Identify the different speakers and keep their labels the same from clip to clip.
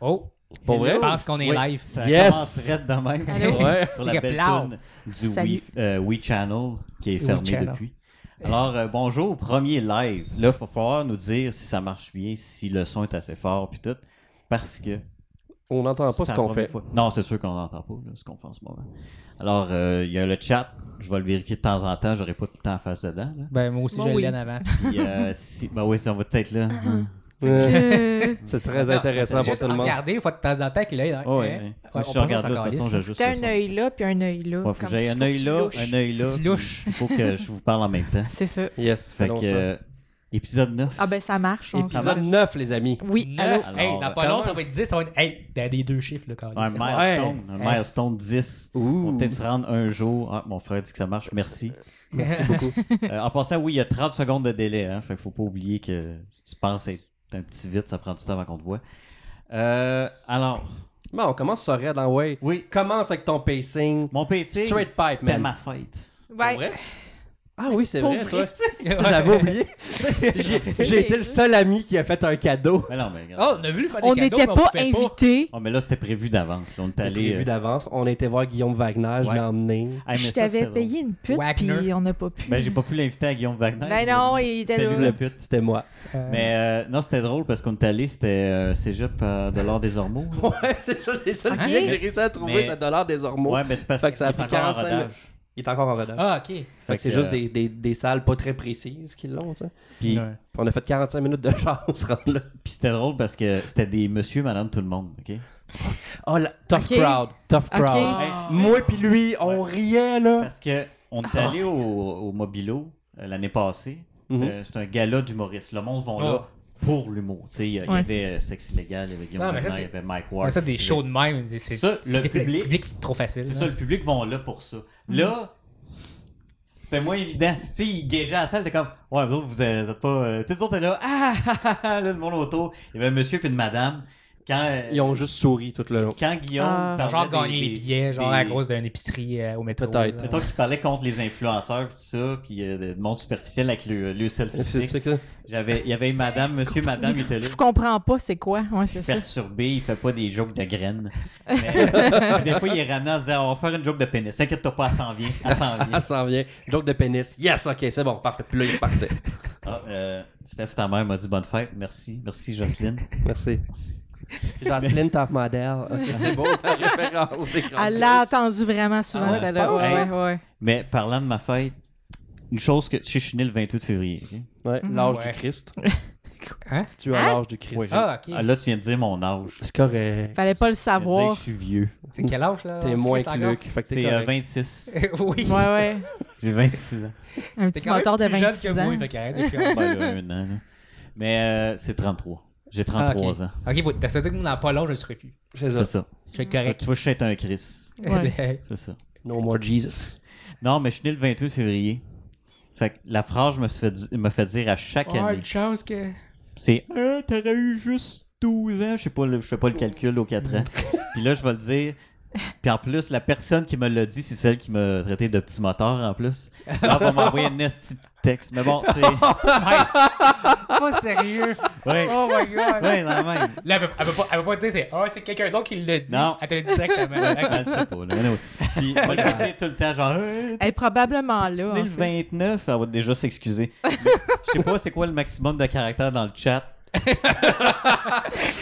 Speaker 1: Oh!
Speaker 2: Pour vrai?
Speaker 1: Je pense qu'on est
Speaker 2: Oui.
Speaker 1: live.
Speaker 3: Ça
Speaker 2: Yes!
Speaker 3: commence raide de même
Speaker 1: Allô?
Speaker 2: Ouais.
Speaker 3: sur la
Speaker 1: Que
Speaker 3: belle
Speaker 1: plau.
Speaker 3: toune du
Speaker 4: Salut.
Speaker 3: We, euh, We Channel qui est
Speaker 1: We
Speaker 3: fermé
Speaker 1: Channel.
Speaker 3: depuis. Alors, euh, bonjour au premier live. Là, il faut falloir nous dire si ça marche bien, si le son est assez fort, puis tout. Parce que.
Speaker 2: On n'entend pas
Speaker 3: c'est
Speaker 2: ce
Speaker 3: la
Speaker 2: qu'on
Speaker 3: première
Speaker 2: fait.
Speaker 3: fois. Non, c'est sûr qu'on n'entend pas là, ce qu'on fait en ce moment. Alors, euh, il y a le chat. Je vais le vérifier de temps en temps. J'aurai pas tout le temps en face dedans. là.
Speaker 1: Ben, moi aussi,
Speaker 4: Moi,
Speaker 1: je
Speaker 4: oui.
Speaker 1: l'ai en avant.
Speaker 3: Puis, euh, si... Ben oui, c'est on va peut-être là.
Speaker 1: Uh-huh.
Speaker 2: Euh,
Speaker 4: Euh,
Speaker 2: C'est très intéressant pour
Speaker 1: juste
Speaker 2: tout le monde.
Speaker 1: regarder, une fois de temps en temps, qu'il hein. est là.
Speaker 3: Ouais, ouais. Moi, je regarde là, de toute
Speaker 2: hein.
Speaker 3: façon, j'ajuste. le
Speaker 4: T'as un
Speaker 3: son.
Speaker 4: œil là, puis un œil là.
Speaker 3: Ouais, faut que
Speaker 4: Comme
Speaker 3: j'aille
Speaker 4: tu-
Speaker 3: un
Speaker 4: faut que
Speaker 3: œil
Speaker 4: tu
Speaker 3: là,
Speaker 4: louches.
Speaker 3: un œil là.
Speaker 1: Tu louches.
Speaker 3: Il faut que je vous parle en même temps.
Speaker 4: C'est ça.
Speaker 2: Yes,
Speaker 3: Fait
Speaker 2: faisons
Speaker 3: que,
Speaker 2: ça.
Speaker 3: euh, épisode 9.
Speaker 4: Ah ben ça marche. on-
Speaker 3: ça
Speaker 2: Épisode 9, les amis.
Speaker 4: Oui, allô?
Speaker 1: Neuf.
Speaker 3: allô?
Speaker 1: Hey,
Speaker 3: Alors,
Speaker 1: dans pas
Speaker 2: quand
Speaker 1: long,
Speaker 2: même.
Speaker 1: ça va être 10, ça va être. Hey, t'as des deux chiffres, là, quand
Speaker 3: un
Speaker 1: même.
Speaker 3: milestone, un
Speaker 1: Ouais.
Speaker 3: milestone 10. On
Speaker 2: Ouh,
Speaker 3: peut se rendre un jour. Ah, mon frère dit que ça marche, merci.
Speaker 2: merci beaucoup.
Speaker 3: Euh, en passant, oui, il y a 30 secondes de délai. Hein, fait qu'il faut pas oublier que si tu penses être un petit vite, ça prend du temps avant qu'on te voit. Euh, alors,
Speaker 2: Bon, on commence sur Red en way.
Speaker 3: oui,
Speaker 2: Commence avec ton pacing.
Speaker 3: mon PC,
Speaker 2: Straight pipe,
Speaker 3: c'était
Speaker 2: man.
Speaker 3: ma fête.
Speaker 2: Pour
Speaker 4: Ouais.
Speaker 2: vrai? Ah oui, c'est
Speaker 4: Pour
Speaker 2: vrai,
Speaker 4: vrai.
Speaker 2: toi. J'avais oublié. J'ai- J'ai été le seul ami qui a fait un cadeau.
Speaker 3: Mais non, mais regarde.
Speaker 1: Oh, on a vu faire des
Speaker 4: On
Speaker 1: cadeaux,
Speaker 4: n'était
Speaker 1: mais
Speaker 4: pas
Speaker 1: pouvait
Speaker 4: invités.
Speaker 3: Oh, mais là, c'était prévu d'avance. là. On est
Speaker 2: T'as
Speaker 3: allé.
Speaker 2: prévu
Speaker 3: euh,
Speaker 2: d'avance. On a été voir Guillaume Wagner, je
Speaker 3: Ouais.
Speaker 2: l'ai emmené.
Speaker 3: hey, mais
Speaker 4: Je
Speaker 3: ça,
Speaker 4: t'avais
Speaker 3: c'était
Speaker 4: payé une pute,
Speaker 1: Wagner.
Speaker 4: puis on n'a pas pu.
Speaker 3: drôle. Ben, j'ai pas pu l'inviter à Guillaume Wagner.
Speaker 4: Ben non, il était
Speaker 3: C'était lui
Speaker 4: là.
Speaker 3: le pute.
Speaker 2: C'était moi.
Speaker 1: Euh,
Speaker 3: Mais euh, non, c'était drôle parce qu'on est allé, c'était euh, Cégep euh, de l'Art des Ormeaux. là.
Speaker 2: Ouais, c'est ça, les seuls
Speaker 4: Ok.
Speaker 2: clients que j'ai réussi à trouver,
Speaker 3: Mais-
Speaker 2: c'est dollar des hormones.
Speaker 3: Ouais, mais c'est parce
Speaker 2: Fait que ça a
Speaker 3: qu'il est
Speaker 2: pris
Speaker 3: encore en
Speaker 2: 45
Speaker 3: rodage.
Speaker 2: Il est encore en rodage.
Speaker 1: Ah, ok.
Speaker 2: fait que euh, c'est
Speaker 3: que-
Speaker 2: juste des, des, des salles pas très précises qui l'ont, tu sais.
Speaker 3: Puis,
Speaker 1: Ouais.
Speaker 2: Puis on a fait 45 minutes de chance rendu là.
Speaker 3: puis c'était drôle parce que c'était des monsieur, madame, tout le monde. ok?
Speaker 2: Oh, la... tough
Speaker 4: Ok.
Speaker 2: crowd, tough
Speaker 4: Ok.
Speaker 2: crowd.
Speaker 1: Ah.
Speaker 2: Moi puis lui, on riait, là.
Speaker 3: Parce que on est allé au, au Mobilo euh, l'année passée.
Speaker 2: Mhm.
Speaker 3: C'est un- C'est un gala d'humoriste. Le monde vont
Speaker 1: Ah.
Speaker 3: là pour l'humour. Tu sais, Il y a- il y
Speaker 4: Ouais.
Speaker 3: avait euh, Sex Illégal, il y avait Guillaume
Speaker 1: Non, mais ça,
Speaker 3: Wagner, il y
Speaker 1: c'est-
Speaker 3: avait Mike
Speaker 1: On
Speaker 3: Ward.
Speaker 1: fait ça des
Speaker 3: il y avait-
Speaker 1: shows de même. c'est-
Speaker 3: Ça,
Speaker 1: c'est
Speaker 3: le
Speaker 1: des pla-
Speaker 3: public-
Speaker 1: public trop facile.
Speaker 3: C'est
Speaker 1: là.
Speaker 3: ça, le public vont là pour ça. Là,
Speaker 4: Mm.
Speaker 3: c'était moins évident. Tu sais, ils gageaient la salle, t'es comme, ouais, vous autres, vous êtes vous êtes pas. euh, Tu sais, les autres, t'es là, ah, ah, ah, ah, là, le monde autour. Il y avait un monsieur puis une madame. Quand, euh,
Speaker 2: Ils ont juste souri tout le long.
Speaker 3: quand Guillaume.
Speaker 4: Ah.
Speaker 3: parlait
Speaker 1: Genre
Speaker 3: des-
Speaker 1: gagner les
Speaker 3: des-
Speaker 1: billets, genre
Speaker 3: des-
Speaker 1: à cause d'une épicerie euh, au métro.
Speaker 2: Peut-être.
Speaker 1: là.
Speaker 3: Mettons qu'il parlait contre les influenceurs, puis tout ça, puis euh, le monde superficiel avec le, le selfie
Speaker 2: C'est
Speaker 3: stick.
Speaker 2: ça que...
Speaker 3: J'avais, il y avait madame, monsieur, madame, il était là.
Speaker 4: Je comprends pas c'est quoi. Ouais, c'est ça.
Speaker 3: perturbé, il fait pas des jokes de graines. Mais, des fois, il est ramené en disant On va faire une joke de pénis. T'inquiète-toi pas, elle s'en vient. Elle s'en vient.
Speaker 2: Ah, ça en vient. Joke de pénis. Yes, ok, c'est bon, parfait. Puis là, il partait.
Speaker 3: Ah, euh, Steph, ta mère m'a dit bonne fête. Merci. Merci, Jocelyne.
Speaker 2: Merci.
Speaker 3: Merci.
Speaker 2: Jocelyne, ta modèle. Ok, c'est beau, la référence des
Speaker 4: Elle l'a entendu vraiment souvent,
Speaker 3: Ah ouais,
Speaker 4: celle-là.
Speaker 3: tu penses?
Speaker 4: Ouais, ouais, ouais.
Speaker 3: Mais parlant de ma fête, une chose que. Tu sais, je suis né le 28 février. ok?
Speaker 2: Ouais, l'âge
Speaker 1: Ouais.
Speaker 2: du Christ.
Speaker 1: Hein?
Speaker 2: Tu as l'âge du Christ.
Speaker 1: Ah, ok.
Speaker 3: Ah, là, tu viens de dire mon âge.
Speaker 2: C'est correct.
Speaker 4: Fallait pas le
Speaker 3: Tu viens de dire
Speaker 4: savoir.
Speaker 3: que je suis vieux.
Speaker 1: C'est quel âge, là?
Speaker 2: T'es
Speaker 1: On se
Speaker 2: moins
Speaker 1: crée
Speaker 2: que
Speaker 1: encore?
Speaker 2: Luc. Fait que t'es
Speaker 3: C'est euh,
Speaker 2: correct.
Speaker 3: 26.
Speaker 1: oui.
Speaker 4: Ouais, ouais.
Speaker 3: J'ai 26 ans.
Speaker 4: Un
Speaker 1: T'es
Speaker 4: petit
Speaker 1: quand même
Speaker 4: moteur de
Speaker 1: plus
Speaker 4: 26
Speaker 1: jeune que
Speaker 4: ans.
Speaker 1: moi, fait qu'arrête de
Speaker 3: Ben,
Speaker 1: faire-
Speaker 3: là, un an, là. Mais euh, c'est 33. J'ai 33 ans.
Speaker 1: Ah, Ok, bon, t'as ça dit que moi, dans pas long, je le serai plus.
Speaker 2: C'est ça.
Speaker 3: C'est ça.
Speaker 1: Je vais être
Speaker 3: Fait que
Speaker 1: correct.
Speaker 3: Tu vois, je suis un Chris.
Speaker 4: Mm. Ouais.
Speaker 3: C'est ça.
Speaker 2: No more Jesus.
Speaker 3: Non, mais je suis né le 28 février. Fait que la phrase me fait, di- me fait dire à chaque
Speaker 1: Ouais,
Speaker 3: année.
Speaker 1: une chance que.
Speaker 3: C'est Ah, t'aurais eu juste 12 ans. Je sais pas, le- je fais pas le calcul aux 4 ans. Puis là, je vais le dire. Puis en plus, la personne qui me l'a dit, c'est celle qui m'a traité de petit moteur en plus. Là, elle va m'envoyer un esti de texte. Mais bon, c'est.
Speaker 1: Pas sérieux.
Speaker 3: Ouais,
Speaker 1: Oh my god.
Speaker 3: ouais, non, même.
Speaker 1: Là, elle peut, elle peut pas, elle peut pas dire c'est ah, c'est quelqu'un d'autre qui l'a dit.
Speaker 3: Non. Euh.
Speaker 1: Elle te le dit directement.
Speaker 3: Elle le
Speaker 1: Ok.
Speaker 3: sait pas, là. Anyway. Puis elle va le dire tout le temps, genre. Hey,
Speaker 4: Elle est probablement
Speaker 3: Tu
Speaker 4: là.
Speaker 3: le
Speaker 4: en fait.
Speaker 3: 29, elle va déjà s'excuser. Mais Je sais pas c'est quoi le maximum de caractères dans le chat.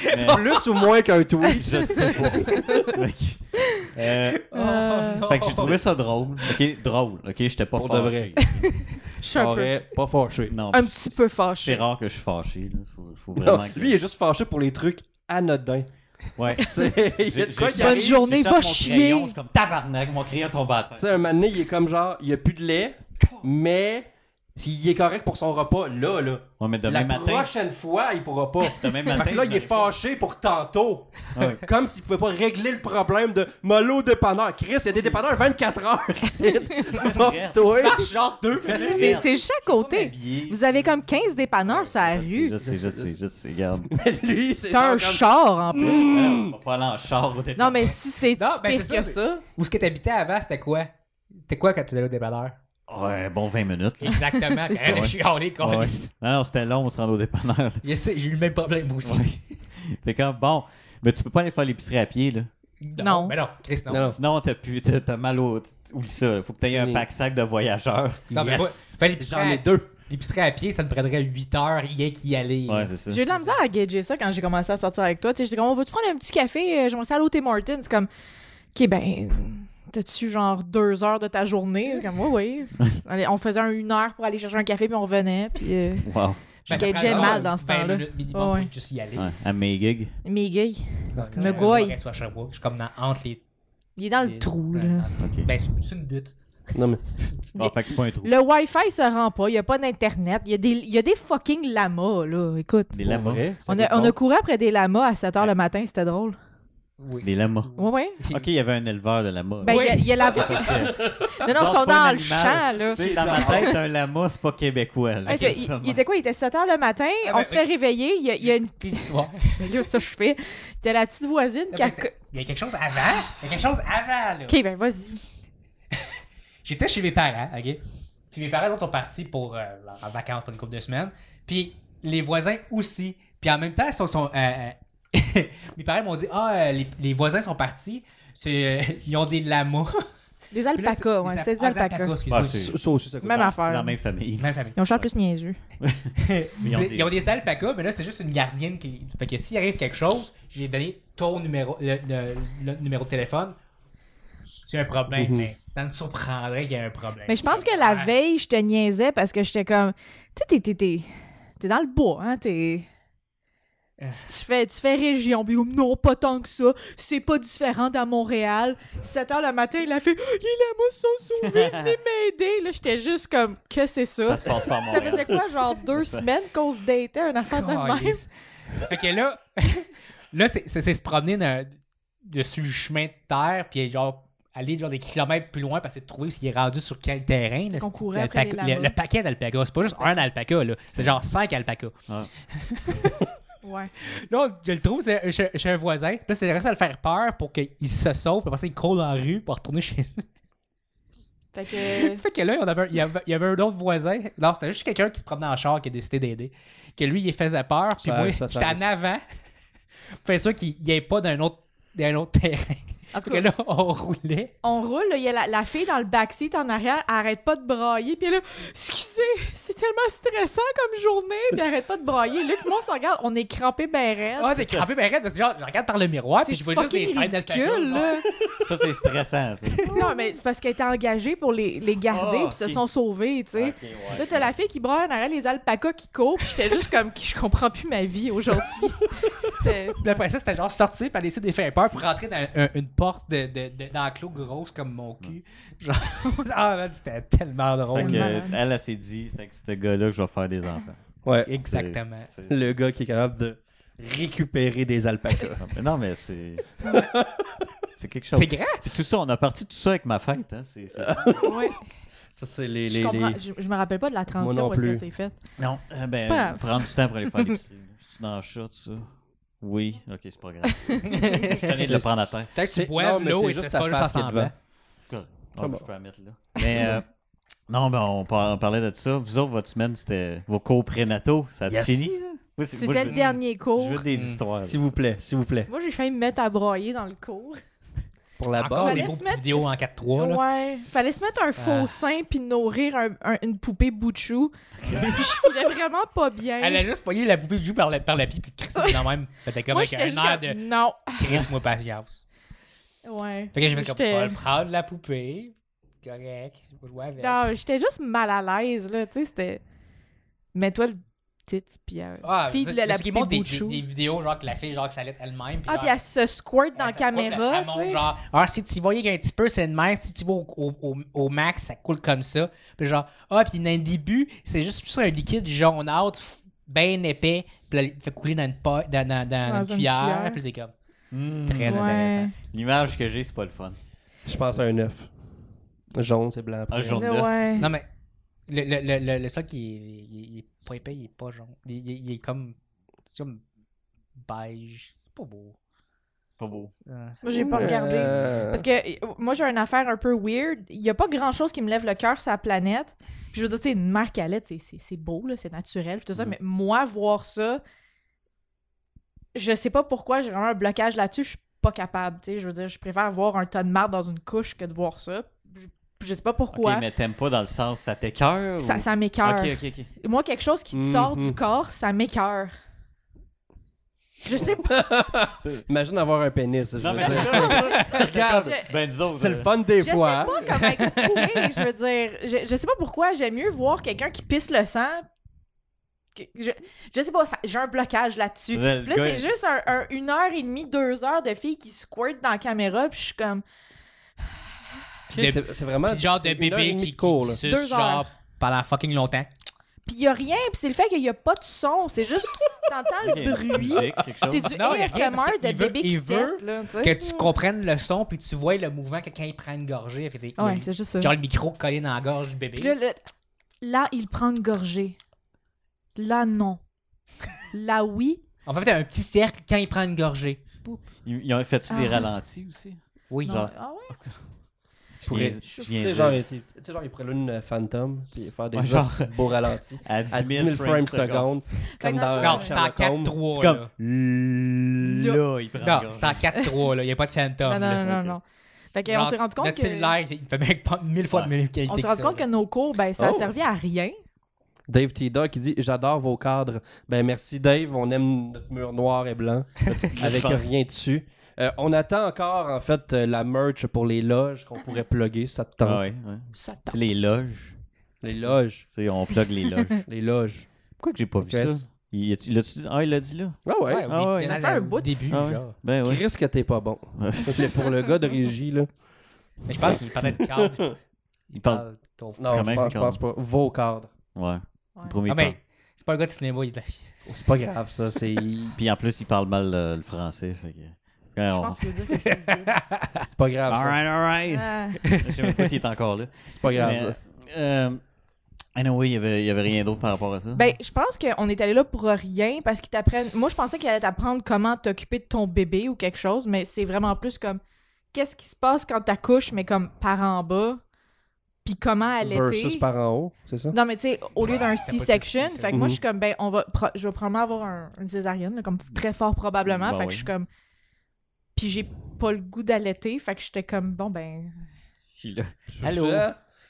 Speaker 3: Mais
Speaker 2: Plus ou moins qu'un tweet.
Speaker 3: je sais pas. Fait que, euh,
Speaker 4: Euh,
Speaker 1: non.
Speaker 3: fait que j'ai trouvé ça drôle. Ok, drôle. Ok, j'étais pas
Speaker 2: Pour de
Speaker 3: fâché.
Speaker 4: Je suis un peu-
Speaker 2: J'aurais pas fâché.
Speaker 3: Non,
Speaker 4: Un
Speaker 3: je-
Speaker 4: petit peu fâché.
Speaker 3: C'est rare que je suis fâché. là. Faut, faut
Speaker 2: Non,
Speaker 3: vraiment que-
Speaker 2: lui, il est juste fâché pour les trucs anodins.
Speaker 3: Ouais.
Speaker 2: C'est- il y a de
Speaker 3: J'ai-
Speaker 2: quoi
Speaker 3: j'ai-
Speaker 2: qui
Speaker 4: Bonne
Speaker 2: arrive.
Speaker 3: j'échappe
Speaker 4: journée,
Speaker 3: mon
Speaker 4: va
Speaker 3: crayon,
Speaker 4: chier.
Speaker 3: Je suis comme tabarnak, mon crayon tombe à terre.
Speaker 2: Tu sais, un moment donné, il est comme genre, il y a plus de lait, mais s'il est correct pour son repas, là, là.
Speaker 3: Ouais, mais demain
Speaker 2: La
Speaker 3: matin.
Speaker 2: prochaine fois, il pourra pas.
Speaker 3: Demain
Speaker 2: Fait
Speaker 3: matin.
Speaker 2: que là,
Speaker 3: je
Speaker 2: il
Speaker 3: l'aurai
Speaker 2: est
Speaker 3: pas.
Speaker 2: fâché pour tantôt.
Speaker 3: Ah oui.
Speaker 2: Comme s'il pouvait pas régler le problème de mollo dépanneur. Chris, il y a des dépanneurs 24 heures. ici. Force-toi.
Speaker 3: Genre deux
Speaker 4: C'est c'est chaque côté. Vous avez comme 15 dépanneurs sur la rue.
Speaker 3: Je sais, je sais, je sais, regarde.
Speaker 2: Mais lui, c'est
Speaker 4: T'as un
Speaker 2: genre comme-
Speaker 4: char en plus.
Speaker 3: On va pas aller en char au départ.
Speaker 4: Non, mais si c'est
Speaker 1: Non,
Speaker 4: si
Speaker 1: ben,
Speaker 4: pire
Speaker 1: c'est ça,
Speaker 4: que ça.
Speaker 1: Où ce que t'habitais avant, c'était quoi? C'était quoi quand tu allais au dépanneur?
Speaker 3: Ouais, bon 20 minutes. là.
Speaker 1: Exactement.
Speaker 4: C'est
Speaker 1: Arrête de
Speaker 3: ça.
Speaker 1: chialer,
Speaker 3: Ouais.
Speaker 1: câlisse.
Speaker 3: Non, non, c'était long, on se rend au dépanneur.
Speaker 1: Je sais, J'ai eu le même problème moi aussi.
Speaker 3: Ouais. T'es comme, bon, Mais tu peux pas aller faire l'épicerie à pied, là.
Speaker 4: Non.
Speaker 1: Mais non, Chris, non.
Speaker 2: Non.
Speaker 3: Sinon, t'as pu- t'as t'as mal au. Oublie ça. Faut que t'aies un
Speaker 2: Fini.
Speaker 3: pack-sac de voyageurs.
Speaker 1: Non, mais moi, fais l'épicerie
Speaker 2: J'en
Speaker 1: à-
Speaker 2: ai deux.
Speaker 1: l'épicerie à pied, ça me prendrait 8 heures rien qu'y aller.
Speaker 3: Ouais, c'est ça.
Speaker 4: J'ai eu de la misère à gager ça quand j'ai commencé à sortir avec toi. Tu sais, j'étais comme, on veut-tu prendre un petit café? Euh, Je m'en suis allée au Tim Hortons. C'est comme, OK, ben, t'as-tu genre deux heures de ta journée? C'est comme, oui, oui. Allez, on faisait un une heure pour aller chercher un café, puis on revenait. Puis euh,
Speaker 3: Wow.
Speaker 4: je
Speaker 1: Ben, ça
Speaker 4: gageais
Speaker 1: prend
Speaker 4: mal
Speaker 1: genre
Speaker 4: dans ce
Speaker 1: 20
Speaker 4: temps-là.
Speaker 1: minutes minimum
Speaker 4: Ouais, ouais.
Speaker 1: pour juste y aller.
Speaker 3: Ouais, à mes gigs.
Speaker 4: Mes gueules,
Speaker 1: Donc,
Speaker 4: Me
Speaker 1: j'ai
Speaker 4: gouaille.
Speaker 1: besoin qu'elle soit à Sherbrooke. Je suis comme dans, entre les.
Speaker 4: il est dans
Speaker 1: les-
Speaker 4: le trou,
Speaker 1: dans-
Speaker 4: là.
Speaker 1: dans-
Speaker 3: Ok.
Speaker 1: Ben, c'est c'est une butte.
Speaker 2: Non, mais.
Speaker 3: Ah, fait que c'est pas un trou.
Speaker 4: Le Wi-Fi se rend pas, il n'y a pas d'Internet, il y, a des- il y a des fucking lamas, là, écoute.
Speaker 3: Des lamas.
Speaker 4: On a, on a couru après des lamas à 7 h le matin, c'était drôle.
Speaker 1: Oui.
Speaker 3: Des lamas.
Speaker 4: Oui, oui.
Speaker 3: Ok, il y avait un éleveur de lamas.
Speaker 4: Ben, il
Speaker 1: Oui.
Speaker 4: y a- il y, a la... non,
Speaker 3: Parce que,
Speaker 4: non, ils
Speaker 3: c'est
Speaker 4: sont
Speaker 3: pas un
Speaker 4: dans le champ,
Speaker 3: animal.
Speaker 4: là.
Speaker 3: tu sais, dans ma tête, un lama, c'est pas québécois. là.
Speaker 4: Hey,
Speaker 3: Ok,
Speaker 4: il,
Speaker 3: ça
Speaker 4: il était quoi? Il était 7 h le matin.
Speaker 1: Ah,
Speaker 4: on
Speaker 1: ben,
Speaker 4: se fait réveiller. Il y a, il y a une.
Speaker 1: petite histoire.
Speaker 4: Mais là, ça, je fais. T'as la petite voisine qui a.
Speaker 1: C'était- Il y a quelque chose avant. Il y a quelque chose avant, là.
Speaker 4: Ok, ben vas-y.
Speaker 1: J'étais chez mes parents, OK? Puis mes parents, eux autres, sont partis pour, euh, en vacances pour une couple de semaines. Puis les voisins aussi. Puis en même temps, ils sont, sont, euh, euh, mes parents m'ont dit, ah, euh, les, les voisins sont partis. C'est, euh, ils ont des lamas. Puis
Speaker 4: Des
Speaker 1: là,
Speaker 4: alpacas, ouais.
Speaker 1: c'est-
Speaker 4: C'était des
Speaker 1: ah,
Speaker 4: alpacas.
Speaker 1: excuse-moi.
Speaker 3: Ah, c'est-
Speaker 2: Ça ça aussi, ça coûte.
Speaker 4: Même
Speaker 3: C'est
Speaker 4: affaire.
Speaker 3: dans la même famille.
Speaker 1: Même famille.
Speaker 4: Ils ont cher plus niaiseux.
Speaker 1: ils,
Speaker 3: Ils
Speaker 1: ont
Speaker 3: ont
Speaker 1: des...
Speaker 3: des-
Speaker 1: alpacas, mais là, c'est juste une gardienne qui. Fait que s'il arrive quelque chose, j'ai donné ton numéro, le, le- le numéro de téléphone. C'est un problème,
Speaker 2: Mhm.
Speaker 1: mais ça me surprendrait qu'il y ait un problème.
Speaker 4: Mais je pense que la
Speaker 1: Ah,
Speaker 4: veille, je te niaisais parce que j'étais comme. Tu sais, t'es- t'es- t'es. T'es dans le bois, hein? T'es.
Speaker 1: Euh.
Speaker 4: Tu fais, tu fais région, puis oh, non, pas tant que ça. C'est pas différent à Montréal. 7 h le matin, il a fait Les lamas sont sauvés, venez m'aider. Là, j'étais juste comme Que c'est
Speaker 3: Ça se passe pas à
Speaker 4: Ça
Speaker 3: Montréal.
Speaker 4: faisait quoi, genre deux
Speaker 3: Ça.
Speaker 4: semaines qu'on se datait, un affaire de même?
Speaker 1: Calisse. fait que là, là c'est c'est- c'est se promener dans- dessus le chemin de terre, puis genre aller genre des kilomètres plus loin parce que de trouver s'il est rendu sur quel terrain. là,
Speaker 4: Qu'on
Speaker 1: c'est-
Speaker 4: courait
Speaker 1: l'alpaca-
Speaker 4: après les
Speaker 1: le,
Speaker 4: lamas.
Speaker 1: le paquet d'alpagas. C'est pas juste un alpaca, là. C'est genre cinq alpacas.
Speaker 4: Ouais.
Speaker 1: Là, on- je le trouve c'est- chez, chez un voisin. Puis Là, c'est resté à le faire peur pour qu'il se sauve. Puis après ça, il court dans la rue pour retourner chez eux.
Speaker 4: Fait que.
Speaker 1: Fait que là, on avait un- il, y avait, il y avait un autre voisin. Non, c'était juste quelqu'un qui se promenait en char qui a décidé d'aider. Que lui, il faisait peur. Puis
Speaker 2: Ça-
Speaker 1: moi,
Speaker 2: ça- ça-
Speaker 1: j'étais en avant. Fait sûr qu'il n'y ait pas d'un autre, d'un autre terrain.
Speaker 4: En
Speaker 1: Fait
Speaker 4: tout
Speaker 1: que
Speaker 4: cas,
Speaker 1: là, on roulait.
Speaker 4: on roule, là, il y a la, la fille dans le backseat en arrière, elle arrête pas de brailler, puis là, excusez, c'est tellement stressant comme journée, puis elle arrête pas de brailler. Luc, moi, on se regarde, on est crampé ben raide.
Speaker 1: Ah, t'es crampé, mais arrête. Parce que genre, je regarde par le miroir. Puis
Speaker 4: c'est
Speaker 1: je vois juste les
Speaker 4: fucking
Speaker 1: têtes d'alpaca.
Speaker 4: ridicule, là.
Speaker 3: Ça, c'est stressant. ça.
Speaker 4: non, mais c'est parce qu'elle était engagée pour les, les garder,
Speaker 3: Ah,
Speaker 4: puis se
Speaker 3: ok.
Speaker 4: sont sauvés, tu sais.
Speaker 3: Ok, ouais.
Speaker 4: Là, t'as la fille qui braille en arrière, les alpacas qui courent, puis j'étais juste comme, je comprends plus ma vie aujourd'hui. C'était.
Speaker 1: Puis après ça, c'était genre sortir, puis aller essayer de les faire peur pour rentrer dans un- une porte de, de, de- d'enclos grosse comme mon cul. Genre, ah, man, c'était tellement
Speaker 3: Fait
Speaker 1: drôle.
Speaker 3: que, euh,
Speaker 4: malade.
Speaker 3: elle, elle s'est dit, c'est avec ce gars-là que je vais faire des enfants.
Speaker 2: Ouais.
Speaker 1: Exactement.
Speaker 3: C'est-
Speaker 2: Le gars qui est capable de récupérer des alpacas.
Speaker 3: Mais Non, mais c'est. c'est quelque chose.
Speaker 1: C'est grand.
Speaker 3: Puis tout ça, on a parti tout ça avec ma fête. Hein. C'est, c'est-
Speaker 4: Ouais.
Speaker 2: Ça, c'est les.
Speaker 4: Je
Speaker 2: les,
Speaker 4: comprends.
Speaker 2: les-
Speaker 4: Je, je me rappelle pas de la
Speaker 2: non
Speaker 4: transition où est-ce que
Speaker 2: plus.
Speaker 4: c'est fait.
Speaker 3: Non, euh, ben,
Speaker 4: C'est pas grave.
Speaker 3: prendre du temps pour aller faire l'épicerie. Je suis dans le chat, ça. Oui, ok, c'est pas grave. Je suis tanné de le prendre à terre.
Speaker 1: Peut-être que tu
Speaker 2: C'est-
Speaker 1: bois
Speaker 2: non, mais
Speaker 1: l'eau
Speaker 2: c'est
Speaker 1: et
Speaker 2: juste
Speaker 1: c'est pas
Speaker 2: ta
Speaker 1: juste
Speaker 2: face qui est
Speaker 1: ensemble.
Speaker 2: devant.
Speaker 3: C'est correct.
Speaker 2: C'est
Speaker 3: Non, Oh,
Speaker 2: bon.
Speaker 3: je peux la mettre là. Mais euh, non, ben, on, par- on parlait de ça. Vous autres, votre semaine, c'était vos cours prénataux. Ça a
Speaker 1: Yes.
Speaker 3: fini? là? Moi, c'est-
Speaker 4: C'était
Speaker 3: moi, je
Speaker 4: le
Speaker 3: veux-
Speaker 4: dernier cours.
Speaker 3: Je veux des
Speaker 1: Mm.
Speaker 3: histoires.
Speaker 2: S'il vous plaît, s'il vous plaît.
Speaker 4: Moi, j'ai failli me mettre à broyer dans le cours.
Speaker 2: Pour la
Speaker 1: Encore
Speaker 2: barre.
Speaker 1: des
Speaker 4: Fallait
Speaker 1: beaux
Speaker 4: se
Speaker 1: petites
Speaker 4: mettre-
Speaker 1: vidéos en 4-3. là.
Speaker 4: Ouais. Fallait se mettre un faux
Speaker 1: Ah.
Speaker 4: sein puis nourrir un- un- une poupée Bouchou. puis je filais vraiment pas bien.
Speaker 1: Elle a juste pogné la poupée de joue par la, par la pied puis crissé quand même. Fait que comme
Speaker 4: Moi,
Speaker 1: avec
Speaker 4: j'étais
Speaker 1: un
Speaker 4: juste
Speaker 1: air
Speaker 4: comme,
Speaker 1: de
Speaker 4: Non.
Speaker 1: crisse moi patience.
Speaker 4: Ouais.
Speaker 1: Fait que j'ai fait comme, je
Speaker 4: J'étais-
Speaker 1: vais le prendre la poupée. Correct. Je vais jouer avec.
Speaker 4: Non, j'étais juste mal à l'aise, là. Tu sais, c'était... Mets-toi le titre, puis... euh,
Speaker 1: Ah,
Speaker 4: fille
Speaker 1: c'est-
Speaker 4: de la, la
Speaker 1: parce qu'ils montrent
Speaker 4: poupée
Speaker 1: des,
Speaker 4: Bouchou.
Speaker 1: des- des vidéos genre que la fille genre que ça l'est elle-même.
Speaker 4: Ah,
Speaker 1: genre,
Speaker 4: puis elle se squirt dans
Speaker 1: Ouais,
Speaker 4: la
Speaker 1: ça se voit qu'elle-
Speaker 4: caméra,
Speaker 1: elle
Speaker 4: tu
Speaker 1: montre
Speaker 4: sais.
Speaker 1: genre, alors si tu voyais qu'un petit peu, c'est une merde. Si tu vas au, au- au- au max, ça coule comme ça. Puis genre, ah, puis dans le début, c'est juste sur un liquide jaune out, bien épais, puis là, il fait couler dans une, po- dans, dans- dans une
Speaker 4: une
Speaker 1: cuillère,
Speaker 4: cuillère.
Speaker 1: Puis t'es comme,
Speaker 2: Hmm.
Speaker 3: Mm.
Speaker 1: très
Speaker 4: Ouais.
Speaker 1: intéressant.
Speaker 3: L'image que j'ai, c'est pas le fun.
Speaker 2: Je pense à un œuf. Jaune, c'est blanc.
Speaker 3: Ah, jaune.
Speaker 4: Ouais.
Speaker 1: Non, mais le, le, le, le, le sac, il est, il est- il est pas épais, il est pas jaune. Il, il- il est comme, c'est comme beige. C'est pas beau.
Speaker 3: Pas beau.
Speaker 1: Ah, c'est-
Speaker 4: Moi, j'ai pas regardé.
Speaker 2: Euh,
Speaker 4: Parce que euh, moi, j'ai une affaire un peu weird. Il n'y a pas grand-chose qui me lève le cœur sur la planète. Puis je veux dire, tu sais, une marque
Speaker 3: Mm.
Speaker 4: à lait, c'est c'est- c'est beau, là, c'est naturel, puis tout ça.
Speaker 3: Mhm.
Speaker 4: Mais moi, voir ça, je sais pas pourquoi j'ai vraiment un blocage là-dessus. Je suis pas capable. Tu sais, je veux dire, je préfère voir un tas de marde dans une couche que de voir ça. Je, je sais pas pourquoi.
Speaker 3: Ok, mais t'aimes pas dans le sens ça t'écœure?
Speaker 4: Ça,
Speaker 3: ou-
Speaker 4: ça m'écœure.
Speaker 3: Ok, Mm-hmm. ok, ok.
Speaker 4: Moi, quelque chose qui te sort
Speaker 2: Mhm.
Speaker 4: du corps, ça m'écœure. Je sais pas.
Speaker 2: Imagine avoir un pénis. Je
Speaker 3: Non,
Speaker 2: veux
Speaker 3: mais
Speaker 2: dire.
Speaker 3: c'est ça.
Speaker 2: Regarde,
Speaker 4: Je-
Speaker 3: ben, nous autres.
Speaker 2: c'est le
Speaker 3: euh,
Speaker 2: fun des
Speaker 4: Je sais
Speaker 2: fois.
Speaker 4: pas
Speaker 2: hein.
Speaker 4: comment expliquer, je veux dire. Je, je sais pas pourquoi, j'aime mieux voir quelqu'un qui pisse le sang. que- Je, je sais pas, ça- j'ai un blocage là-dessus.
Speaker 3: Ouais, le
Speaker 4: Puis là,
Speaker 3: gars,
Speaker 4: c'est
Speaker 3: il-
Speaker 4: juste un, un- une heure et demie, deux heures de filles qui squirtent dans la caméra, puis je suis comme...
Speaker 1: De-
Speaker 2: C'est c'est vraiment
Speaker 1: Puis genre
Speaker 2: c'est
Speaker 1: de
Speaker 2: une heure et
Speaker 1: bébé
Speaker 2: demie
Speaker 1: qui,
Speaker 2: de cours,
Speaker 1: qui
Speaker 2: là.
Speaker 1: suce
Speaker 4: Deux
Speaker 1: genre
Speaker 4: heures.
Speaker 1: pendant fucking longtemps.
Speaker 4: Puis y a rien, puis c'est le fait qu'il y a pas de son, c'est juste... T'entends
Speaker 3: ok,
Speaker 4: le
Speaker 3: c'est
Speaker 4: bruit,
Speaker 3: musique, quelque chose.
Speaker 4: c'est du
Speaker 1: Non, y a rien, parce
Speaker 4: ASMR de
Speaker 1: qu'il veut-
Speaker 4: bébé
Speaker 1: il
Speaker 4: qui
Speaker 1: veut
Speaker 4: tête, là, tu sais.
Speaker 1: Que tu comprennes le son, puis tu vois le mouvement que quand il prend une gorgée, il fait des-
Speaker 4: Ouais, c'est juste ça.
Speaker 1: genre le micro collé dans la gorge du bébé.
Speaker 4: Puis là, le- là, il prend une gorgée. Là, non. Là, oui.
Speaker 1: On va faire un petit cercle quand il prend une gorgée.
Speaker 3: Ils ils ont fait-tu des
Speaker 4: Ah.
Speaker 3: ralentis aussi?
Speaker 1: Oui.
Speaker 4: Non.
Speaker 1: Genre,
Speaker 4: Ah ouais?
Speaker 3: Je
Speaker 2: pourrais-
Speaker 3: viens-
Speaker 4: je-
Speaker 3: je
Speaker 2: Tu
Speaker 3: viens
Speaker 2: sais,
Speaker 3: juste
Speaker 2: genre, tu tu sais, genre, ils prennent une euh, Phantom puis faire des
Speaker 3: Ouais,
Speaker 2: genre,
Speaker 3: genre- euh,
Speaker 2: beaux ralentis
Speaker 3: à
Speaker 2: à 10 000 frames seconde, comme
Speaker 4: que dans
Speaker 2: dans
Speaker 4: le
Speaker 1: non,
Speaker 4: fond,
Speaker 2: euh,
Speaker 1: c'est en
Speaker 2: Sherlock Holmes.
Speaker 1: 4-3.
Speaker 3: C'est
Speaker 1: là.
Speaker 3: comme. Là, il prend. une
Speaker 1: Non,
Speaker 3: gorgée.
Speaker 1: c'est en 4-3. là. Il n'y a pas de fantôme.
Speaker 4: Non,
Speaker 1: là.
Speaker 4: non, non, non. Fait que on
Speaker 1: Genre,
Speaker 4: s'est rendu compte
Speaker 1: Notre
Speaker 4: que...
Speaker 1: cellulaire, il fait même pas mille fois de meilleure qualité
Speaker 4: On s'est
Speaker 1: que
Speaker 4: rendu
Speaker 1: ça,
Speaker 4: compte que
Speaker 1: là.
Speaker 4: nos cours, ben, ça a
Speaker 2: Oh.
Speaker 4: servi à rien.
Speaker 2: Dave Tida qui dit J'adore vos cadres. Ben merci Dave, on aime notre mur noir et blanc avec
Speaker 3: Ah
Speaker 2: rien dessus. Euh, on attend encore en fait euh, la merch pour les loges qu'on pourrait plugger, ça te tente.
Speaker 3: Ah ouais, ouais.
Speaker 4: Ça
Speaker 3: C'est les loges.
Speaker 2: Les loges,
Speaker 3: Tu sais, on plug les loges.
Speaker 2: les loges.
Speaker 3: Pourquoi que j'ai pas vu ça?
Speaker 2: Yes.
Speaker 3: Il a-tu- l'as-tu dit? Ah, il l'a dit là?
Speaker 2: Ah ouais.
Speaker 1: Ouais, au
Speaker 3: Ah
Speaker 1: début,
Speaker 3: ouais.
Speaker 1: il y en
Speaker 4: Ça
Speaker 1: a
Speaker 4: fait un
Speaker 1: au
Speaker 4: bout.
Speaker 1: début,
Speaker 3: Ah ouais.
Speaker 1: genre.
Speaker 3: Ben
Speaker 2: Qui
Speaker 3: ouais.
Speaker 2: risque que t'es pas bon.
Speaker 3: Ouais.
Speaker 2: C'est pour le gars de régie là.
Speaker 1: Mais je pense qu'il parlait de cadre.
Speaker 3: Il parle.
Speaker 1: ton-
Speaker 2: Non,
Speaker 3: Comment
Speaker 2: je pense,
Speaker 3: c'est
Speaker 2: je pense pas. Vos cadres.
Speaker 3: Ouais.
Speaker 4: Ouais.
Speaker 3: Premier
Speaker 1: Ah,
Speaker 3: temps.
Speaker 1: mais c'est pas un gars de cinéma. Il...
Speaker 2: C'est pas grave ça, c'est
Speaker 3: Puis en plus, il parle mal euh, le français. Fait que. Ouais,
Speaker 4: Je
Speaker 3: on-
Speaker 4: pense qu'il veut dire que c'est...
Speaker 2: c'est pas grave ça.
Speaker 3: Alright, alright.
Speaker 4: Ah.
Speaker 3: Je sais même pas s'il est encore là.
Speaker 2: C'est pas grave ça.
Speaker 3: Mais, euh, anyway, il y avait, il y avait rien d'autre par rapport à ça.
Speaker 4: Ben, je pense qu'on est allé là pour rien parce qu'ils t'apprennent. Moi, je pensais qu'ils allaient t'apprendre comment t'occuper de ton bébé ou quelque chose, mais c'est vraiment plus comme qu'est-ce qui se passe quand t'accouches, mais comme par en bas, puis comment
Speaker 2: Versus
Speaker 4: allaiter.
Speaker 2: par en haut, c'est ça?
Speaker 4: Non, mais tu sais, au lieu d'un
Speaker 1: C'était pas
Speaker 4: C-section,
Speaker 1: tout-
Speaker 4: fait que moi,
Speaker 2: Mhm.
Speaker 4: je suis comme, ben, on va, pro- je vais probablement avoir un- une césarienne, là, comme très fort probablement.
Speaker 3: Ben
Speaker 4: fait que
Speaker 3: oui.
Speaker 4: je suis comme, puis j'ai pas le goût d'allaiter, fait que j'étais comme, bon, ben,
Speaker 3: Je suis là.
Speaker 2: Allô?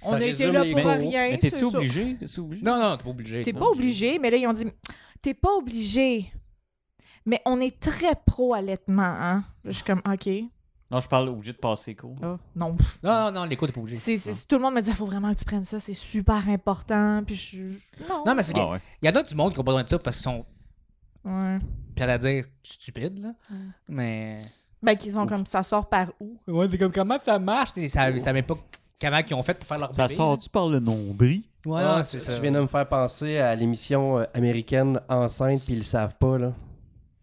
Speaker 4: on a été là pour rien.
Speaker 3: Mais
Speaker 4: c'est
Speaker 3: t'es-tu
Speaker 4: ça.
Speaker 3: obligé? T'es-tu obligé?
Speaker 1: Non, non, t'es pas obligé.
Speaker 4: T'es pas obligé, mais là, ils ont dit T'es pas obligé. Mais on est très pro-allaitement, hein? Je suis comme, OK.
Speaker 3: Non, je parle obligé de passer court.
Speaker 4: Ah, non.
Speaker 1: Non, non, non, l'écho, t'es pas obligé.
Speaker 4: C'est, c'est- tout le monde me dit ah, Faut vraiment que tu prennes ça, c'est super important. Puis je. Non.
Speaker 1: Non, mais c'est
Speaker 3: Ah ouais.
Speaker 1: Il y en a du monde qui ont pas besoin de ça parce qu'ils sont,
Speaker 4: Ouais.
Speaker 1: pire à dire, stupides, là.
Speaker 4: Mm.
Speaker 1: Mais.
Speaker 4: Ben, qu'ils sont comme Ça sort par où?
Speaker 1: Ouais, c'est comme comment ça marche? Ils savaient, ils savaient pas comment ils ont fait pour faire leur
Speaker 3: Ça
Speaker 1: bébé.
Speaker 3: sort-tu par le nombril?
Speaker 1: là. Ouais,
Speaker 2: Ah,
Speaker 1: non,
Speaker 2: tu,
Speaker 1: c'est
Speaker 2: tu
Speaker 1: ça.
Speaker 2: viens de me faire penser à l'émission euh, américaine Enceinte, puis ils le savent pas, là.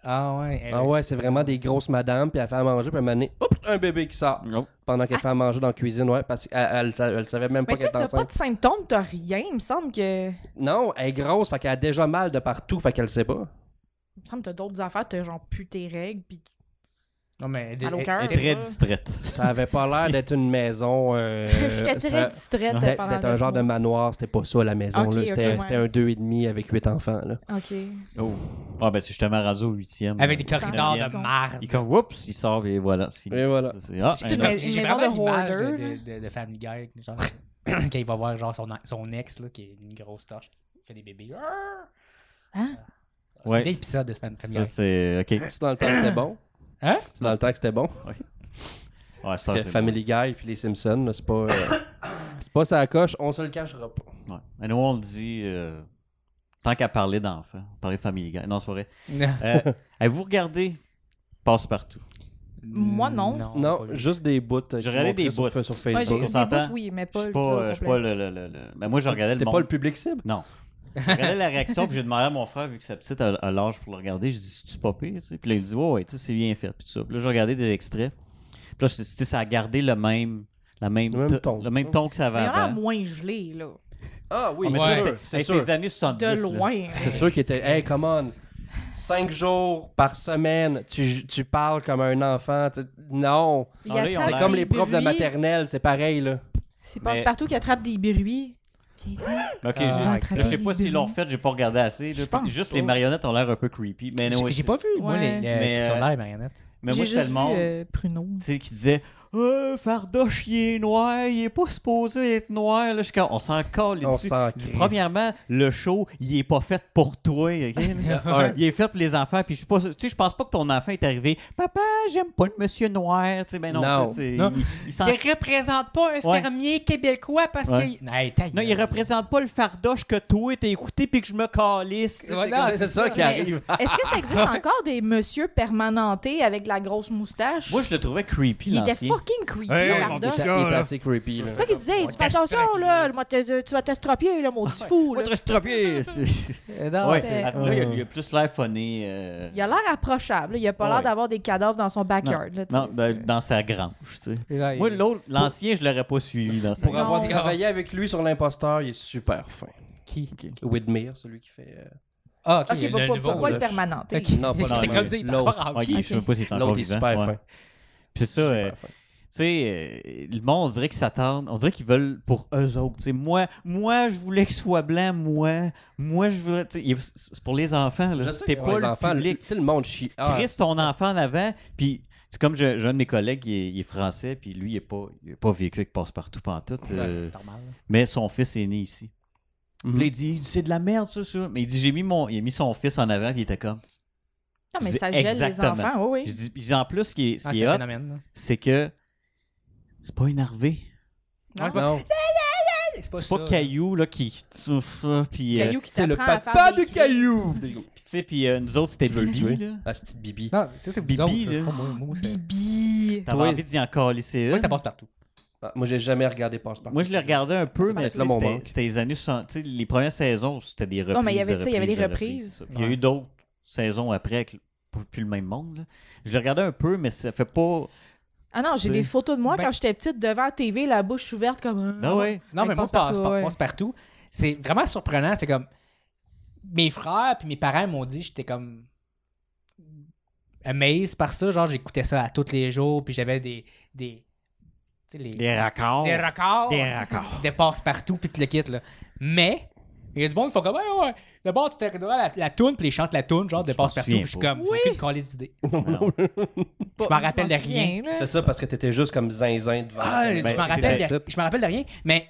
Speaker 1: Ah ouais.
Speaker 2: Ah ouais, c'est vraiment des grosses madames, puis elle fait à manger, puis elle m'a hop, un bébé qui sort.
Speaker 3: Non.
Speaker 2: Pendant qu'elle fait à manger dans la cuisine, ouais, parce qu'elle elle, sa- elle savait même
Speaker 4: Mais
Speaker 2: pas
Speaker 4: tu sais,
Speaker 2: qu'elle était
Speaker 4: t'as pas
Speaker 2: enceinte.
Speaker 4: de symptômes, t'as rien. Il me semble que. Il
Speaker 2: Non, elle est grosse, fait qu'elle a déjà mal de partout, fait qu'elle le sait pas.
Speaker 4: me semble que t'as d'autres affaires, t'as genre pu tes règles, puis.
Speaker 1: Non, mais.
Speaker 4: Mal au
Speaker 1: elle-
Speaker 4: cœur.
Speaker 1: elle-
Speaker 3: Elle est
Speaker 4: Ouais.
Speaker 3: très distraite.
Speaker 2: Ça avait pas l'air d'être une maison. euh,
Speaker 4: J'étais
Speaker 2: ça-
Speaker 4: très distraite.
Speaker 2: d'être-
Speaker 4: pendant
Speaker 2: C'était
Speaker 4: le
Speaker 2: un genre de
Speaker 4: mois.
Speaker 2: manoir, c'était pas ça la maison,
Speaker 4: Ok,
Speaker 2: là.
Speaker 4: ok,
Speaker 2: C'était
Speaker 4: ouais.
Speaker 2: c'était un deux et demi avec huit enfants, là.
Speaker 4: Ok.
Speaker 3: Oh. Ah, ben, c'est justement rendu au huitième.
Speaker 1: Avec des
Speaker 3: euh,
Speaker 1: corridors
Speaker 3: neuvième.
Speaker 1: de marde.
Speaker 3: Il comme, oups, il sort et voilà, c'est fini.
Speaker 2: Et voilà.
Speaker 3: Ça, c'est- Ah,
Speaker 1: J'ai
Speaker 4: une
Speaker 3: un
Speaker 1: comme-
Speaker 4: mais-
Speaker 1: j'ai
Speaker 4: une maison
Speaker 1: vraiment
Speaker 4: de
Speaker 1: l'image
Speaker 4: hoarder,
Speaker 1: de, de, de, de Family Guy, genre, quand il va voir genre son, son ex, là, qui est une grosse torche, qui fait des bébés. Ah.
Speaker 4: Hein?
Speaker 1: C'est
Speaker 3: Ouais.
Speaker 1: un vieil épisode de Fam- Family
Speaker 3: Ça,
Speaker 1: Guy.
Speaker 3: c'est. Ok.
Speaker 2: C'est dans le temps que c'était bon.
Speaker 1: Hein?
Speaker 2: C'est dans le temps que c'était bon.
Speaker 3: Ouais, ça,
Speaker 2: Que
Speaker 3: c'est.
Speaker 2: Family Guy puis les Simpsons, là, c'est pas. euh, c'est pas ça coche, on se le cachera pas.
Speaker 3: bon. Ouais. Et nous, on le dit. euh, Tant qu'à parler d'enfants, parler Family Guy. Non, c'est pas vrai. Euh, Avez-vous regardé Passe-Partout?
Speaker 4: Moi, non.
Speaker 2: Non,
Speaker 1: pas vu.
Speaker 2: juste des bouts. euh,
Speaker 3: J'ai
Speaker 2: qui
Speaker 3: regardé
Speaker 2: vont
Speaker 3: des
Speaker 2: sur-
Speaker 3: bouts.
Speaker 2: sur
Speaker 4: Ouais, j'ai
Speaker 2: Facebook.
Speaker 3: qu'on
Speaker 4: des
Speaker 3: s'entend.
Speaker 4: bouts, oui,
Speaker 3: Je
Speaker 4: mais pas.
Speaker 3: suis
Speaker 4: le tout au
Speaker 3: pas, euh, je suis
Speaker 4: complet.
Speaker 3: pas le, le, le, le- Mais moi, je regardais
Speaker 2: T'es
Speaker 3: le
Speaker 2: pas le
Speaker 3: monde.
Speaker 2: public cible.
Speaker 3: Non. Je regardais la réaction, puis j'ai demandé à mon frère, vu que sa petite a, a l'âge pour le regarder, j'ai dit, c'est-tu pas pire? tu sais? Puis là, il me dit, ouais, ouais, tu sais, c'est bien fait. Puis, tout ça. Puis là, j'ai regardé des extraits. Puis là, je tu sais, ça a gardé le même, la même,
Speaker 2: Le même
Speaker 3: to-
Speaker 2: ton.
Speaker 3: le même ton que ça avait
Speaker 4: Mais il y en a
Speaker 3: avant.
Speaker 4: moins gelé, là.
Speaker 2: Ah oui,
Speaker 3: Ah,
Speaker 1: Ouais.
Speaker 3: mais ça,
Speaker 2: c'est
Speaker 3: c'était-
Speaker 2: sûr. C'est
Speaker 3: hey,
Speaker 2: sûr.
Speaker 3: des années 70.
Speaker 4: De
Speaker 3: là.
Speaker 4: loin.
Speaker 2: C'est sûr qu'il était. Hey, come on. Cinq jours par semaine, tu, tu parles comme un enfant. tu- Non.
Speaker 4: Il
Speaker 3: Ah, là, ils ont
Speaker 4: attrape
Speaker 2: C'est
Speaker 3: l'air-
Speaker 2: comme
Speaker 4: des
Speaker 2: les profs de
Speaker 4: bruits.
Speaker 2: maternelle, c'est pareil, là.
Speaker 4: C'est
Speaker 3: Mais-
Speaker 4: passe-partout qui attrape des bruits.
Speaker 5: vieil temps.
Speaker 3: Mais Ok,
Speaker 1: Ah, my
Speaker 3: j'ai- là, je sais
Speaker 5: God.
Speaker 3: pas s'ils l'ont refait, j'ai pas regardé assez. là.
Speaker 5: Je pense
Speaker 3: Juste
Speaker 5: pas.
Speaker 3: les marionnettes ont l'air un peu creepy. Mais,
Speaker 1: J'ai
Speaker 3: anyway,
Speaker 1: j'ai pas vu, moi, les,
Speaker 5: Ouais.
Speaker 1: les,
Speaker 3: Mais,
Speaker 1: qui sont
Speaker 3: euh,
Speaker 1: dans les marionnettes.
Speaker 3: mais moi,
Speaker 5: J'ai
Speaker 3: je suis
Speaker 5: juste vu
Speaker 3: tellement.
Speaker 5: euh, Pruneau.
Speaker 3: tu sais, qui disait euh, Fardoche, il est noir, il est pas supposé être noir. Là, je suis comme, on s'en colle.
Speaker 2: On
Speaker 3: tu-
Speaker 2: s'en
Speaker 3: tu-
Speaker 2: crisse.
Speaker 3: Premièrement, le show, il est pas fait pour toi. ok? Un, il est fait pour les enfants. Puis je suis pas, sûr- tu sais, je pense pas que ton enfant est arrivé. Papa, j'aime pas le monsieur noir. Tu sais, ben non,
Speaker 2: Non.
Speaker 3: tu sais, c'est-
Speaker 1: Non.
Speaker 3: Il, il s'en-
Speaker 1: représente pas un
Speaker 3: Ouais.
Speaker 1: fermier québécois parce
Speaker 3: Ouais.
Speaker 1: que. Non, hey, ta
Speaker 3: non,
Speaker 1: gueule.
Speaker 3: il représente pas le fardoche que toi t'as écouté puis que je me calisse. tu sais,
Speaker 1: Ouais,
Speaker 3: c'est
Speaker 1: non,
Speaker 3: comme-
Speaker 1: c'est
Speaker 2: C'est ça qui
Speaker 4: Mais-
Speaker 2: arrive.
Speaker 4: Est-ce que ça existe encore des monsieur permanentés avec de la grosse moustache?
Speaker 3: Moi, je le trouvais creepy
Speaker 4: il était
Speaker 3: l'ancien.
Speaker 4: fucking creepy,
Speaker 2: Il
Speaker 4: hey,
Speaker 2: est
Speaker 4: Varda.
Speaker 2: assez-
Speaker 4: C'est
Speaker 2: il est assez creepy. là.
Speaker 4: pas qu'il disait, tu fais attention, là, moi, te- tu vas t'estropier, là, mon petit fou.
Speaker 3: Moi,
Speaker 4: là.
Speaker 3: je suis trop bien. C'est-
Speaker 1: Euh, non,
Speaker 3: Ouais,
Speaker 1: c'est-
Speaker 4: Ah, c'est-
Speaker 3: après, là, il y a- il y a plus l'air phoné. euh,
Speaker 4: Il a l'air approchable. là. Il a pas
Speaker 3: Ouais.
Speaker 4: l'air d'avoir des cadavres dans son backyard. là, tu
Speaker 3: Non,
Speaker 4: sais,
Speaker 3: dans,
Speaker 4: c'est-
Speaker 3: dans sa grange, tu sais.
Speaker 1: Ouais,
Speaker 3: Moi,
Speaker 1: il-
Speaker 3: l'autre, l'ancien, je l'aurais pas suivi dans sa
Speaker 2: Pour
Speaker 3: grange.
Speaker 2: avoir
Speaker 4: Non.
Speaker 2: travaillé avec lui sur l'imposteur, il est super fin.
Speaker 1: Qui
Speaker 2: Widmere, celui qui fait. euh,
Speaker 1: Ah, ok,
Speaker 4: Ok, bah,
Speaker 1: le
Speaker 4: pas, pas-
Speaker 1: nouveau.
Speaker 4: pas le
Speaker 2: là.
Speaker 4: permanenté.
Speaker 1: Ok.
Speaker 2: Non, pas
Speaker 1: J'étais
Speaker 2: l'autre.
Speaker 1: comme dit, il est
Speaker 2: L'autre.
Speaker 1: encore en
Speaker 3: Ok,
Speaker 1: vie.
Speaker 3: Je sais même pas s'il est encore
Speaker 2: L'autre est
Speaker 3: vivant.
Speaker 2: super
Speaker 3: ouais.
Speaker 2: fin.
Speaker 3: Puis c'est ça, euh,
Speaker 2: Super
Speaker 3: tu
Speaker 2: fin.
Speaker 3: sais, euh, le monde, on dirait qu'ils s'attendent, on dirait qu'ils veulent pour eux autres. Tu sais, moi, moi, je voulais qu'il soit blanc, moi, moi, je voulais. tu sais, il- C'est pour les enfants, là.
Speaker 2: Je sais
Speaker 3: T'es
Speaker 2: que
Speaker 3: pas
Speaker 2: les
Speaker 3: le
Speaker 2: enfants,
Speaker 3: public.
Speaker 2: le- tu sais, le monde chie. Ah,
Speaker 3: Chris, ton enfant en avant, puis c'est comme j'ai j'ai un de mes collègues, il est, il est français, puis lui, il est pas, il est pas vécu avec passe-partout pantoute. euh,
Speaker 1: C'est normal.
Speaker 3: mais son fils est né ici.
Speaker 2: mm-hmm.
Speaker 3: Puis là, il dit, il dit, c'est de la merde, ça, ça. Mais il dit, j'ai mis mon, il a mis son fils en avant, puis il était comme.
Speaker 4: Non, mais ça
Speaker 3: C'est
Speaker 4: gèle
Speaker 3: exactement.
Speaker 4: les enfants, oui,
Speaker 3: Je
Speaker 4: oui.
Speaker 3: dis, puis en plus, ce qui est, ce
Speaker 1: Ah,
Speaker 3: qui
Speaker 1: C'est
Speaker 3: est
Speaker 1: un
Speaker 3: hot,
Speaker 1: phénomène. là.
Speaker 3: c'est que c'est pas énervé.
Speaker 1: Non, c'est pas-
Speaker 2: Non,
Speaker 3: C'est
Speaker 1: ça.
Speaker 3: pas Caillou, là, qui. Ouf, là, Puis, euh,
Speaker 4: Caillou qui
Speaker 2: c'est le
Speaker 4: t'apprend à faire
Speaker 2: papa
Speaker 4: des
Speaker 2: de
Speaker 4: cris.
Speaker 2: Caillou.
Speaker 3: puis tu sais, puis euh, nous autres, c'était
Speaker 2: Tu veux le
Speaker 3: Bibi,
Speaker 2: tuer?
Speaker 3: là.
Speaker 2: Ah, c'est petite Bibi.
Speaker 1: Non, ça, c'est vous
Speaker 3: Bibi,
Speaker 1: autres. ça,
Speaker 3: là.
Speaker 1: c'est pas moi, moi, c'est-
Speaker 4: Bibi.
Speaker 3: T'avais
Speaker 2: Toi.
Speaker 3: envie d'y en calisser une.
Speaker 1: Moi, ça passe partout.
Speaker 2: Ah, Moi, j'ai jamais regardé Passepartout.
Speaker 3: Moi, je l'ai regardé un peu,
Speaker 2: Ça va
Speaker 3: mais
Speaker 2: être
Speaker 3: tu
Speaker 2: là
Speaker 3: sais,
Speaker 2: mon
Speaker 3: c'était-
Speaker 2: manque.
Speaker 3: c'était les années 60. Tu sais, les premières saisons, c'était des reprises.
Speaker 4: Non, mais il y avait
Speaker 3: de
Speaker 4: ça, il y avait des
Speaker 3: de
Speaker 4: reprises.
Speaker 3: ça. Puis Il y a
Speaker 1: Ouais.
Speaker 3: eu d'autres saisons après, avec plus, plus le même monde. là. Je l'ai regardé un peu, mais ça fait pas.
Speaker 4: Ah non, j'ai
Speaker 3: C'est-
Speaker 4: des photos de moi
Speaker 1: Ben-
Speaker 4: quand j'étais petite devant la TV, la bouche ouverte comme.
Speaker 3: Ah ouais.
Speaker 1: Non,
Speaker 4: Avec
Speaker 1: mais moi,
Speaker 4: Passepartout,
Speaker 1: Passepartout,
Speaker 4: ouais.
Speaker 1: Passepartout, c'est vraiment surprenant. C'est comme. Mes frères puis mes parents m'ont dit, j'étais comme. amazed par ça. Genre, j'écoutais ça à tous les jours, puis j'avais des. des tu sais, les.
Speaker 3: Des raccords.
Speaker 1: Des raccords.
Speaker 3: Des raccords.
Speaker 1: Des Passepartout, puis tu le quittes, là. Mais, il y a du monde qui font comme. Ouais, ouais. D'abord, tu t'es la, la toune, puis ils chantent la toune, genre, de
Speaker 3: Je m'en
Speaker 1: Passepartout, puis je suis
Speaker 3: souviens
Speaker 1: comme.
Speaker 4: pas.
Speaker 1: J'ai aucune collée d'idée.
Speaker 3: Non.
Speaker 1: Je m'en rappelle de rien.
Speaker 2: C'est ça parce que t'étais juste comme zinzin devant.
Speaker 1: Ah,
Speaker 2: Ben,
Speaker 1: je m'en
Speaker 2: c'est
Speaker 1: rappelle,
Speaker 2: vrai.
Speaker 1: de- je m'en rappelle de rien, mais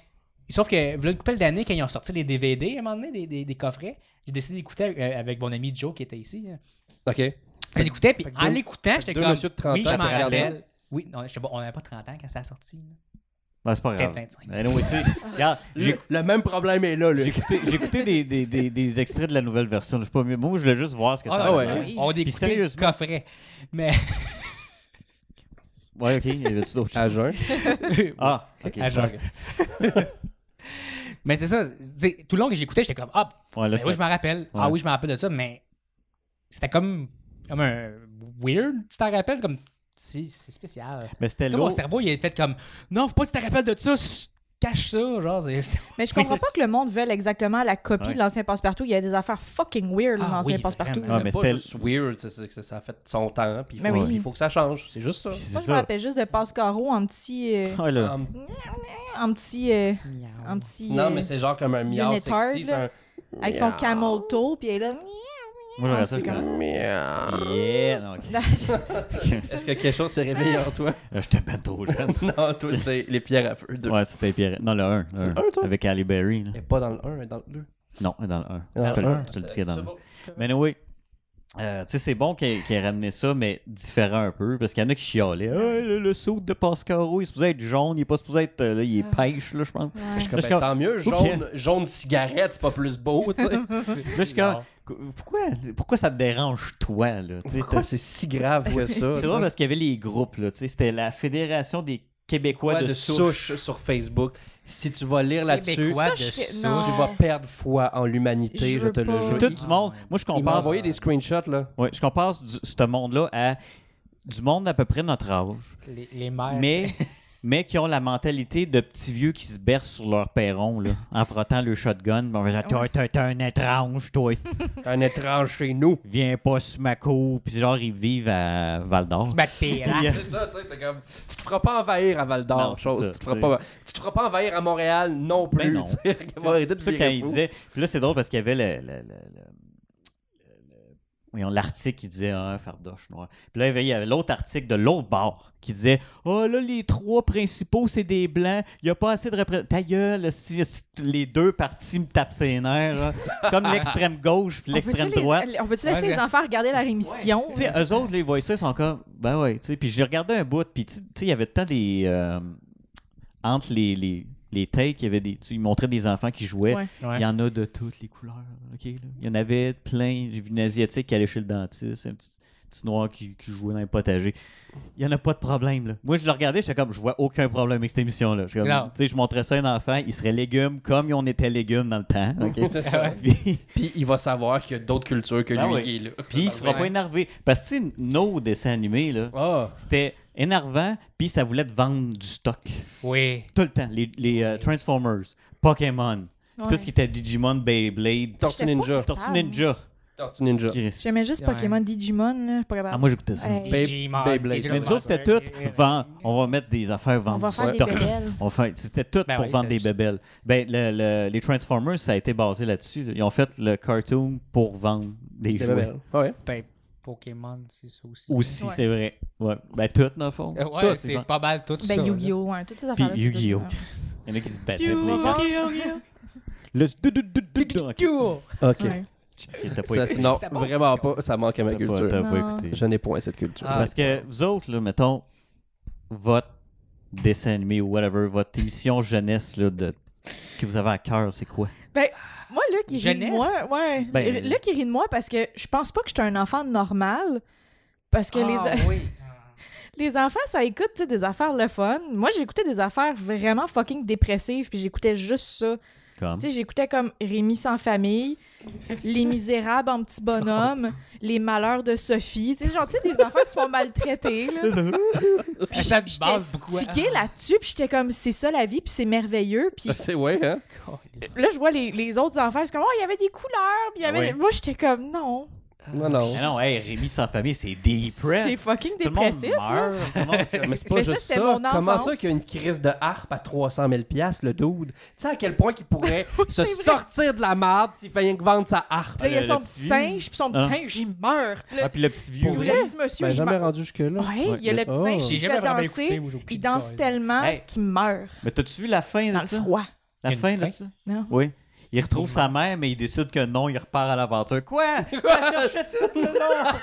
Speaker 1: sauf que voilà une couple d'années quand ils ont sorti les DVD à un moment donné des, des- des coffrets, j'ai décidé d'écouter euh, avec mon ami Joe qui était ici. hein.
Speaker 2: Ok.
Speaker 1: Fait, j'écoutais puis
Speaker 2: fait que
Speaker 1: en
Speaker 2: deux-
Speaker 1: l'écoutant,
Speaker 2: que
Speaker 1: j'étais
Speaker 2: deux
Speaker 1: comme
Speaker 2: messieurs de 30
Speaker 1: oui,
Speaker 2: ans
Speaker 1: je m'en
Speaker 2: qui regardaient.
Speaker 1: rappelle. Oui, non, je sais pas, on n'avait pas 30 ans quand ça a sorti. là.
Speaker 3: Ben, c'est pas
Speaker 1: Peut-être
Speaker 3: grave.
Speaker 1: 25.
Speaker 3: Anyway, tu sais, regarde, j'ai
Speaker 2: Le, le même problème est là. là.
Speaker 3: j'ai écouté, j'ai écouté des, des, des, des extraits de la nouvelle version. Je sais pas mieux. Moi, je voulais juste voir ce que ça
Speaker 1: Ah,
Speaker 3: allait
Speaker 2: ouais.
Speaker 3: faire.
Speaker 1: oui, On écoutait le
Speaker 3: sérieusement-
Speaker 1: coffret. Mais
Speaker 3: Ouais, ok. Il y avait-tu d'autres
Speaker 2: À
Speaker 3: choses?
Speaker 2: jeun.
Speaker 3: Ah, ok.
Speaker 1: Ah, genre. Mais c'est ça, tu sais, tout le long que j'écoutais, j'étais comme ah,
Speaker 3: Ouais, là,
Speaker 1: ben
Speaker 3: ça-
Speaker 1: oui, je m'en rappelle. Ah
Speaker 3: Ouais.
Speaker 1: oui, je m'en rappelle de ça, mais c'était comme comme un weird, tu t'en rappelles comme si c'est spécial.
Speaker 3: Mais c'était
Speaker 1: Comme mon
Speaker 3: lourd.
Speaker 1: cerveau, il est fait comme Non, faut pas que tu te rappelles de ça, s- cache ça. Genre, c'est- c'est-
Speaker 4: Mais je comprends pas que le monde veuille exactement la copie
Speaker 3: Ouais.
Speaker 4: de l'ancien passe-partout. Il y a des affaires fucking weird dans
Speaker 1: Ah
Speaker 4: l'ancien
Speaker 1: oui,
Speaker 4: passe-partout.
Speaker 1: vraiment.
Speaker 3: Ah, mais
Speaker 2: mais pas
Speaker 3: c'était- Ben
Speaker 2: juste weird, c'est- c'est que ça a fait son temps, puis il
Speaker 4: Mais
Speaker 2: faut,
Speaker 4: oui.
Speaker 2: puis il faut que ça change. C'est juste ça.
Speaker 3: Puis c'est
Speaker 4: Moi, je me
Speaker 3: ça.
Speaker 4: rappelle juste de Pascaro en petit. euh,
Speaker 3: Ouais, là.
Speaker 2: Um,
Speaker 4: en petit. euh, en
Speaker 1: Miaou.
Speaker 4: petit
Speaker 2: non,
Speaker 4: euh,
Speaker 2: mais c'est genre comme un miau
Speaker 4: Unitard,
Speaker 2: sexy. c'est
Speaker 4: là.
Speaker 2: un
Speaker 4: avec son
Speaker 2: miaou,
Speaker 4: camel toe, puis elle est là.
Speaker 3: Moi, j'aurais ça, je
Speaker 2: miaou.
Speaker 3: Yeah, non, ok.
Speaker 2: Est-ce que quelque chose s'est réveillé en toi?
Speaker 3: Là, J'étais ben trop jeune.
Speaker 2: non, toi, c'est les pierres à feu. Deux.
Speaker 3: Ouais, c'était Pierre. Non, le 1. Le
Speaker 2: le un, toi?
Speaker 3: Avec Halle Berry. là.
Speaker 2: Elle est pas dans le 1, elle est dans le 2.
Speaker 3: Non, dans le 1.
Speaker 2: Dans
Speaker 3: je te,
Speaker 2: le
Speaker 3: le-
Speaker 2: un.
Speaker 3: je te le dis qu'il est dans le
Speaker 2: Ah, C'est
Speaker 3: 1.
Speaker 2: bon.
Speaker 3: Mais anyway, euh, tu sais, c'est bon qu'il ait, qu'il ait ramené ça, mais différent un peu, parce qu'il y en a qui chialaient. Ah, le, le saut de Pascaro, il est supposé être jaune, il est pas supposé être. euh, Là, il est pêche, là, je pense.
Speaker 4: Ouais.
Speaker 2: Je suis comme,
Speaker 3: Parce
Speaker 2: ben,
Speaker 3: que-
Speaker 2: tant mieux, jaune, jaune cigarette, c'est pas plus beau, tu sais.
Speaker 3: Là, je suis
Speaker 2: ben,
Speaker 3: comme, Pourquoi, pourquoi ça te dérange, toi, là? Tu sais,
Speaker 2: Pourquoi
Speaker 3: t'as-
Speaker 2: c'est si grave que ça?
Speaker 3: C'est drôle parce qu'il y avait les groupes, là. tu sais, C'était la Fédération des Québécois
Speaker 2: quoi
Speaker 3: de,
Speaker 2: de
Speaker 3: souche.
Speaker 2: souche sur Facebook. Si tu vas lire là-dessus,
Speaker 1: Québécois
Speaker 4: Ça,
Speaker 1: de
Speaker 4: je serais-
Speaker 1: souche.
Speaker 4: non.
Speaker 2: tu vas perdre foi en l'humanité,
Speaker 4: Je
Speaker 2: je,
Speaker 4: veux
Speaker 2: te le
Speaker 4: pas.
Speaker 2: jure.
Speaker 3: C'est tout du monde. Moi, je
Speaker 2: Il m'a
Speaker 3: compare.
Speaker 2: envoyé des screenshots, là.
Speaker 3: Ouais, je compare du- ce monde-là à du monde à peu près notre âge.
Speaker 1: Les, les mères.
Speaker 3: mais mais qui ont la mentalité de petits vieux qui se bercent sur leur perron, là, en frottant le shotgun. puis En faisant Toi, t'es t'es un étrange, toi.
Speaker 2: Un étrange chez nous.
Speaker 3: Viens pas sur ma cour. Puis genre, ils vivent à Val d'Or.
Speaker 1: Back tes races.
Speaker 2: Ah, C'est ça, tu sais, t'es comme, tu te feras pas envahir à Val
Speaker 3: Non,
Speaker 2: d'Or,
Speaker 3: c'est
Speaker 2: chose.
Speaker 3: ça,
Speaker 2: tu, te feras
Speaker 3: tu
Speaker 2: pas, tu te feras pas envahir à Montréal Ben non plus.
Speaker 3: non.
Speaker 2: tu sais.
Speaker 3: C'est
Speaker 2: Arrête de
Speaker 3: c'est pour ça
Speaker 2: virer
Speaker 3: quand il
Speaker 2: fou.
Speaker 3: disait. Puis là, c'est drôle parce qu'il y avait le. le- le- le- le- voyons, l'article qui disait ah, fardoche noir. Puis là, il y avait- il y avait l'autre article de l'autre bord qui disait Oh là, les trois principaux, c'est des blancs. Il n'y a pas assez de représentation. Ta gueule, si- si les deux parties me tapent ses nerfs. là. C'est comme l'extrême gauche puis
Speaker 4: On peut-tu
Speaker 3: l'extrême
Speaker 4: les-
Speaker 3: droite.
Speaker 4: On peut-tu
Speaker 1: Ouais,
Speaker 4: laisser
Speaker 1: j'ai-
Speaker 4: les enfants regarder la rémission?
Speaker 3: Tu sais, eux autres, les voient ça, ils sont comme, ben ouais, tu sais. Puis j'ai regardé un bout, puis tu tu sais, il y avait tant des. euh, entre les, les, les takes, il y avait des. tu sais, ils montraient des enfants qui jouaient.
Speaker 4: Ouais.
Speaker 1: Ouais.
Speaker 3: Il y en a de toutes les couleurs. OK, là. Il y en avait plein. J'ai vu une asiatique qui allait chez le dentiste, un petit, petit noir qui, qui jouait dans un potager. Il n'y en a pas de problème. Là. Moi, je le regardais, j'étais comme, je vois aucun problème avec cette émission-là. J'étais comme,
Speaker 1: Non.
Speaker 3: Tu sais, je montrais ça à un enfant, il serait légume comme on était légume dans le temps. OK?
Speaker 2: C'est
Speaker 1: Ah
Speaker 2: ça.
Speaker 1: ouais.
Speaker 3: Puis-
Speaker 2: Puis il va savoir qu'il y a d'autres cultures que
Speaker 3: Ah
Speaker 2: lui
Speaker 3: oui.
Speaker 2: qui est là.
Speaker 3: Puis il sera pas
Speaker 1: Ouais.
Speaker 3: énervé. Parce que, tu sais, nos dessins animés, là,
Speaker 2: Ah.
Speaker 3: c'était énervant, puis ça voulait te vendre du stock.
Speaker 1: Oui.
Speaker 3: Tout le temps. Les, les, euh, Transformers, Pokémon, puis tout ce qui était Digimon, Beyblade, Tor-
Speaker 2: Tortue Ninja.
Speaker 3: Tortue Ninja.
Speaker 2: Tortue Ninja.
Speaker 3: Chris.
Speaker 4: J'aimais juste
Speaker 1: Ouais.
Speaker 4: Pokémon Digimon, là. Je suis pas capable.
Speaker 3: Ah, moi, j'écoutais ça.
Speaker 4: Hey.
Speaker 2: Babe-
Speaker 1: Digimon,
Speaker 2: Beyblade.
Speaker 1: Digimon
Speaker 3: Mais nous autres, c'était
Speaker 1: Monster.
Speaker 3: tout vend. On va mettre des affaires
Speaker 4: on
Speaker 3: vendre
Speaker 4: va
Speaker 3: du
Speaker 4: faire des
Speaker 3: stock.
Speaker 4: bébelles.
Speaker 3: On fait- C'était tout
Speaker 1: Ben
Speaker 3: pour
Speaker 1: oui,
Speaker 3: vendre des
Speaker 1: c'était juste-
Speaker 3: bébelles. Ben, le- le- les Transformers, ça a été basé là-dessus. là. Ils ont fait le cartoon pour vendre des,
Speaker 2: Des
Speaker 3: jouets.
Speaker 2: bébelles. Ouais.
Speaker 1: Ben, Pokémon, c'est ça aussi.
Speaker 3: Aussi,
Speaker 4: Ouais.
Speaker 3: c'est vrai. Ouais. Ben, tout, dans le fond.
Speaker 1: Euh,
Speaker 3: Tout,
Speaker 1: Ouais,
Speaker 3: ils vendent.
Speaker 1: c'est pas mal tout ça.
Speaker 4: Ben,
Speaker 1: là.
Speaker 4: Yu-Gi-Oh! ouais, toutes ces affaires-là. c'est
Speaker 3: Yu-Gi-Oh!
Speaker 4: tout, ouais.
Speaker 3: Il y en a qui se battent.
Speaker 1: Yu-Gi-Oh!
Speaker 3: Le du- du- du- du- du- Ok,
Speaker 2: Ah Ok.
Speaker 4: Ouais.
Speaker 3: t'as pas
Speaker 2: Ça,
Speaker 3: écouté.
Speaker 2: c'est- non,
Speaker 1: C'était bon,
Speaker 2: vraiment
Speaker 1: ça.
Speaker 2: pas. Ça manque à ma
Speaker 3: T'as pas,
Speaker 2: culture.
Speaker 3: t'as pas
Speaker 4: Non.
Speaker 3: écouté.
Speaker 2: Je n'ai point cette culture.
Speaker 1: Ah.
Speaker 3: Parce que vous autres, là, mettons, votre dessin animé ou whatever, votre émission jeunesse là, de... que vous avez à cœur, c'est quoi?
Speaker 4: Moi, là, qui rit de
Speaker 1: Jeunesse.
Speaker 4: moi, ouais.
Speaker 3: Ben-
Speaker 4: là, qui rit de moi parce que je pense pas que j'étais un enfant normal. Parce que
Speaker 1: Ah,
Speaker 4: les,
Speaker 1: oui.
Speaker 4: les enfants, ça écoute tu sais, des affaires le fun. Moi, j'écoutais des affaires vraiment fucking dépressives, puis j'écoutais juste ça.
Speaker 3: Comme?
Speaker 4: Tu sais, j'écoutais comme Rémi sans famille, Les Misérables en petit bonhomme, Les Malheurs de Sophie. Tu sais, genre, tu sais, des enfants qui se font maltraiter. Là.
Speaker 1: Puis Ah, ça te base beaucoup.
Speaker 4: J'étais tiquée là-dessus, puis j'étais comme, c'est ça la vie, puis c'est merveilleux. Puis
Speaker 2: C'est ouais, hein?
Speaker 4: là, je vois les, les autres enfants, c'est comme, oh, il y avait des couleurs, puis il y avait.
Speaker 3: Ouais.
Speaker 4: des- Moi, j'étais comme, non.
Speaker 2: Non, non.
Speaker 3: Mais non, hey, Rémi sans famille, c'est depressed.
Speaker 4: C'est fucking
Speaker 3: Tout le monde
Speaker 4: dépressif.
Speaker 3: meurt. Tout le monde se-
Speaker 2: Mais c'est pas
Speaker 4: Mais ça,
Speaker 2: juste
Speaker 4: c'était
Speaker 2: ça.
Speaker 4: mon
Speaker 2: Comment
Speaker 4: enfance.
Speaker 2: ça qu'il y a une crise de harpe à 300 000 piastres, le dude? Tu sais à quel point qu'il pourrait se
Speaker 4: c'est vrai.
Speaker 2: sortir de la merde s'il fait rien que vendre sa harpe?
Speaker 4: Puis là, il y
Speaker 3: Le-
Speaker 4: a son
Speaker 3: le
Speaker 4: petit
Speaker 3: petit
Speaker 4: singe, puis son petit
Speaker 3: Ah.
Speaker 4: singe, il meurt. Puis là,
Speaker 3: Ah, puis le petit vieux.
Speaker 4: vous
Speaker 2: Pour
Speaker 3: aussi.
Speaker 4: le petit monsieur,
Speaker 2: Ben,
Speaker 4: il
Speaker 2: jamais
Speaker 4: meurt.
Speaker 2: rendu jusque-là.
Speaker 4: Ouais,
Speaker 3: Ouais,
Speaker 4: il y a
Speaker 3: le-
Speaker 4: le petit singe qui
Speaker 2: Oh.
Speaker 1: J'ai
Speaker 4: le
Speaker 1: jamais
Speaker 4: fait
Speaker 1: vraiment
Speaker 4: danser.
Speaker 1: écouté. moi, j'ai aucune
Speaker 4: Il danse
Speaker 1: idée.
Speaker 4: tellement
Speaker 3: Hey.
Speaker 4: qu'il meurt
Speaker 3: Mais t'as-tu vu la fin
Speaker 4: dans
Speaker 3: de
Speaker 4: le
Speaker 3: ça?
Speaker 4: froid.
Speaker 3: La
Speaker 1: Il y a
Speaker 3: fin
Speaker 1: une
Speaker 3: de
Speaker 1: fin?
Speaker 3: ça?
Speaker 4: Non.
Speaker 3: Oui. Il retrouve sa mère, mais il décide que non, il repart à l'aventure. Quoi? Je cherchais tout le long!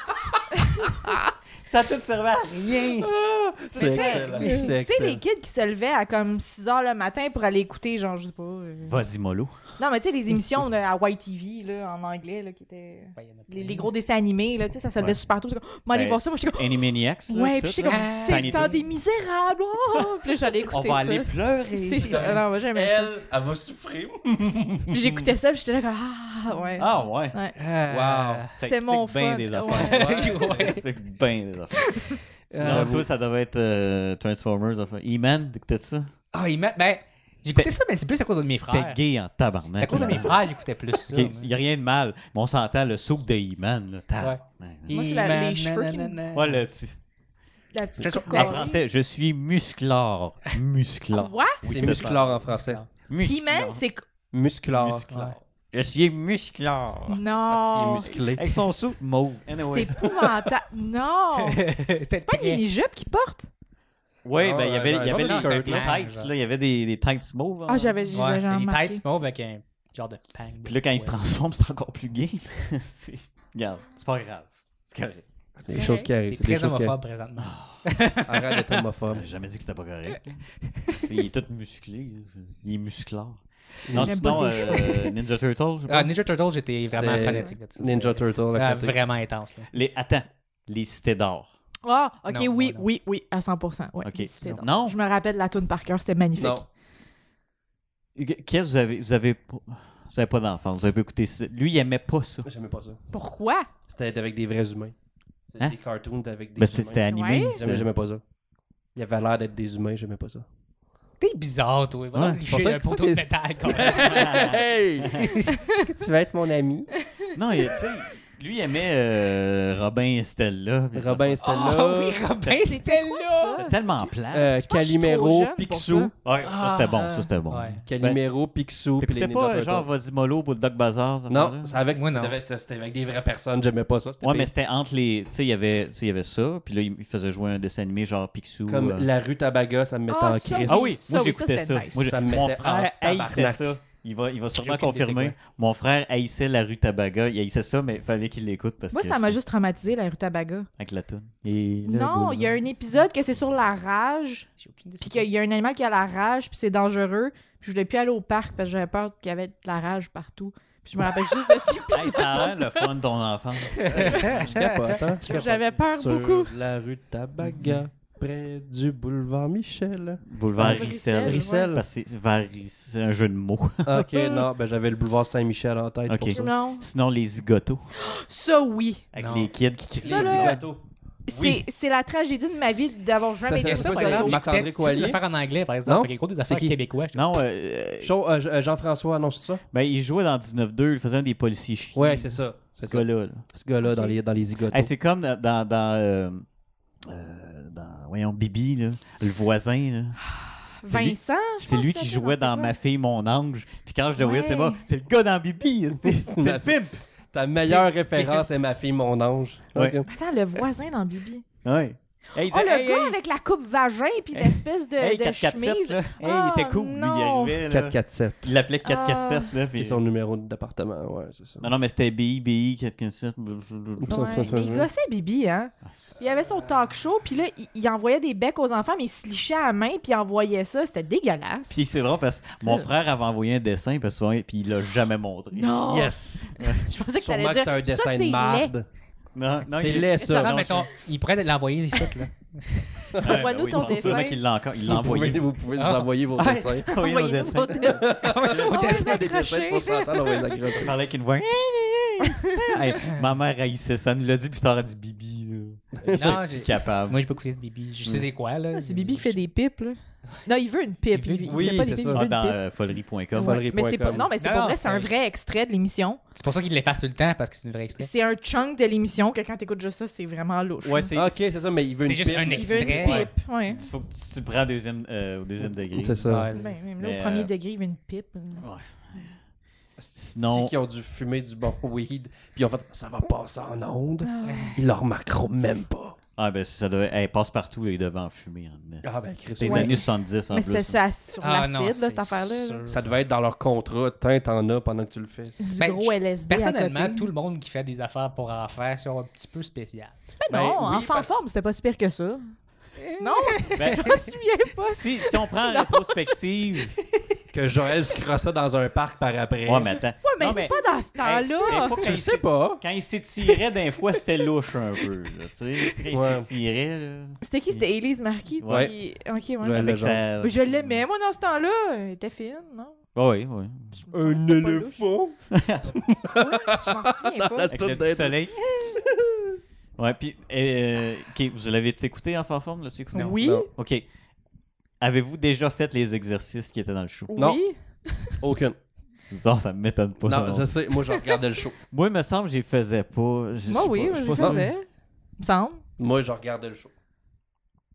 Speaker 3: Ça a tout servi à rien!
Speaker 2: Ah,
Speaker 4: Ah,
Speaker 2: C'est
Speaker 4: Mais
Speaker 2: excellent.
Speaker 4: Tu
Speaker 2: C'est
Speaker 4: sais, tu sais, les
Speaker 2: excellent.
Speaker 4: kids qui se levaient à comme 6 h le matin pour aller écouter, genre, je sais pas. euh,
Speaker 3: Vas-y, mollo.
Speaker 4: Non, mais tu sais, les émissions de, à YTV, là, en anglais, là, qui étaient.
Speaker 1: Ben, il y en a plein.
Speaker 4: Les, les gros dessins animés, là, tu sais, ça se levait
Speaker 3: Mm. Ouais.
Speaker 4: super tôt. J'étais comme, moi, aller
Speaker 3: Ben,
Speaker 4: voir ça. Moi, j'étais comme,
Speaker 3: Animaniacs. là,
Speaker 4: ouais,
Speaker 3: tout,
Speaker 4: puis j'étais
Speaker 3: là.
Speaker 4: comme, c'est
Speaker 3: Tiny
Speaker 4: le temps
Speaker 3: Toons.
Speaker 4: des misérables. oh! Puis là, j'allais
Speaker 3: On
Speaker 4: écouter
Speaker 3: va
Speaker 4: ça.
Speaker 3: aller pleurer.
Speaker 4: C'est ça. Non, moi, j'aimais ça.
Speaker 2: Elle, elle va souffrir.
Speaker 4: Puis j'écoutais ça, puis j'étais là, comme, ah, ouais.
Speaker 3: Ah ouais.
Speaker 4: Ouais.
Speaker 1: Euh,
Speaker 3: Ça
Speaker 4: C'était
Speaker 3: explique
Speaker 4: mon
Speaker 3: bien
Speaker 4: fun.
Speaker 3: des
Speaker 4: Ouais.
Speaker 3: affaires.
Speaker 1: Ouais.
Speaker 3: Ça explique bien des affaires. Sinon,
Speaker 2: J'avoue.
Speaker 3: toi, ça devait être euh, Transformers. enfin, E-Man, t'écoutais ça?
Speaker 1: Ah, il m'a. Ben, j'écoutais ça, mais c'est plus à cause de mes
Speaker 3: C'était
Speaker 1: frères. C'est
Speaker 3: gay en tabarnak.
Speaker 1: à cause de mes frères, j'écoutais plus ça.
Speaker 3: Il n'y a rien de mal. Mais on s'entend le soupe de E-Man. là, tabarnak.
Speaker 4: Moi, c'est la- les cheveux qui me-
Speaker 3: Ouais, le petit.
Speaker 4: La petite
Speaker 1: Je-
Speaker 4: coupe
Speaker 1: Ouais.
Speaker 3: En
Speaker 4: colorée.
Speaker 3: français, je suis musclore. Musclore.
Speaker 4: Quoi?
Speaker 3: Oui,
Speaker 2: C'est
Speaker 3: c'était
Speaker 2: musclore en français.
Speaker 4: He-Man, c'est. que-
Speaker 2: Musclore.
Speaker 3: Musclore. Je suis musclore.
Speaker 4: Non.
Speaker 2: Parce qu'il Ah, est musclé.
Speaker 3: Avec son soupe mauve.
Speaker 4: C'est
Speaker 3: Anyway.
Speaker 4: épouvantable. non.
Speaker 1: C'était
Speaker 4: Oh. C'est pas une mini-jupe qu'il porte?
Speaker 3: Ouais, ben, il y avait,
Speaker 2: Ouais,
Speaker 3: il y avait
Speaker 2: ouais,
Speaker 3: les,
Speaker 2: ouais,
Speaker 3: les
Speaker 1: ouais.
Speaker 3: tights, là. Il y avait des, des tights mauves.
Speaker 4: Ah,
Speaker 3: hein.
Speaker 4: j'avais juste
Speaker 1: Ouais,
Speaker 4: genre
Speaker 1: les
Speaker 4: remarqué.
Speaker 1: têtes mauves avec un genre de pang.
Speaker 3: Puis là, quand il se transforme, c'est encore plus gay. C'est- Regarde, c'est pas grave. C'est correct.
Speaker 2: C'est des choses qui arrivent.
Speaker 1: Il
Speaker 2: C'est
Speaker 1: est
Speaker 2: des
Speaker 1: très
Speaker 2: choses qui
Speaker 1: homophobe
Speaker 2: arrivent.
Speaker 1: présentement.
Speaker 2: Arrête d'être homophobe.
Speaker 3: J'ai jamais dit que c'était pas correct. hein. il est tout musclé. hein, c'est- Il est musclard. Non,
Speaker 4: J'aime
Speaker 3: sinon,
Speaker 4: pas ses
Speaker 3: euh, Ninja Turtle. je sais pas.
Speaker 1: Ah, Ninja Turtles, j'étais vraiment
Speaker 2: C'était
Speaker 1: fanatique de ça.
Speaker 2: Ninja
Speaker 1: C'était,
Speaker 2: Turtle à
Speaker 1: euh,
Speaker 2: côté.
Speaker 1: Vraiment intense. là.
Speaker 3: Les... Attends, les cités d'or.
Speaker 4: Ah, ok,
Speaker 1: Non,
Speaker 4: oui,
Speaker 1: non, non.
Speaker 4: oui, oui, à 100%. Ouais,
Speaker 3: Ok,
Speaker 4: c'était
Speaker 3: non.
Speaker 4: drôle.
Speaker 3: Non.
Speaker 4: Je me rappelle la toune par cœur, c'était magnifique.
Speaker 2: Non.
Speaker 3: Qu'est-ce que vous avez. Vous avez, pas- vous avez pas d'enfant. Vous avez pas écouté ça. Lui, il aimait pas ça.
Speaker 2: J'aimais pas ça.
Speaker 4: Pourquoi?
Speaker 2: C'était avec des vrais humains. C'était
Speaker 3: Hein?
Speaker 2: des cartoons avec
Speaker 3: Mais
Speaker 2: des
Speaker 3: Ben, c'était
Speaker 2: humains.
Speaker 3: c'était animé.
Speaker 4: Ouais.
Speaker 3: c'était-
Speaker 2: J'aimais, j'aimais pas ça. Il avait l'air d'être des humains, j'aimais pas ça.
Speaker 1: T'es bizarre, toi. Vraiment,
Speaker 3: Ouais,
Speaker 1: ouais,
Speaker 2: c'est pour
Speaker 1: j'ai
Speaker 2: ça
Speaker 1: un
Speaker 2: que ça,
Speaker 1: poteau de
Speaker 2: c'est-
Speaker 1: métal, quand même.
Speaker 2: Hey! Ah. Est-ce que tu vas être mon ami?
Speaker 3: non, il- tu sais, lui il aimait euh, Robin et Stella. puis ça-
Speaker 2: Robin
Speaker 1: Ah
Speaker 2: Stella,
Speaker 1: oui, Robin, c'était là!
Speaker 4: Ça?
Speaker 3: C'était tellement plat.
Speaker 2: euh,
Speaker 4: que Ah, je suis trop
Speaker 2: Calimero,
Speaker 4: jeune pour
Speaker 2: Picsou.
Speaker 3: ouais, ça c'était bon,
Speaker 4: Ah.
Speaker 3: ça c'était bon.
Speaker 1: Ouais.
Speaker 2: Calimero, Pixou, puis les
Speaker 3: T'écoutais pas euh,
Speaker 2: Ninja
Speaker 3: genre
Speaker 2: Turtles.
Speaker 3: Vasimolo pour le Doc Bazar? ça
Speaker 2: Non,
Speaker 3: fait-là?
Speaker 2: c'est avec,
Speaker 1: Moi,
Speaker 2: c'était
Speaker 1: non.
Speaker 2: avec- ça, c'était avec des vraies personnes, j'aimais pas ça. c'était
Speaker 3: Ouais, mais
Speaker 2: pire.
Speaker 3: c'était entre les. Tu sais, il y avait tu sais, il y avait ça, puis là, il il faisait jouer un dessin animé genre Picsou.
Speaker 2: Comme
Speaker 3: euh.
Speaker 2: La rue Tabaga, ça me mettait
Speaker 4: Ah,
Speaker 2: en
Speaker 4: ça,
Speaker 2: crise.
Speaker 3: Ah oui,
Speaker 4: Ça,
Speaker 3: moi
Speaker 4: oui,
Speaker 3: j'écoutais
Speaker 4: ça,
Speaker 3: ça.
Speaker 4: c'était nice.
Speaker 3: Moi, j'ai-
Speaker 2: Ça me
Speaker 3: mon
Speaker 2: mettait en
Speaker 3: frère haïssait
Speaker 2: tabarnak.
Speaker 3: ça. Il va, il va sûrement
Speaker 2: aucune idée c'est
Speaker 3: confirmer. Mon frère haïssait la rue Tabaga. Il haïssait ça, mais il fallait qu'il l'écoute parce
Speaker 4: Moi,
Speaker 3: que.
Speaker 4: ça m'a juste traumatisé, la rue Tabaga.
Speaker 3: Avec la toune. Et le
Speaker 4: Non,
Speaker 3: boulevard.
Speaker 4: il y a un épisode que c'est sur la rage,
Speaker 1: J'ai aucune idée.
Speaker 4: puis qu'il y a un animal qui a la rage, puis c'est dangereux. Puis je voulais plus aller au parc parce que j'avais peur qu'il y avait de la rage partout. Puis je me rappelle juste de ça.
Speaker 3: Hey, ça a l'air le fun de ton enfant.
Speaker 2: Je capote, hein? Je
Speaker 4: J'avais peur
Speaker 2: capote.
Speaker 4: beaucoup.
Speaker 2: Sur la rue Tabaga, près du boulevard Michel.
Speaker 3: Boulevard
Speaker 4: Boulevard
Speaker 3: Ricel.
Speaker 4: Ricel, ouais.
Speaker 3: Parce que c'est- vers- c'est un jeu de mots.
Speaker 2: ok, non, ben j'avais le boulevard Saint-Michel en tête
Speaker 3: Ok.
Speaker 2: pour ça.
Speaker 4: Non,
Speaker 3: Sinon, les zigotos.
Speaker 4: ça oui.
Speaker 3: Avec
Speaker 1: Non.
Speaker 3: les kids qui crient.
Speaker 4: Ça, là,
Speaker 2: Oui.
Speaker 4: C'est- C'est la tragédie de ma vie d'avoir jamais été
Speaker 2: Ça, ça,
Speaker 1: Ça,
Speaker 4: ça.
Speaker 1: par
Speaker 2: c'est
Speaker 1: exemple,
Speaker 2: Marc-André
Speaker 1: j'écoutais
Speaker 2: Coallier.
Speaker 1: des affaires en anglais, par exemple.
Speaker 2: Non?
Speaker 1: Fait qu'il écoute des affaires
Speaker 2: qui?
Speaker 1: québécois. j'étais-
Speaker 3: Non, euh, euh,
Speaker 2: Jean- euh, Jean- euh, Jean-François annonce ça?
Speaker 3: ben, il jouait dans 19-2. Il faisait un des policiers chiens.
Speaker 2: Ouais, c'est ça.
Speaker 3: Ce
Speaker 2: C'est ça.
Speaker 3: gars-là. là.
Speaker 2: Ce gars-là dans les, dans les zigotos.
Speaker 3: Hey, c'est comme dans, dans, dans, euh, euh, dans- voyons, Bibi, là, le voisin. là. C'est lui-
Speaker 4: Vincent, Ah, je
Speaker 3: C'est
Speaker 4: pense
Speaker 3: lui
Speaker 4: que
Speaker 3: qui
Speaker 4: c'était,
Speaker 3: jouait
Speaker 4: non,
Speaker 3: dans
Speaker 4: c'est
Speaker 3: Ma fille, mon ange. Puis quand je le voyais,
Speaker 4: Ouais.
Speaker 3: c'est moi, c'est le gars dans Bibi. C'est c'est le pimp.
Speaker 2: Ta meilleure référence est ma fille, mon ange.
Speaker 3: Ouais.
Speaker 2: Ok.
Speaker 4: quoi. Attends, le voisin dans Bibi.
Speaker 3: Ouais. Hey, il
Speaker 4: Oh,
Speaker 3: disait,
Speaker 4: le
Speaker 3: hey,
Speaker 4: gars
Speaker 3: hey,
Speaker 4: avec la coupe vagin puis l'espèce de,
Speaker 3: hey,
Speaker 4: de
Speaker 3: 447,
Speaker 4: chemise.
Speaker 3: là. Hey,
Speaker 4: Ah,
Speaker 3: il était cool. Lui, il
Speaker 4: non. Ah.
Speaker 3: arrivait. là.
Speaker 2: 447.
Speaker 3: Il l'appelait 447. là,
Speaker 2: C'est
Speaker 3: puis-
Speaker 2: son numéro d'appartement, ouais, c'est ça.
Speaker 3: Non, non, mais c'était BI, BI, 447.
Speaker 2: Ça, ça,
Speaker 4: Ouais,
Speaker 2: ça,
Speaker 4: mais
Speaker 2: ça.
Speaker 4: il gossait Bibi, hein? Il avait son talk show, puis là, il, il envoyait des becs aux enfants, mais il se lichait à la main, puis il envoyait ça. C'était dégueulasse.
Speaker 3: Puis c'est drôle parce que mon
Speaker 4: Euh.
Speaker 3: frère avait envoyé un dessin, parce que souvent, puis il l'a jamais montré.
Speaker 4: Non!
Speaker 2: Yes!
Speaker 4: Je pensais que t'allais
Speaker 2: Sûrement que
Speaker 4: dire,
Speaker 2: c'est un
Speaker 4: ça,
Speaker 2: dessin
Speaker 4: c'est
Speaker 2: de
Speaker 4: laid.
Speaker 2: marde.
Speaker 3: Non, non,
Speaker 2: C'est
Speaker 3: il-
Speaker 2: laid, ça.
Speaker 1: Ah,
Speaker 3: Non,
Speaker 1: mettons, il pourrait l'envoyer ici, là.
Speaker 3: Ouais,
Speaker 4: Envoie-nous
Speaker 3: oui,
Speaker 4: ton
Speaker 3: non, Sûrement
Speaker 4: dessin.
Speaker 3: qu'il l'a encore. Il l'a
Speaker 2: Vous
Speaker 3: envoyé.
Speaker 2: pouvez, vous pouvez nous
Speaker 1: Ah.
Speaker 2: envoyer vos
Speaker 3: Ah.
Speaker 2: dessins.
Speaker 3: Oui,
Speaker 4: Envoyez-nous
Speaker 3: nos dessins.
Speaker 4: vos dessins.
Speaker 2: Vous
Speaker 4: On va les
Speaker 2: dessinez des dessins
Speaker 4: accrocher.
Speaker 2: pour s'entendre, on va les
Speaker 3: Je
Speaker 2: accrocher.
Speaker 3: parlais avec une voix. Hey, ma mère haïssait ça. Elle nous l'a dit plus tard. Elle dit Bibi. Là. Je
Speaker 1: Non,
Speaker 3: suis
Speaker 1: j'ai-
Speaker 3: plus capable.
Speaker 1: Moi, j'ai pas écouté ce Bibi. Je sais c'est quoi, là.
Speaker 4: Ah, C'est Bibi qui fait des pipes, là. Non, il veut une pipe.
Speaker 1: Il veut-
Speaker 4: Il, il
Speaker 2: Oui,
Speaker 4: fait pas des
Speaker 2: c'est
Speaker 4: pipes,
Speaker 2: ça.
Speaker 4: il
Speaker 3: Ah,
Speaker 4: veut une
Speaker 3: dans
Speaker 4: pipe.
Speaker 3: euh, folerie.com.
Speaker 4: Ouais, mais c'est pas...
Speaker 2: follerie.com.
Speaker 4: Non, mais c'est
Speaker 1: Non,
Speaker 4: pas
Speaker 1: non,
Speaker 4: vrai, c'est un
Speaker 1: c'est-
Speaker 4: vrai extrait de l'émission.
Speaker 1: C'est pour ça qu'il l'efface tout le temps, parce que c'est une vraie extrait.
Speaker 4: C'est un chunk de l'émission que quand t'écoutes juste ça, c'est vraiment louche.
Speaker 3: Ouais, c'est.
Speaker 2: Ah, Ok, c'est ça, mais il veut
Speaker 1: C'est
Speaker 2: une
Speaker 1: juste
Speaker 2: pipe.
Speaker 1: un
Speaker 4: il veut une
Speaker 1: extrait.
Speaker 3: Ouais.
Speaker 4: pipe, ouais.
Speaker 3: Il faut que tu, tu prends deuxième, euh, au deuxième degré.
Speaker 2: C'est ça.
Speaker 1: Ouais,
Speaker 4: Ben, même là,
Speaker 3: Mais,
Speaker 4: au premier
Speaker 3: euh,
Speaker 4: degré, il veut une pipe.
Speaker 3: Sinon.
Speaker 2: Ceux qui ont dû fumer du bon weed, puis en fait, ça va passer en onde,
Speaker 4: Ah
Speaker 2: ils le remarqueront même pas.
Speaker 3: Ah, ben ça doit. Elle passe partout les devants fumés. en esti.
Speaker 2: Ah ben, Chris,
Speaker 3: Des
Speaker 2: ouais.
Speaker 3: années 70 en
Speaker 4: Mais
Speaker 3: plus.
Speaker 4: c'est ça sur
Speaker 1: Ah,
Speaker 4: l'acide,
Speaker 1: non,
Speaker 4: là,
Speaker 1: c'est
Speaker 4: cette affaire-là.
Speaker 1: sûr.
Speaker 2: Ça devait être dans leur contrat, tant t'en as pendant que tu le fais.
Speaker 4: Du
Speaker 1: Ben,
Speaker 4: gros
Speaker 1: je-
Speaker 4: LSD. à
Speaker 1: Personnellement,
Speaker 4: côté.
Speaker 1: tout le monde qui fait des affaires pour en faire sont un petit peu spécial.
Speaker 4: Mais non,
Speaker 2: Ben oui,
Speaker 4: enfant
Speaker 2: parce-
Speaker 4: forme, c'était pas si pire que ça. non,
Speaker 3: Ben,
Speaker 4: je me souviens pas.
Speaker 3: si, si on prend en rétrospective.
Speaker 2: Que Joël se crossait dans un parc par après.
Speaker 3: Ouais, mais attends.
Speaker 4: Ouais, mais
Speaker 3: Non,
Speaker 4: c'est pas dans ce
Speaker 3: Hey,
Speaker 4: temps-là.
Speaker 3: mais faut que
Speaker 2: Tu
Speaker 3: tu
Speaker 2: le
Speaker 3: le
Speaker 2: sais pas.
Speaker 3: Quand il s'étirait d'un fois, c'était louche un peu. Là, tu sais, Tu sais, quand
Speaker 2: Ouais.
Speaker 3: il s'étirait. là,
Speaker 4: C'était qui? C'était Élise Marquis.
Speaker 3: Ouais.
Speaker 4: puis- Ok, ouais.
Speaker 2: Joël
Speaker 3: Avec
Speaker 2: Legendre.
Speaker 3: sa.
Speaker 4: Mais Je l'aimais, moi, dans ce temps-là. Elle était fine, non?
Speaker 3: Oui, oui.
Speaker 2: Un
Speaker 4: C'était pas louche.
Speaker 2: éléphant.
Speaker 4: Je m'en souviens pas.
Speaker 3: Avec le petit soleil. ouais, puis. euh, ok, vous l'avez écouté en forme, là, tu écouté?
Speaker 4: Oui,
Speaker 2: non.
Speaker 3: Ok. Avez-vous déjà fait les exercices qui étaient dans le show?
Speaker 2: Non.
Speaker 4: oui.
Speaker 2: Aucune.
Speaker 3: C'est bizarre, ça m'étonne pas. ça,
Speaker 2: Non,
Speaker 3: non.
Speaker 2: je sais, moi je regardais le show.
Speaker 3: Moi, il me semble que j'y faisais pas. Je-
Speaker 4: Moi,
Speaker 3: je suis
Speaker 4: oui,
Speaker 3: pas-
Speaker 4: je
Speaker 3: suis
Speaker 4: le
Speaker 3: pas sûr.
Speaker 4: faisais. Il me semble.
Speaker 2: Moi je regardais le show.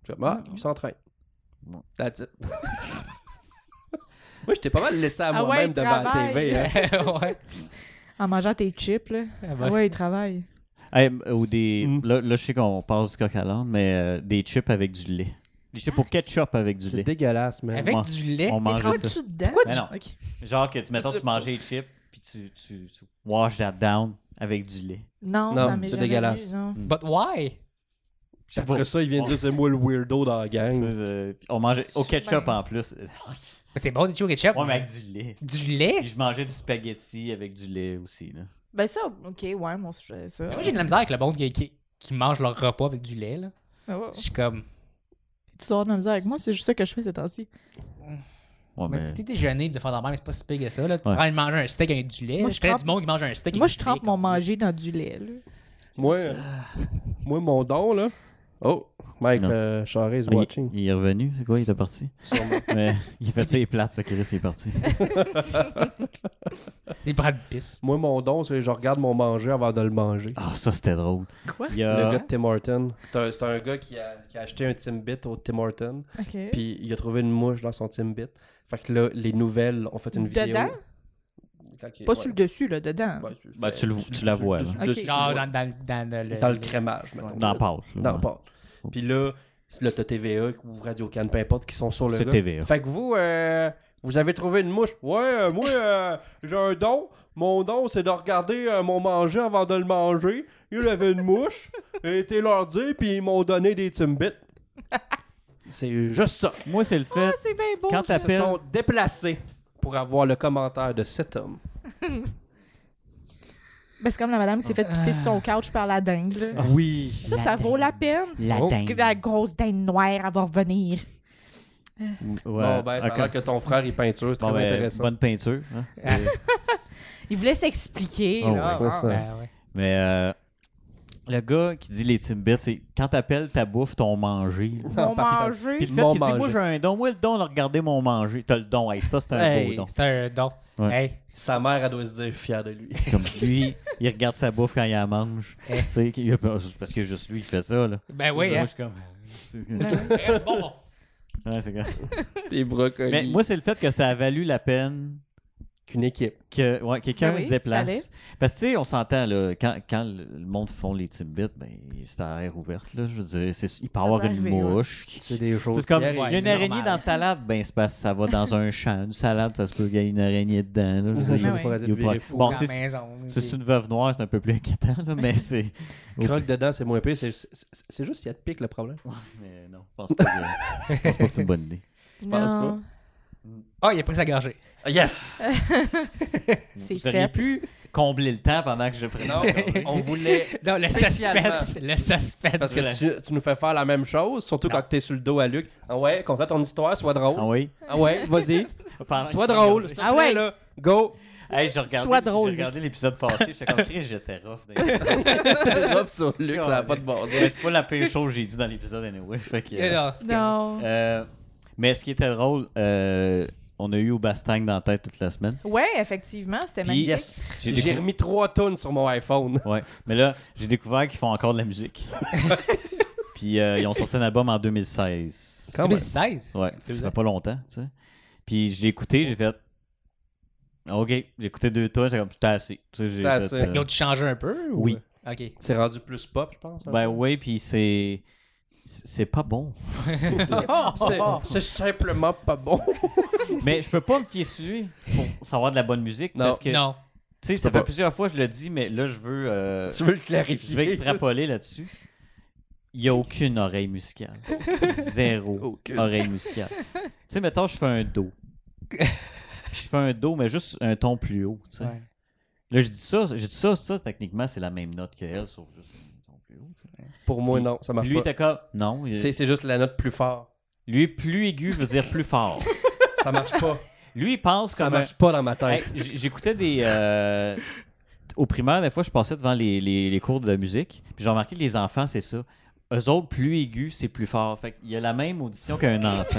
Speaker 2: Je fais, ah, il s'entraîne.
Speaker 3: Bon.
Speaker 2: That's it. moi j'étais pas mal laissé à
Speaker 4: Ah ouais,
Speaker 2: moi-même
Speaker 4: il
Speaker 2: devant la
Speaker 4: travaille.
Speaker 2: TV. hein.
Speaker 1: ouais.
Speaker 4: En mangeant tes chips, là.
Speaker 1: Ah, bah.
Speaker 4: Ah Ouais, il travaille.
Speaker 3: Hey, m- ou des...
Speaker 2: Mm.
Speaker 3: là, là, je sais qu'on passe du coq à l'âne, mais euh, des chips avec du lait. Des chips au ketchup avec du
Speaker 2: C'est
Speaker 3: lait.
Speaker 2: dégueulasse, man.
Speaker 1: Avec
Speaker 3: on
Speaker 1: du lait.
Speaker 3: On mangeait ça.
Speaker 4: Travailles-tu dedans?
Speaker 1: Pourquoi
Speaker 3: tu-
Speaker 4: Ok.
Speaker 3: Genre que tu, mettons, tu mangeais les chips, puis tu, tu, tu wash that down avec du lait.
Speaker 4: Non,
Speaker 2: Non,
Speaker 4: ça m'est
Speaker 2: c'est
Speaker 4: jamais
Speaker 2: dégueulasse.
Speaker 4: vu, non.
Speaker 1: But why?
Speaker 2: Puis après ça, il vient dire c'est moi le weirdo dans la gang.
Speaker 3: Euh, puis on mangeait au ketchup
Speaker 4: Ben.
Speaker 3: en plus. Euh,
Speaker 1: Mais C'est bon, des chips au ketchup.
Speaker 3: Ouais, mais avec du lait.
Speaker 1: Du
Speaker 3: Puis
Speaker 1: lait?
Speaker 3: je mangeais du spaghetti avec du lait aussi. Là.
Speaker 4: Ben ça, ok, ouais, moi, je faisais ça.
Speaker 1: Moi, j'ai de la misère avec le monde qui, qui, qui mange leur repas avec du lait, là.
Speaker 4: Ah ouais.
Speaker 1: Je suis comme...
Speaker 4: Tu dois avoir de la misère avec moi, c'est juste ça que je fais ces temps-ci.
Speaker 3: Ouais,
Speaker 1: Mais
Speaker 3: mais-
Speaker 1: si t'es déjeuné de faire normal, c'est pas si pire que ça, là. Tu prends manger un steak avec du lait.
Speaker 4: Moi,
Speaker 1: Moi,
Speaker 4: je
Speaker 1: je connais du
Speaker 4: trempe-
Speaker 1: monde qui mange un steak
Speaker 4: Moi,
Speaker 1: avec
Speaker 4: je
Speaker 1: du lait,
Speaker 4: trempe mon
Speaker 1: comme-
Speaker 2: Ah.
Speaker 4: manger dans du lait, là.
Speaker 2: Moi, euh, moi mon don, là, Oh, Mike
Speaker 3: Non.
Speaker 2: euh, Charest is
Speaker 3: Ah, il-
Speaker 2: watching.
Speaker 3: Il, est revenu, c'est quoi, il était parti?
Speaker 2: Sûrement.
Speaker 3: Mais il fait ça, il est plate, ça, Chris, il est parti.
Speaker 1: Des bras de pisse.
Speaker 2: Moi, mon don, c'est que je regarde mon manger avant de le manger.
Speaker 3: Ah, ça, c'était drôle.
Speaker 4: Quoi?
Speaker 3: Il y
Speaker 2: Le
Speaker 3: a...
Speaker 2: gars de Tim Horton. C'est un, c'est un gars qui a, qui a acheté un Timbit au Tim Horton.
Speaker 4: OK.
Speaker 2: Puis il a trouvé une mouche dans son Timbit. Fait que là, les nouvelles ont fait une vidéo.
Speaker 4: Dedans?
Speaker 2: Ok,
Speaker 4: Pas
Speaker 2: ouais.
Speaker 4: sur le dessus, là, dedans.
Speaker 2: Ouais, c'est-
Speaker 3: Ben, tu le-
Speaker 2: c'est-
Speaker 3: tu la
Speaker 2: c'est-
Speaker 3: vois,
Speaker 2: c'est-
Speaker 3: là.
Speaker 2: c'est-
Speaker 4: Ok.
Speaker 2: c'est-
Speaker 1: Genre dans, dans, dans le,
Speaker 2: dans le crémage, mettons.
Speaker 3: Dans la pâte. là,
Speaker 2: Dans
Speaker 3: ouais.
Speaker 2: le port. Puis là, c'est le TVA ou Radio-Can, peu importe, qui sont sur le
Speaker 3: C'est
Speaker 2: gars.
Speaker 3: TVA.
Speaker 2: Fait que vous, euh, vous avez trouvé une mouche. Ouais, euh, moi, euh, j'ai un don. Mon don, c'est de regarder euh, mon manger avant de le manger. Il avait une mouche, j'ai été leur dire, puis ils m'ont donné des Timbits. C'est juste ça.
Speaker 3: Moi, c'est le
Speaker 4: Ah,
Speaker 3: fait.
Speaker 4: c'est bien beau.
Speaker 3: Quand
Speaker 4: ça.
Speaker 2: Ils se
Speaker 3: t'appelles.
Speaker 2: sont déplacés pour avoir le commentaire de cet homme.
Speaker 4: Ben, c'est comme la madame qui s'est fait pisser sur son couch par la dingue. là.
Speaker 3: Ah.
Speaker 2: Oui.
Speaker 4: Ça, ça vaut Ah. la peine.
Speaker 3: La
Speaker 2: Oh.
Speaker 3: dingue.
Speaker 4: La grosse dinde noire, elle va revenir.
Speaker 3: Ouais,
Speaker 2: Bon, ben, ça a
Speaker 3: ok.
Speaker 2: l'air que ton frère, il peinture, c'est
Speaker 3: Bon,
Speaker 2: très
Speaker 3: ben,
Speaker 2: intéressant.
Speaker 3: Bonne peinture. hein.
Speaker 4: Il voulait s'expliquer,
Speaker 3: Oh,
Speaker 4: là.
Speaker 2: ouais, c'est
Speaker 4: Ah.
Speaker 2: ça.
Speaker 1: Ben ouais.
Speaker 3: Mais euh, le gars qui dit les Timbits, c'est quand t'appelles ta bouffe, ton manger. là.
Speaker 4: Mon
Speaker 2: Par-
Speaker 4: manger.
Speaker 3: Puis le fait
Speaker 2: Mon
Speaker 3: qu'il dit, moi
Speaker 2: manger.
Speaker 3: j'ai un don, moi le don, là, regardez mon manger. T'as le don, hey, ça c'est un
Speaker 2: Hey.
Speaker 3: beau don.
Speaker 1: C'est un don.
Speaker 3: Ouais.
Speaker 1: Hey,
Speaker 2: Sa mère, elle doit se dire fière de lui.
Speaker 3: Comme lui, il regarde sa bouffe quand il la mange.
Speaker 1: Eh.
Speaker 3: Tu sais, qu'il- parce que juste lui, il fait ça. Là.
Speaker 1: ben
Speaker 3: Moi,
Speaker 1: oui, hein.
Speaker 3: je suis comme-
Speaker 1: Ouais, c'est bon, bon.
Speaker 3: Ouais, c'est grave.
Speaker 2: Des brocolis.
Speaker 3: Mais moi, c'est le fait que ça a valu la peine
Speaker 2: qu'une équipe.
Speaker 3: que ouais, quelqu'un
Speaker 4: Ben oui,
Speaker 3: se déplace.
Speaker 4: fallait.
Speaker 3: Parce que, tu sais, on s'entend, là, quand, quand le le monde font les Timbits, ben, c'est à air ouverte, là. Je veux dire, c'est- il peut
Speaker 4: Ça
Speaker 3: avoir
Speaker 4: peut
Speaker 3: une
Speaker 4: arriver, ouais.
Speaker 3: mouche. qui-
Speaker 2: C'est des choses.
Speaker 3: C'est comme,
Speaker 2: qui
Speaker 3: il y
Speaker 2: arrivent.
Speaker 3: a une
Speaker 1: c'est
Speaker 3: araignée
Speaker 1: normal.
Speaker 3: dans
Speaker 2: hein.
Speaker 3: la salade, ben, c'est parce que ça va dans un champ. Une salade, ça se peut qu'il y ait une araignée dedans, là. Je veux
Speaker 2: Des
Speaker 3: dire,
Speaker 2: choses
Speaker 4: ouais.
Speaker 2: pour être
Speaker 3: il y a
Speaker 2: viré
Speaker 3: pas-
Speaker 2: fou.
Speaker 3: Bon,
Speaker 1: Dans la
Speaker 3: c'est
Speaker 1: maison.
Speaker 3: c'est une veuve noire, c'est un peu plus inquiétant, là, mais c'est.
Speaker 2: Croque dedans, c'est moins pire. C'est c'est- c'est juste qu'il y a de pique le problème.
Speaker 3: Mais non, je pense pas que, je pense pas que c'est une bonne idée.
Speaker 4: Tu
Speaker 2: penses
Speaker 1: Ah, il a pris sa gorgée.
Speaker 2: Yes!
Speaker 4: C'est
Speaker 3: Vous auriez
Speaker 4: fait.
Speaker 3: pu combler le temps pendant que je prenais.
Speaker 2: Non, on voulait.
Speaker 1: Non, le
Speaker 2: spécialement-
Speaker 1: suspense. Le suspense.
Speaker 2: Parce que tu, tu nous fais faire la même chose, surtout
Speaker 1: Non.
Speaker 2: quand t'es sur le dos à Luc. Ah ouais, content ton histoire, sois drôle.
Speaker 3: Ah oui.
Speaker 2: Ah ouais, vas-y,
Speaker 3: Pendant
Speaker 2: sois
Speaker 3: que je
Speaker 2: drôle.
Speaker 3: regardais.
Speaker 2: s'il te
Speaker 4: Ah
Speaker 2: plaît,
Speaker 4: ouais.
Speaker 2: là. Go!
Speaker 3: Hey, j'ai regardé,
Speaker 4: Sois drôle.
Speaker 3: j'ai regardé l'épisode passé, j'étais comme Chris, j'étais rough. d'ailleurs.
Speaker 2: Hop sur Luc, ça n'a pas de bon
Speaker 3: Mais
Speaker 2: sens.
Speaker 3: c'est pas la pire chose que j'ai dit dans l'épisode anyway. Fait que,
Speaker 1: Eh
Speaker 3: euh,
Speaker 1: non, c'est correct.
Speaker 4: Non.
Speaker 3: euh, mais ce qui était drôle, euh, on a eu au Bastang dans la tête toute la semaine.
Speaker 4: Ouais, effectivement, c'était
Speaker 3: Puis,
Speaker 4: magnifique.
Speaker 2: Yes!
Speaker 3: J'ai
Speaker 2: J'ai
Speaker 3: découvert-
Speaker 2: remis trois tonnes sur mon iPhone.
Speaker 3: Ouais. Mais là, j'ai découvert qu'ils font encore de la musique. Puis euh, ils ont sorti un album en 2016.
Speaker 2: Quand même.
Speaker 1: 2016.
Speaker 3: Ouais,
Speaker 1: Fais
Speaker 3: ça
Speaker 1: ça.
Speaker 3: fait pas longtemps, tu sais. Puis je l'ai écouté, j'ai fait. Ok, j'ai écouté deux tours, j'ai comme, j'étais assez. Tu sais, j'ai
Speaker 2: J'étais
Speaker 3: fait,
Speaker 2: assez.
Speaker 3: euh,
Speaker 1: Ils ont-tu changé un peu? ou-
Speaker 3: Oui.
Speaker 1: OK.
Speaker 2: C'est rendu plus pop, je pense. hein?
Speaker 3: Ben oui, puis c'est. C'est pas bon.
Speaker 2: C'est- C'est simplement pas bon.
Speaker 3: Mais je peux pas me fier sur lui pour savoir de la bonne musique.
Speaker 2: Non.
Speaker 3: Parce que, tu
Speaker 1: Non.
Speaker 3: sais, ça
Speaker 2: peux
Speaker 3: fait
Speaker 2: pas.
Speaker 3: plusieurs fois que je le dis, mais là, je veux. euh,
Speaker 2: Tu veux le clarifier?
Speaker 3: je veux extrapoler là-dessus. Il n'y a aucune oreille musicale. Zéro
Speaker 2: Aucune.
Speaker 3: oreille musicale. tu sais, mettons, je fais un do. Puis je fais un do, mais juste un ton plus haut, tu sais.
Speaker 1: Ouais.
Speaker 3: Là, je dis ça, je dis ça, ça, techniquement, c'est la même note que elle, sauf juste un ton plus haut, tu sais.
Speaker 2: Pour moi, non, ça marche
Speaker 3: Puis lui,
Speaker 2: Bah, pas.
Speaker 3: était comme. Non, il-
Speaker 2: C'est c'est juste la note plus fort.
Speaker 3: lui, plus aigu veut dire plus fort.
Speaker 2: Ça marche pas.
Speaker 3: Lui, il pense
Speaker 2: Ça
Speaker 3: comme. un-
Speaker 2: marche pas dans ma
Speaker 3: Hey,
Speaker 2: tête.
Speaker 3: j- J'écoutais des. euh, Au primaire, des fois, je passais devant les, les- les cours de musique. Puis j'ai remarqué que les enfants, c'est ça. Eux autres, plus aigus, c'est plus fort. Fait qu'il y a la même audition qu'un enfant.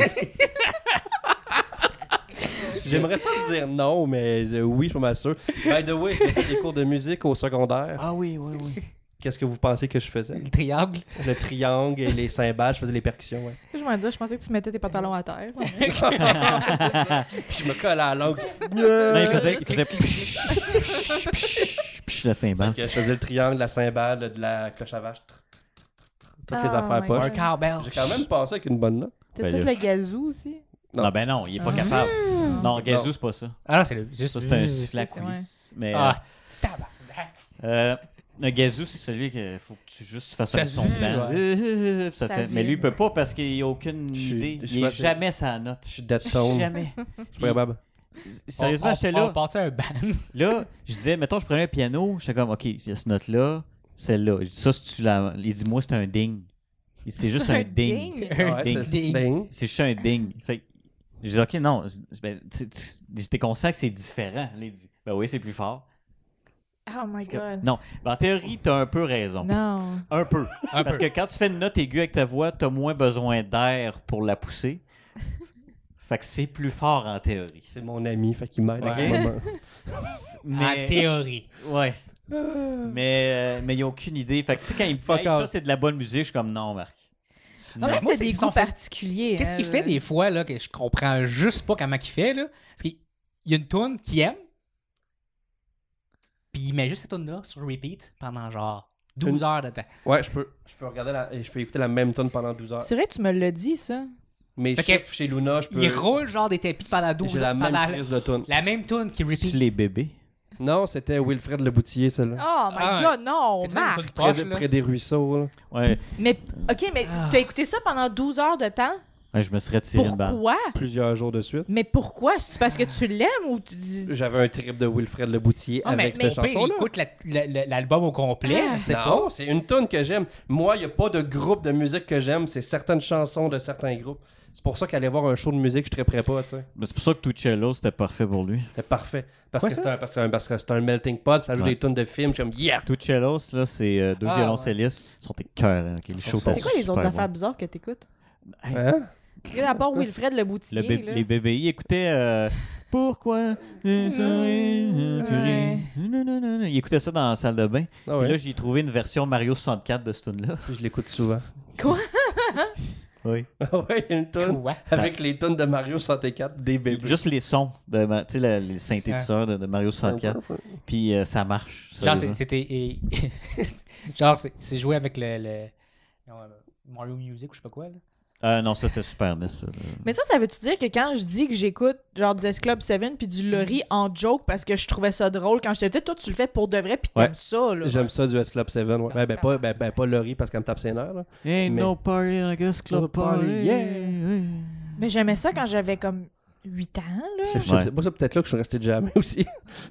Speaker 2: J'aimerais ça te dire non, mais euh, oui, je suis pas sûr. By the way, j'ai fait des cours de musique au secondaire.
Speaker 3: ah oui, oui, oui.
Speaker 2: Qu'est-ce que vous pensez que je faisais?
Speaker 1: Le triangle.
Speaker 2: Le triangle et les cymbales, je faisais les percussions. ouais.
Speaker 4: Je me dire, je pensais que tu mettais tes pantalons à terre.
Speaker 2: C'est ça. Puis je me colle à la langue.
Speaker 3: Non, il faisait. Il faisait psh, psh, psh, psh, la cymbale.
Speaker 2: Fait que euh, je faisais le triangle, la cymbale, de la cloche à vache. tr- tr- tr- tr- Toutes les
Speaker 1: Ah,
Speaker 4: Oh
Speaker 2: affaires
Speaker 4: my
Speaker 2: poches.
Speaker 1: Un cowbell.
Speaker 2: J'ai quand même passé avec une bonne note.
Speaker 4: T'as
Speaker 3: Ben
Speaker 4: fait
Speaker 3: là.
Speaker 4: le gazou aussi?
Speaker 2: Non.
Speaker 3: Non. ben non, il est pas
Speaker 4: Ah.
Speaker 3: capable. Non,
Speaker 2: Non.
Speaker 3: Gazou, c'est pas ça.
Speaker 1: Ah non, c'est le. Juste
Speaker 3: Ça, c'est un
Speaker 1: sifflet.
Speaker 3: sifflet
Speaker 4: c'est-
Speaker 3: à
Speaker 4: ouais.
Speaker 3: coulisses. Mais.
Speaker 1: Ah, tabarnak.
Speaker 3: Euh, le gazou, c'est celui qu'il faut que tu juste fasses
Speaker 1: Ça
Speaker 3: un son
Speaker 1: vue,
Speaker 3: dedans.
Speaker 1: ouais.
Speaker 3: Euh, euh, euh, puis ça
Speaker 4: Ça
Speaker 3: fait. Mais
Speaker 4: vue.
Speaker 3: lui, il peut pas parce qu'il a aucune
Speaker 2: Je suis-
Speaker 3: idée.
Speaker 2: je suis
Speaker 3: il est
Speaker 2: pas-
Speaker 3: jamais sa note.
Speaker 2: Je suis dead tone. Je
Speaker 3: Jamais.
Speaker 2: suis pas capable.
Speaker 3: Sérieusement,
Speaker 1: On-
Speaker 3: j'étais
Speaker 1: on- On
Speaker 3: là.
Speaker 1: partait un ban.
Speaker 3: Là, je disais, mettons, je prenais un piano. J'étais comme, OK, il y a cette note-là, celle-là. Je dis, ça, c'est-tu la. Il dit, moi, c'est un ding. Il dit, C'est juste un ding.
Speaker 1: Un
Speaker 2: Ouais, c'est-
Speaker 1: ding.
Speaker 2: ding.
Speaker 3: C'est juste un ding. Fait que je dis, OK, non. Ben, tu- tu- J'étais conscient que c'est différent. Là, il dit, ben oui, c'est plus fort.
Speaker 4: Oh my
Speaker 3: Parce que-
Speaker 4: god.
Speaker 3: Non, Ben, en théorie, t'as un peu raison.
Speaker 4: Non.
Speaker 3: Un peu.
Speaker 1: Un
Speaker 3: Parce
Speaker 1: peu.
Speaker 3: que quand tu fais une note aiguë avec ta voix, t'as moins besoin d'air pour la pousser. fait que c'est plus fort en théorie.
Speaker 2: C'est mon ami, fait qu'il m'aide en
Speaker 1: Ouais.
Speaker 2: ce moment.
Speaker 1: En théorie.
Speaker 3: Ouais. mais euh, mais ils n'ont aucune idée. Fait que tu sais, quand ils me disent
Speaker 2: Fuck
Speaker 3: Hey,
Speaker 2: off.
Speaker 3: ça, c'est de la bonne musique, je suis comme non, Marc.
Speaker 4: C'est vrai
Speaker 1: Moi,
Speaker 4: que Ah, t'as
Speaker 1: c'est
Speaker 4: des
Speaker 1: qu'ils sont
Speaker 4: goûts
Speaker 1: faits-
Speaker 4: particuliers.
Speaker 1: Qu'est-ce qu'il
Speaker 4: hein,
Speaker 1: fait
Speaker 4: là.
Speaker 1: des fois là, que je comprends juste pas comment il fait? Là? Parce qu'il il y a une toune qu'il aime, puis il met juste cette toune-là sur repeat pendant genre 12 heures de temps.
Speaker 2: Ouais, je peux, je peux regarder la- et je peux écouter la même tonne pendant
Speaker 3: Ah.
Speaker 2: 12 heures.
Speaker 4: C'est vrai que tu me l'as dit, ça.
Speaker 2: Mais
Speaker 1: Fait
Speaker 2: chiffres
Speaker 1: que-
Speaker 2: chez Luna, je peux.
Speaker 1: Il roule genre des tapis pendant 12
Speaker 2: J'ai
Speaker 1: heures.
Speaker 2: la même
Speaker 1: pendant-
Speaker 2: crise de tune.
Speaker 1: la même toune qui repeat.
Speaker 3: les bébés.
Speaker 2: Non, c'était Wilfred Le Boutier, celle-là.
Speaker 4: Oh my
Speaker 1: Ah,
Speaker 4: god, non,
Speaker 1: C'est
Speaker 4: Marc.
Speaker 1: une toune
Speaker 2: Près,
Speaker 1: proche,
Speaker 2: de-
Speaker 1: là.
Speaker 2: près des ruisseaux. là.
Speaker 3: Ouais.
Speaker 4: Mais, ok, mais t'as écouté ça pendant 12 heures de temps?
Speaker 3: Ouais, je me serais tiré Ah. une balle.
Speaker 4: Pourquoi?
Speaker 2: Plusieurs jours de suite.
Speaker 4: Mais pourquoi? C'est parce que tu l'aimes ou tu dis.
Speaker 2: J'avais un trip de Wilfred Le Boutier
Speaker 1: Ah, mais-
Speaker 2: avec
Speaker 1: mais
Speaker 2: cette
Speaker 1: au pire, il
Speaker 2: chanson-là.
Speaker 1: écoute la- la- la- l'album au complet,
Speaker 4: Ah.
Speaker 1: je sais pas.
Speaker 2: Non, c'est une tonne que j'aime. Moi, il n'y a pas de groupe de musique que j'aime, c'est certaines chansons de certains groupes. C'est pour ça qu'aller voir un show de musique, je ne prêt pas, tu sais.
Speaker 3: Mais C'est pour ça que Tuccello, c'était parfait pour lui.
Speaker 2: C'est parfait. Parce
Speaker 1: Quoi,
Speaker 2: que
Speaker 1: ça?
Speaker 2: c'est un, parce que c'est un- parce que c'est un melting pot, puis ça joue
Speaker 3: Ouais.
Speaker 2: des tonnes de films, je suis comme yeah!
Speaker 3: Tuccello, là, c'est euh, deux
Speaker 1: Ah,
Speaker 3: violoncellistes. Ils sont tes cœurs. le show
Speaker 2: C'est
Speaker 4: C'est quoi les
Speaker 3: super
Speaker 4: autres
Speaker 3: bon.
Speaker 4: affaires bizarres que t'écoutes?
Speaker 2: Hein?
Speaker 4: D'abord, Wilfred le
Speaker 3: Le
Speaker 4: boutier.
Speaker 3: bé-
Speaker 4: là.
Speaker 3: les bébés ils écoutaient euh, Pourquoi les souris, tu
Speaker 4: Ouais.
Speaker 3: ris. Nanana. Ils écoutaient ça dans la salle de bain.
Speaker 2: Ah
Speaker 3: Puis
Speaker 2: ouais.
Speaker 3: là, j'ai trouvé une version Mario 64 de ce tune-là.
Speaker 2: je l'écoute souvent.
Speaker 3: Oui.
Speaker 2: Ah ouais, il y a une tonne
Speaker 1: Quoi?
Speaker 2: avec les tonnes de Mario 64 des bébés.
Speaker 3: Juste les sons, de, ma- tu sais, la- les synthétiseurs de, de Mario 64. Puis euh, ça marche.
Speaker 1: Genre, c'est-
Speaker 3: sérieusement.
Speaker 1: c'était. et- Genre, c'est- c'est joué avec le, le- non, euh, Mario Music ou je sais pas quoi. Là.
Speaker 3: Euh, non, ça, c'était super nice. ça.
Speaker 4: Mais ça, ça veut-tu dire que quand je dis que j'écoute genre du S-Club 7 puis du Laurie en joke parce que je trouvais ça drôle quand j'étais petite, toi tu le fais pour de vrai puis
Speaker 3: Ouais.
Speaker 4: t'aimes ça, là.
Speaker 2: J'aime ça du S-Club 7. Ouais. Ben, ben, pas, ben, ben, pas Laurie parce qu'elle me tape ses nerfs. Là.
Speaker 3: Ain't
Speaker 2: Mais-
Speaker 3: no party like a club
Speaker 2: Club party,
Speaker 3: party.
Speaker 2: yeah.
Speaker 3: Oui.
Speaker 4: Mais j'aimais ça quand j'avais comme 8 ans, là.
Speaker 2: Je- je-
Speaker 3: Ouais.
Speaker 2: C'est pas ça peut-être là que je suis resté jamais aussi.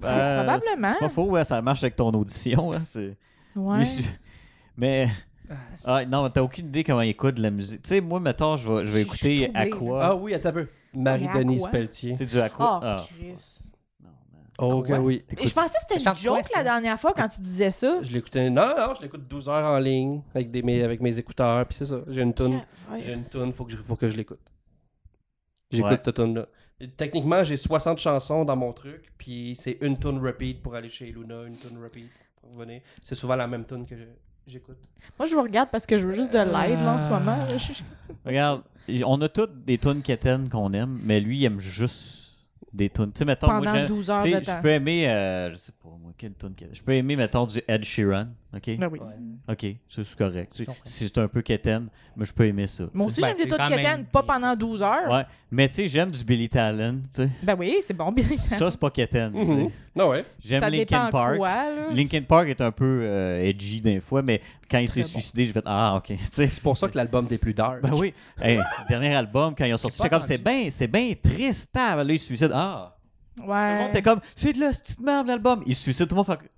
Speaker 3: Euh,
Speaker 4: Probablement.
Speaker 3: C'est pas faux, ouais, ça marche avec ton audition. hein, c'est-
Speaker 4: Ouais.
Speaker 3: Lui, c'est- Mais ah, non, t'as aucune idée comment il écoute de la musique. Tu sais, moi, mettons, je vais, je vais
Speaker 4: Je suis
Speaker 3: écouter
Speaker 4: troublée,
Speaker 3: Aqua.
Speaker 2: Ah oui, attends un peu. Marie-Denise
Speaker 4: Mais à quoi?
Speaker 2: Pelletier.
Speaker 3: C'est du
Speaker 4: Oh,
Speaker 3: Aqua. Ah.
Speaker 4: Chris.
Speaker 2: Oh, que oui.
Speaker 4: Mais je pensais que
Speaker 1: Ça
Speaker 4: c'était une
Speaker 1: chante quoi,
Speaker 4: joke
Speaker 1: ça?
Speaker 4: la dernière fois quand tu disais ça.
Speaker 2: Je l'écoutais. Non, non, je l'écoute 12 heures en ligne avec, des, mes, avec mes écouteurs. Puis c'est ça. J'ai une toune.
Speaker 4: Ouais.
Speaker 2: J'ai une toune. Faut que je, faut que je l'écoute. J'écoute
Speaker 3: Ouais.
Speaker 2: cette toune-là. Et Techniquement, j'ai 60 chansons dans mon truc. Puis c'est une toune repeat pour aller chez Luna, une toune repeat pour revenir. C'est souvent la même toune que je- j'écoute.
Speaker 4: Moi, je vous regarde parce que je veux juste
Speaker 3: Euh,
Speaker 4: de l'aide, là, en ce moment. Je- je-
Speaker 3: Regarde, j- on a toutes des tunes quétaines qu'on aime, mais lui, il aime juste des tunes. Tu sais, mettons, moi,
Speaker 4: Pendant
Speaker 3: j'aime-
Speaker 4: 12 heures
Speaker 3: tu sais,
Speaker 4: de
Speaker 3: Je
Speaker 4: temps.
Speaker 3: peux aimer, euh, je sais pas moi, quelle tune quétaine. Je peux aimer, mettons, du Ed Sheeran, OK?
Speaker 4: Ben oui.
Speaker 3: OK, ça, c'est correct. Tu sais,
Speaker 1: comprends.
Speaker 3: C'est un peu quétaine, mais je peux aimer ça.
Speaker 4: Moi
Speaker 1: C'est-
Speaker 4: aussi,
Speaker 1: ben,
Speaker 4: j'aime
Speaker 1: c'est
Speaker 4: des toutes
Speaker 1: quand même
Speaker 4: quétaines, pas
Speaker 1: bien.
Speaker 4: pendant 12 heures.
Speaker 3: Ouais, mais tu sais, j'aime du Billy Talent, tu sais.
Speaker 4: Ben oui, c'est bon, bien
Speaker 3: Ça, c'est pas quétaine, tu sais.
Speaker 2: Mhm. Non, ouais.
Speaker 3: J'aime
Speaker 4: ça
Speaker 3: Linkin
Speaker 4: dépend
Speaker 3: Park.
Speaker 4: quoi, là.
Speaker 3: Linkin Park est un peu euh, edgy des fois, mais quand il s'est
Speaker 4: Très bon.
Speaker 3: suicidé, je vais ah ok. Tu sais,
Speaker 2: C'est pour ça que l'album des plus dark.
Speaker 3: Ben oui. Hey, dernier album, quand ils ont sorti,
Speaker 1: J'ai
Speaker 3: j'étais
Speaker 1: pas
Speaker 3: comme, c'est bien, c'est bien triste. ah, Là, ils se suicident. Ah! Tout le monde
Speaker 4: Ouais.
Speaker 3: était comme, c'est de la petite merde, l'album. Ils se suicident. Tout le monde fait.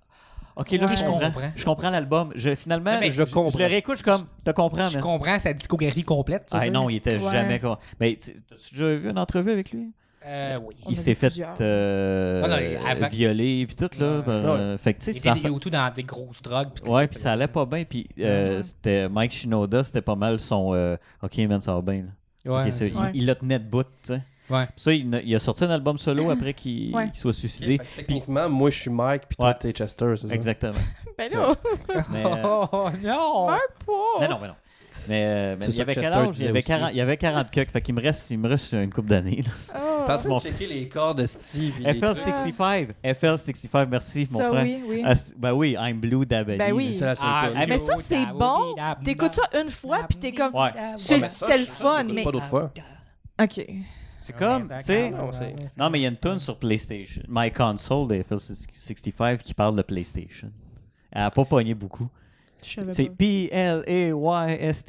Speaker 3: Ok, là,
Speaker 4: Ouais.
Speaker 3: je
Speaker 4: Je
Speaker 3: comprends.
Speaker 1: comprends.
Speaker 3: Je comprends l'album. Je, finalement,
Speaker 1: Non, mais
Speaker 3: je,
Speaker 2: je comprends.
Speaker 3: je le réécoute, je suis comme, te comprends,
Speaker 1: Je
Speaker 3: mais.
Speaker 1: comprends sa discographie complète. tu veux
Speaker 3: Ah
Speaker 1: dire?
Speaker 3: non, il était
Speaker 4: Ouais.
Speaker 3: jamais con. Mais tu- t'as-tu déjà vu une entrevue avec lui?
Speaker 1: Euh, oui.
Speaker 4: On
Speaker 3: Il
Speaker 4: a
Speaker 3: s'est
Speaker 4: vu
Speaker 3: fait
Speaker 4: plusieurs.
Speaker 3: euh,
Speaker 1: Ah non, avant-
Speaker 3: violer puis tout, là.
Speaker 1: Ouais.
Speaker 3: euh, Fait que tu sais,
Speaker 1: Il
Speaker 3: c'est dans
Speaker 1: était
Speaker 3: sa-
Speaker 1: au tout dans des grosses drogues. tout
Speaker 3: Ouais,
Speaker 1: ça,
Speaker 3: puis ça allait pas bien. Puis euh,
Speaker 4: Ouais.
Speaker 3: c'était Mike Shinoda, c'était pas mal son. euh, ok, man, ça va bien. là.
Speaker 1: Ouais.
Speaker 3: Ok, c'est- il-
Speaker 4: Ouais.
Speaker 3: Il, le tenait de bout, tu sais.
Speaker 1: Ouais.
Speaker 3: Puis ça, il, n'a- il a sorti un album solo après qu'il
Speaker 4: Ouais.
Speaker 3: qu'il soit
Speaker 2: Ok, fait
Speaker 3: suicidé.
Speaker 2: que Techniquement, moi, je suis Mike, puis toi,
Speaker 3: Ouais.
Speaker 2: t'es Chester, c'est ça?
Speaker 3: Exactement.
Speaker 4: Ben là,
Speaker 3: Mais,
Speaker 1: Oh,
Speaker 3: euh,
Speaker 1: oh, oh, non!
Speaker 4: meurs pas!
Speaker 3: mais non, mais non. Mais, euh, mais
Speaker 2: C'est
Speaker 3: il y
Speaker 2: ça
Speaker 3: avait
Speaker 2: que
Speaker 3: quel
Speaker 2: Chester
Speaker 3: âge? Il y avait
Speaker 2: disait
Speaker 3: 40, il y avait 40 cucks. Fait qu'il me reste, il me reste une couple d'années. là.
Speaker 4: Oh.
Speaker 2: T'as
Speaker 3: mon-
Speaker 2: checker les corps de Steve. puis les trucs.
Speaker 3: FL65. FL65, merci, mon
Speaker 4: Ça,
Speaker 3: frère.
Speaker 4: oui, oui.
Speaker 3: Ah, c'est- ben oui, I'm Blue d'Abelli.
Speaker 4: Ben oui.
Speaker 2: C'est la seule
Speaker 1: Ah,
Speaker 2: tonne.
Speaker 3: mais
Speaker 4: Mais ça, c'est bon. T'écoutes ça une fois, puis t'es comme.
Speaker 3: Ouais. ben
Speaker 4: C'est
Speaker 2: Ah, mais ça,
Speaker 4: c'était le
Speaker 2: je-
Speaker 4: fun,
Speaker 2: j'écoute
Speaker 4: mais. Ah,
Speaker 2: pas d'autres fois.
Speaker 4: Ok.
Speaker 3: C'est
Speaker 1: ah,
Speaker 3: comme, tu sais.
Speaker 2: Non, c'est-
Speaker 3: Non, mais il y a une tune sur PlayStation. My Console de FL65 qui parle de PlayStation. Elle a pas pogné beaucoup. C'est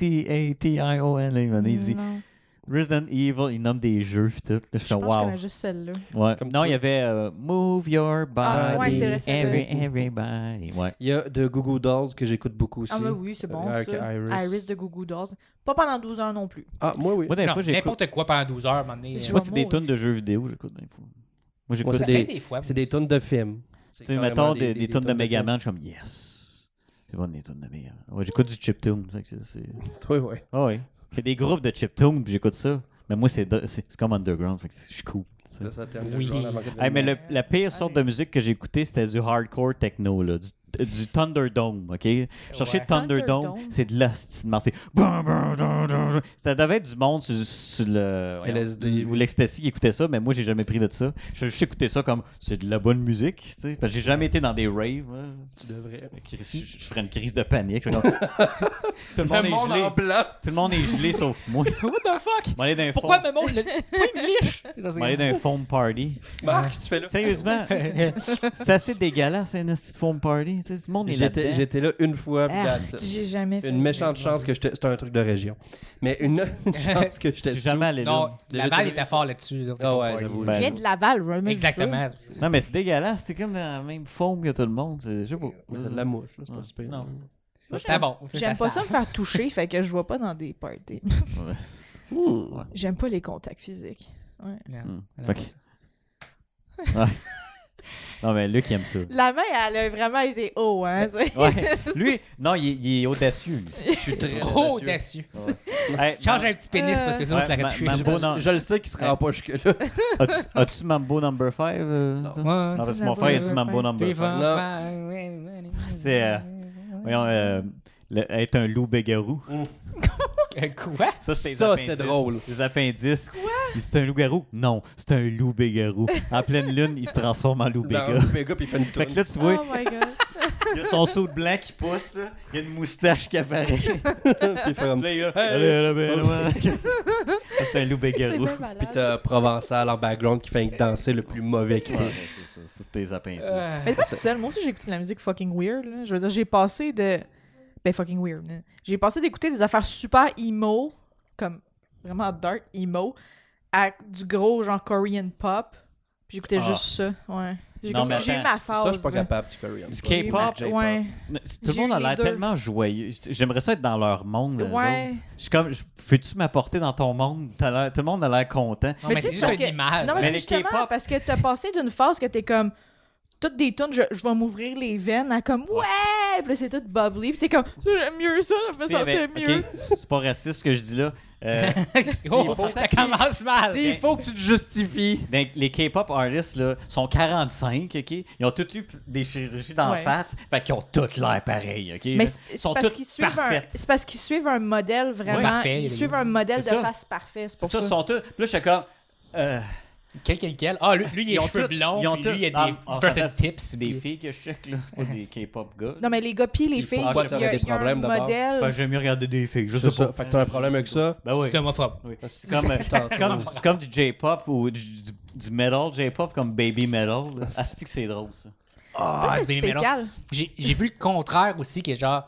Speaker 3: P-L-A-Y-S-T-A-T-I-O-N. Il m'en a dit
Speaker 4: Non.
Speaker 3: Resident Evil, il nomme des jeux. pis tout. Là, je suis
Speaker 4: Mm. Je
Speaker 3: comme,
Speaker 4: pense qu'on
Speaker 3: wow.
Speaker 4: a juste celle-là.
Speaker 3: Ouais.
Speaker 2: Comme
Speaker 3: Non,
Speaker 2: tu
Speaker 3: il y
Speaker 2: veux.
Speaker 3: avait euh, Move Your Body.
Speaker 4: Ah,
Speaker 2: ouais, c'est vrai,
Speaker 4: c'est
Speaker 3: every,
Speaker 4: vrai.
Speaker 3: Everybody. Ouais.
Speaker 2: Il y a de Goo Goo Dolls que j'écoute beaucoup aussi.
Speaker 4: Ah, bah oui, c'est bon.
Speaker 2: Avec
Speaker 4: ça.
Speaker 2: Iris.
Speaker 4: Iris. de Google Dolls. Pas pendant 12 heures non plus.
Speaker 2: Ah, moi, oui.
Speaker 3: Moi, des fois, j'écoute.
Speaker 1: N'importe quoi pendant 12 heures, à un moment donné.
Speaker 4: Je
Speaker 1: euh,
Speaker 3: Moi, c'est des
Speaker 4: Maudit.
Speaker 3: tunes de jeux vidéo, j'écoute des fois. Moi, j'écoute.
Speaker 2: c'est
Speaker 1: ça
Speaker 2: des-
Speaker 1: fait fois,
Speaker 2: C'est
Speaker 1: moi
Speaker 2: des
Speaker 1: aussi.
Speaker 2: tonnes de films. c'est
Speaker 3: Tu sais,
Speaker 2: carrément
Speaker 3: mettons des, des, tunes de
Speaker 2: films.
Speaker 3: Megaman, je suis comme yes. C'est bon, des tunes de Megaman. Ouais, j'écoute du chiptune. fait que c'est- c'est-
Speaker 2: Oui, oui.
Speaker 3: Ah ouais. J'ai des groupes de chiptune, puis j'écoute ça. Mais moi, c'est de- c'est c'est comme underground, fait que c'est- je suis cool. tu sais.
Speaker 2: Ça, ça termine
Speaker 1: Oui.
Speaker 2: le genre avant que-
Speaker 3: Hey, mais le- la pire sorte de musique que j'ai écoutée, c'était du hardcore techno, là, du, du Thunderdome, OK? Chercher
Speaker 1: Ouais.
Speaker 3: Thunderdome,
Speaker 4: Thunderdome.
Speaker 3: c'est de la c'est de marcher. Brum, brum, brum, brum, brum. Ça devait être du monde sur, sur le... voyons,
Speaker 2: LSD.
Speaker 3: Ou l'ecstasy qui écoutait ça, mais moi, j'ai jamais pris de ça. J'ai juste écouté ça comme, c'est de la bonne musique, tu sais, parce que j'ai jamais été dans des raves. hein.
Speaker 2: Tu devrais.
Speaker 3: Chris, Je, je ferais une crise de panique. Je vais comme, tout, le monde est gelé,
Speaker 2: blanc.
Speaker 3: tout le monde est gelé, sauf moi.
Speaker 1: What the fuck?
Speaker 3: Je vais aller dans un
Speaker 1: Pourquoi
Speaker 3: foam-
Speaker 1: me montre le. Pourquoi il me liche?
Speaker 3: je vais aller dans un foam party.
Speaker 2: Marc, tu fais là.
Speaker 3: Sérieusement, c'est assez dégueulasse, un petit foam party. Tu sais, tout le monde est
Speaker 2: J'étais
Speaker 3: là-dedans.
Speaker 2: j'étais là une fois. puis
Speaker 3: Ah,
Speaker 2: that's it.
Speaker 4: J'ai jamais fait.
Speaker 2: Une méchante chance que j'étais. C'était un truc de région. Mais une, une chance que
Speaker 3: Je
Speaker 2: j'étais.
Speaker 3: suis
Speaker 2: sous.
Speaker 3: jamais allé là.
Speaker 1: Non,
Speaker 2: Déjà,
Speaker 1: la balle
Speaker 2: t'as-
Speaker 1: était fort là-dessus. là,
Speaker 2: Ah ouais,
Speaker 1: pour-
Speaker 2: j'avoue.
Speaker 4: Je
Speaker 3: Ben,
Speaker 4: viens de Laval, remember.
Speaker 1: Exactement.
Speaker 3: Non, mais c'est dégueulasse. T'es comme dans la même foam que tout le monde. c'est- Je sais pas.
Speaker 2: Mais c'est de la mouche, là, c'est
Speaker 3: Ouais.
Speaker 2: pas super.
Speaker 3: Non.
Speaker 1: C'était bon.
Speaker 4: J'aime pas ça me faire toucher, fait que je vois pas dans des parties.
Speaker 2: Hmm.
Speaker 4: J'aime pas les contacts physiques.
Speaker 3: Hmm.
Speaker 1: Non,
Speaker 3: Fait que- Non, mais Luc, il aime ça.
Speaker 4: La main, elle a vraiment été haut, hein. c'est-
Speaker 3: Ouais. Lui, non, il, est- il est audacieux. lui.
Speaker 2: Je suis très
Speaker 1: Trop
Speaker 2: audacieux.
Speaker 1: Oh, audacieux.
Speaker 3: Hey,
Speaker 1: Change un petit pénis parce que sinon
Speaker 3: Ouais,
Speaker 1: tu l'aurais
Speaker 3: ma-
Speaker 1: touché.
Speaker 3: ma-
Speaker 1: Ouais,
Speaker 3: Bon, non.
Speaker 2: Je, je le sais qu'il se rend Ah, pas jusque-là.
Speaker 3: As-tu as-tu Mambo Number euh, 5?
Speaker 2: Non.
Speaker 3: Non, parce que
Speaker 4: Mambo
Speaker 3: mon frère, il a dit
Speaker 4: number
Speaker 3: Mambo
Speaker 1: Three,
Speaker 3: Number
Speaker 4: five.
Speaker 3: 5.
Speaker 1: four,
Speaker 2: Non.
Speaker 1: five.
Speaker 3: C'est, euh, Voyons, euh, le- être un loup bégarou.
Speaker 1: Euh, Quoi?
Speaker 3: Ça, c'est les
Speaker 2: Ça,
Speaker 3: appendices.
Speaker 2: c'est drôle.
Speaker 3: Les appendices. Quoi? C'est un loup-garou? Non, c'est un loup bégarou. En pleine lune, il se transforme en loup
Speaker 2: Dans
Speaker 3: bégarou.
Speaker 2: le Béga, puis il fait une
Speaker 3: Fait
Speaker 2: tournée.
Speaker 3: que là, tu vois,
Speaker 4: Oh my god.
Speaker 3: il y a son saut de blanc qui pousse. là. Il y a une moustache qui apparaît. Puis
Speaker 2: puis il fait comme-
Speaker 3: là, il y a- Allez, allez, ben, ouais. Ça, C'est un loup
Speaker 4: C'est
Speaker 3: bégarou.
Speaker 4: bien malade.
Speaker 2: Puis t'as euh, Provençal en background qui fait danser le plus mauvais qu'il peut.
Speaker 3: Ouais, c'est ça. Ça, c'est tes appendices.
Speaker 1: Euh,
Speaker 4: Mais pas tout seul. Moi aussi, j'ai écouté de la musique fucking weird. là. Je veux dire, j'ai passé de. Ben, fucking weird. là. J'ai passé d'écouter des affaires super emo, comme vraiment dark emo, à du gros genre Korean pop. Puis j'écoutais
Speaker 3: Ah.
Speaker 4: juste ça. Ouais. J'ai
Speaker 3: Non,
Speaker 4: comme-
Speaker 3: mais
Speaker 4: j'ai eu
Speaker 3: attends,
Speaker 4: ma phase.
Speaker 2: Ça, je suis pas
Speaker 4: là.
Speaker 2: capable du Korean.
Speaker 3: Du
Speaker 4: J'ai eu ma-
Speaker 3: K-pop,
Speaker 2: J-pop.
Speaker 4: Ouais.
Speaker 3: tout le
Speaker 4: J'ai
Speaker 3: monde
Speaker 4: eu
Speaker 3: a
Speaker 4: les
Speaker 3: l'air
Speaker 4: deux.
Speaker 3: tellement joyeux. J'aimerais ça être dans leur monde. eux
Speaker 4: Ouais.
Speaker 3: autres. Je suis comme, je- peux-tu m'apporter dans ton monde? T'as l'air- tout le monde a l'air content.
Speaker 1: Non,
Speaker 4: Mais
Speaker 1: mais
Speaker 4: tu sais,
Speaker 1: c'est juste
Speaker 4: parce
Speaker 1: une
Speaker 4: que-
Speaker 1: image.
Speaker 3: Ah,
Speaker 4: Non, mais,
Speaker 3: Mais
Speaker 4: c'est
Speaker 3: les
Speaker 4: justement
Speaker 3: K-pop-
Speaker 4: parce que t'as passé d'une phase que t'es comme. Toutes des tunes, je, je vais m'ouvrir les veines à comme ouais, puis là, c'est tout bubbly, puis t'es comme Ça, j'aime mieux ça, je me
Speaker 3: Tu sais,
Speaker 4: sentir
Speaker 3: mais-
Speaker 4: mieux.
Speaker 3: ok, c'est c'est pas raciste ce que je dis là. Euh,
Speaker 1: Oh,
Speaker 3: si,
Speaker 1: ça commence mal.
Speaker 2: S'il faut que tu te justifies.
Speaker 3: ben, les K-pop artists là, sont 45, ok? Ils ont tous eu des chirurgies d'en
Speaker 4: Ouais.
Speaker 3: face, fait qu'ils ont toutes l'air pareil, ok?
Speaker 4: Mais
Speaker 3: là.
Speaker 4: c'est
Speaker 3: sont
Speaker 4: c'est parce
Speaker 3: toutes
Speaker 4: qu'ils suivent, un-
Speaker 3: parfaites.
Speaker 4: c'est parce qu'ils suivent un modèle vraiment.
Speaker 1: Ouais, parfait,
Speaker 4: ils
Speaker 1: les
Speaker 4: suivent
Speaker 1: gars.
Speaker 4: un modèle de
Speaker 3: C'est ça.
Speaker 4: face parfait, c'est
Speaker 3: C'est
Speaker 4: pour
Speaker 3: ça,
Speaker 4: ça.
Speaker 3: sont toutes. Puis là, je suis comme. euh,
Speaker 1: Quel, quel, quel? Ah, lui, lui, il
Speaker 3: ils
Speaker 1: a
Speaker 3: ont
Speaker 1: les cheveux
Speaker 3: toutes-
Speaker 1: blonds,
Speaker 3: ils ont
Speaker 1: puis lui,
Speaker 3: toutes-
Speaker 1: il a
Speaker 3: Ah,
Speaker 1: des
Speaker 3: on
Speaker 1: perfect
Speaker 3: s'entend,
Speaker 1: tips.
Speaker 3: C'est des
Speaker 1: puis-
Speaker 3: filles que je check, là. C'est pas des K-pop gars.
Speaker 4: Non, mais les gars pis les
Speaker 1: Ils
Speaker 4: filles,
Speaker 1: pensent
Speaker 2: que
Speaker 4: il y a,
Speaker 2: t'aurais des
Speaker 4: il y a un
Speaker 2: problèmes d'abord.
Speaker 4: modèle.
Speaker 3: Ben, j'aime mieux regarder des filles, je
Speaker 2: C'est
Speaker 3: sais
Speaker 2: ça.
Speaker 3: pas.
Speaker 2: Fait que t'as un problème avec ça.
Speaker 3: Ben oui.
Speaker 1: C'est homophobe.
Speaker 3: oui.
Speaker 2: C'est
Speaker 3: C'est comme, euh,
Speaker 2: putain,
Speaker 3: c'est comme, c'est comme du J-pop ou du, du- du metal J-pop comme baby metal. là. Ah, c'est que c'est drôle ça.
Speaker 4: ça,
Speaker 1: Ah,
Speaker 4: c'est
Speaker 1: des mélons.
Speaker 4: spécial.
Speaker 1: J'ai j'ai vu le contraire aussi, qui est genre,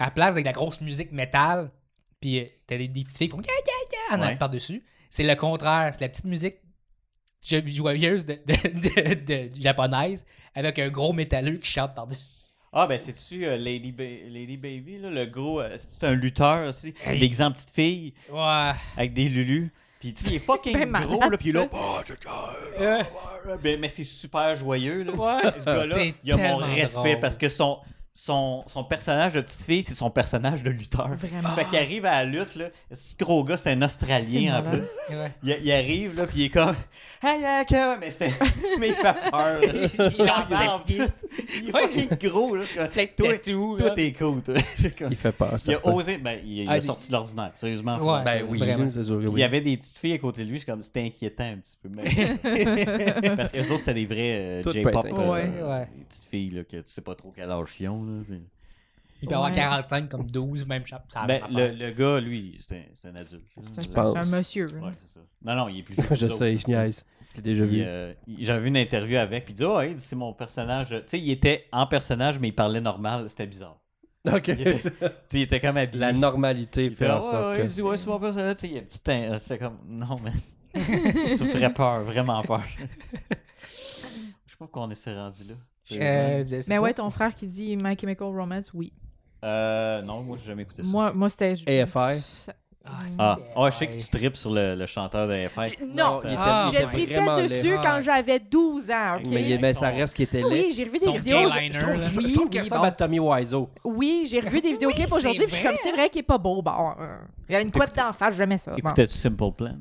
Speaker 1: à la place avec de la grosse musique métal, puis euh, t'as des, des petites filles qui font ya, ya, ya, en
Speaker 3: Ouais.
Speaker 1: allant par-dessus. C'est le contraire, c'est la petite musique jo- joyeuse de, de- de- de- de- japonaise avec un gros métalleux qui chante par-dessus.
Speaker 3: Ah ben c'est-tu euh, Lady, Ba- Lady Baby, là, le gros, euh, c'est un lutteur aussi, l'exemple petite fille
Speaker 1: Ouais.
Speaker 3: avec des lulus. Puis tu sais, il est fucking
Speaker 4: Ben malade,
Speaker 3: gros là, puis là, Ah,
Speaker 4: ça.
Speaker 1: Euh,
Speaker 3: ben, mais c'est super joyeux là.
Speaker 1: ouais.
Speaker 3: Ce gars-là,
Speaker 1: C'est
Speaker 3: il a mon
Speaker 1: tellement
Speaker 3: respect
Speaker 1: drôle.
Speaker 3: parce que son, son, son personnage de petite fille, c'est son personnage de lutteur.
Speaker 4: Vraiment.
Speaker 3: Fait qu'il arrive à la lutte là, ce gros gars c'est un Australien en
Speaker 4: malade.
Speaker 3: plus.
Speaker 1: Ouais.
Speaker 3: Il, il arrive, là, puis il est comme « Hey, hey, que- Mais c'était... Mais il fait peur, là.
Speaker 1: Il
Speaker 3: J'en
Speaker 1: est
Speaker 3: sens plus. Il est
Speaker 1: Ouais.
Speaker 3: fucking gros, là. Je suis comme,
Speaker 1: Plein de
Speaker 3: Toi-
Speaker 1: tattoos, là.
Speaker 3: Toi, t'es cool, toi. Je suis comme,
Speaker 2: Il fait peur,
Speaker 3: Il
Speaker 2: ça.
Speaker 3: a osé... Ben, il, il
Speaker 1: Ah,
Speaker 3: a
Speaker 1: il-
Speaker 3: sorti de l'ordinaire, sérieusement.
Speaker 1: Ouais.
Speaker 3: François.
Speaker 1: Ben
Speaker 2: oui,
Speaker 1: Vraiment.
Speaker 2: c'est sûr que
Speaker 3: Puis
Speaker 2: oui.
Speaker 3: Il y avait des petites filles à côté de lui, c'est comme c'était inquiétant un petit peu. Mais... Parce que autres, c'était des vrais euh,
Speaker 2: Tout peut
Speaker 3: J-pop.
Speaker 2: être
Speaker 3: euh,
Speaker 4: Ouais.
Speaker 1: Ouais.
Speaker 3: des petites filles là, que tu sais pas trop quel âge ils ont. Là, puis-
Speaker 1: Il peut avoir
Speaker 4: Ouais.
Speaker 1: 45 comme 12, même chape. ça a
Speaker 3: ben,
Speaker 1: même
Speaker 3: le,
Speaker 1: affaire.
Speaker 3: le gars, lui, c'est un, c'est un adulte.
Speaker 4: C'est
Speaker 2: Tu
Speaker 4: un-
Speaker 2: penses?
Speaker 4: c'est un monsieur. là.
Speaker 3: Ah, Ouais, c'est ça. Non, non, il est plus vieux que
Speaker 2: Je
Speaker 3: nous
Speaker 2: sais,
Speaker 3: autres.
Speaker 2: je niaise. J'ai déjà
Speaker 3: Puis,
Speaker 2: vu.
Speaker 3: euh, il- J'avais vu une interview avec, puis il dit Oh, hey, c'est mon personnage. Tu sais, il était en personnage, mais il parlait normal, c'était bizarre.
Speaker 2: Ok.
Speaker 3: Il était, tu sais, il était comme habillé.
Speaker 2: La normalité
Speaker 3: il était
Speaker 2: fait en
Speaker 3: comme, ouais,
Speaker 2: sorte
Speaker 3: ouais, il
Speaker 2: que.
Speaker 3: dit, ouais, c'est mon personnage. Tu sais, il y a un petit teint. C'est comme Non, mais. tu me ferais peur, vraiment peur. Je sais pas pourquoi on s'est rendu là.
Speaker 1: Euh, je sais
Speaker 4: Mais
Speaker 1: pas.
Speaker 4: ouais, ton frère qui dit My Chemical Romance, oui.
Speaker 3: Euh, non, moi, j'ai jamais écouté ça.
Speaker 4: Moi, moi c'était.
Speaker 2: AFI.
Speaker 4: Ça-
Speaker 3: Ah, Ah, je sais que tu tripes sur le, le chanteur de FR.
Speaker 4: Non,
Speaker 2: il était-
Speaker 1: Ah,
Speaker 2: il
Speaker 4: je
Speaker 2: était vraiment
Speaker 4: tripais dessus
Speaker 2: laid.
Speaker 1: laid.
Speaker 4: quand j'avais 12 ans, OK? Ah
Speaker 2: Mais, mais ça reste qu'il était laid.
Speaker 4: Oui, j'ai revu des
Speaker 1: Son
Speaker 4: vidéos. je-
Speaker 1: eyeliner,
Speaker 4: je trouve-
Speaker 1: là.
Speaker 2: Je-
Speaker 4: oui,
Speaker 2: je trouve qu'il
Speaker 4: oui,
Speaker 2: ressemble
Speaker 4: bon.
Speaker 2: à Tommy Wiseau.
Speaker 4: Oui, j'ai revu des vidéoclips
Speaker 1: c'est
Speaker 4: aujourd'hui, puis je suis
Speaker 1: vrai.
Speaker 4: comme, c'est vrai qu'il est pas beau. Bon, euh, il y avait une couette d'en face, j'aimais ça. Bon.
Speaker 3: Écoutais-tu Simple Plan?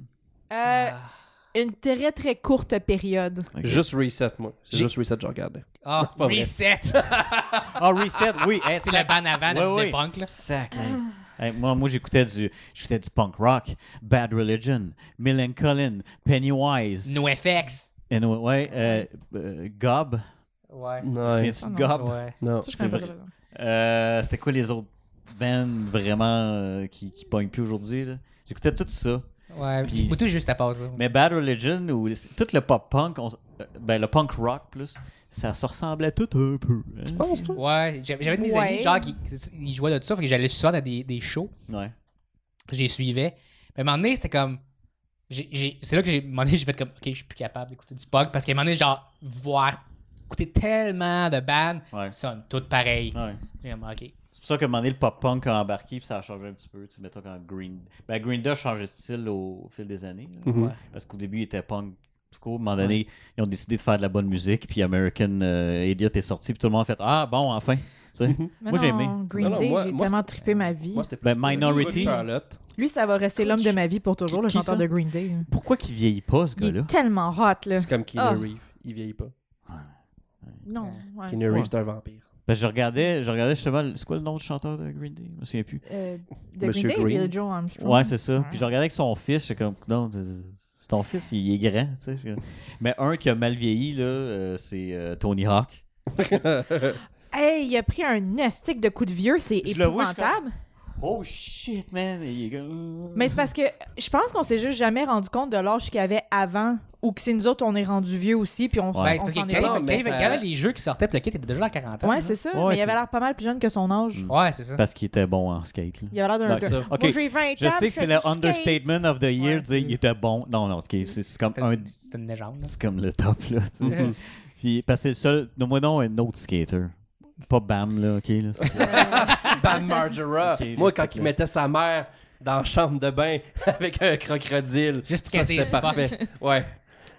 Speaker 4: Euh, une très, très courte période.
Speaker 3: Ok.
Speaker 2: Juste Reset, moi. C'est
Speaker 1: J'ai-
Speaker 2: juste Reset, que je regardais.
Speaker 1: Ah,
Speaker 2: pas vrai.
Speaker 1: reset!
Speaker 3: Ah, Reset, oui. hey,
Speaker 1: C'est
Speaker 3: ça-
Speaker 1: le ban avant de
Speaker 3: Ouais, ouais.
Speaker 1: des punks, là.
Speaker 3: Sac, hey. Hey, moi, moi j'écoutais du, j'écoutais du punk rock, Bad Religion, Millencolin, Pennywise,
Speaker 1: NoFX.
Speaker 3: and, ouais, euh, euh, Gob.
Speaker 1: Ouais.
Speaker 2: Non.
Speaker 3: C'est
Speaker 4: Ah
Speaker 3: du
Speaker 4: non.
Speaker 3: Gob.
Speaker 1: Ouais.
Speaker 2: Non.
Speaker 4: Ça, je
Speaker 3: c'est
Speaker 4: connais pas
Speaker 3: vrai.
Speaker 4: ça, par
Speaker 3: Euh, c'était quoi les autres bands vraiment euh, qui, qui pognent plus aujourd'hui? là? J'écoutais tout ça.
Speaker 1: Ouais.
Speaker 3: Puis-
Speaker 1: Puis tout juste ta pause, là.
Speaker 3: Mais Bad Religion ou les- tout le pop punk, on s- euh, ben, le punk rock plus, ça se ressemblait tout un peu. hein?
Speaker 1: Ouais, j'avais j'avais de mes
Speaker 4: Ouais.
Speaker 1: amis, genre, qui ils jouaient de tout ça, fait que j'allais souvent dans des, des shows,
Speaker 3: Ouais.
Speaker 1: je les suivais. Mais à un moment donné, c'était comme. j'ai- j'ai- C'est là que j'ai à un moment donné, j'ai fait comme, ok, je suis plus capable d'écouter du punk, parce qu'à un moment donné, genre, voir, écouter tellement de bandes,
Speaker 3: Ouais.
Speaker 1: ils sonnent toutes pareilles.
Speaker 3: Ouais.
Speaker 1: J'ai comme, ok. Ben,
Speaker 3: C'est pour ça qu'à un moment donné, le pop-punk a embarqué, puis ça a changé un petit peu. Tu sais, mettons quand Green... Ben, Green Day a changé de style au, au fil des années. là.
Speaker 2: Mhm.
Speaker 1: Ouais.
Speaker 3: Parce qu'au début, il était punk. tout court. à un moment donné, ils ont décidé de faire de la bonne musique, puis American euh, Idiot est sorti, puis tout le monde a fait « Ah, bon, enfin! » Tu sais.
Speaker 4: Mais
Speaker 3: Moi, j'ai aimé.
Speaker 4: non, Green
Speaker 2: Non, non,
Speaker 4: Day,
Speaker 2: moi-
Speaker 4: j'ai
Speaker 2: moi,
Speaker 4: tellement
Speaker 2: c'était-
Speaker 4: trippé ma vie.
Speaker 2: Moi, c'était
Speaker 3: Ben,
Speaker 2: plus-
Speaker 3: Minority.
Speaker 2: Charlotte.
Speaker 4: Lui, ça va rester l'homme de ma vie pour toujours, le
Speaker 3: Qui
Speaker 4: chanteur
Speaker 3: ça?
Speaker 4: de Green Day. hein.
Speaker 3: Pourquoi qu'il vieillit pas, ce
Speaker 4: Il
Speaker 3: gars-là?
Speaker 4: est tellement hot, là.
Speaker 2: C'est comme Keanu
Speaker 4: Ah.
Speaker 2: Reeves. Il vieillit pas.
Speaker 4: Non. ouais,
Speaker 2: Keanu
Speaker 4: c'est-
Speaker 2: Reeves, c'est un vampire.
Speaker 3: Ben, je regardais, je regardais justement, le- c'est quoi le nom du chanteur de Green Day? Je me souviens plus.
Speaker 4: Euh, de
Speaker 2: Monsieur
Speaker 4: Green Day,
Speaker 2: Green.
Speaker 4: Billy Joe Armstrong.
Speaker 3: Ouais, c'est ça. Puis je regardais avec son fils, c'est comme, non, c'est- c'est ton fils, il est grand, tu sais. c'est- Mais un qui a mal vieilli, là, euh, c'est euh, Tony Hawk.
Speaker 4: Hey, il a pris un estique de coup de vieux, c'est
Speaker 3: Je le vois, je suis
Speaker 4: épouvantable.
Speaker 3: Oh shit, man! Il est comme... euh.
Speaker 4: Mais c'est parce que je pense qu'on s'est juste jamais rendu compte de l'âge qu'il avait avant ou que c'est nous autres, on est rendu vieux aussi, puis on,
Speaker 3: Ouais,
Speaker 1: Ben,
Speaker 4: on
Speaker 1: c'est parce
Speaker 4: s'en
Speaker 1: que
Speaker 4: est
Speaker 1: quand,
Speaker 2: rendu
Speaker 1: quand, il-
Speaker 2: compte.
Speaker 1: quand il y avait les jeux qui sortaient, puis le kit était déjà à 40 ans.
Speaker 4: Ouais,
Speaker 1: là.
Speaker 4: c'est ça,
Speaker 3: Ouais,
Speaker 4: mais il avait
Speaker 3: c'est-
Speaker 4: l'air pas mal plus jeune que son âge.
Speaker 3: Mm.
Speaker 1: Ouais, c'est ça.
Speaker 3: Parce qu'il était bon en skate. Là.
Speaker 4: Il avait l'air d'un
Speaker 2: Ouais,
Speaker 4: gars.
Speaker 2: ça.
Speaker 4: Moi,
Speaker 3: Ok,
Speaker 4: j'ai 20 ans.
Speaker 3: Je sais que c'est
Speaker 4: je fais
Speaker 3: le
Speaker 4: du skate.
Speaker 3: understatement of the year,
Speaker 4: Ouais.
Speaker 3: de dire il était bon. Non, non, c'est c'est- c'est comme
Speaker 1: C'est
Speaker 3: un,
Speaker 1: une- C'est une légende. là.
Speaker 3: c'est comme le top là. tu sais.
Speaker 4: Mm-hmm.
Speaker 3: Puis parce que c'est le seul, non, moi non, un autre skater, pas Bam là, ok là. c'est-
Speaker 2: Bam Margera.
Speaker 3: Ok,
Speaker 2: Moi,
Speaker 3: là,
Speaker 2: quand
Speaker 3: c'était
Speaker 2: il
Speaker 3: clair.
Speaker 2: mettait sa mère dans la chambre de bain avec un crocodile,
Speaker 1: Juste pour
Speaker 2: ça,
Speaker 1: qu'elle dise
Speaker 2: c'était
Speaker 1: fuck.
Speaker 2: parfait. Ouais.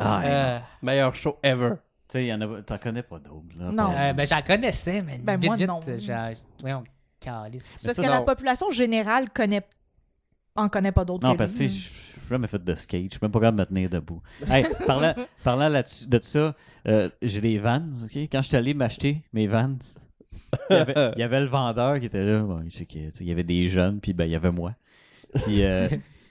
Speaker 3: Ah, ouais.
Speaker 1: Euh,
Speaker 2: Meilleur show ever.
Speaker 3: tu sais, il y en a, t'en connais pas d'autres là.
Speaker 4: Non.
Speaker 3: pas-
Speaker 1: euh, ben, j'en connaissais, mais
Speaker 4: Ben,
Speaker 1: vite,
Speaker 4: moi,
Speaker 1: vite,
Speaker 4: non.
Speaker 1: j'en- ouais, on calisse.
Speaker 4: C'est parce
Speaker 3: ça,
Speaker 4: que
Speaker 2: ça-
Speaker 4: la population générale connaît... en connaît pas d'autres
Speaker 3: Non,
Speaker 4: que
Speaker 3: parce que
Speaker 4: lui.
Speaker 3: tu sais, je je suis jamais fait de skate. Je suis même pas capable de me tenir debout. Hey, parlant parlant là-dessus- de ça, euh, j'ai des vans. ok? Quand je suis allé m'acheter mes vans, il y, avait, il y avait le vendeur qui était là. Bon, il sait que, tu sais, il y avait des jeunes, puis ben, il y avait moi. Puis, euh,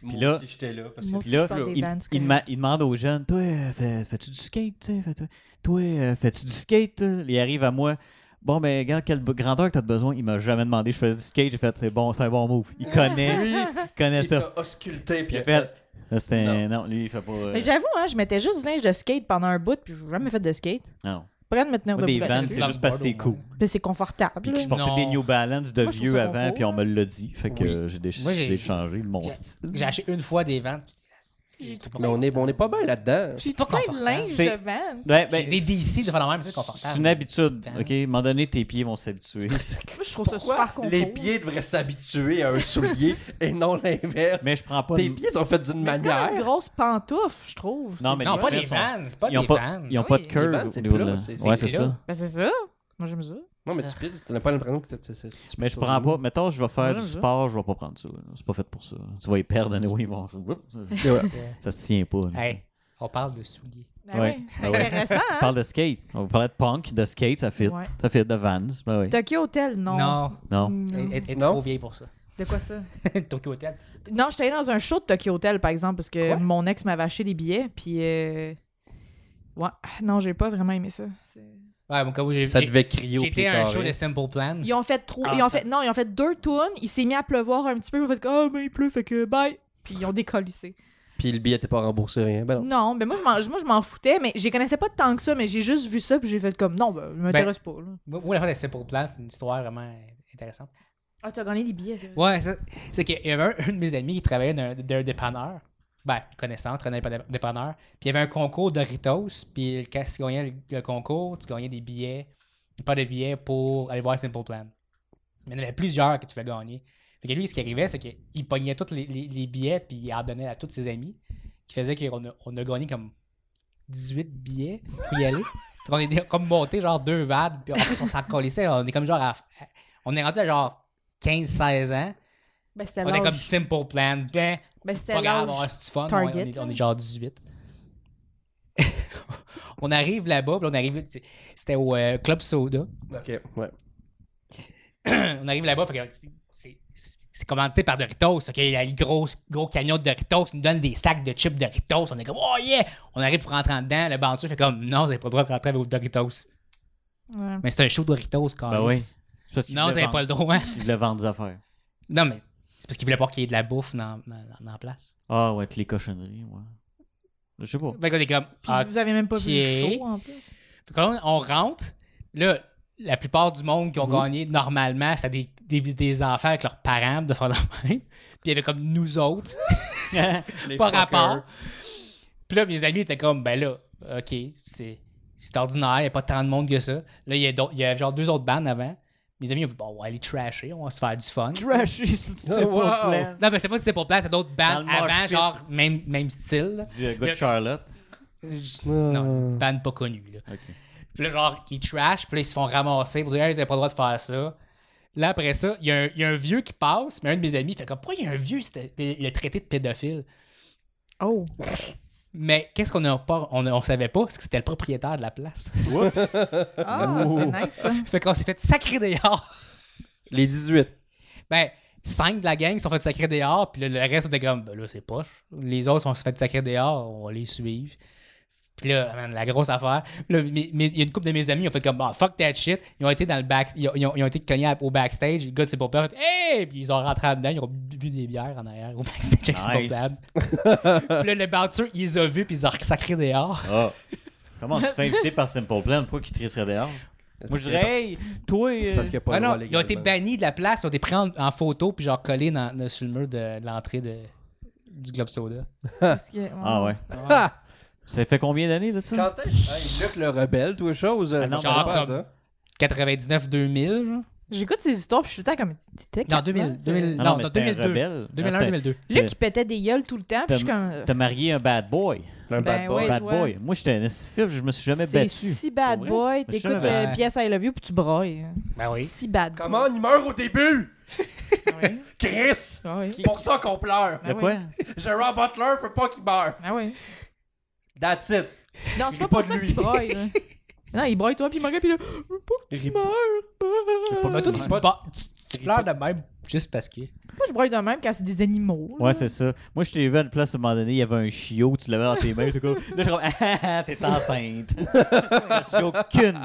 Speaker 2: Puis
Speaker 3: là-
Speaker 2: aussi, j'étais là. Parce
Speaker 4: Moi
Speaker 3: puis
Speaker 4: aussi,
Speaker 3: là,
Speaker 4: je porte des
Speaker 3: il,
Speaker 4: Vans,
Speaker 3: il
Speaker 4: que-
Speaker 3: dema- il demande aux jeunes Toi, euh, fais- fais-tu du skate tu sais, fais- Toi, toi, euh, fais-tu du skate toi? Il arrive à moi. Bon, ben, regarde, quelle b- grandeur que t'as de besoin. Il m'a jamais demandé. Je faisais du skate. J'ai fait C'est bon, c'est un bon move. Il connaît. il connaît
Speaker 2: il
Speaker 3: ça.
Speaker 2: t'a ausculté. Puis
Speaker 3: Il a
Speaker 2: il
Speaker 3: fait.
Speaker 2: fait.
Speaker 3: Là, c'était un- non. lui, il fait pas. euh,
Speaker 4: Mais j'avoue, hein, je mettais juste du linge de skate pendant un bout, puis j'ai jamais fait de skate.
Speaker 3: non.
Speaker 4: Pas rien de me tenir
Speaker 3: Moi, des
Speaker 4: debout.
Speaker 3: vans,
Speaker 4: là-dessus.
Speaker 3: c'est juste parce que c'est
Speaker 1: Au
Speaker 3: cool.
Speaker 1: moins.
Speaker 4: Puis c'est confortable.
Speaker 3: Puis
Speaker 4: là.
Speaker 3: que je portais des
Speaker 1: Non.
Speaker 3: New Balance de
Speaker 4: Moi, je trouve
Speaker 3: vieux
Speaker 4: ça
Speaker 3: avant,
Speaker 4: confort,
Speaker 3: puis on me l'a dit. Fait que
Speaker 2: Oui.
Speaker 3: euh, j'ai dé-
Speaker 1: Moi, j'ai-
Speaker 3: j'ai changé de mon
Speaker 1: j'ai-
Speaker 3: style.
Speaker 1: J'ai acheté une fois des ventes. J'ai
Speaker 2: Mais on est, on est pas bien là-dedans.
Speaker 4: J'ai
Speaker 1: pas
Speaker 4: plein de
Speaker 1: confortable.
Speaker 4: linge
Speaker 3: C'est-
Speaker 4: de Vans.
Speaker 3: Ouais,
Speaker 1: J'ai
Speaker 3: ben,
Speaker 1: des DC devant la même, c'est confortable.
Speaker 3: c'est une habitude.
Speaker 1: Vans.
Speaker 3: OK? À un moment donné, tes pieds vont s'habituer.
Speaker 4: Moi, je trouve ça
Speaker 2: Pourquoi
Speaker 4: super confort.
Speaker 2: les pieds devraient s'habituer à un soulier et non l'inverse?
Speaker 3: Mais je prends pas.
Speaker 2: Tes
Speaker 3: de-
Speaker 2: pieds sont faits d'une
Speaker 4: Mais c'est comme
Speaker 2: manière.
Speaker 4: une grosse pantoufle, je trouve.
Speaker 3: Non, mais
Speaker 1: Non,
Speaker 3: les
Speaker 1: pas
Speaker 3: vans
Speaker 1: des
Speaker 3: sont-
Speaker 1: vans. Pas
Speaker 3: Ils ont
Speaker 1: des
Speaker 3: pas,
Speaker 1: vans.
Speaker 3: ils ont pas de
Speaker 4: Oui, les
Speaker 3: curve
Speaker 2: vans,
Speaker 3: au
Speaker 2: c'est
Speaker 3: niveau de
Speaker 2: plat,
Speaker 3: la-
Speaker 2: c'est- c'est
Speaker 3: Ouais, c'est
Speaker 1: plat.
Speaker 3: ça.
Speaker 4: Ben, c'est ça. Moi, j'aime ça.
Speaker 2: Non, mais tu piles, t'as pas l'impression que t'as- t'as- t'as- tu
Speaker 3: Mais je prends pas. Mettons, je vais faire
Speaker 4: J'aime
Speaker 3: du
Speaker 4: ça.
Speaker 3: sport, je vais pas prendre ça. là. C'est pas fait pour ça. Tu vas y perdre, anyway, ils vont.
Speaker 2: Et voilà.
Speaker 3: Ça se tient pas. là.
Speaker 1: Hey, on parle de souliers.
Speaker 4: Ben
Speaker 3: Ouais.
Speaker 4: oui, c'est
Speaker 3: Ah ouais.
Speaker 4: intéressant,
Speaker 3: On
Speaker 4: hein?
Speaker 3: parle de skate. On parlait de punk, de skate, ça fit.
Speaker 4: Ouais.
Speaker 3: Ça fit de vans. Ben oui.
Speaker 4: Tokyo Hotel, non.
Speaker 1: Non,
Speaker 3: Non.
Speaker 4: Mm.
Speaker 1: elle elle est
Speaker 2: Non.
Speaker 1: trop vieille pour ça.
Speaker 4: De quoi ça?
Speaker 1: Tokyo Hotel.
Speaker 4: Non, j'étais allée dans un show de Tokyo Hotel, par exemple, parce que
Speaker 1: Quoi?
Speaker 4: mon ex m'avait acheté des billets, puis... euh, Ouais, non, j'ai pas vraiment aimé ça. C'est-
Speaker 1: Ouais, mon cas où j'ai
Speaker 2: Ça
Speaker 1: j'ai-
Speaker 2: devait crier au pied
Speaker 1: j'étais à un
Speaker 2: carré.
Speaker 1: show de Simple Plan.
Speaker 4: Ils ont fait trois,
Speaker 1: Ah,
Speaker 4: ils ont
Speaker 1: ça-
Speaker 4: fait, non, ils ont fait deux tournes, il s'est mis à pleuvoir un petit peu, ils ont fait comme, ah, mais il pleut, fait que bye, puis ils ont décollissé.
Speaker 2: Puis le billet t'es pas remboursé rien. Ben non.
Speaker 4: Non, ben moi je m'en, moi, je m'en foutais, mais je connaissais pas tant que ça, mais j'ai juste vu ça, puis j'ai fait comme, non, ben, je m'intéresse pas. Là.
Speaker 1: Moi, moi, la fin de Simple Plan, c'est une histoire vraiment intéressante.
Speaker 4: Ah, t'as gagné des billets, c'est vrai.
Speaker 1: Ouais, ça- c'est qu'il y avait un, un de mes amis qui travaillait dans un, dans un dépanneur. Ben, connaissance, travaillait dans un dépanneur. Puis il y avait un concours Doritos. Puis quand tu gagnais le, le concours, tu gagnais des billets, pas de billets pour aller voir Simple Plan. Mais il y en avait plusieurs que tu fais gagner. Fait que lui, ce qui arrivait, c'est qu'il pognait tous les, les- les billets puis il en donnait à tous ses amis, qui faisait qu'on a, on a gagné comme 18 billets pour y aller. Fait qu'on est comme monté genre deux vades, puis en plus, on s'en collissait. On est comme genre à- à- On est rendu à genre 15-16 ans.
Speaker 4: Ben, c'était
Speaker 1: On est comme
Speaker 4: l'âge.
Speaker 1: Simple Plan. Ben,
Speaker 4: Ben, c'était
Speaker 1: pas grave, on
Speaker 4: l'âge.
Speaker 1: reste du fun.
Speaker 4: Target,
Speaker 1: on, est, on
Speaker 4: là.
Speaker 1: est genre 18. on arrive là-bas, puis on arrive. C'était au euh, Club Soda.
Speaker 4: Mm.
Speaker 2: Ok, ouais.
Speaker 1: on arrive là-bas, fait que c'est- c'est- c'est c'est commandité par Doritos. ok? Il y a le gros, gros camion de Doritos, il nous donne des sacs de chips Doritos. On est comme, oh yeah! On arrive pour rentrer en dedans, le bandeau fait comme, non, vous n'avez pas le droit de rentrer avec vos Doritos.
Speaker 4: Ouais.
Speaker 1: Mais c'est un show Doritos, quand
Speaker 3: Ben
Speaker 1: même.
Speaker 3: oui. C'est parce qu'il
Speaker 1: Non, vous
Speaker 3: voulait
Speaker 1: n'avez pas
Speaker 3: vendre-
Speaker 1: le droit.
Speaker 3: il voulait vendre des affaires.
Speaker 1: Non, mais c'est parce qu'il voulait pas qu'il y ait de la bouffe dans, dans, dans- dans la place.
Speaker 3: Ah ouais, toutes les cochonneries, ouais. Je sais pas.
Speaker 1: Fait qu'on est comme,
Speaker 4: Puis
Speaker 1: ah,
Speaker 4: vous avez même pas vu
Speaker 1: ok.
Speaker 4: le show, en plus.
Speaker 1: Fait que là, on rentre. Là, la plupart du monde qui ont gagné, normalement, c'était des, des, des enfants avec leurs parents, de faire de même. Puis il y avait comme nous autres. pas rapport. Puis là, mes amis étaient comme, ben là, OK, c'est c'est ordinaire, il n'y a pas tant de monde que ça. Là, il y a d'autres- il y avait genre deux autres bandes avant. Mes amis ont dit, bon, on va aller trasher, on va se faire du fun.
Speaker 3: Trashy, c'est
Speaker 2: Oh, wow.
Speaker 3: pas plein.
Speaker 1: Non, mais c'est pas que c'est pour place, c'est d'autres
Speaker 3: Dans
Speaker 1: bandes
Speaker 3: le mosh
Speaker 1: avant,
Speaker 3: pit.
Speaker 1: genre, même, même style. là.
Speaker 3: Du euh, gars de
Speaker 1: Le-
Speaker 3: Charlotte.
Speaker 1: Je- Non, bande pas connue, là.
Speaker 3: Ok.
Speaker 1: Puis là, genre, ils trash, puis là, ils se font ramasser pour dire, hey, t'as pas le droit de faire ça. Là, après ça, il y, a un- il y a un vieux qui passe, mais un de mes amis fait comme, pourquoi il y a un vieux, c'était- il a traité de pédophile.
Speaker 4: Oh.
Speaker 1: Mais qu'est-ce qu'on a pas, on, on savait pas, c'est que c'était le propriétaire de la place.
Speaker 3: Oups.
Speaker 4: Ah, c'est nice, ça.
Speaker 1: fait qu'on s'est fait sacrer dehors.
Speaker 2: Les 18.
Speaker 1: Ben, cinq de la gang se sont fait sacrer dehors, puis là, le reste était comme, ben là, c'est poche. Les autres sont fait sacrer dehors, on va les suivre. Puis là, man, la grosse affaire. Là, mes- mes- il y a une couple de mes amis, ils ont fait comme, ah, fuck that shit. Ils ont été dans le back, ils ont, ils ont- ils ont été cognés à- au backstage. Le gars de Simple Plan a fait, hey! Puis ils ont rentré en dedans, ils ont bu, bu des bières en arrière au backstage avec Simple
Speaker 3: Nice.
Speaker 1: Plan. puis là, le bouncer, ils les ont vus, puis ils ont sacré dehors.
Speaker 3: Ah. Comment tu te fais inviter par Simple Plan? Pourquoi qu'il te risquerait dehors? Moi, je dirais, hey, toi.
Speaker 2: C'est
Speaker 3: euh,
Speaker 2: parce qu'il y a pas
Speaker 1: Ah
Speaker 2: le
Speaker 1: non,
Speaker 2: droit
Speaker 1: ils ont été
Speaker 2: légalement.
Speaker 1: bannis de la place, ils ont été pris en, en photo puis genre collés dans, dans- sur le mur de, de l'entrée de, du Globe Soda.
Speaker 4: Parce que-
Speaker 3: Ah ouais.
Speaker 2: Ah!
Speaker 3: Ça fait combien d'années, là, ça?
Speaker 2: Quand est-ce. Hey, Luc le rebelle, toi, chose. hein,
Speaker 3: Ah
Speaker 2: je
Speaker 3: non,
Speaker 2: pensais
Speaker 1: genre
Speaker 2: pas à
Speaker 1: comme-
Speaker 2: ça.
Speaker 1: 99-2000, genre?
Speaker 4: J'écoute ces histoires, puis je suis tout le temps comme. T'étais
Speaker 1: Non,
Speaker 4: quand
Speaker 1: 2000.
Speaker 4: même, ça?
Speaker 1: 2000
Speaker 3: Ah Non,
Speaker 1: non,
Speaker 3: non,
Speaker 1: non,
Speaker 3: mais c'était un
Speaker 1: 2002.
Speaker 3: rebelle.
Speaker 1: 2001-2002.
Speaker 4: Luc, il pétait des gueules tout le temps, puis je suis comme.
Speaker 3: T'as marié un bad boy.
Speaker 2: Un
Speaker 4: Ben ouais.
Speaker 3: bad
Speaker 4: toi.
Speaker 3: boy. Moi, j'étais un estif, je me suis jamais
Speaker 4: C'est
Speaker 3: battu.
Speaker 4: si bad
Speaker 3: Pour vrai?
Speaker 4: boy,
Speaker 3: Je suis
Speaker 4: t'écoutes
Speaker 3: jamais
Speaker 4: euh,
Speaker 1: battu.
Speaker 4: pièce I Love You, puis tu brailles. hein.
Speaker 1: Ben oui.
Speaker 4: Si bad boy.
Speaker 2: Comment il meurt au début?
Speaker 4: Oui.
Speaker 2: Chris!
Speaker 4: Ah oui.
Speaker 2: Pour ça qu'on pleure.
Speaker 4: Ah
Speaker 3: De
Speaker 4: oui.
Speaker 3: quoi?
Speaker 2: Gerard Butler, faut pas qu'il meure.
Speaker 4: Ah oui.
Speaker 2: That's it.
Speaker 4: Non, c'est pas
Speaker 2: Il rit pas
Speaker 4: pour
Speaker 2: de
Speaker 4: ça
Speaker 2: lui.
Speaker 4: qu'il braille. là. Non, il braille toi, puis il me regarde, puis là.
Speaker 2: Il
Speaker 4: Meurs!
Speaker 3: pas
Speaker 1: Toi,
Speaker 3: que
Speaker 1: tu,
Speaker 3: ça
Speaker 1: tu,
Speaker 3: marche.
Speaker 1: ba- tu- tu pleures de même juste parce que.
Speaker 4: Moi, je braille de même quand c'est des animaux. là.
Speaker 3: Ouais, c'est ça. Moi, je t'ai vu à une place à un moment donné, il y avait un chiot, tu l'avais dans tes mains, tout comme. Là, je suis comme, ah, ah, t'es enceinte. Je suis aucune.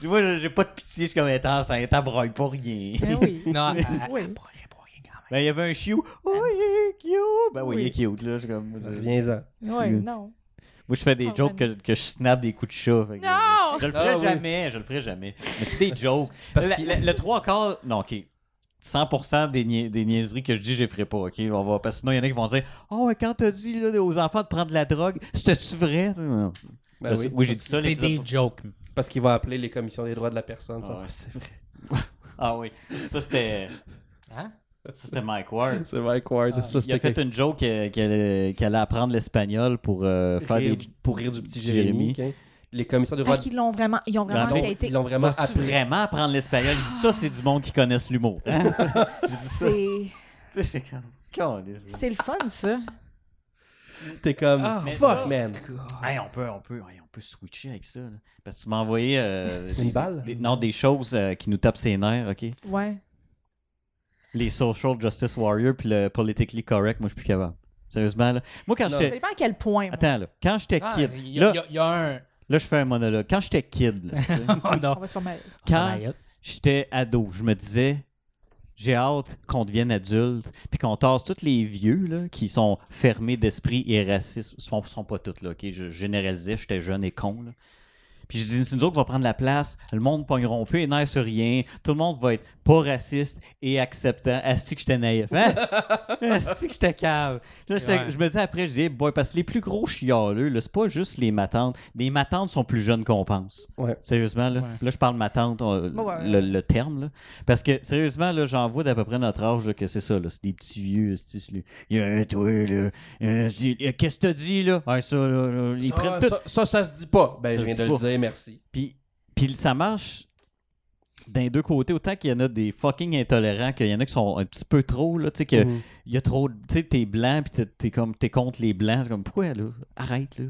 Speaker 3: Tu vois, j'ai- j'ai pas de pitié, je suis comme, t'es enceinte, t'abroilles pour rien.
Speaker 4: Ah oui.
Speaker 1: Non, elle- elle-
Speaker 4: Oui.
Speaker 1: elle pourrait- elle pourrait quand même.
Speaker 3: Ben, il y avait un chiot. Oh, il est cute. Ben oui, il est cute, là. Je suis comme.
Speaker 2: Reviens-en.
Speaker 4: Ouais, non.
Speaker 3: Moi, je fais des
Speaker 4: Oh,
Speaker 3: jokes que, que je snap des coups de chat. fait que-
Speaker 4: Non!
Speaker 3: Je le ferai
Speaker 2: Ah, oui.
Speaker 3: jamais, je le ferai jamais. Mais c'est des jokes.
Speaker 2: Parce
Speaker 3: La-
Speaker 2: qu'il-
Speaker 3: la- le trois quarts. Non, OK. 100% des, nia- des niaiseries que je dis, je les ferai pas, OK? On va, parce que sinon, il y en a qui vont dire « Oh, ouais, quand t'as dit là, aux enfants de prendre de la drogue, c'était-tu vrai? » Non.
Speaker 2: Ben
Speaker 3: Parce-
Speaker 2: oui,
Speaker 3: oui, j'ai dit ça.
Speaker 1: C'est
Speaker 3: l'épisode-
Speaker 1: des jokes.
Speaker 2: Parce qu'il va appeler les commissions des droits de la personne. Ça.
Speaker 3: Ah ouais.
Speaker 2: C'est vrai.
Speaker 3: Ah oui. Ça, c'était
Speaker 1: Hein?
Speaker 3: ça, c'était Mike Ward.
Speaker 2: C'est Mike Ward.
Speaker 1: Ah,
Speaker 2: ça,
Speaker 3: Il a
Speaker 2: c'était
Speaker 3: fait une joke euh, qu'elle euh, qu'elle allait apprendre l'espagnol pour euh, faire
Speaker 2: rire,
Speaker 3: des...
Speaker 2: pour rire du petit Jérémy. ok. Les commissions des droits
Speaker 4: Fait
Speaker 1: Ah,
Speaker 2: de
Speaker 4: qu'ils l'ont vraiment. Ils ont
Speaker 3: Non,
Speaker 4: vraiment
Speaker 3: non,
Speaker 2: l'ont-
Speaker 4: enquêté.
Speaker 2: ils l'ont vraiment
Speaker 3: Vas-tu
Speaker 2: appris.
Speaker 3: vraiment apprendre l'espagnol? Il dit, Ça, c'est du monde qui connaisse l'humour. Hein?
Speaker 4: C'est.
Speaker 3: Tu sais, j'ai comme... Calisse.
Speaker 4: C'est le fun, ça.
Speaker 2: T'es comme
Speaker 3: mais
Speaker 2: fuck
Speaker 3: ça-
Speaker 2: man.
Speaker 1: Ah,
Speaker 3: Hey, on peut, on peut, hey, on peut switcher avec ça. là. Parce que tu m'as envoyé euh,
Speaker 2: Une balle.
Speaker 3: des- non, des choses euh, qui nous tapent ses nerfs, ok?
Speaker 4: Ouais.
Speaker 3: Les social justice warriors puis le politically correct, moi je suis plus capable. Sérieusement, là. Moi quand
Speaker 2: Non.
Speaker 4: Ça
Speaker 3: j'étais.
Speaker 4: dépend à quel point. moi.
Speaker 3: Attends là. Quand j'étais
Speaker 1: Ah,
Speaker 3: kid.
Speaker 1: Il y, a-
Speaker 3: Là,
Speaker 1: il y a- il y a un.
Speaker 3: là, je fais un monologue. Quand j'étais kid, là, tu sais,
Speaker 1: Oh non.
Speaker 4: On va se faire mal.
Speaker 1: Oh
Speaker 3: quand j'étais ado, je me disais. J'ai hâte qu'on devienne adulte, puis qu'on tasse tous les vieux là, qui sont fermés d'esprit et racistes. Ils sont, sont pas tous, là, ok? Je généralisais, j'étais jeune et con. là. Puis je dis, c'est nous autres qui va prendre la place. Le monde pogneront plus les nerfs sur rien. Tout le monde va être pas raciste et acceptant. Asti que j'étais naïf. Hein? Asti que j'étais cave. Là, j'étais-
Speaker 1: Ouais.
Speaker 3: Je me dis après, je dis, hey boy, parce que les plus gros chialeux, là, c'est pas juste les matantes. Les matantes sont plus jeunes qu'on pense.
Speaker 2: Ouais.
Speaker 3: Sérieusement, là.
Speaker 1: Ouais.
Speaker 3: Là, je parle matante, euh,
Speaker 4: Bon, ouais.
Speaker 3: le, le terme, là. Parce que, sérieusement, là, j'en vois d'à peu près notre âge, là, que c'est ça, là. C'est des petits vieux, c'est c'est lui. Euh, toi, là. euh, je dis, euh, qu'est-ce que t'as dit, là? Ah, ça, là, là, Ils
Speaker 2: ça,
Speaker 3: prennent tout.
Speaker 2: ça, ça, ça se dit pas. Ben,
Speaker 3: Ça
Speaker 2: je viens
Speaker 3: se
Speaker 2: de
Speaker 3: dit
Speaker 2: le
Speaker 3: pas.
Speaker 2: dire, merci.
Speaker 3: Puis, puis ça marche d'un deux côtés. Autant qu'il y en a des fucking intolérants, qu'il y en a qui sont un petit peu trop, là, tu sais,
Speaker 2: Mm.
Speaker 3: que il y a trop. de- Tu sais, t'es blanc, puis t'es- t'es comme, t'es contre les blancs. C'est comme, pourquoi, là? Arrête, là.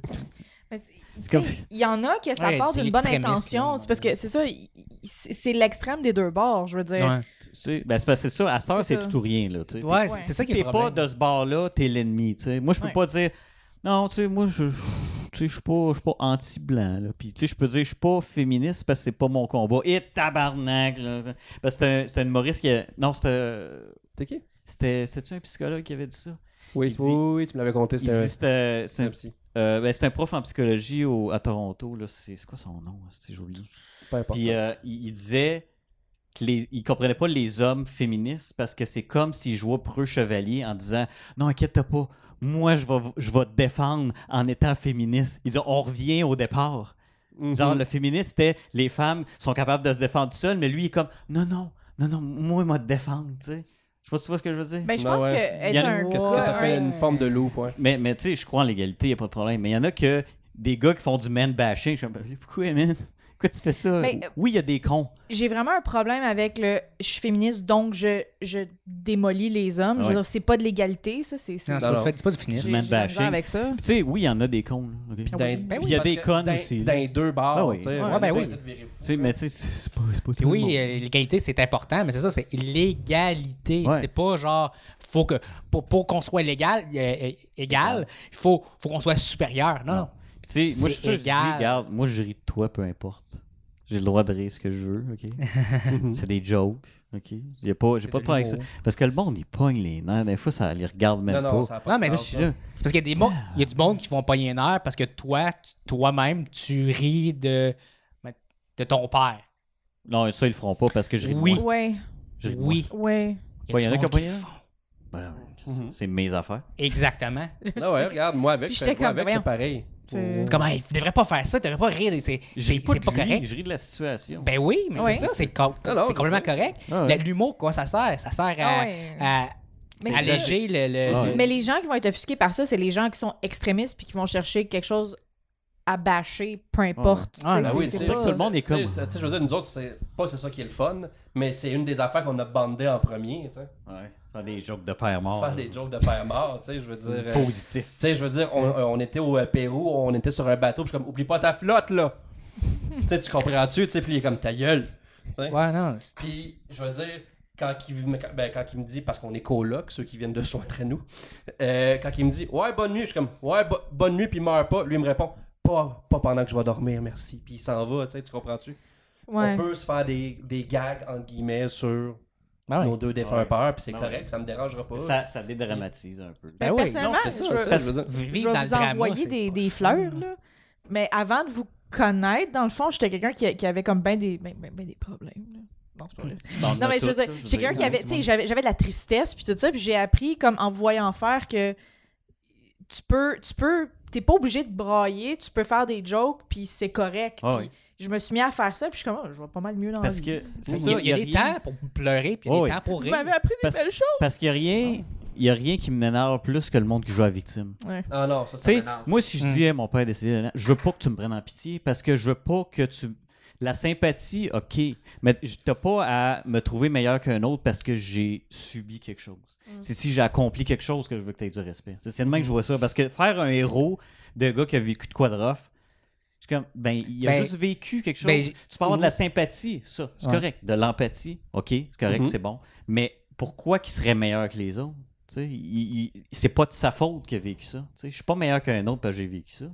Speaker 4: Mais c'est- tu
Speaker 3: comme-
Speaker 4: sais, Il y en a que ça
Speaker 1: Ouais,
Speaker 4: part
Speaker 1: c'est
Speaker 4: d'une bonne
Speaker 1: l'extrémiste,
Speaker 4: intention.
Speaker 1: là.
Speaker 4: C'est parce que c'est ça, il- il- c'est c'est l'extrême des deux bords, je veux dire.
Speaker 1: Ouais,
Speaker 3: Tu sais, ben, c'est parce que c'est ça. À cette heure,
Speaker 4: C'est
Speaker 3: c'est
Speaker 4: ça.
Speaker 3: tout ou rien, là, tu sais.
Speaker 1: Ouais, c'est
Speaker 4: Ouais.
Speaker 1: c'est ça
Speaker 3: si
Speaker 1: qui est
Speaker 3: t'es
Speaker 1: le
Speaker 3: pas
Speaker 1: problème.
Speaker 3: de ce bord-là, t'es l'ennemi. tu sais. Moi, je peux
Speaker 4: Ouais.
Speaker 3: pas dire non, tu sais, moi, je je- tu sais, je suis pas, je suis pas anti-blanc. là. Puis, tu sais, je peux dire je suis pas féministe parce que c'est pas mon combat. Et tabarnak! là. Parce que c'est un, c'est un humoriste qui a. Non, c'était.
Speaker 2: T'es qui?
Speaker 3: C'était. C'était-tu un psychologue qui avait dit ça?
Speaker 2: Oui,
Speaker 3: Il
Speaker 2: oui,
Speaker 3: dit-
Speaker 2: oui, tu me l'avais compté.
Speaker 3: Il
Speaker 2: C'était
Speaker 3: dit
Speaker 2: un,
Speaker 3: c'était. c'est
Speaker 2: c'était
Speaker 3: un-
Speaker 2: un psy.
Speaker 3: euh, ben, c'est un prof en psychologie au- à Toronto. là. C'est c'est quoi son nom? C'est- J'ai oublié.
Speaker 2: Peu importe.
Speaker 3: Puis euh, il, il disait qu'il ne comprenait pas les hommes féministes parce que c'est comme s'ils jouaient pour eux chevalier en disant Non, inquiète-toi pas, moi je vais, je vais te défendre en étant féministe. Ils ont On revient au départ.
Speaker 2: Mhm.
Speaker 3: Genre, le féministe, c'était les femmes sont capables de se défendre seules, mais lui, il est comme Non, non, non, non, moi, moi, te défendre. Tu sais, je sais pas si tu vois ce que je veux dire.
Speaker 4: Ben, je
Speaker 2: Ben
Speaker 4: pense
Speaker 2: ouais.
Speaker 4: que
Speaker 3: Il y
Speaker 4: être
Speaker 3: en a-
Speaker 4: un
Speaker 2: Qu'est-ce que
Speaker 4: gars,
Speaker 2: ça fait?
Speaker 4: un-
Speaker 2: Une forme de loup, ouais.
Speaker 3: Mais, mais tu sais, je crois en l'égalité, il n'y a pas de problème. Mais il y en a que des gars qui font du man bashing. Je suis comme, pourquoi, man? Pourquoi tu fais ça?
Speaker 4: Ben, euh,
Speaker 3: oui, il y a des cons.
Speaker 4: J'ai vraiment un problème avec le je suis féministe, donc je, je démolis les hommes. Je veux
Speaker 3: Ouais.
Speaker 4: dire, c'est pas de l'égalité, ça. C'est c'est-
Speaker 1: Non, c'est
Speaker 4: j'ai-
Speaker 1: pas-
Speaker 2: non.
Speaker 1: c'est pas du
Speaker 4: j'ai
Speaker 1: féminisme.
Speaker 4: de la
Speaker 3: man bashing.
Speaker 4: misère avec ça.
Speaker 3: Tu sais, oui, il y en a des cons. là, ok?
Speaker 4: Ah
Speaker 2: Puis
Speaker 4: oui.
Speaker 2: d'un-
Speaker 1: Ben oui,
Speaker 3: il y a
Speaker 2: parce
Speaker 3: des
Speaker 2: que
Speaker 3: connes
Speaker 2: d'un-
Speaker 3: aussi, là.
Speaker 2: D'un deux bars,
Speaker 3: Ah oui.
Speaker 2: tu sais.
Speaker 1: Ouais, ben oui.
Speaker 3: Tu sais, mais tu sais, c'est- c'est pas, c'est pas
Speaker 1: Puis
Speaker 3: tout le
Speaker 1: oui,
Speaker 3: monde.
Speaker 1: euh, l'égalité, c'est important, mais c'est ça, c'est l'égalité.
Speaker 3: Ouais.
Speaker 1: C'est pas genre, faut que, pour, pour qu'on soit légal, euh, euh, égal, il faut, faut qu'on soit supérieur. Non,
Speaker 3: Non. Puis tu sais, moi, je
Speaker 1: c'est
Speaker 3: suis sûr, je dis,
Speaker 1: égal.
Speaker 3: regarde, moi, je ris de toi, peu importe. J'ai le droit de rire ce que je veux, OK? c'est des jokes, OK? J'ai pas, j'ai
Speaker 1: C'est
Speaker 3: pas de
Speaker 1: de
Speaker 3: problème avec ça.
Speaker 1: l'humour.
Speaker 3: Parce que le monde, il pogne les nerfs. Des fois, ça les regarde même
Speaker 2: Non,
Speaker 3: pas.
Speaker 2: non, ça a pas
Speaker 1: Non,
Speaker 2: de
Speaker 1: mais
Speaker 2: sens,
Speaker 1: je suis
Speaker 2: là.
Speaker 1: là. C'est parce qu'il y a des mo- il y a du monde qui vont pogner un air parce que toi, tu- toi-même, tu ris de, ben, de ton père.
Speaker 3: Non, ça, ils le feront pas parce que je ris de
Speaker 1: Oui.
Speaker 3: moi.
Speaker 4: Ouais,
Speaker 3: Je ris de
Speaker 1: Oui.
Speaker 4: ouais.
Speaker 1: Il
Speaker 3: Ouais,
Speaker 1: du
Speaker 3: y en a qui
Speaker 1: monde
Speaker 3: ont
Speaker 1: le
Speaker 3: pogné.
Speaker 1: font.
Speaker 3: moi. Ben,
Speaker 2: Mhm.
Speaker 3: C'est mes affaires.
Speaker 1: Exactement.
Speaker 4: Euh.
Speaker 2: Non, Ah ouais, regarde, moi avec,
Speaker 4: Puis
Speaker 2: c'est
Speaker 4: j'étais
Speaker 2: moi
Speaker 4: comme,
Speaker 2: avec, c'est
Speaker 4: voyons.
Speaker 2: pareil.
Speaker 4: C'est-
Speaker 1: C'est comme, hey, tu devrais pas faire ça, tu devrais pas rire. C'est
Speaker 3: Je
Speaker 1: c'est-
Speaker 3: ris pas
Speaker 1: c'est
Speaker 3: de
Speaker 1: pas
Speaker 3: lui,
Speaker 1: correct.
Speaker 3: Je ris de la situation.
Speaker 1: Ben oui, mais
Speaker 4: Ouais.
Speaker 1: c'est ça, c'est co-
Speaker 2: Non, non,
Speaker 1: c'est complètement
Speaker 2: c'est ça.
Speaker 1: correct.
Speaker 3: Ah ouais.
Speaker 1: La- L'humour, quoi, ça sert? Ça sert à,
Speaker 4: Ah ouais.
Speaker 1: à
Speaker 4: Mais
Speaker 1: alléger le. le-
Speaker 3: Ah ouais.
Speaker 1: le-
Speaker 4: Mais les gens qui vont être offusqués par ça, c'est les gens qui sont extrémistes puis qui vont chercher quelque chose à bâcher, peu importe.
Speaker 1: Ah,
Speaker 4: Tu sais,
Speaker 1: ben
Speaker 4: c'est-
Speaker 1: oui,
Speaker 4: c'est
Speaker 2: c'est
Speaker 4: pas-
Speaker 3: sûr que tout le monde est
Speaker 2: Tu sais,
Speaker 3: comme.
Speaker 2: tu sais, je veux dire, nous autres, c'est pas c'est ça qui est le fun, mais c'est une des affaires qu'on a bandé en premier, tu sais.
Speaker 3: Ouais. Faire des jokes de père mort.
Speaker 2: Faire des jokes de père mort, tu sais, je veux dire. euh, Tu
Speaker 3: positifs.
Speaker 2: sais, je veux dire, on, euh, on était au euh, Pérou, on était sur un bateau, puis je suis comme, oublie pas ta flotte, là. tu sais, tu comprends-tu, tu sais, puis il est comme, ta gueule. Tu sais.
Speaker 1: Ouais, non. c'est-
Speaker 2: Puis, je veux dire, quand il, me- ben, quand il me dit, parce qu'on est coloc, ceux qui viennent de soins entre nous, euh, quand il me dit, ouais, bonne nuit, je suis comme, ouais, bo- bonne nuit, puis il meurt pas, lui il me répond, pas, pas pendant que je vais dormir, merci. Puis il s'en va, tu sais, tu comprends-tu?
Speaker 4: ouais.
Speaker 2: On peut se faire des, des gags, entre guillemets, sur
Speaker 1: Ben ouais.
Speaker 2: nos deux défunts
Speaker 3: Ah Ouais.
Speaker 2: peurs, puis c'est
Speaker 3: Ben
Speaker 2: correct, ça me dérangera pas.
Speaker 3: Ça, ça dédramatise un peu.
Speaker 4: Ben,
Speaker 1: Ben oui,
Speaker 4: personnellement,
Speaker 1: non,
Speaker 2: c'est ça,
Speaker 4: je veux-
Speaker 2: tu sais,
Speaker 3: Parce-
Speaker 2: je veux dire.
Speaker 1: Vivre
Speaker 4: je vais
Speaker 1: dans le
Speaker 4: vous
Speaker 1: drama,
Speaker 4: envoyer
Speaker 1: c'est
Speaker 4: des,
Speaker 1: pas
Speaker 4: des
Speaker 1: fun, là.
Speaker 4: fleurs, là. Mais avant de vous connaître, dans le fond, j'étais quelqu'un qui, qui avait comme ben des, ben, ben- ben des problèmes, là. Non, c'est pas vrai. Non, mais je veux dire, j'étais quelqu'un qui avait, tu sais, j'avais j'avais de la tristesse, puis tout ça, puis j'ai appris, comme en voyant faire, que tu peux, tu peux, t'es pas obligé de brailler, tu peux faire des jokes, puis c'est correct.
Speaker 3: Ah
Speaker 4: Puis je me suis mis à faire ça, puis je suis comme, Ah, je vois pas mal mieux dans
Speaker 3: Parce
Speaker 4: la vie.
Speaker 3: que c'est
Speaker 1: Il y
Speaker 3: ça,
Speaker 1: a, il y a des
Speaker 3: rien-
Speaker 1: temps pour pleurer, puis il y a
Speaker 3: Oh oui.
Speaker 1: des temps pour
Speaker 4: Vous
Speaker 1: rire.
Speaker 4: m'avez appris des
Speaker 3: Parce-
Speaker 4: belles choses.
Speaker 3: Parce qu'il y a rien, il y a rien qui m'énerve plus que le monde qui joue à victime.
Speaker 2: Ah non, ça,
Speaker 3: Tu
Speaker 2: ça
Speaker 3: sais,
Speaker 2: m'énerve.
Speaker 3: moi si je
Speaker 1: Mm.
Speaker 3: dis Eh, mon père est décédé, je veux pas que tu me prennes en pitié parce que je veux pas que tu la sympathie, OK, mais j- t'as pas à me trouver meilleur qu'un autre parce que j'ai subi quelque chose.
Speaker 1: Hmm.
Speaker 3: C'est si j'ai accompli quelque chose que je veux que tu aies du respect. C'est c'est de même que je vois ça. Parce que faire un héros de gars qui a vécu de quoi de rough, je suis comme, ben, il a
Speaker 1: Ben,
Speaker 3: juste vécu quelque chose.
Speaker 1: ben, j-
Speaker 3: tu peux avoir de la
Speaker 2: Mhm.
Speaker 3: sympathie, ça, c'est
Speaker 1: Ouais.
Speaker 3: correct. De l'empathie, OK, c'est correct,
Speaker 2: Mhm.
Speaker 3: c'est bon. Mais pourquoi qu'il serait meilleur que les autres? Tu sais, il- il- c'est pas de sa faute qu'il a vécu ça. Tu sais, Je suis pas meilleur qu'un autre parce que j'ai vécu ça.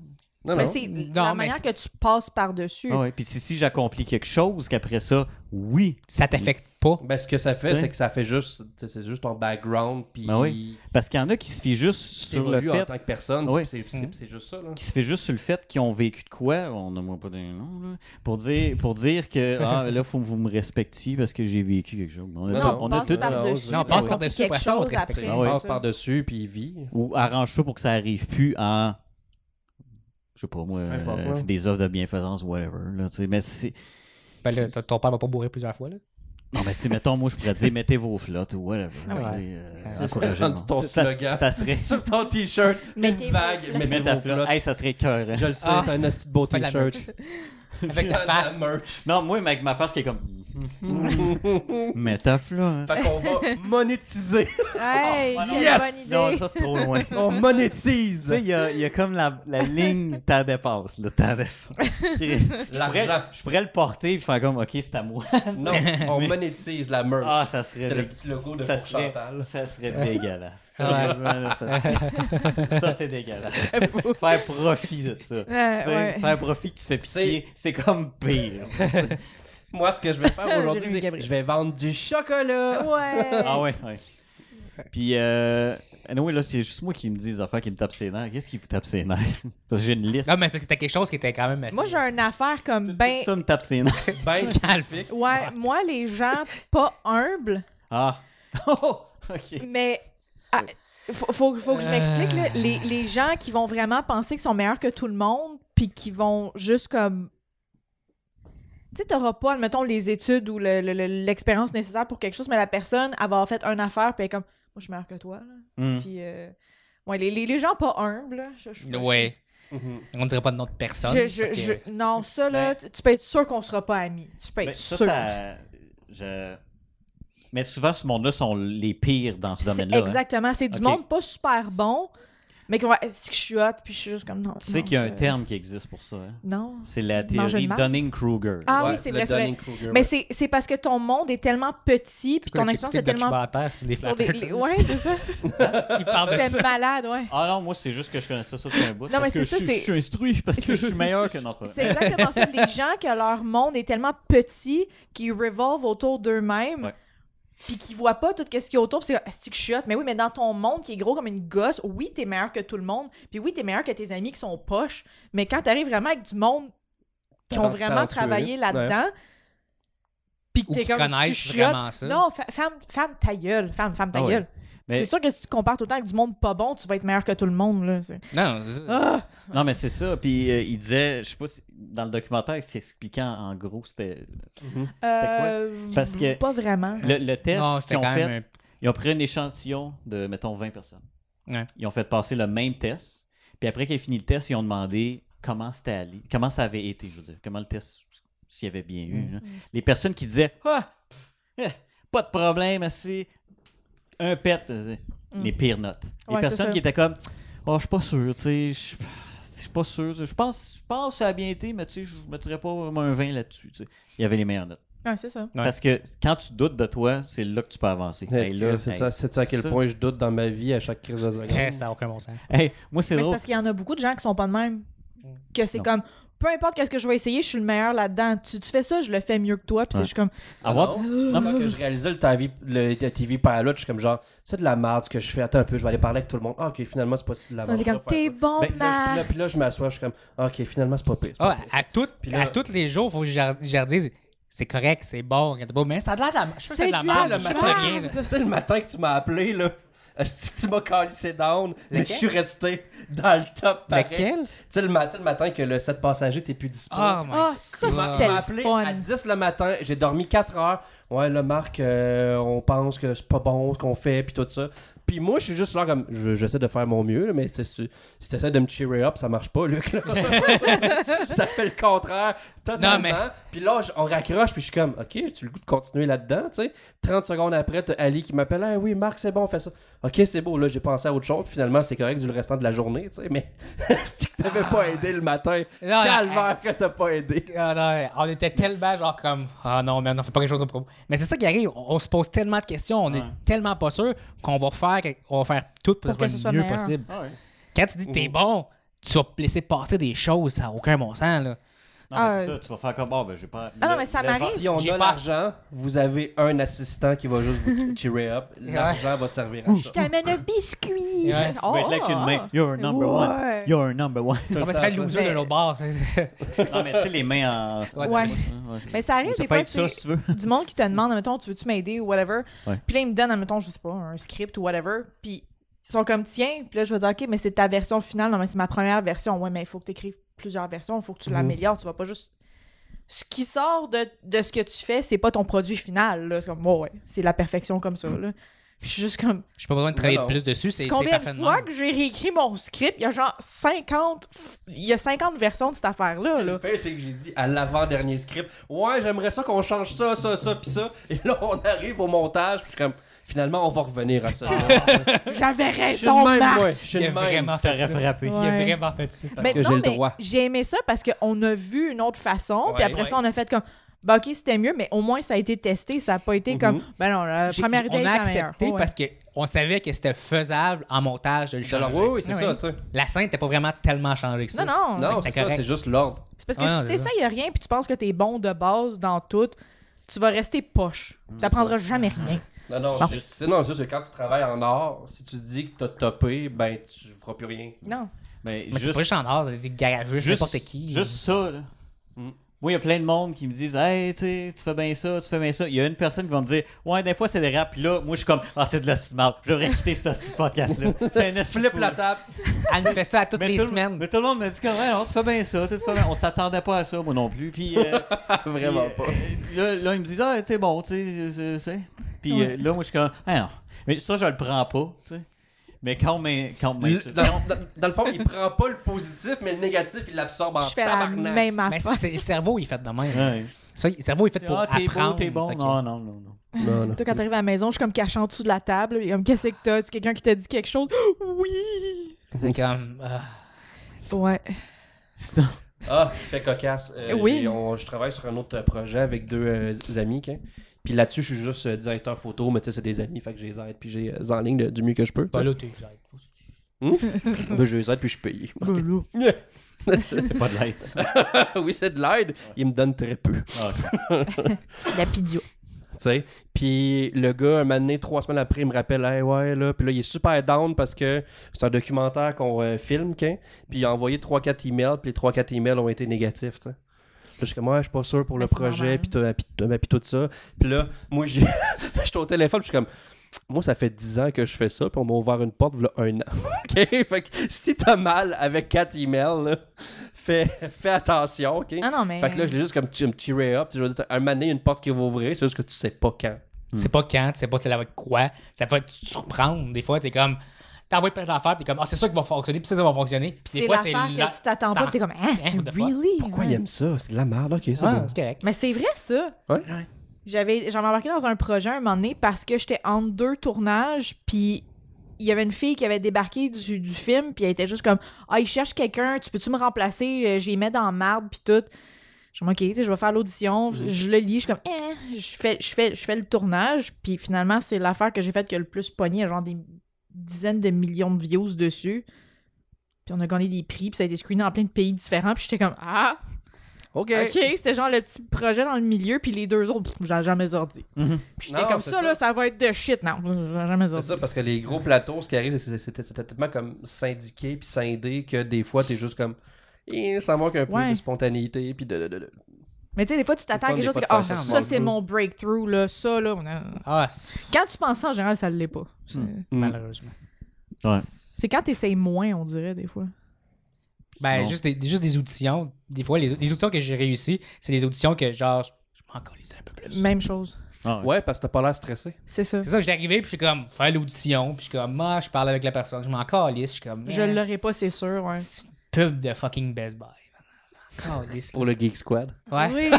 Speaker 2: Non,
Speaker 4: Mais
Speaker 2: non.
Speaker 4: c'est
Speaker 1: Non,
Speaker 4: la
Speaker 1: mais
Speaker 4: manière
Speaker 1: c'est-
Speaker 4: que tu passes par-dessus.
Speaker 3: Ah ouais. Puis si, si j'accomplis quelque chose, qu'après ça, oui.
Speaker 1: Ça t'affecte pas.
Speaker 2: Ben, ce que ça fait,
Speaker 3: Tu sais.
Speaker 2: c'est que ça fait juste, tu sais, c'est juste ton background, puis
Speaker 3: Ben oui. Parce qu'il y en a qui se fient juste sur le
Speaker 2: t'évolues en
Speaker 3: fait.
Speaker 2: tant que personne,
Speaker 3: Oui.
Speaker 2: c'est, c'est-
Speaker 1: Mhm.
Speaker 2: c'est juste ça. Là.
Speaker 3: Qui se fait juste sur le fait qu'ils ont vécu de quoi, on n'a moi pas donné le nom, là, pour dire, pour dire que ah, là, faut que vous me respectiez parce que j'ai vécu quelque chose. On a,
Speaker 2: Non,
Speaker 3: tout-
Speaker 4: Non,
Speaker 2: non,
Speaker 3: on
Speaker 4: on
Speaker 3: a
Speaker 4: passe
Speaker 3: tout.
Speaker 2: par-
Speaker 4: par-dessus.
Speaker 1: Non, on
Speaker 4: puis
Speaker 1: passe
Speaker 4: on
Speaker 1: par-dessus,
Speaker 4: quelque
Speaker 1: après ça, on te
Speaker 4: chose
Speaker 1: respecte.
Speaker 4: après,
Speaker 3: Ah
Speaker 2: On
Speaker 3: ouais.
Speaker 4: c'est
Speaker 2: passe
Speaker 4: ça.
Speaker 2: par-dessus, puis il vit.
Speaker 3: Ou arrange-toi pour que ça arrive plus en. Je sais pas moi,
Speaker 2: Ouais,
Speaker 3: euh,
Speaker 2: parfois.
Speaker 3: des offres de bienfaisance, whatever. Là, tu sais, mais c'est.
Speaker 1: Ben là,
Speaker 3: c'est-
Speaker 1: ton père m'a pas bourré plusieurs fois. Là.
Speaker 3: Non, mais tu sais, mettons, moi, je pourrais dire, mettez vos flottes ou whatever.
Speaker 1: Ah ouais.
Speaker 3: tu sais, euh,
Speaker 1: C'est
Speaker 2: ça,
Speaker 3: encouragez
Speaker 2: rendu
Speaker 3: le monde.
Speaker 2: ton
Speaker 3: ça,
Speaker 2: slogan.
Speaker 3: ça serait.
Speaker 2: Sur ton t-shirt,
Speaker 4: Mettez
Speaker 2: une vague,
Speaker 4: vos flottes.
Speaker 2: mettez
Speaker 3: Mets
Speaker 2: vos
Speaker 3: ta flotte.
Speaker 2: flottes.
Speaker 3: Hey, ça serait cœur. hein.
Speaker 2: Je le sais,
Speaker 1: Ah.
Speaker 2: t'as un asti de beau
Speaker 1: Fais de la
Speaker 2: t-shirt.
Speaker 1: Avec ta
Speaker 2: Fais de la
Speaker 1: face.
Speaker 2: merch.
Speaker 3: Non, moi, avec ma face qui est comme. hein. Mets ta flotte.
Speaker 2: Fait qu'on va monétiser.
Speaker 4: Hey,
Speaker 3: Oh,
Speaker 4: quelle
Speaker 3: yes!
Speaker 4: bonne idée.
Speaker 3: Non, ça, c'est trop loin. Tu
Speaker 2: On monétise.
Speaker 3: sais, il y a, il y a comme la, la ligne, t'en dépasses, là, t'en dépasses. Chris, Je pourrais,
Speaker 2: L'argent.
Speaker 3: je pourrais le porter et faire comme, OK, c'est à moi.
Speaker 2: Non, on monétise la merch.
Speaker 3: Ah, ça serait.
Speaker 2: T'as le
Speaker 3: dé-
Speaker 2: petit logo de
Speaker 3: ça
Speaker 2: Four
Speaker 3: serait,
Speaker 2: Chantal.
Speaker 3: Ça serait dégueulasse. Sérieusement, là, ça, serait- ça, c'est dégueulasse. Faire profit de ça.
Speaker 4: Ouais,
Speaker 3: Tu sais,
Speaker 4: ouais.
Speaker 3: Faire profit que tu fais pitié, c'est comme pire.
Speaker 2: Moi, ce que je vais faire aujourd'hui,
Speaker 4: Jérémy
Speaker 2: c'est que
Speaker 4: Gabriel.
Speaker 2: je vais vendre du chocolat.
Speaker 4: Ouais.
Speaker 3: ah ouais, ouais. Puis, euh, anyway, là, c'est juste moi qui me dis des affaires qui me tapent ses nerfs. Qu'est-ce qui vous tape ses nerfs? Parce que j'ai une liste.
Speaker 1: Non, mais c'était quelque chose qui était quand même. assez-
Speaker 4: Moi, j'ai une affaire comme Ah, ben.
Speaker 3: Tout ça me tape ses nerfs.
Speaker 2: Ben spécifique.
Speaker 4: Ouais, moi, les gens pas humbles,
Speaker 3: Ah. Oh, OK.
Speaker 4: mais. ah, faut, faut, faut que je m'explique, là.
Speaker 1: Euh.
Speaker 4: Les, les gens qui vont vraiment penser qu'ils sont meilleurs que tout le monde, puis qui vont juste comme. Tu sais, t'auras pas, mettons, les études ou le- le- le- l'expérience nécessaire pour quelque chose, mais la personne, elle va avoir fait une affaire, puis elle est comme, moi, je suis meilleure que toi, là.
Speaker 3: Hmm.
Speaker 4: Puis, euh, ouais, les, les, les gens pas humbles, là, je, je- je-
Speaker 1: Ouais.
Speaker 2: Mhm.
Speaker 1: On dirait pas de nom de personne.
Speaker 4: je- je-
Speaker 1: parce que-
Speaker 4: je- non, ça, là, tu tu peux être sûr qu'on sera pas amis. Tu peux être
Speaker 3: Ben, ça,
Speaker 4: sûr.
Speaker 3: ça- je- Mais souvent, ce monde-là sont les pires dans ce
Speaker 4: C'est
Speaker 3: domaine-là. hein.
Speaker 4: exactement. C'est du
Speaker 3: Ok.
Speaker 4: monde pas super bon, mais qui va est-ce que je suis hot, puis je suis juste comme non.
Speaker 3: Tu sais
Speaker 4: non,
Speaker 3: qu'il y a
Speaker 4: ça-
Speaker 3: un terme qui existe pour ça. hein.
Speaker 4: Non.
Speaker 3: C'est la
Speaker 4: Manger
Speaker 3: théorie
Speaker 4: de marde.
Speaker 3: Dunning-Kruger.
Speaker 4: Ah
Speaker 2: Ouais,
Speaker 4: oui, c'est
Speaker 2: le
Speaker 4: vrai, c'est vrai.
Speaker 2: Dunning-Kruger,
Speaker 4: Mais
Speaker 2: ouais.
Speaker 4: c'est c'est parce que ton monde est tellement petit, puis
Speaker 1: C'est quoi,
Speaker 4: ton
Speaker 1: t'as
Speaker 4: expérience
Speaker 1: écouté
Speaker 4: est
Speaker 1: le
Speaker 4: tellement.
Speaker 1: documentaire sur les
Speaker 4: sur des-
Speaker 1: Flatterers?
Speaker 4: les- Ouais, c'est ça.
Speaker 1: Il parle de
Speaker 4: C'était
Speaker 1: Ah, ben ça.
Speaker 4: malade, ouais.
Speaker 3: Ah non, moi, c'est juste que je connaissais ça depuis un bout.
Speaker 4: Non,
Speaker 3: parce
Speaker 4: mais
Speaker 3: que je,
Speaker 4: c'est ça,
Speaker 3: suis-
Speaker 4: c'est-
Speaker 3: je suis instruit, parce que je suis meilleur que notre...
Speaker 4: C'est exactement ça. Les gens que leur monde est tellement petit qu'ils revolvent autour d'eux-mêmes.
Speaker 3: Ouais.
Speaker 4: Puis qu'ils voient pas tout ce qui est autour, puis c'est stick shot. Mais oui, mais dans ton monde qui est gros comme une gosse, oui, t'es meilleur que tout le monde. Puis oui, t'es meilleur que tes amis qui sont poches. Mais quand t'arrives vraiment avec du monde qui ont
Speaker 2: Talent-
Speaker 4: vraiment
Speaker 2: talentueux,
Speaker 4: travaillé là-dedans, puis que
Speaker 1: Ou
Speaker 4: t'es
Speaker 1: qui
Speaker 4: comme
Speaker 1: connaissent
Speaker 4: stick shot.
Speaker 1: vraiment ça.
Speaker 4: Non, fa- femme, femme ta gueule. Femme, femme ta
Speaker 3: Ah ouais.
Speaker 4: gueule.
Speaker 3: Mais-
Speaker 4: C'est sûr que si tu te compares tout le temps avec du monde pas bon, tu vas être meilleur que tout le monde. Là. C'est-
Speaker 1: Non, c'est ça.
Speaker 4: Ah!
Speaker 3: Non, mais c'est ça. Puis euh, il disait, je sais pas si dans le documentaire, il s'expliquait en, en gros, c'était quoi?
Speaker 4: Euh,
Speaker 3: Parce que-
Speaker 4: Pas vraiment.
Speaker 3: le, le test
Speaker 1: Non,
Speaker 3: qu'ils
Speaker 1: c'était
Speaker 3: ont
Speaker 1: quand
Speaker 3: fait.
Speaker 1: même.
Speaker 3: Ils ont pris un échantillon de, mettons, 20 personnes.
Speaker 1: Ouais.
Speaker 3: Ils ont fait passer le même test. Puis après qu'ils aient fini le test, ils ont demandé comment c'était allé, comment ça avait été, je veux dire, comment le test, s'il y avait bien eu.
Speaker 4: Mm.
Speaker 3: là. Les personnes qui disaient Ah, eh, pas de problème, assez, un pet, euh, les pires notes. Les
Speaker 4: Mm. Ouais, c'est
Speaker 3: personnes
Speaker 4: ça.
Speaker 3: qui étaient comme Oh, je suis pas sûr, tu sais, je je suis pas sûr, tu sais, je pense, je pense que ça a bien été, mais tu sais, je ne mettrais pas vraiment un 20 là-dessus. tu sais. Il y avait les meilleures notes.
Speaker 4: Ouais, c'est ça.
Speaker 1: Ouais.
Speaker 3: Parce que quand tu doutes de toi, c'est là que tu peux avancer.
Speaker 2: Hey,
Speaker 3: Hey, là,
Speaker 2: c'est
Speaker 3: hey,
Speaker 2: ça, c'est ça à
Speaker 3: c'est
Speaker 2: quel
Speaker 3: ça.
Speaker 2: point je doute dans ma vie à chaque crise de
Speaker 1: Ouais,
Speaker 2: seconde.
Speaker 1: Ça n'a aucun bon sens.
Speaker 3: Hey, moi, c'est
Speaker 4: Mais c'est
Speaker 3: drôle.
Speaker 4: parce qu'il y en a beaucoup de gens qui sont pas de même. Que c'est
Speaker 3: Non.
Speaker 4: comme, peu importe qu'est-ce que je vais essayer, je suis le meilleur là-dedans. Tu, tu fais ça, je le fais mieux que toi. Puis
Speaker 3: Ouais.
Speaker 4: c'est juste comme,
Speaker 1: Ah,
Speaker 3: Avoir-
Speaker 2: Alors, moi, que je réalisais le TV, le TV par là, je suis comme genre, c'est de la merde ce que je fais. Attends un peu, je vais aller parler avec tout le monde. Ah, ok, finalement, c'est pas si de la
Speaker 4: t'es
Speaker 2: merde.
Speaker 4: comme,
Speaker 2: je vais
Speaker 4: t'es
Speaker 2: faire
Speaker 4: bon,
Speaker 2: ça. Ben, là, je- là,
Speaker 4: Marc.
Speaker 2: puis là, je m'assois, je suis comme, Ah, ok, finalement, c'est pas pire. c'est pas
Speaker 1: Ah,
Speaker 2: pire.
Speaker 1: à, toutes
Speaker 2: Puis là-
Speaker 1: à tous les jours, il faut que je leur- je leur dise c'est correct, c'est bon, regarde pas, mais ça a de l'air de la Je suis sûr que
Speaker 4: C'est
Speaker 1: c'est de
Speaker 4: de
Speaker 1: la
Speaker 4: la
Speaker 1: merde, je sais
Speaker 4: merde.
Speaker 1: très bien. là.
Speaker 2: Tu sais, le matin que tu m'as appelé, là, est-ce que tu m'as calissé down, mais
Speaker 1: Lequel?
Speaker 2: je suis resté dans le top pareil.
Speaker 1: Lequel
Speaker 2: Tu sais, le, ma- tu sais, le matin que le 7 passager, t'es plus dispo.
Speaker 1: Oh my
Speaker 4: Ah, ça,
Speaker 2: Tu
Speaker 1: God.
Speaker 2: m'as
Speaker 4: c'était
Speaker 2: m'as
Speaker 4: le
Speaker 2: appelé
Speaker 4: fun.
Speaker 2: à 10 le matin, j'ai dormi 4 heures. Ouais, là, Marc, euh, on pense que c'est pas bon ce qu'on fait, puis tout ça. Puis moi, je suis juste là comme, je- j'essaie de faire mon mieux, là, mais c'est- c'est- si t'essaies de me cheerer up, ça marche pas, Luc. là. ça fait le contraire, totalement.
Speaker 1: Non, mais-
Speaker 2: Puis là, je- on raccroche, puis je suis comme, OK, tu le goût de continuer là-dedans, tu sais. 30 secondes après, t'as Ali qui m'appelle, ah oui, Marc, c'est bon, fais ça. OK, c'est beau, là, j'ai pensé à autre chose, puis finalement, c'était correct du restant de la journée, tu sais, mais si tu t'avais pas aidé le matin,
Speaker 1: Non, non,
Speaker 2: calvaire que t'as pas aidé.
Speaker 1: Ah non, on était tellement genre comme Ah non, mais on fait pas quelque chose au propos. Mais c'est ça qui arrive, on, on se pose tellement de questions, on
Speaker 3: Ouais.
Speaker 1: est tellement pas sûr qu'on va faire, on va faire tout pour,
Speaker 4: Pour que
Speaker 1: ce
Speaker 4: ce
Speaker 1: soit
Speaker 4: soit
Speaker 1: le mieux
Speaker 4: meilleur.
Speaker 1: possible.
Speaker 3: Ah ouais.
Speaker 1: Quand tu dis t'es
Speaker 2: Mhm.
Speaker 1: bon, tu vas laisser passer des choses, ça n'a aucun bon sens. Là.
Speaker 3: Non,
Speaker 4: Ah,
Speaker 3: mais c'est
Speaker 4: euh.
Speaker 3: ça, tu vas faire comme, bon, ben, j'ai pas.
Speaker 4: Ah non,
Speaker 3: le-
Speaker 4: mais ça
Speaker 3: le
Speaker 4: m'arrive.
Speaker 3: genre-
Speaker 2: Si on
Speaker 1: J'ai
Speaker 2: a
Speaker 1: pas-
Speaker 2: l'argent, vous avez un assistant qui va juste vous cheerer up. L'argent va servir à ça.
Speaker 4: Je t'amène un biscuit.
Speaker 1: Ouais.
Speaker 4: Oh,
Speaker 3: va être là avec une
Speaker 4: oh,
Speaker 3: main. You're a number one.
Speaker 4: Ouais.
Speaker 3: You're a number one.
Speaker 1: Comment ça serait le
Speaker 2: temps,
Speaker 1: loser
Speaker 4: ça.
Speaker 1: de l'autre bord? c'est- c'est-
Speaker 3: non, mais tu sais, les mains en.
Speaker 1: Ouais.
Speaker 4: Mais ça arrive
Speaker 3: Ça
Speaker 4: des
Speaker 3: peut
Speaker 4: fois,
Speaker 3: être ça,
Speaker 4: tu sais,
Speaker 3: si tu veux.
Speaker 4: du monde qui te demande, admettons, tu veux-tu m'aider ou whatever.
Speaker 3: Ouais.
Speaker 4: Puis là, ils me donnent, admettons, je sais pas, un script ou whatever. Puis ils sont comme, tiens. Puis là, je vais dire, OK, mais c'est ta version finale. Non, mais c'est ma première version. Ouais, mais il faut que tu écrives plusieurs versions. Il faut
Speaker 2: Mhm.
Speaker 4: que tu l'améliores. Tu vas pas juste. Ce qui sort de, de ce que tu fais, c'est pas ton produit final. là. C'est comme, ouais, ouais, c'est la perfection comme
Speaker 2: Mhm.
Speaker 4: ça. Là. Puis je suis juste comme,
Speaker 1: J'ai pas besoin de travailler
Speaker 2: Non, non.
Speaker 1: plus dessus, c'est c'est
Speaker 4: combien
Speaker 1: parfait
Speaker 4: de
Speaker 1: de
Speaker 4: fois
Speaker 1: même.
Speaker 4: que j'ai réécrit mon script? Il y a genre 50, f- il y a 50 versions de cette affaire-là. Là.
Speaker 2: Le pire, c'est que j'ai dit à l'avant-dernier script, ouais, j'aimerais ça qu'on change ça, ça, ça, pis ça. Et là, on arrive au montage, puis je suis comme, finalement, on va revenir à ça.
Speaker 4: J'avais
Speaker 2: Je suis le
Speaker 4: raison,
Speaker 2: même,
Speaker 4: Marc!
Speaker 2: moi. Je suis
Speaker 1: Il a
Speaker 2: le même.
Speaker 1: vraiment fait ça.
Speaker 3: frappé.
Speaker 1: Il a
Speaker 4: Ouais.
Speaker 1: vraiment fait ça.
Speaker 2: Parce que j'ai le droit.
Speaker 4: j'ai aimé ça parce qu'on a vu une autre façon, puis
Speaker 2: Ouais.
Speaker 4: après ça, on a fait comme, bah ok, c'était mieux, mais au moins ça a été testé, ça n'a pas
Speaker 2: Mhm.
Speaker 4: été comme, ben non, la
Speaker 1: J'ai-
Speaker 4: première
Speaker 1: j'ai-
Speaker 4: idée,
Speaker 1: on
Speaker 4: c'est
Speaker 1: a
Speaker 4: la meilleure.
Speaker 1: accepté
Speaker 4: Ouais.
Speaker 1: parce qu'on savait que c'était faisable en montage de le changer.
Speaker 2: Alors, oui, oui, c'est
Speaker 4: Oui,
Speaker 2: ça,
Speaker 4: oui.
Speaker 2: tu sais.
Speaker 1: La scène n'était pas vraiment tellement changée que ça.
Speaker 4: Non, non,
Speaker 2: Non,
Speaker 1: c'était
Speaker 2: c'est ça,
Speaker 1: correct.
Speaker 2: c'est juste l'ordre.
Speaker 4: c'est parce que
Speaker 1: Ouais, non,
Speaker 4: si
Speaker 1: c'est
Speaker 4: t'essayes rien, puis tu penses que t'es bon de base dans tout, tu vas rester poche. T'apprendras jamais rien.
Speaker 2: Non, non, c'est c'est- non, c'est juste que quand tu travailles en art, si tu dis que t'as topé, ben, tu feras plus rien.
Speaker 4: Non.
Speaker 3: Mais
Speaker 1: Mais c'est pas
Speaker 3: juste
Speaker 1: juste en art, c'est des garagistes,
Speaker 3: Juste-
Speaker 1: n'importe qui.
Speaker 3: Juste ça, là.
Speaker 2: Mm.
Speaker 3: Moi, il y a plein de monde qui me disent Hey, tu sais, tu fais bien ça, tu fais bien ça. Il y a une personne qui va me dire Ouais, des fois, c'est des rap. Puis là, moi, je suis comme Ah, c'est de la cite mal. Je devrais quitter ce petit podcast-là. C'est un esti
Speaker 2: Flip
Speaker 3: fou.
Speaker 2: la table.
Speaker 1: Elle nous fait ça à toutes
Speaker 3: mais
Speaker 1: les
Speaker 3: tout, le-
Speaker 1: semaines.
Speaker 3: mais tout le monde me dit comme ouais, non, tu fais bien ça, tu sais, tu fais bien. On s'attendait pas à ça, moi non plus. Puis, euh,
Speaker 2: Vraiment
Speaker 3: puis,
Speaker 2: pas.
Speaker 3: euh, là, là, ils me disent Ah, tu sais, bon, tu sais, c'est- c'est. Puis euh, là, moi, je suis comme Ah, non. Mais ça, je le prends pas, tu sais. Mais quand on m'in- quand on
Speaker 2: Le-
Speaker 3: m'insulte.
Speaker 2: Ben, Dans, dans- dans le fond, il prend pas le positif, mais le négatif, il l'absorbe en
Speaker 4: Je fais la
Speaker 2: Ah, tabarnak.
Speaker 4: même
Speaker 1: Mais
Speaker 4: affaire.
Speaker 1: ça, c'est- le cerveau, il est fait de même.
Speaker 3: Ouais.
Speaker 1: Ça, le cerveau, il est fait pour
Speaker 3: Ah, t'es beau,
Speaker 1: apprendre.
Speaker 3: t'es bon. Ah,
Speaker 1: Fait que-
Speaker 3: Non, non, non, non.
Speaker 2: Non, non.
Speaker 4: Toi, quand t'arrives à la maison, je suis comme cachée en dessous de la table. et comme, qu'est-ce que t'as? Tu quelqu'un qui t'a dit quelque chose? Oui!
Speaker 1: C'est comme... ah.
Speaker 4: Ouais.
Speaker 3: Sinon-
Speaker 2: Ah, fait cocasse. Euh,
Speaker 4: Oui.
Speaker 2: j'ai- on- je travaille sur un autre projet avec deux euh, amis. hein. Puis là-dessus, je suis juste euh, directeur photo, mais tu sais, c'est des amis, fait que je les aide, puis j'ai les en ligne de- du mieux que je peux. tu
Speaker 1: Bah
Speaker 2: sais.
Speaker 1: là, t'es exact.
Speaker 2: Ben, je les aide, puis je suis payé.
Speaker 3: C'est pas de l'aide. ça.
Speaker 2: oui, c'est de l'aide. Ils me donnent très peu.
Speaker 3: Ah, ok.
Speaker 4: La pidio.
Speaker 2: tu sais. Puis le gars, un moment donné, trois semaines après, il me rappelle, hey, ouais, là. Puis là, il est super down parce que c'est un documentaire qu'on euh, filme, qu'un. Puis il a envoyé 3-4 emails, puis les 3-4 emails ont été négatifs, tu sais. Là, je suis comme, ouais, je suis pas sûr pour le
Speaker 4: Ben, c'est normal.
Speaker 2: projet, puis tout- puis tout- puis tout ça. Puis là, moi, j'ai- j'étais au téléphone, puis je suis comme, moi, ça fait 10 ans que je fais ça, puis on m'a ouvert une porte, voilà un an. OK? Fait que si t'as mal avec 4 emails, là, fais, fais attention, OK?
Speaker 4: Ah non, mais.
Speaker 2: Fait que là, je l'ai juste comme tu- me tirer up. tu sais, Je veux dire, un moment donné, il y a une porte qui va ouvrir, c'est juste que tu sais pas quand.
Speaker 1: Tu sais pas quand, tu sais pas c'est avec quoi. Ça va te surprendre. Des fois, t'es comme... T'envoies plein d'affaires, t'es comme... Ah, c'est ça qui va fonctionner, puis c'est ça qui va fonctionner. Puis
Speaker 4: c'est
Speaker 1: des fois, c'est...
Speaker 4: l'affaire
Speaker 1: là-
Speaker 4: que tu t'attends pas, puis t'es comme, hein,
Speaker 1: Hein, what the fuck?
Speaker 4: really?
Speaker 2: Pourquoi
Speaker 4: Ouais.
Speaker 2: il aime ça? C'est de la merde, ok, ça.
Speaker 1: Ah, c'est correct.
Speaker 4: Mais c'est vrai, ça.
Speaker 2: Ouais.
Speaker 4: J'avais, j'avais embarqué dans un projet un moment donné parce que j'étais en deux tournages, puis il y avait une fille qui avait débarqué du, du film, puis elle était juste comme Ah, il cherche quelqu'un, tu peux-tu me remplacer Je les mets dans la marde, puis tout. Je me dis, OK, tu sais, je vais faire l'audition, je- je le lis, je suis comme Eh, je fais, je fais, je fais le tournage, puis finalement, c'est l'affaire que j'ai faite qui a le plus pogné, genre des dizaines de millions de views dessus. Puis on a gagné des prix, puis ça a été screené en plein de pays différents, puis j'étais comme Ah
Speaker 2: Ok.
Speaker 4: OK, c'était genre le petit projet dans le milieu, puis les deux autres, pff, j'en ai jamais ordi.
Speaker 3: Mhm.
Speaker 4: Puis
Speaker 2: Non,
Speaker 4: j'étais comme
Speaker 2: c'est
Speaker 4: ça,
Speaker 2: ça.
Speaker 4: là, ça va être de shit. Non, j'en ai jamais
Speaker 2: C'est
Speaker 4: ordi.
Speaker 2: ça, parce que les gros plateaux, ce qui arrive, c'est que c'était c'était tellement comme syndiqué puis scindé que des fois, t'es juste comme. Eh, ça manque un peu
Speaker 4: Ouais.
Speaker 2: de spontanéité puis de. de- de- de-
Speaker 4: Mais tu sais, des fois, tu t'attends à
Speaker 2: fun,
Speaker 4: quelque
Speaker 2: des
Speaker 4: chose,
Speaker 2: fois,
Speaker 4: t'es
Speaker 2: de
Speaker 4: comme, Ah,
Speaker 2: faire ça,
Speaker 4: ça,
Speaker 2: mon
Speaker 4: c'est
Speaker 2: Dieu.
Speaker 4: mon breakthrough, là, ça, là. non.
Speaker 1: Ah, c'est-
Speaker 4: Quand tu penses ça, en général, ça l'est pas. C'est,
Speaker 1: Mm. malheureusement.
Speaker 3: Ouais.
Speaker 4: Hmm. c'est quand t'essayes moins, on dirait, des fois.
Speaker 1: Ben,
Speaker 3: Sinon-
Speaker 1: juste des, juste des auditions. Des fois, les, les auditions que j'ai réussies, c'est les auditions que, genre, je, je m'en colissais un peu plus.
Speaker 4: Même chose.
Speaker 3: Ah, ouais.
Speaker 2: Ouais, parce que t'as pas l'air stressé.
Speaker 4: C'est ça.
Speaker 1: C'est ça, j'étais arrivé, puis je suis comme, faire l'audition, puis je suis comme, ah, je parle avec la personne, je m'en calisse, je suis comme,
Speaker 4: Je
Speaker 1: eh,
Speaker 4: l'aurais pas, c'est sûr, ouais.
Speaker 1: c'est une Pub de fucking Best Buy. Je m'en calisse, là.
Speaker 2: Pour le Geek Squad.
Speaker 1: Ouais.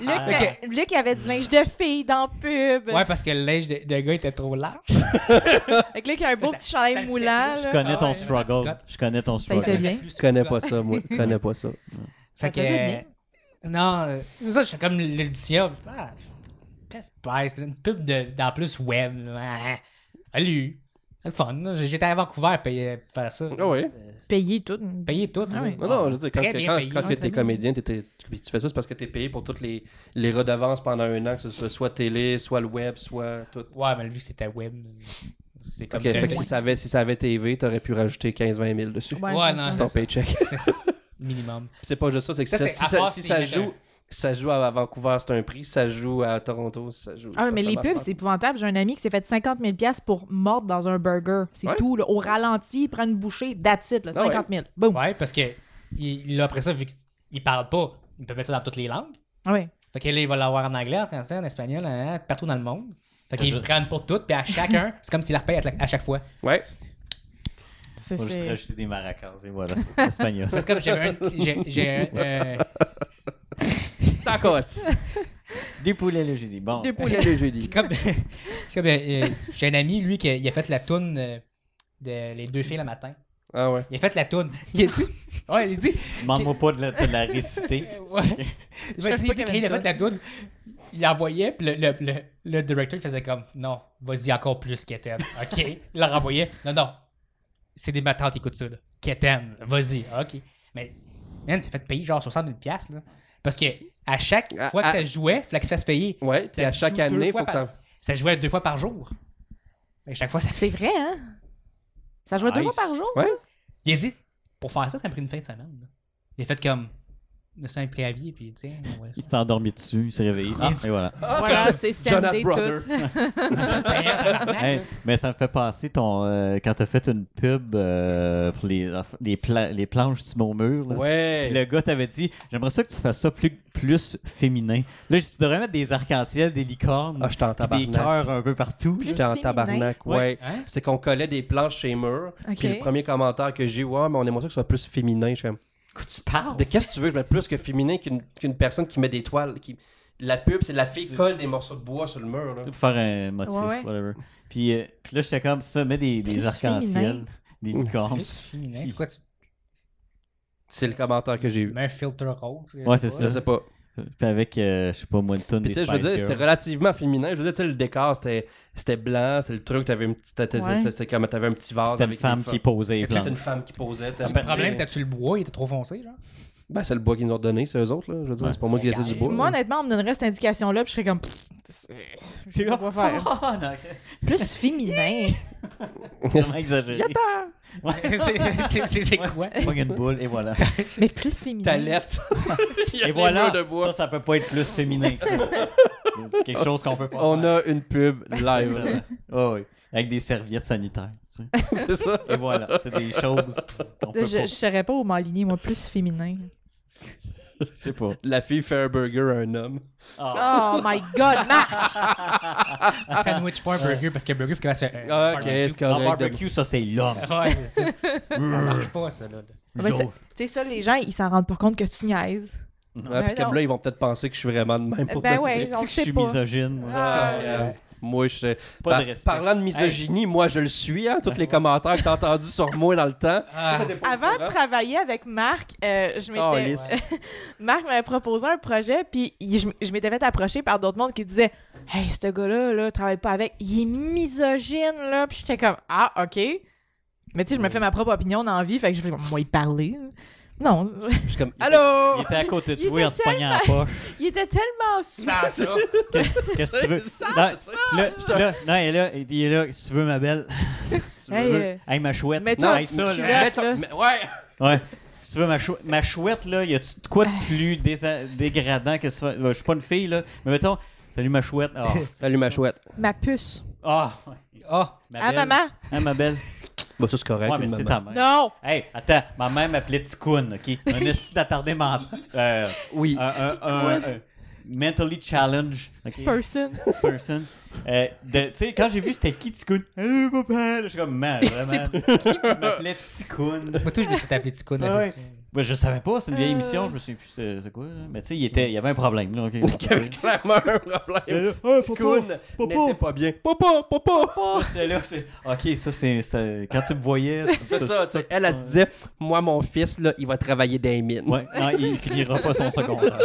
Speaker 4: Oui. Luc, Luc avait du linge de fille dans le pub.
Speaker 1: Ouais, parce que le linge de, de gars était trop large.
Speaker 4: Ah, Fait que Luc a un beau
Speaker 1: Ça-
Speaker 4: petit chandail
Speaker 1: ça le fait,
Speaker 4: moulant,
Speaker 1: je
Speaker 4: là.
Speaker 3: Je connais ton
Speaker 4: Ah ouais.
Speaker 3: struggle. Je connais ton
Speaker 4: Ça y fait
Speaker 3: struggle.
Speaker 4: bien.
Speaker 2: Je connais pas ça, moi. Je connais pas ça.
Speaker 1: Fait
Speaker 4: Ça
Speaker 1: que.
Speaker 4: faisait bien.
Speaker 1: euh, Non, euh, c'est ça, je fais comme le Lucia. Ah, Best Buy, c'est une pub de, d'en plus web. là. Ah, hein. Salut. C'est le fun. là. J'ai- J'étais à Vancouver puis, euh, faire ça.
Speaker 2: Ah oui.
Speaker 4: Payer tout.
Speaker 1: Payer tout.
Speaker 4: Ah
Speaker 1: là.
Speaker 4: oui.
Speaker 2: Non, non, je veux dire, quand,
Speaker 1: Très
Speaker 2: que-
Speaker 1: bien
Speaker 2: quand,
Speaker 1: payé.
Speaker 2: quand
Speaker 4: Ah,
Speaker 2: que
Speaker 4: très
Speaker 2: t'es
Speaker 4: bien.
Speaker 2: comédien, t'es- t'es- puis tu fais ça, c'est parce que t'es payé pour toutes les, les redevances pendant un an, que ce soit, soit télé, soit le web, soit tout.
Speaker 1: Ouais, mais vu que c'était web, c'est comme
Speaker 2: Ok, fait que
Speaker 1: Ouais,
Speaker 2: si ça avait, si ça avait TV, t'aurais pu rajouter 15-20 000 dessus.
Speaker 4: Ouais,
Speaker 1: Ouais,
Speaker 4: c'est
Speaker 1: non,
Speaker 4: ça.
Speaker 2: C'est
Speaker 1: c'est
Speaker 2: ton
Speaker 1: ça.
Speaker 2: paycheck.
Speaker 1: c'est ça. Minimum.
Speaker 2: C'est pas juste ça, c'est que
Speaker 1: Ça,
Speaker 2: ça-
Speaker 1: c'est
Speaker 2: si,
Speaker 1: à
Speaker 2: ça,
Speaker 1: part
Speaker 2: si
Speaker 1: s'il
Speaker 2: ça
Speaker 1: mettait
Speaker 2: joue, si ça joue à Vancouver, c'est un prix. Si ça joue à Toronto, si ça joue.
Speaker 4: Ah, ouais, mais
Speaker 2: ça
Speaker 4: les
Speaker 2: marche
Speaker 4: pubs,
Speaker 2: pas.
Speaker 4: c'est épouvantable. J'ai un ami qui s'est fait 50 000 pour mordre dans un burger. C'est
Speaker 2: Ouais.
Speaker 4: tout, là. Au ralenti, il prend une bouchée, that's it, là.
Speaker 2: Ah ouais.
Speaker 4: 50 000. Boum.
Speaker 1: Ouais, parce que il, là, après ça, vu qu'il parle pas, il peut mettre ça dans toutes les langues.
Speaker 4: Ah Ouais.
Speaker 1: Fait que là, il va l'avoir en anglais, en français, en espagnol, en- en- partout dans le monde. Fait
Speaker 3: Je-
Speaker 1: qu'ils le prennent pour toutes, puis à chacun, c'est comme s'il la repaye à, la- à chaque fois.
Speaker 2: Ouais.
Speaker 4: C'est-
Speaker 3: Faut juste
Speaker 4: c'est-
Speaker 3: rajouter des maracas et voilà. Espagnol.
Speaker 1: Parce que comme j'avais un. J'ai, j'ai un euh,
Speaker 2: Tacos.
Speaker 3: Des poulets, là, j'ai dit. Bon.
Speaker 4: Des poulets.
Speaker 2: Poulet le jeudi.
Speaker 1: c'est comme. c'est comme, euh, euh, j'ai un ami, lui, qui a, il a fait la toune euh, de Les deux filles le matin.
Speaker 2: Ah ouais.
Speaker 1: Il a fait la toune. Il a dit. Ouais, il a dit.
Speaker 3: Demande-moi pas de la, de la réciter.
Speaker 1: Ouais. Il m'a
Speaker 4: savais
Speaker 1: dit
Speaker 4: pas qu'il y
Speaker 1: quand
Speaker 4: avait
Speaker 1: il a
Speaker 4: une
Speaker 1: fait la toune, il l'envoyait, puis le, le, le, le directeur il faisait comme Non, vas-y encore plus, Keten. OK. Il leur renvoyait. Non, non. C'est des matantes qui écoutent ça, là. Keten, vas-y. OK. Mais, man, c'est fait payer genre 60 000 piastres, là. Parce que à chaque
Speaker 2: À-
Speaker 1: fois que
Speaker 2: à-
Speaker 1: ça jouait, il fallait que ça se fasse payer.
Speaker 2: Ouais, puis
Speaker 1: Ça
Speaker 2: à chaque
Speaker 1: joue deux
Speaker 2: année,
Speaker 1: fois
Speaker 2: faut que
Speaker 1: par-
Speaker 2: ça.
Speaker 1: Ça jouait deux fois par jour. Mais chaque fois, ça.
Speaker 4: C'est vrai, hein? Ça jouait deux
Speaker 3: Nice.
Speaker 4: fois par jour?
Speaker 2: Ouais.
Speaker 1: Il a dit Pour faire ça, ça a pris une fin de semaine. là. Il a fait comme. C'est un clavier, puis tiens, ouais,
Speaker 3: Il s'est endormi dessus, il s'est réveillé. Ah, et voilà.
Speaker 4: Voilà, c'est
Speaker 2: Jonas
Speaker 4: Sunday
Speaker 2: Brother.
Speaker 4: tout.
Speaker 1: Hein?
Speaker 3: Hey, mais ça me fait penser ton, euh, quand t'as fait une pub euh, pour les, les, pla- les planches du mot mur. là. Puis
Speaker 2: Ouais.
Speaker 3: le gars t'avait dit J'aimerais ça que tu fasses ça plus, plus féminin. Là, je dis, tu devrais mettre des arcs-en-ciel, des licornes,
Speaker 2: Ah, je t'en
Speaker 3: puis des
Speaker 2: tabarnak.
Speaker 3: cœurs un peu partout.
Speaker 4: Plus
Speaker 2: J'étais en
Speaker 4: féminin.
Speaker 2: tabarnak, ouais.
Speaker 1: Hein?
Speaker 2: C'est qu'on collait des planches chez mur.
Speaker 4: Ok.
Speaker 2: Puis le premier commentaire que j'ai eu, ouais, mais on aimerait ça que ce soit plus féminin. Je suis comme,
Speaker 3: Que tu parles
Speaker 2: de qu'est-ce que tu veux? Je mets plus que féminin qu'une qu'une personne qui met des toiles. qui- La pub, c'est la fille colle des morceaux de bois sur le mur. là.
Speaker 3: Pour faire un motif,
Speaker 4: Ouais, ouais.
Speaker 3: whatever. Puis, euh, puis là, j'étais comme ça Mets des, des
Speaker 4: Plus
Speaker 3: arcs-en-ciel,
Speaker 4: féminin.
Speaker 3: des licornes.
Speaker 1: Plus féminin. C'est quoi, tu
Speaker 2: C'est le commentaire que j'ai eu.
Speaker 1: mets un filtre rose? je
Speaker 3: Ouais,
Speaker 1: sais
Speaker 3: c'est
Speaker 1: pas.
Speaker 2: Je sais pas.
Speaker 3: Puis avec, euh, je sais pas, moi, une tonne
Speaker 2: Puis
Speaker 3: des
Speaker 2: tu sais, je veux
Speaker 3: Spice
Speaker 2: dire, c'était
Speaker 3: Girls.
Speaker 2: relativement féminin. Je veux dire, tu sais, le décor, c'était c'était blanc, c'est le truc, t'avais une petite- t'avais-
Speaker 4: Ouais.
Speaker 2: c'était comme t'avais un petit vase.
Speaker 3: C'était une
Speaker 2: avec
Speaker 3: femme
Speaker 2: des
Speaker 3: qui
Speaker 2: fleurs.
Speaker 3: posait les
Speaker 2: C'était
Speaker 3: plantes.
Speaker 2: une femme qui posait. t'as-
Speaker 1: Le problème, c'était tu le bois, il était trop foncé, genre.
Speaker 2: Ben, c'est le bois qu'ils nous ont donné, c'est eux autres, là. Je veux dire,
Speaker 3: Ouais.
Speaker 2: c'est pas moi qui ai du bois.
Speaker 4: Moi, honnêtement, on me donnerait cette indication-là, puis je serais comme. Pff, c'est- Je sais pas quoi faire.
Speaker 3: Ah, non,
Speaker 4: Plus féminin.
Speaker 3: vraiment exagéré.
Speaker 1: c'est c'est- c'est- c'est quoi?
Speaker 3: Pogne une boule et voilà.
Speaker 4: Mais plus féminin.
Speaker 2: Talette.
Speaker 3: et voilà. Ça, ça peut pas être plus féminin que ça. C'est Quelque chose qu'on peut pas
Speaker 2: On
Speaker 3: faire.
Speaker 2: a une pub live.
Speaker 3: Ah oui. Avec des serviettes sanitaires. tu sais.
Speaker 2: c'est ça.
Speaker 3: Et voilà. C'est des choses qu'on peut
Speaker 4: Je, je
Speaker 3: pas.
Speaker 4: saurais pas où m'aligner, moi, plus féminin.
Speaker 3: Je sais pas.
Speaker 2: La fille fait un burger à un homme.
Speaker 3: Ah.
Speaker 4: Oh my god, Marc!
Speaker 1: Un sandwich pour un burger, parce que burger, il faut qu'il fasse un.
Speaker 2: Ah,
Speaker 1: un
Speaker 2: ok,
Speaker 1: barbecue.
Speaker 2: c'est
Speaker 3: En
Speaker 2: correct.
Speaker 3: barbecue, ça, c'est l'homme.
Speaker 1: Ouais, c'est ça. ça marche pas, ça, là.
Speaker 4: Ah, Mais c'est-
Speaker 3: Joe.
Speaker 4: tu sais, ça, les gens, ils s'en rendent pas compte que tu niaises.
Speaker 3: Ah.
Speaker 2: Ouais, puis
Speaker 4: Ben
Speaker 2: comme
Speaker 4: non.
Speaker 2: là, ils vont peut-être penser que je suis vraiment de même pour
Speaker 4: Ben
Speaker 2: de vrai.
Speaker 4: ouais,
Speaker 3: Je
Speaker 4: on le
Speaker 3: que je suis
Speaker 4: sait pas.
Speaker 3: misogyne. moi.
Speaker 4: Ah,
Speaker 2: Euh, Moi, je
Speaker 3: Pas
Speaker 2: Par-
Speaker 3: de respect.
Speaker 2: Parlant de misogynie, moi, je le suis, hein, tous les commentaires que t'as entendus sur moi dans le temps.
Speaker 1: Ah,
Speaker 4: Avant de travailler avec Marc, euh, je
Speaker 2: Oh,
Speaker 4: m'étais.
Speaker 2: lisse.
Speaker 4: Marc m'avait proposé un projet, puis il- je, m- je m'étais fait approcher par d'autres mondes qui disaient Hey, ce gars-là, là, travaille pas avec, il est misogyne, là. Puis j'étais comme Ah, OK. Mais tu sais, je me fais ma propre opinion dans la vie, fait que je fais comme Moi, il parlait. Non.
Speaker 2: Je suis comme Allô
Speaker 3: Il était à côté de
Speaker 4: Il
Speaker 3: toi en se pognant en poche.
Speaker 4: il était tellement sous.
Speaker 1: ça, Ah, ça.
Speaker 3: Qu'est-ce que tu veux? Non, là, là, non, il est là, il est là. Si tu veux, ma belle. Si tu
Speaker 4: Hey,
Speaker 3: veux.
Speaker 4: euh,
Speaker 3: Hey, ma chouette.
Speaker 4: mets-toi
Speaker 3: Non,
Speaker 4: un
Speaker 3: hey,
Speaker 4: petit
Speaker 3: ça, là.
Speaker 4: culotte.
Speaker 2: Mais ton-
Speaker 4: là.
Speaker 2: mais- Ouais
Speaker 3: Ouais. Si tu veux, ma, chou- ma chouette, là, y a-tu de quoi de plus désa- dégradant que ça? Ben, je suis pas une fille, là. Mais mettons, salut ma chouette. Ah,
Speaker 2: Salut, ma chouette.
Speaker 4: Ma puce.
Speaker 3: Ah,
Speaker 1: Ah,
Speaker 3: ma
Speaker 4: Ah,
Speaker 3: belle.
Speaker 4: maman?
Speaker 3: Hein, ma belle.
Speaker 2: Bah, ça, c'est correct.
Speaker 3: Ouais, mais
Speaker 2: une
Speaker 3: c'est ta
Speaker 2: maman.
Speaker 3: mère.
Speaker 4: Non!
Speaker 3: Hey, attends, ma mère m'appelait Ticoun, ok? Un esti d'attardé mental. Euh,
Speaker 2: Oui.
Speaker 3: un, un, un- un mentally challenged ok?
Speaker 4: Person.
Speaker 3: person. Euh, de- tu sais, quand j'ai vu c'était qui Ticoun? Eh, Hey, papa! Là, Je suis comme, man, vraiment. Tu m'appelais Ticoun.
Speaker 1: moi, tout, je me suis tapé petit coup.
Speaker 3: Ah ouais. Ben, je savais pas, c'est une vieille
Speaker 4: Euh.
Speaker 3: émission, je me souviens plus c'était c'est quoi. là. Mais tu sais, il, était- il y avait un problème. Là, ok.
Speaker 2: Il y avait clairement un
Speaker 3: Euh,
Speaker 2: problème. Ticoun n'était pas bien. Papa, papa!
Speaker 3: Moi, j'étais là, c'est- Ok, ça c'est. ça- Quand tu me voyais.
Speaker 2: C'est ça, tu sais, elle, elle se disait, moi, mon fils, là, il va travailler dans les mines.
Speaker 3: Ouais, non, il finira pas son secondaire.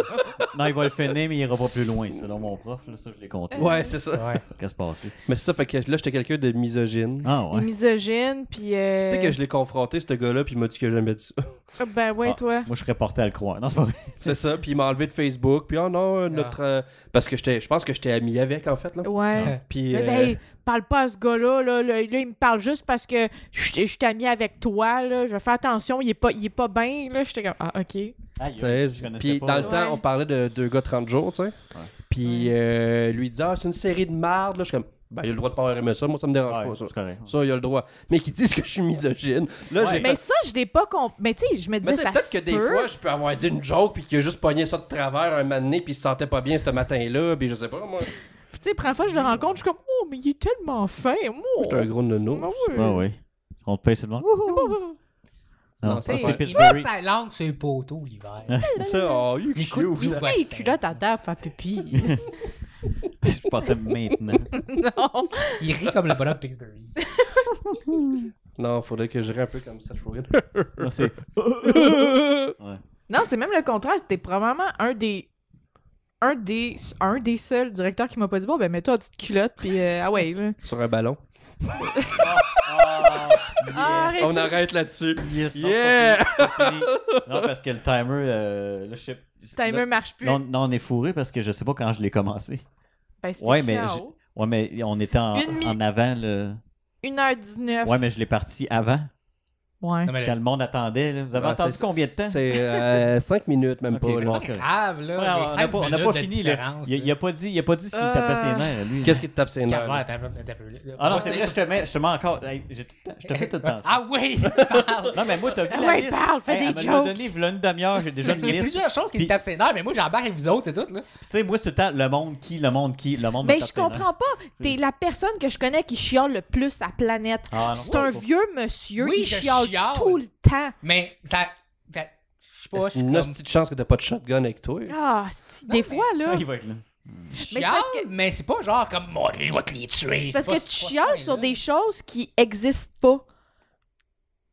Speaker 3: Non, il va le finir, mais il ira pas plus loin, selon mon prof. Là, ça, je l'ai compté.
Speaker 2: Ouais, c'est ça.
Speaker 1: Ouais.
Speaker 3: Qu'est-ce qui se passait?
Speaker 2: Mais c'est ça, fait que là, j'étais quelqu'un de misogyne.
Speaker 3: Ah
Speaker 4: Il est
Speaker 3: ouais.
Speaker 4: misogyne, puis. euh,
Speaker 2: Tu sais que je l'ai confronté, ce gars-là, puis il m'a dit que j'aimais ça.
Speaker 4: Ben ouais,
Speaker 3: Ah.
Speaker 4: toi.
Speaker 3: Moi, je serais porté à le croire. Non, c'est pas vrai.
Speaker 2: C'est ça, puis il m'a enlevé de Facebook, puis oh non,
Speaker 4: Ah.
Speaker 2: euh, notre. euh, parce que j'étais- je pense que j'étais ami avec, en fait, là.
Speaker 4: Ouais.
Speaker 2: Puis.
Speaker 4: Mais,
Speaker 2: euh,
Speaker 4: hey, parle pas à ce gars-là, là, là, là, il me parle juste parce que je suis amie avec toi, là, je vais faire attention, il est pas, il est pas bien, là, j'étais comme, ah, ok.
Speaker 3: Aïe,
Speaker 2: tu sais,
Speaker 3: aïe, je connaissais
Speaker 2: Puis
Speaker 3: pas.
Speaker 2: dans le
Speaker 4: Ouais.
Speaker 2: temps, on parlait de deux gars 30 jours, tu sais. Puis euh, lui il disait, ah, c'est une série de marde, là. Je suis comme, ben, il a le droit de pas aimer ça, moi, ça me dérange
Speaker 3: Ouais,
Speaker 2: pas, ça.
Speaker 3: c'est correct.
Speaker 2: Ça, il a le droit. Mais qu'ils disent que je suis misogyne. Là,
Speaker 3: Ouais.
Speaker 2: j'ai
Speaker 4: Mais
Speaker 2: fait.
Speaker 4: ça, je l'ai pas compris. Mais tu sais, je me
Speaker 2: Mais
Speaker 4: disais,
Speaker 2: c'est
Speaker 4: ça
Speaker 2: peut-être
Speaker 4: se
Speaker 2: que des
Speaker 4: peut.
Speaker 2: fois, je peux avoir dit une joke, puis qu'il a juste pogné ça de travers un moment donné, puis il se sentait pas bien ce matin-là, puis je sais pas, moi.
Speaker 4: Puis tu sais, première fois que je le rencontre, je suis comme, oh, mais il est tellement fin, oh.
Speaker 2: J'étais un gros
Speaker 4: Ah
Speaker 2: nono.
Speaker 4: oui.
Speaker 3: Ah ouais. On te paye seulement.
Speaker 4: Wouhou.
Speaker 3: Non,
Speaker 2: Non,
Speaker 3: ça,
Speaker 1: Tu
Speaker 3: c'est
Speaker 1: sais,
Speaker 3: Pittsburgh.
Speaker 1: il sa langue sur le poteau l'hiver.
Speaker 2: Ça, oh, you
Speaker 1: Il coûte
Speaker 2: cute.
Speaker 1: plus
Speaker 4: Il se met les culottes à terre, faire pipi.
Speaker 3: Je pensais maintenant.
Speaker 4: non.
Speaker 1: Il rit comme le bonhomme Pixbury.
Speaker 2: Non, faudrait que je rie un peu comme ça, je pourrais.
Speaker 3: Non, c'est-
Speaker 4: Non, c'est même le contraire. T'es probablement un des. Un des, un des seuls directeurs qui m'a pas dit bon ben mets-toi une petite culotte puis euh, ah ouais là.
Speaker 2: Sur un ballon.
Speaker 3: Ah,
Speaker 4: Ah, arrête.
Speaker 2: On arrête là-dessus.
Speaker 3: yes, non,
Speaker 2: Yeah!
Speaker 3: c'est pas fini, c'est pas fini. Non, parce que le timer, euh, là, je sais.
Speaker 4: Ce timer
Speaker 3: là-
Speaker 4: marche plus.
Speaker 3: là, on- là, on est fourré parce que je sais pas quand je l'ai commencé.
Speaker 4: Ben, c'était
Speaker 3: Ouais,
Speaker 4: écrit
Speaker 3: mais
Speaker 4: en
Speaker 3: j'ai-
Speaker 4: haut.
Speaker 3: Ouais, mais on était en,
Speaker 4: Une mi-
Speaker 3: en avant, le.
Speaker 4: 1h19.
Speaker 3: Ouais, mais je l'ai parti avant,
Speaker 4: Ouais.
Speaker 1: Non, mais
Speaker 3: quand le monde attendait. là. Vous avez
Speaker 2: Ouais,
Speaker 3: entendu
Speaker 2: c'est-
Speaker 3: combien de temps?
Speaker 2: C'est 5 minutes, même
Speaker 3: Ok,
Speaker 2: pas. là.
Speaker 3: bon.
Speaker 1: c'est pas grave, là.
Speaker 3: Ouais,
Speaker 1: les
Speaker 3: on n'a
Speaker 1: cinq
Speaker 3: pas, on a
Speaker 1: minutes
Speaker 3: pas
Speaker 1: de
Speaker 3: fini. Là.
Speaker 1: différence,
Speaker 3: Il, il a pas dit, il a pas dit ce qui tapait ses
Speaker 4: Euh,
Speaker 3: nerfs, lui.
Speaker 2: Qu'est-ce qui te tape ses nerfs?
Speaker 1: Calvaire,
Speaker 2: là?
Speaker 1: t'as- t'as- t'as- t'as-
Speaker 3: Ah non, c'est vrai, je te mets, je te mets encore. Hey, j'ai tout le temps- je te fais tout le temps. ça.
Speaker 1: Ah oui! parle.
Speaker 3: Non, mais moi, t'as vu la
Speaker 4: Ouais,
Speaker 3: liste.
Speaker 4: parle, fais des
Speaker 3: elle me l'a
Speaker 4: jokes.
Speaker 3: donné, v'là une demi-heure, j'ai déjà une
Speaker 1: Il y a
Speaker 3: liste.
Speaker 1: plusieurs choses qui
Speaker 3: Puis-
Speaker 1: me tapent ses nerfs, mais moi j'embarque avec vous autres, c'est tout, là.
Speaker 3: Tu sais, moi, c'est tout le temps le monde qui, le monde qui, le monde me
Speaker 4: Mais
Speaker 3: tape
Speaker 4: Ben, je
Speaker 3: ses nerfs.
Speaker 4: comprends pas. T'es la personne que je connais qui chiale le plus à planète.
Speaker 3: Ah, non,
Speaker 4: C'est un
Speaker 3: pas-
Speaker 4: vieux monsieur,
Speaker 1: Oui,
Speaker 4: il
Speaker 1: je
Speaker 4: chiale,
Speaker 1: chiale.
Speaker 4: tout le temps.
Speaker 1: Mais ça. ça- Je sais pas, je
Speaker 2: C'est
Speaker 1: suis
Speaker 2: une
Speaker 1: comme.
Speaker 2: hostie de chance que t'as pas de shotgun avec toi.
Speaker 4: Ah, c'est- des
Speaker 1: mais-
Speaker 4: fois là.
Speaker 3: Ah, il va être là.
Speaker 1: je
Speaker 4: Mais c'est
Speaker 1: chiale,
Speaker 4: parce que-
Speaker 1: Mais c'est pas genre comme. Moi, je vais te les tuer.
Speaker 4: C'est parce
Speaker 1: pas-
Speaker 4: que tu
Speaker 1: c'est pas
Speaker 4: chiales
Speaker 1: ce
Speaker 4: sur
Speaker 1: point-là.
Speaker 4: des choses qui existent pas.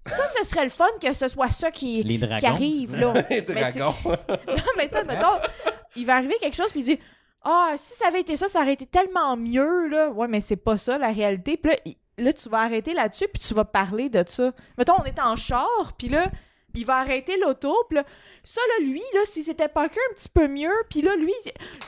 Speaker 4: Ça, ce serait le fun que ce soit ça qui,
Speaker 3: Les dragons.
Speaker 4: qui arrive, là.
Speaker 2: Les
Speaker 4: Mais ben, c'est-
Speaker 2: dragons.
Speaker 4: Non, mais tu sais, mettons, il va arriver quelque chose, puis il dit Ah, si ça avait été ça, ça aurait été tellement mieux, là. Ouais, mais c'est pas ça, la réalité. Puis là, il- là, tu vas arrêter là-dessus, puis tu vas parler de ça. Mettons, on est en char, puis là, il va arrêter l'auto, puis là, ça, là, lui, là, si c'était pas que un petit peu mieux, puis là, lui,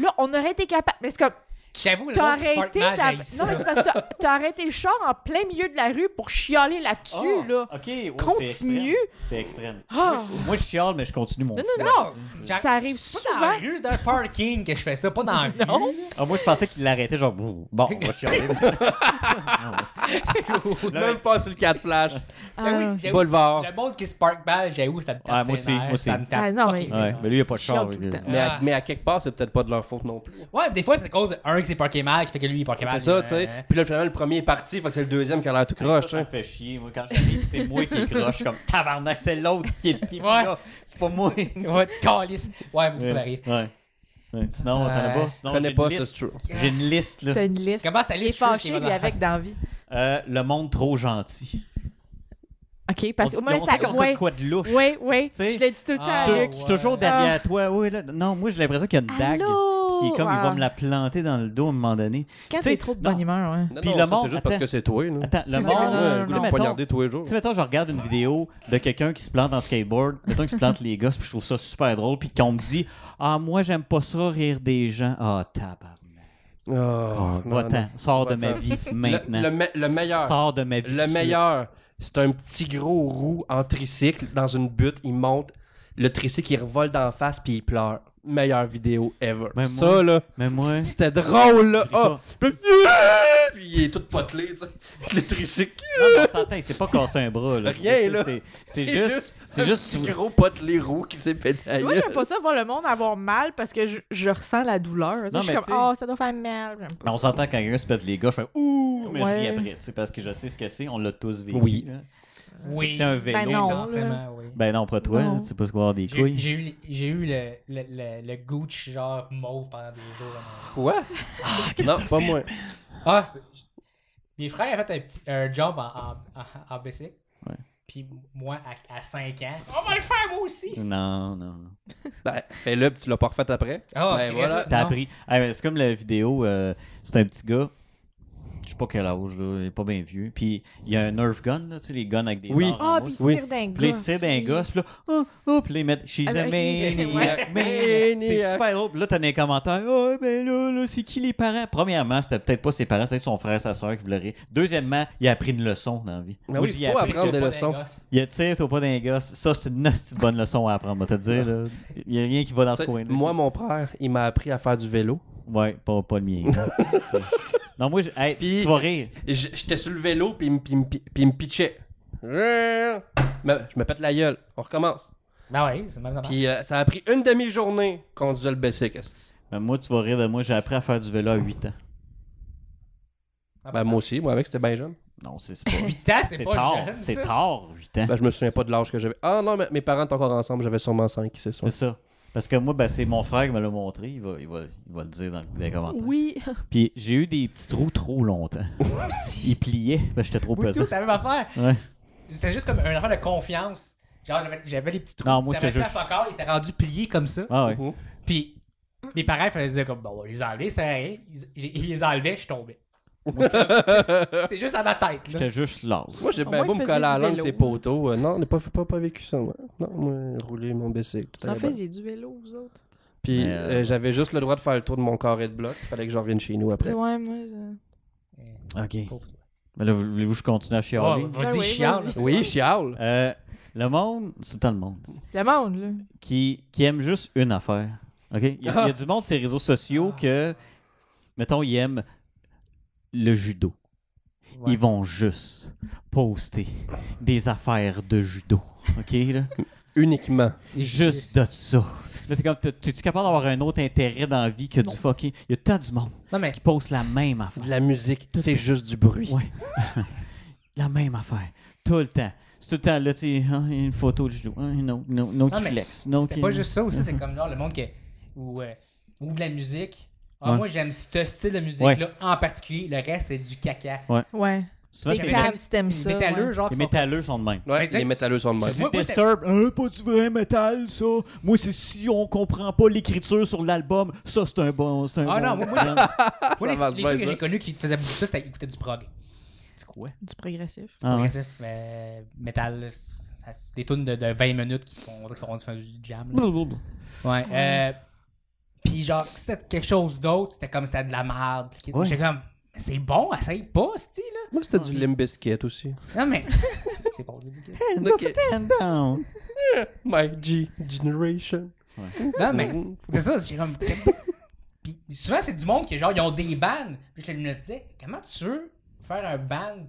Speaker 4: là, on aurait été capable. Mais c'est comme.
Speaker 1: J'avoue, le
Speaker 4: T'as
Speaker 1: monde qui se porte
Speaker 4: arrêté,
Speaker 1: mal,
Speaker 4: ta-
Speaker 1: j'haïs
Speaker 4: non, mais
Speaker 1: ça.
Speaker 4: c'est parce que t'as- t'as arrêté le char en plein milieu de la rue pour chialer là-dessus,
Speaker 1: Oh.
Speaker 3: Ah,
Speaker 4: là.
Speaker 3: Ok, ouais, c'est
Speaker 4: Continue.
Speaker 3: extrême. C'est extrême.
Speaker 4: Ah.
Speaker 3: Moi, je- Moi, je chiale, mais je continue mon.
Speaker 4: Non,
Speaker 3: film.
Speaker 4: non,
Speaker 3: C'est-
Speaker 1: J'arrive-
Speaker 4: Ça arrive
Speaker 1: C'est pas dans la
Speaker 4: souvent.
Speaker 1: rue, c'est dans le parking que je fais ça, pas dans la rue.
Speaker 3: Ah, moi, je pensais qu'il l'arrêtait, genre, bon, on va chialer.
Speaker 2: Même pas sur le 4 flash.
Speaker 4: Ah,
Speaker 1: Ben oui, j'avoue,
Speaker 2: Boulevard.
Speaker 1: Le monde qui se park mal, j'avoue, ça me tape.
Speaker 3: Ouais, moi
Speaker 1: ses
Speaker 3: aussi,
Speaker 1: nerfs,
Speaker 3: moi
Speaker 1: Ça
Speaker 3: aussi.
Speaker 1: me tape.
Speaker 4: Ah, non,
Speaker 1: fucking
Speaker 4: mais-
Speaker 1: ses
Speaker 3: Ouais,
Speaker 1: nerfs.
Speaker 3: mais lui, il a pas de
Speaker 4: Je
Speaker 3: char.
Speaker 4: chiale tout le
Speaker 3: lui.
Speaker 4: temps.
Speaker 2: Mais, à,
Speaker 1: Ah.
Speaker 2: mais à quelque part, c'est peut-être pas de leur faute non plus.
Speaker 1: Ouais, mais des fois, c'est à cause d'un qui s'est parké mal qui fait que lui, il est parké mal. euh,
Speaker 2: C'est ça, tu sais. Puis là, finalement, le premier est parti, fait que c'est le deuxième qui a l'air tout croche,
Speaker 3: Ça,
Speaker 2: hein. tu
Speaker 3: ça me
Speaker 2: sais.
Speaker 3: fait chier, moi, quand j'arrive, c'est moi qui croche, comme tabarnak, c'est l'autre qui est qui est
Speaker 1: Ouais.
Speaker 3: là. C'est pas moi. Ouais,
Speaker 1: Ouais, calice. Ouais, moi, ça m'arrive.
Speaker 3: ouais. Ouais. Sinon, t'en as
Speaker 1: Ouais.
Speaker 3: pas. Sinon, j'ai
Speaker 2: Connais
Speaker 3: une
Speaker 2: pas ça,
Speaker 3: liste.
Speaker 2: c'est true.
Speaker 3: J'ai une liste, là.
Speaker 4: Euh, T'as une liste.
Speaker 1: Comment ça
Speaker 4: Il est
Speaker 1: liste
Speaker 4: fâché, lui, avec d'envie.
Speaker 3: Euh, le monde trop gentil.
Speaker 4: OK, parce
Speaker 3: On-
Speaker 4: qu'au moins,
Speaker 3: on dirait
Speaker 4: ça...
Speaker 3: qu'on
Speaker 4: Ouais,
Speaker 3: a de quoi de louche.
Speaker 4: ouais, ouais.
Speaker 3: Tu sais,
Speaker 4: Je l'ai dit tout le temps
Speaker 1: Ah,
Speaker 3: Je
Speaker 4: à
Speaker 3: suis
Speaker 1: ouais.
Speaker 3: tou-
Speaker 4: Luc.
Speaker 3: je suis toujours derrière toi. Oui, là. Non, moi, j'ai l'impression qu'il y a une dague.
Speaker 4: Allô?
Speaker 3: Puis comme il va
Speaker 4: Ah.
Speaker 3: me la planter dans le dos à un moment donné.
Speaker 4: Quand
Speaker 3: Tu sais,
Speaker 4: t'es trop de bonne
Speaker 3: non.
Speaker 4: humeur, ouais.
Speaker 2: Non,
Speaker 3: Puis
Speaker 2: non,
Speaker 3: le
Speaker 2: ça,
Speaker 3: monde-
Speaker 2: c'est juste parce
Speaker 3: attends.
Speaker 2: que c'est toi, là.
Speaker 3: Attends, le
Speaker 4: Non,
Speaker 3: monde. euh,
Speaker 4: non, non,
Speaker 2: Ouais,
Speaker 4: non,
Speaker 2: vous
Speaker 4: non.
Speaker 2: me
Speaker 3: Mettons- Ah,
Speaker 2: poignardez tous les jours.
Speaker 3: Tu sais, mettons, je regarde une vidéo de quelqu'un qui se plante en skateboard. Mettons qu'il se plante les gosses, puis je trouve ça super drôle. Puis qu'on me dit Ah, moi, j'aime pas ça rire des gens. Ah, tabarnak.
Speaker 2: Oh, non, non.
Speaker 3: Va-t'en. Sors de ma
Speaker 2: Va-t'en.
Speaker 3: vie
Speaker 2: Le,
Speaker 3: maintenant.
Speaker 2: le me- le meilleur.
Speaker 3: Sors de ma vie.
Speaker 2: Le meilleur, c'est un petit gros roux en tricycle dans une butte. Il monte, le tricycle, il revole d'en face puis il pleure. Meilleure vidéo ever.
Speaker 3: Mais Ben, moi-
Speaker 2: Ça, là,
Speaker 3: Mais moi.
Speaker 2: c'était drôle, là.
Speaker 3: Tu ris
Speaker 2: Ah!
Speaker 3: pas.
Speaker 2: Puis là, puis il est tout potelé, tu sais. avec Le tricycle.
Speaker 3: Non, mais on s'entend, il s'est pas cassé un bras. Là.
Speaker 2: Rien,
Speaker 3: C'est-
Speaker 2: là.
Speaker 3: c'est- C'est juste. C'est
Speaker 2: un
Speaker 3: juste.
Speaker 2: petit gros potelé roux qui s'est pété
Speaker 3: Euh,
Speaker 4: Moi,
Speaker 2: ailleurs.
Speaker 4: j'aime pas ça voir le monde avoir mal parce que je, je ressens la douleur. Ça,
Speaker 3: Non,
Speaker 4: je suis
Speaker 3: mais
Speaker 4: comme,
Speaker 3: tu sais-
Speaker 4: oh, ça doit faire mal. J'aime pas
Speaker 3: Mais on s'entend quand quelqu'un se pète les gars, je fais ouh, mais je
Speaker 4: Ouais.
Speaker 3: ris après, tu sais, parce que je sais ce que c'est, on l'a tous vécu.
Speaker 2: Oui.
Speaker 3: hein.
Speaker 1: Oui.
Speaker 3: C'est un vélo.
Speaker 1: Ben
Speaker 4: Ben
Speaker 1: non,
Speaker 4: non,
Speaker 1: d'entraînement, oui.
Speaker 3: Ben non, pas toi.
Speaker 4: Non.
Speaker 3: là, Tu sais pas ce qu'on va avoir des
Speaker 1: J'ai eu-
Speaker 3: couilles.
Speaker 1: j'ai eu, les- j'ai eu le, le, le, le gooch genre mauve pendant des jours. là.
Speaker 2: Quoi? non, pas moi.
Speaker 1: Ah, c'était- mes frères avaient fait un, petit, un jump en, en, en, en bicycle.
Speaker 3: Ouais.
Speaker 1: Puis moi, à, à 5 ans, on va le faire moi aussi.
Speaker 3: Non, non, non.
Speaker 2: Ben, fais-le, puis tu l'as pas refait après.
Speaker 1: Ah,
Speaker 2: Ben
Speaker 1: Chris,
Speaker 2: voilà.
Speaker 3: T'as
Speaker 1: non.
Speaker 3: appris. Ah, ben, c'est comme la vidéo, euh, c'est un petit gars. Je sais pas quel âge, là, il est pas bien vieux. Puis il y a un Nerf gun, là, tu sais, les guns avec des
Speaker 2: Oui.
Speaker 3: barres en
Speaker 4: Ah,
Speaker 3: haut,
Speaker 4: puis
Speaker 3: ça.
Speaker 2: Oui.
Speaker 4: il tire d'un gosse.
Speaker 3: Puis les c'est d'un gosse, puis là, oh, oh, puis les mettre She's a
Speaker 4: Avec-
Speaker 3: maniac,
Speaker 2: Ouais.
Speaker 3: maniac. C'est
Speaker 2: Maniac.
Speaker 3: super drôle. Puis là, t'as des commentaires. Oh, ben là, là, c'est qui les parents? Premièrement, c'était peut-être pas ses parents, c'était son frère, sa soeur qui voulait rire. Deuxièmement, il a appris une leçon dans la vie.
Speaker 2: Ben
Speaker 3: Moi,
Speaker 2: oui,
Speaker 3: j'y
Speaker 2: faut
Speaker 3: ai appris
Speaker 2: apprendre
Speaker 3: que-
Speaker 2: des
Speaker 1: Pas
Speaker 2: leçons.
Speaker 1: gosse.
Speaker 3: Il a tiré, toi pas d'un gosse. Ça, c'est une hostie de bonne leçon à apprendre, on va te dire. là. Il y a Ah, rien qui va dans ce coin-là.
Speaker 2: Moi, mon père, il m'a appris à faire du vélo.
Speaker 3: Ouais, pas, pas le mien. Ça. non, moi, je- hey,
Speaker 2: Puis-
Speaker 3: tu vas rire.
Speaker 2: Et j- J'étais sur le vélo, puis il me- puis il me- puis il me pitchait. Me- Je me pète la gueule. On recommence.
Speaker 1: Ben oui, c'est même ça.
Speaker 2: Puis euh, ça a pris une demi-journée qu'on disait le bicycle. esti.
Speaker 3: Mais Ben, moi, tu vas rire de moi. J'ai appris à faire du vélo à 8 ans.
Speaker 4: Ah,
Speaker 2: Ben, moi aussi, moi avec, c'était bien jeune.
Speaker 3: Non, c'est c'est pas.
Speaker 1: 8 ans, c'est pas
Speaker 3: tard.
Speaker 1: jeune,
Speaker 3: C'est
Speaker 1: ça.
Speaker 3: tard, 8 ans.
Speaker 2: Ben, je me souviens pas de l'âge que j'avais. Ah non, mais mes parents étaient encore ensemble, j'avais sûrement 5, c'est ça.
Speaker 3: C'est ça. Parce que moi, ben, c'est mon frère qui me l'a montré. Il va, il, va, il va le dire dans le- dans les commentaires.
Speaker 4: Oui.
Speaker 3: Puis j'ai eu des petits trous trop longtemps. Ils pliaient. Ben, J'étais trop
Speaker 1: Moi, tout,
Speaker 3: pesant.
Speaker 1: c'est la même affaire.
Speaker 3: Ouais.
Speaker 1: C'était juste comme un affaire de confiance. Genre, j'avais- j'avais les petits trous.
Speaker 3: Non, moi,
Speaker 1: Ça
Speaker 3: j'étais
Speaker 1: m'avait
Speaker 3: juste-
Speaker 1: fait encore, il était rendu plié comme ça.
Speaker 3: Ah ouais.
Speaker 2: Mhm.
Speaker 1: Puis mes parents faisaient dire comme, bon, on va les enlever, ça rien. Ils, j'ai- ils les enlevaient, je tombais. c'est juste dans ma tête. là.
Speaker 3: J'étais juste large.
Speaker 2: Moi, j'ai
Speaker 4: Au
Speaker 2: bien
Speaker 4: moins,
Speaker 2: beau
Speaker 4: il
Speaker 2: me
Speaker 4: faisait
Speaker 2: coller à la
Speaker 4: du
Speaker 2: langue
Speaker 4: vélo.
Speaker 2: ses poteaux. Euh, non, on n'a pas, pas, pas vécu ça, moi. Non, moi, rouler mon bicycle. tout
Speaker 4: Vous en
Speaker 2: allait bien.
Speaker 4: faisiez du vélo, vous autres?
Speaker 2: Puis
Speaker 3: Mais, euh,
Speaker 2: euh, j'avais juste le droit de faire le tour de mon carré de bloc. Fallait que je revienne chez nous après.
Speaker 4: Ouais, moi. je-
Speaker 3: OK. Mais là, voulez-vous que je continue à
Speaker 1: Oh,
Speaker 3: chialer?
Speaker 1: vas-y,
Speaker 4: Ah oui,
Speaker 1: chiant.
Speaker 4: vas-y.
Speaker 2: Oui, chiale.
Speaker 3: Euh, le monde, c'est tout le temps le monde.
Speaker 4: Le monde, là.
Speaker 3: qui, qui aime juste une affaire. OK? Il y, a il y a du monde sur les réseaux
Speaker 1: Ah.
Speaker 3: sociaux que, mettons, ils aiment le judo.
Speaker 1: Ouais.
Speaker 3: Ils vont juste poster des affaires de judo. OK? là?
Speaker 2: Uniquement.
Speaker 3: Juste de ça. Là, t'es comme, t'es- t'es-tu capable d'avoir un autre intérêt dans la vie que
Speaker 1: Non.
Speaker 3: du fucking. Il y a tant du monde
Speaker 1: Non, mais
Speaker 3: qui poste la même affaire.
Speaker 2: De la musique, c'est juste du bruit.
Speaker 3: Ouais. la même affaire. Tout le temps. C'est tout le temps, là, tu sais, hein, une photo de judo. hein, une autre, une autre- une autre
Speaker 1: Non,
Speaker 3: qui
Speaker 1: mais
Speaker 3: flex. une autre
Speaker 1: c'était
Speaker 3: qui-
Speaker 1: pas juste ça aussi,
Speaker 3: Mm-hmm.
Speaker 1: c'est comme genre le monde qui. Ou, euh, ou de la musique. Ah,
Speaker 3: Ouais.
Speaker 1: Moi, j'aime ce style de musique-là en particulier. Le reste, c'est du caca.
Speaker 4: Ouais.
Speaker 3: Souvent, c'est
Speaker 4: les
Speaker 1: c'est-
Speaker 3: les,
Speaker 1: cave-
Speaker 4: caves, si t'aimes
Speaker 1: Les
Speaker 4: ça.
Speaker 1: métalleux,
Speaker 4: ouais.
Speaker 1: genre, qui
Speaker 3: les
Speaker 1: sont
Speaker 3: métalleux sont de même.
Speaker 2: Ouais,
Speaker 1: Ben, tu sais-
Speaker 2: les métalleux sont de même.
Speaker 3: Tu dis
Speaker 1: moi, moi,
Speaker 3: Disturb, Hein, pas du vrai métal, ça. Moi, c'est si on comprend pas l'écriture sur l'album, ça c'est un bon. c'est Un
Speaker 1: Ah
Speaker 3: bon
Speaker 1: non, moi, moi,
Speaker 3: genre.
Speaker 1: Moi,
Speaker 2: Ça
Speaker 1: les,
Speaker 2: va
Speaker 1: les
Speaker 2: bien,
Speaker 1: filles que
Speaker 2: ça.
Speaker 1: j'ai connues qui faisaient beaucoup ça, c'était écouter du prog.
Speaker 3: C'est quoi
Speaker 4: Du progressif.
Speaker 3: Ah, ouais.
Speaker 1: Progressif, euh, metal, ça- c'est des tunes de, de 20 minutes qui font, on dirait qu'ils font- font du jam. là.
Speaker 3: Blablabla.
Speaker 1: Ouais. euh, Puis genre, si c'était quelque chose d'autre, c'était comme c'était de la merde. Puis
Speaker 3: Ouais.
Speaker 1: J'étais comme, essaye bon, essaye pas, style là.
Speaker 2: Moi, c'était du Limbiskit aussi.
Speaker 1: Non, mais. c'est- c'est pas Non,
Speaker 2: Ok.
Speaker 3: And down.
Speaker 2: My G Generation. Ah,
Speaker 1: mais.
Speaker 2: Mm,
Speaker 1: C'est ça, j'ai comme. Puis souvent, c'est du monde qui, genre, ils ont des bands. Puis je me disais, comment tu veux faire un band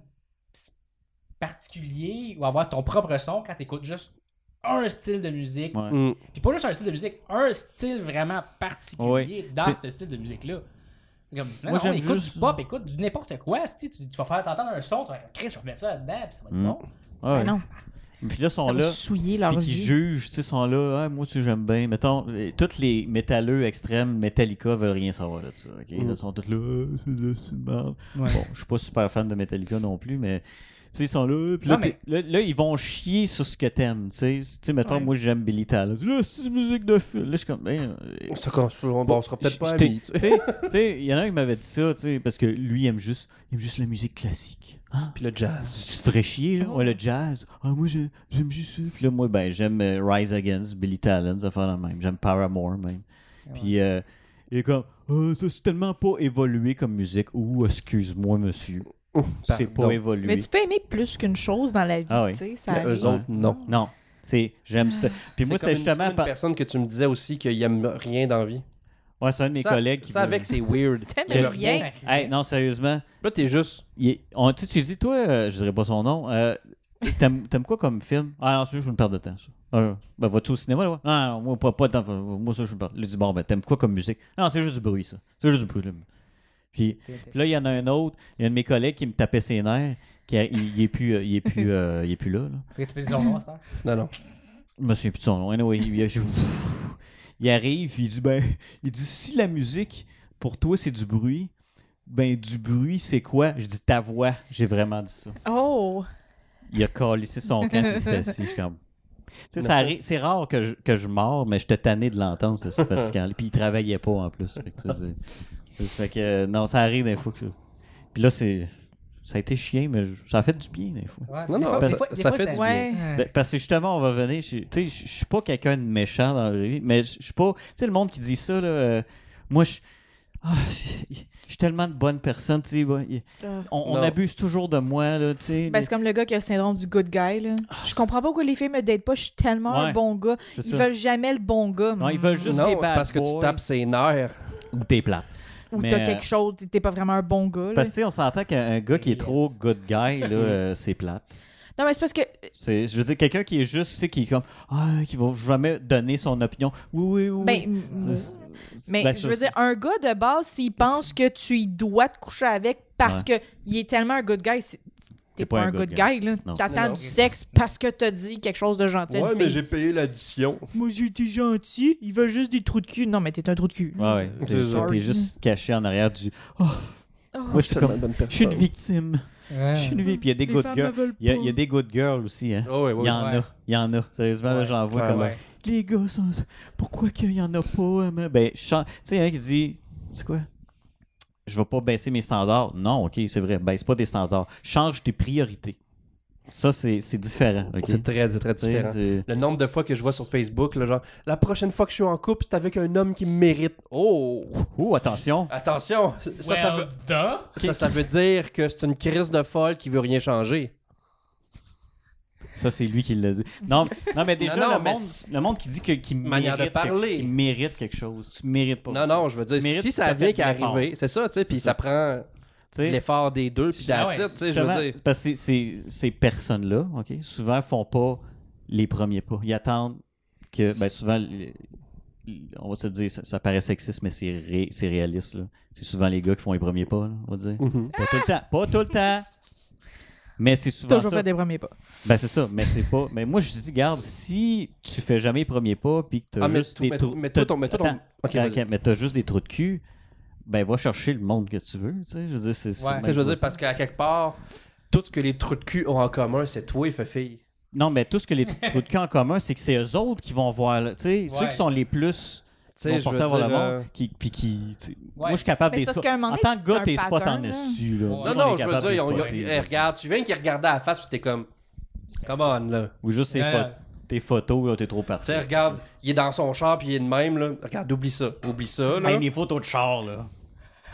Speaker 1: particulier ou avoir ton propre son quand t'écoutes juste un style de musique?
Speaker 3: Ouais.
Speaker 2: Mm.
Speaker 1: Puis pas juste un style de musique, un style vraiment particulier
Speaker 3: Oui.
Speaker 1: dans
Speaker 3: C'est-
Speaker 1: ce style de musique-là. Comme, non,
Speaker 3: Moi,
Speaker 1: non,
Speaker 3: j'aime
Speaker 1: écoute
Speaker 3: juste-
Speaker 1: du pop, écoute du n'importe quoi. si Tu, tu vas faire t'entendre un son, tu vas faire Chris, je vais mettre ça là-dedans, puis ça va être
Speaker 3: Mm.
Speaker 1: bon.
Speaker 3: Ah, ouais.
Speaker 4: Ben non,
Speaker 3: Puis là, ils sont
Speaker 4: ça va
Speaker 3: là.
Speaker 4: souiller leur
Speaker 3: Puis qui
Speaker 4: vie.
Speaker 3: jugent, tu sais, sont là. Ah, moi, tu sais, j'aime bien. Mettons, euh, tous les métalleux extrêmes, Metallica veulent rien savoir de ça. ok?
Speaker 2: Mm.
Speaker 3: Ils sont tous là. Ah, c'est de la merde.
Speaker 1: Ouais.
Speaker 3: Bon, je suis pas super fan de Metallica non plus, mais tu sais, ils sont là. Puis
Speaker 1: Non,
Speaker 3: là, t'es- là, là, ils vont chier sur ce que t'aimes. Tu sais. Tu sais, mettons,
Speaker 4: Ouais.
Speaker 3: moi, j'aime Billy Talent. Là, c'est une musique de film. Là, je suis comme. Ben, euh,
Speaker 2: Ça commence- on, on sera Oh, peut-être pas
Speaker 3: je t'ai-
Speaker 2: amis. tu sais.
Speaker 3: tu sais, tu sais, il y en a un qui m'avait dit ça, tu sais, parce que lui, il aime juste, il aime juste la musique classique. Ah,
Speaker 2: Puis le jazz.
Speaker 3: tu te ferais chier, là. Ouais, le jazz. Ah, moi, j'ai- j'aime juste ça. Puis là, moi, ben, j'aime euh, Rise Against, Billy Talent, ça fait la même. J'aime Paramore, même.
Speaker 2: Ah
Speaker 3: Puis, euh, il est comme, Ah, ça, c'est tellement pas évolué comme musique. Ou, excuse-moi, monsieur. C'est
Speaker 2: pardon.
Speaker 3: pas évolué.
Speaker 4: Mais tu peux aimer plus qu'une chose dans la vie,
Speaker 3: Ah oui.
Speaker 4: tu sais. Ça
Speaker 2: Mais
Speaker 4: arrive.
Speaker 2: eux autres, non.
Speaker 3: Non. C'est, j'aime ça. Puis moi,
Speaker 2: C'est comme
Speaker 3: c'était
Speaker 2: une-
Speaker 3: justement.
Speaker 2: une
Speaker 3: par-
Speaker 2: personne que tu me disais aussi qu'il aime rien dans la vie.
Speaker 3: Ouais, c'est un de mes
Speaker 2: Ça-
Speaker 3: collègues qui.
Speaker 2: Ça
Speaker 3: me-
Speaker 2: avec, c'est weird.
Speaker 4: T'aimes
Speaker 2: Il aime
Speaker 4: rien.
Speaker 3: Hey, non, sérieusement.
Speaker 2: Là, t'es juste.
Speaker 3: Il est- on, tu sais, tu dis, toi, euh, je dirais pas son nom, euh, t'aimes t'aimes quoi comme film? Ah non, ça, je veux une perte de temps. Ça. Ah, ben, vas-tu au cinéma, là? ouais? Ah, non, moi, pas, pas de temps. Moi, ça, je veux une perte. Là, je dis, bon, ben, t'aimes quoi comme musique? Ah, Non, c'est juste du bruit, ça. C'est juste du bruit, là. Puis, puis là, il y en a un autre, il y a un de mes collègues qui me tapait ses nerfs, qui a- il, il est plus, euh, il est plus, euh, il est plus là, là.
Speaker 1: Tu peux dire non à cette heure?
Speaker 2: Non, non.
Speaker 3: Je me souviens plus de son nom. Anyway, il, il- il arrive, il dit ben, il dit si la musique pour toi c'est du bruit, ben du bruit c'est quoi Je dis ta voix. J'ai vraiment dit ça.
Speaker 4: Oh!
Speaker 3: Il a calissé son camp puis il s'est assis. Je suis comme. Tu sais, ça arri- c'est rare que je, que je mords, mais j'étais tanné de l'entendre, c'est si fatigant. Puis il travaillait pas en plus. Fait que, tu sais, c'est- c'est- fait que, euh, non, ça arrive des fois. Que, puis là, c'est, ça a été chiant, mais je- ça a fait du bien des fois.
Speaker 1: Ouais,
Speaker 2: Non,
Speaker 1: des
Speaker 2: non,
Speaker 1: fois-
Speaker 2: ça-
Speaker 1: des fois- des
Speaker 2: ça
Speaker 1: fois,
Speaker 2: fait
Speaker 1: c'est-
Speaker 2: du
Speaker 4: Ouais.
Speaker 3: Ben, parce que justement, on va venir. Je, tu sais, je je suis pas quelqu'un de méchant dans la vie, mais je je suis pas. Tu sais, le monde qui dit ça, là, euh, moi, je. ah, je je suis tellement de bonne personne, tu sais. ouais, y-
Speaker 4: Ah.
Speaker 3: On, on
Speaker 2: Non.
Speaker 3: abuse toujours de moi, là, tu sais.
Speaker 4: Ben, c'est comme le gars qui a le syndrome du good guy. Là. je comprends pas pourquoi les filles me datent pas. Je suis tellement un
Speaker 3: Ouais,
Speaker 4: bon gars.
Speaker 3: Ah, C'est
Speaker 4: Ils
Speaker 3: ça.
Speaker 4: veulent jamais le bon gars. mm,
Speaker 3: Non, ils veulent juste
Speaker 2: non,
Speaker 3: les
Speaker 2: c'est
Speaker 3: bad
Speaker 2: parce que tu
Speaker 3: boys.
Speaker 2: tapes ses nerfs.
Speaker 3: Ou t'es plate.
Speaker 4: Ou
Speaker 3: Mais,
Speaker 4: t'as
Speaker 3: euh,
Speaker 4: quelque chose, t'es pas vraiment un bon gars. là.
Speaker 3: Parce que, tu sais, on s'entend qu'un un gars qui est trop good guy,
Speaker 2: Mm.
Speaker 3: là, euh, c'est plate.
Speaker 4: Non, mais c'est parce que.
Speaker 3: C'est, je veux dire, quelqu'un qui est juste, tu sais, qui est comme. Ah, qui va jamais donner son opinion. Oui, oui, oui.
Speaker 4: Ben,
Speaker 3: oui.
Speaker 4: m- mais
Speaker 3: Ben,
Speaker 4: je
Speaker 3: ça,
Speaker 4: veux dire, un gars de base, s'il pense que tu y dois te coucher avec parce que il est tellement un good guy, c'est- t'es pas, un good guy. là.
Speaker 3: Non.
Speaker 4: T'attends
Speaker 2: Non.
Speaker 4: du sexe parce que t'as dit quelque chose de gentil. à une fille.
Speaker 2: payé l'addition.
Speaker 4: Moi, j'étais gentil, il veut juste des trous de cul. Non, mais t'es un trou de cul.
Speaker 3: Ouais, ouais.
Speaker 2: C'est
Speaker 3: T'es-
Speaker 2: ça.
Speaker 3: T'es
Speaker 4: Mm.
Speaker 3: juste caché en arrière du. Oh, moi, je suis comme. Je suis une victime. Je suis une victime. Puis il y a des good girls. Il y a, il y a des good girls aussi. Hein.
Speaker 2: Oh, ouais, ouais,
Speaker 3: Il y en
Speaker 1: ouais.
Speaker 3: a. Il y en a. Sérieusement, là,
Speaker 1: Ouais,
Speaker 3: j'en vois comme.
Speaker 1: Ouais.
Speaker 3: Les gars, sont... pourquoi qu'il y en a pas? hein, mais- Ben, je sens- tu sais, il y en a qui dit. C'est quoi? Je vais pas baisser mes standards. Non, ok, c'est vrai. Baisse pas tes standards. Change tes priorités. Ça, c'est c'est différent. ok?
Speaker 2: C'est très, c'est très
Speaker 3: Tu sais,
Speaker 2: différent.
Speaker 3: c'est-
Speaker 2: Le nombre de fois que je vois sur Facebook, là, genre, la prochaine fois que je suis en couple, c'est avec un homme qui me mérite. Oh!
Speaker 3: Oh, attention.
Speaker 2: Attention! Ça, ça, veut,
Speaker 1: Well done.
Speaker 2: ça, ça veut dire que c'est une crise de folle qui veut rien changer.
Speaker 3: Ça, c'est lui qui l'a dit. Non, non mais déjà,
Speaker 2: Non, non,
Speaker 3: le,
Speaker 2: mais
Speaker 3: monde,
Speaker 2: c'est-
Speaker 3: le monde qui dit que- qu'il
Speaker 2: Manière
Speaker 3: mérite,
Speaker 2: de parler.
Speaker 3: Quelque, qu'il mérite quelque chose, tu mérites pas.
Speaker 2: Non, non, je veux dire,
Speaker 3: Tu mérites
Speaker 2: si
Speaker 3: tout
Speaker 2: ça
Speaker 3: à
Speaker 2: vient
Speaker 3: fait
Speaker 2: qu'à
Speaker 3: de l'effort.
Speaker 2: arriver, c'est ça, tu sais, puis
Speaker 3: C'est ça.
Speaker 2: ça prend
Speaker 3: Tu sais,
Speaker 2: l'effort des deux, puis
Speaker 1: Ah
Speaker 2: la
Speaker 1: ouais,
Speaker 2: suite, tu sais, je veux
Speaker 3: justement,
Speaker 2: dire.
Speaker 3: Parce que ces- ces, ces personnes-là, ok, souvent font pas les premiers pas. Ils attendent que, ben souvent, le- le- on va se le dire, ça, ça paraît sexiste, mais c'est ré- c'est réaliste. là. C'est souvent les gars qui font les premiers pas, là, on va dire.
Speaker 2: Mhm.
Speaker 3: Pas tout le temps, pas tout le temps. Mais c'est souvent
Speaker 4: Toujours
Speaker 3: ça.
Speaker 4: fait des premiers pas.
Speaker 3: Ben c'est ça, mais c'est pas. Mais moi je dis, garde, si tu fais jamais les premiers pas puis que t'as
Speaker 2: Ah, mais
Speaker 3: juste
Speaker 2: tout-
Speaker 3: des
Speaker 2: mais-
Speaker 3: trous.
Speaker 2: mais
Speaker 3: t'as-
Speaker 2: tout- mais tout- on-
Speaker 3: Attends,
Speaker 2: ok,
Speaker 3: ok,
Speaker 2: vas-y.
Speaker 3: mais t'as juste des trous de cul, ben va chercher le monde que tu veux. Tu sais, je veux dire, c'est. c'est
Speaker 1: Ouais.
Speaker 3: même
Speaker 2: Tu sais, je veux
Speaker 3: pas
Speaker 2: dire,
Speaker 3: ça.
Speaker 2: parce qu'à quelque part, tout ce que les trous de cul ont en commun, c'est toi, fille.
Speaker 3: Non, mais tout ce que les tr- trous de cul en commun, c'est que c'est eux autres qui vont voir. là, Tu sais, ceux
Speaker 1: Ouais.
Speaker 3: qui sont les plus.
Speaker 2: Tu sais, je veux
Speaker 3: confortables vers
Speaker 2: dire,
Speaker 3: le monde,
Speaker 2: euh,
Speaker 3: qui, puis qui. tu sais, Moi
Speaker 1: Ouais.
Speaker 3: je suis capable
Speaker 4: Mais
Speaker 3: des
Speaker 4: c'est parce qu'à un moment
Speaker 3: En
Speaker 4: donné,
Speaker 3: tant que
Speaker 4: c'est
Speaker 3: gars,
Speaker 4: un
Speaker 3: t'es spot en
Speaker 4: pattern, là.
Speaker 3: dessus.
Speaker 1: Non,
Speaker 3: là. Tout le
Speaker 2: Non,
Speaker 3: monde
Speaker 2: non,
Speaker 3: est
Speaker 2: je veux
Speaker 3: capable de
Speaker 2: dire, on-
Speaker 3: spotter,
Speaker 2: y-
Speaker 3: là.
Speaker 2: hey, regarde, tu viens qu'il regardait à la face, puis t'es comme, come on, là.
Speaker 3: Ou juste ses
Speaker 1: Ouais.
Speaker 3: photos. Tes photos, là, t'es trop
Speaker 2: Tu
Speaker 3: parti.
Speaker 2: sais, regarde, il est dans son char, puis il est de même, là. Regarde, oublie ça, oublie ça, là.
Speaker 3: Même les photos de char, là.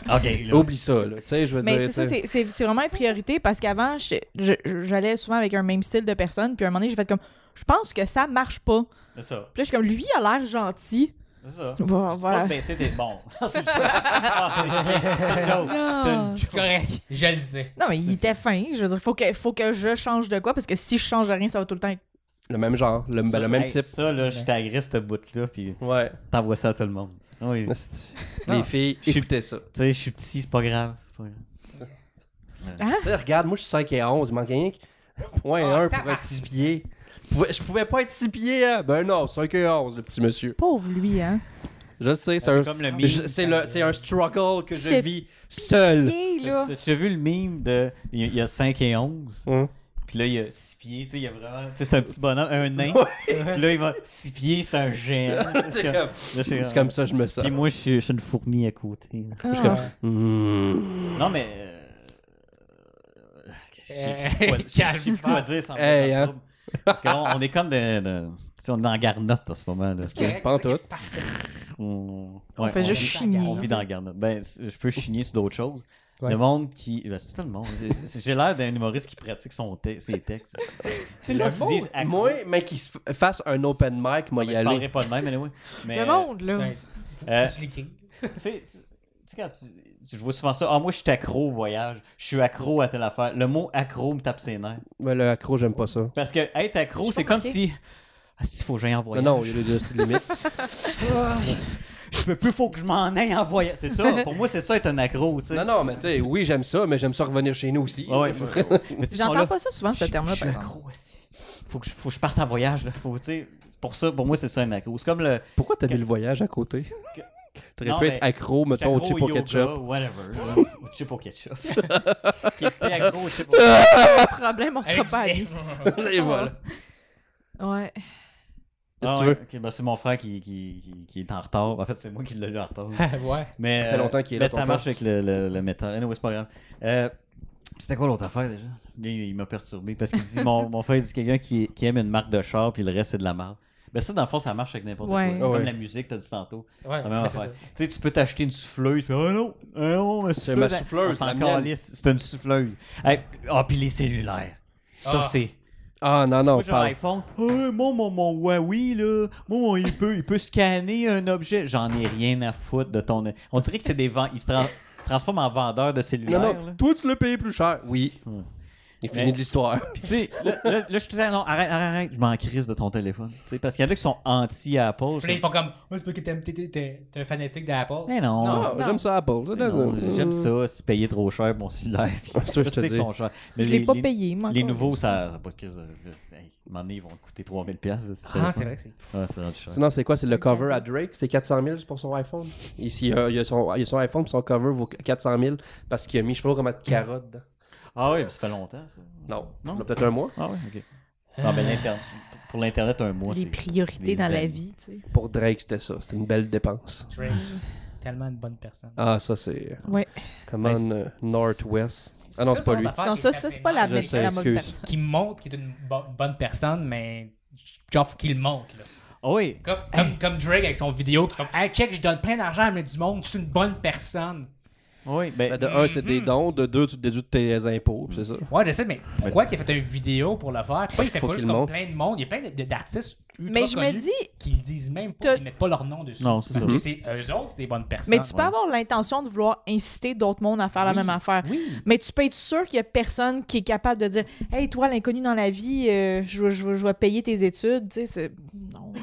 Speaker 3: Ok, là.
Speaker 2: Oublie ça, là. Tu sais, je veux
Speaker 4: Mais
Speaker 2: dire,
Speaker 4: c'est ça,
Speaker 2: tu sais,
Speaker 4: c'est- c'est c'est vraiment une priorité parce qu'avant, je- je- j'allais souvent avec un même style de personne, puis à un moment donné, j'ai fait comme, je pense que ça marche pas.
Speaker 3: C'est ça.
Speaker 4: Puis là, je suis comme, lui, il a l'air gentil.
Speaker 3: C'est ça.
Speaker 4: Bon,
Speaker 3: Je dis
Speaker 4: voilà.
Speaker 3: pas de baisser tes bons. c'est chiant. Ah, c'est chiant. C'est une joke. C'est une-
Speaker 4: Non.
Speaker 1: C'est correct. Je le sais.
Speaker 4: Non, mais il était fin. Je veux dire, faut que, faut que je change de quoi parce que si je change rien, ça va tout le temps être.
Speaker 2: le même genre, le, ben,
Speaker 3: Ça,
Speaker 2: le même
Speaker 3: hey,
Speaker 2: type.
Speaker 3: Ça, là, je t'agresse ce bout-là, puis
Speaker 2: Ouais.
Speaker 3: t'envoies ça à tout le monde. Oui. Tu
Speaker 2: Asti.
Speaker 1: Non.
Speaker 2: Les filles,
Speaker 3: Je suis-
Speaker 2: écoutez ça. Tu
Speaker 3: sais, je suis petit, c'est pas grave. C'est pas grave.
Speaker 2: sais, regarde, moi, je suis 5 et 11, il manque rien que point
Speaker 1: Ah,
Speaker 2: 1 pour un
Speaker 1: tabarnak.
Speaker 2: 6 pieds. Je pouvais- Je pouvais pas être 6 pieds, hein. Ben non, 5 et 11, le petit monsieur.
Speaker 4: Pauvre lui, hein.
Speaker 2: Je sais, c'est
Speaker 3: Ben, C'est
Speaker 2: un...
Speaker 3: comme le meme.
Speaker 2: je- C'est le- c'est un struggle que
Speaker 4: Tu
Speaker 2: je
Speaker 4: fais
Speaker 2: vis seul.
Speaker 4: Pitié, là.
Speaker 3: T'as déjà vu le meme de. Il y a- il y a 5 et 11.
Speaker 2: Hum.
Speaker 3: Puis là, il y a 6 pieds, tu sais, il y a vraiment. Tu sais, c'est un petit bonhomme, un nain. Puis là, il va. 6 pieds, c'est un géant.
Speaker 2: C'est
Speaker 3: Là,
Speaker 2: comme-
Speaker 3: je suis
Speaker 2: C'est comme ça, je me sens.
Speaker 3: Puis moi, je suis je suis une fourmi à côté. là.
Speaker 4: Ah.
Speaker 2: Hmm.
Speaker 3: Non, mais. euh, je sais- je sais
Speaker 1: Euh,
Speaker 3: plus quoi- je sais plus quoi dire sans me
Speaker 2: Hey,
Speaker 3: mettre en
Speaker 2: hein.
Speaker 3: trouble. Parce qu'on on est comme de. de- tu sais, on est en garnotte en ce moment. Là.
Speaker 1: C'est correct,
Speaker 2: Pas en
Speaker 1: c'est
Speaker 2: tout.
Speaker 1: parfait.
Speaker 3: On,
Speaker 4: On
Speaker 3: ouais,
Speaker 4: fait
Speaker 3: on
Speaker 4: juste
Speaker 3: vit-
Speaker 4: chigner.
Speaker 3: On vit dans la garnotte. Ben, c'est- je peux chigner sur d'autres choses.
Speaker 1: Ouais.
Speaker 3: Le monde qui. Ben, c'est tout le monde. C'est- c'est- J'ai l'air d'un humoriste qui pratique son te- ses textes. C'est
Speaker 2: Le
Speaker 3: là qui
Speaker 2: monde,
Speaker 3: disent. accro-
Speaker 2: Moi, mais qu'il se f- fasse un open mic,
Speaker 3: Ben,
Speaker 2: moi y
Speaker 3: je parlerai
Speaker 2: aller.
Speaker 3: pas de même, anyway. mais.
Speaker 4: Le monde, là.
Speaker 1: Ouais.
Speaker 3: euh,
Speaker 1: Tu l'écris.
Speaker 3: tu sais, tu- tu sais, quand tu, tu- je vois souvent ça, ah, moi, je suis accro au voyage, je suis accro à telle affaire. Le mot accro me tape ses nerfs.
Speaker 2: Mais le accro, j'aime pas ça.
Speaker 3: Parce que être accro,
Speaker 4: J'ai
Speaker 3: c'est
Speaker 4: pas
Speaker 3: comme
Speaker 4: remarqué.
Speaker 3: si. Ah, si, faut que j'aille en voyage.
Speaker 2: Non, non, il y a des limites.
Speaker 3: je peux plus, faut que je m'en aille en voyage. C'est ça, pour moi, c'est ça être un accro, tu sais.
Speaker 2: Non, non, mais tu sais, oui, j'aime ça, mais j'aime ça revenir chez nous aussi.
Speaker 3: Ouais, ouais, faut- Mais tu sais, ils sont là,
Speaker 4: J'entends pas ça souvent, ce
Speaker 3: Je-
Speaker 4: terme-là.
Speaker 3: Je suis
Speaker 4: par exemple.
Speaker 3: accro aussi. Faut que je, faut que je parte en voyage, là. Faut, tu sais, c'est pour ça, pour moi, c'est ça un accro. C'est comme le.
Speaker 2: Pourquoi t'as mis le voyage à côté?
Speaker 3: Que-
Speaker 2: T'aurais
Speaker 3: Non,
Speaker 2: pu
Speaker 3: mais-
Speaker 2: être accro, mettons, au
Speaker 3: accro
Speaker 2: chip au
Speaker 3: yoga,
Speaker 2: ketchup.
Speaker 3: Whatever. là, Au chip au ketchup. Puis si t'es accro au chip au ketchup.
Speaker 4: problème, on sera
Speaker 1: Avec
Speaker 4: pas
Speaker 1: du
Speaker 4: allé.
Speaker 2: Et voilà.
Speaker 4: Ouais.
Speaker 2: Qu'est-ce
Speaker 3: Ah
Speaker 2: que tu
Speaker 3: ouais,
Speaker 2: veux?
Speaker 3: ok, ben, c'est mon frère qui, qui, qui, qui est en retard. En fait, c'est moi qui l'ai eu en retard.
Speaker 1: ouais.
Speaker 3: Mais,
Speaker 2: Ça fait
Speaker 3: euh,
Speaker 2: longtemps qu'il est là,
Speaker 3: mais
Speaker 2: ton
Speaker 3: ça
Speaker 2: frère.
Speaker 3: marche avec le, le, le métal. Anyway, c'est pas grave. Euh, c'était quoi l'autre affaire déjà? Le gars, Il, il m'a perturbé parce qu'il dit mon, mon frère il dit quelqu'un qui, qui aime une marque de char puis le reste c'est de la marque. Ben ça, dans le fond, ça marche avec n'importe
Speaker 4: Ouais.
Speaker 3: quoi. C'est
Speaker 2: Ah ouais.
Speaker 3: comme la musique, t'as dit tantôt.
Speaker 1: Ouais,
Speaker 3: C'est la même
Speaker 1: ben, c'est
Speaker 3: affaire.
Speaker 1: ça.
Speaker 3: Tu sais, tu peux t'acheter une souffleuse, puis oh non, oh non, ma
Speaker 2: C'est ma souffleuse,
Speaker 3: On s'en
Speaker 2: la
Speaker 3: calisse.
Speaker 2: mienne.
Speaker 3: c'est une souffleuse. Hey, Ah, puis les cellulaires. Ça,
Speaker 1: Ah.
Speaker 3: c'est.
Speaker 2: Ah, non, non,
Speaker 3: Moi, j'ai un
Speaker 2: parle.
Speaker 3: iPhone. Ah, mon, mon, mon Huawei, là. Moi, mon, il, peut, il peut scanner un objet. J'en ai rien à foutre de ton. On dirait que c'est des vents. Ils se tran- se transforment en vendeurs de
Speaker 2: Non,
Speaker 3: cellulaires. là.
Speaker 2: non, toi, tu l'as payé plus cher. Oui.
Speaker 3: Ouais.
Speaker 2: Il finit
Speaker 3: Mais-
Speaker 2: de l'histoire.
Speaker 3: Puis, tu sais, là, là, là, je te dis, ah, non, arrête, arrête, arrête. Je m'en crise de ton téléphone. Tu sais, parce qu'il y en a qui sont anti-Apple.
Speaker 1: Puis là, ils font comme, ouais, c'est parce que t'aimes- t'es- t'es- t'es t'es un fanatique d'Apple.
Speaker 3: Mais non.
Speaker 1: Non,
Speaker 2: Ah, j'aime ça, Apple.
Speaker 3: C'est non, J'aime ça, si payer trop cher mon cellulaire. puis
Speaker 2: Ça, je te
Speaker 3: je sais qu'ils
Speaker 2: dis.
Speaker 3: sont chers. Mais
Speaker 4: Je
Speaker 3: les-
Speaker 4: l'ai pas
Speaker 3: les-
Speaker 4: payé, moi.
Speaker 3: Les
Speaker 4: encore.
Speaker 3: nouveaux, ça. ça a pas de crise de- de- hey, à un moment donné, ils vont coûter 3000$. piastres, ce
Speaker 1: Ah,
Speaker 3: téléphone.
Speaker 1: c'est vrai que c'est.
Speaker 3: Ah, c'est rendu cher.
Speaker 2: Sinon, c'est quoi? C'est le cover à Drake? C'est 400 000 pour son iPhone? Ici, euh, il, y a son, il y a son iPhone, puis son cover vaut 400 000 parce qu'il a mis, je sais pas comment, de carottes dedans.
Speaker 3: Ah oui, mais ça fait longtemps, ça.
Speaker 2: Non.
Speaker 3: Non?
Speaker 2: Il y a Peut-être un mois.
Speaker 3: Ah oui, ok. Non,
Speaker 2: Euh.
Speaker 3: ben, l'inter- pour l'Internet, un mois,
Speaker 4: Les
Speaker 3: c'est-
Speaker 4: priorités
Speaker 3: des
Speaker 4: dans la
Speaker 3: années.
Speaker 4: vie, tu sais.
Speaker 2: Pour Drake, c'était ça. C'était une belle dépense.
Speaker 1: Drake, tellement une bonne personne.
Speaker 2: Ah, ça, c'est.
Speaker 4: Ouais.
Speaker 2: Comment?
Speaker 3: Ben, c'est-
Speaker 2: euh, Northwest. Ah non, c'est pas lui.
Speaker 4: Non, ça, ça, c'est pas la,
Speaker 2: Je
Speaker 4: bonne-
Speaker 2: sais,
Speaker 4: la bonne
Speaker 2: excuse.
Speaker 4: personne.
Speaker 1: Qui montre qu'il est une bo- bonne personne, mais genre qu'il le montre. Là.
Speaker 3: Ah oui.
Speaker 1: Comme, comme, comme Drake avec son vidéo qui fait comme, Hey, check, je donne plein d'argent à mettre du monde, je suis une bonne personne.
Speaker 3: Oui, ben,
Speaker 2: Ben, de un, c'est des dons. De deux, tu te déduis de tes impôts. puis C'est ça.
Speaker 1: Ouais, je sais, mais pourquoi qu'il a fait une vidéo pour le faire? Pourquoi il fait
Speaker 2: faut
Speaker 1: pas
Speaker 2: qu'il
Speaker 1: juste
Speaker 2: le
Speaker 1: comme
Speaker 2: montre.
Speaker 1: plein de monde? Il y a plein de- de- d'artistes ultra
Speaker 4: Mais je me
Speaker 1: connus
Speaker 4: dis-
Speaker 1: qui le disent même pas,
Speaker 4: T'as-
Speaker 1: ils mettent pas leur nom dessus.
Speaker 3: Non, c'est
Speaker 1: Parce
Speaker 3: ça.
Speaker 1: que c'est eux autres, c'est des bonnes personnes.
Speaker 4: Mais tu peux avoir l'intention de vouloir inciter d'autres mondes à faire la
Speaker 1: Oui, Mm.
Speaker 4: même affaire.
Speaker 1: Oui.
Speaker 4: Mais tu peux être sûr qu'il y a personne qui est capable de dire Hey, toi, l'inconnu dans la vie, euh, je, vais- je vais- je vais payer tes études. Tu sais, c'est. Non.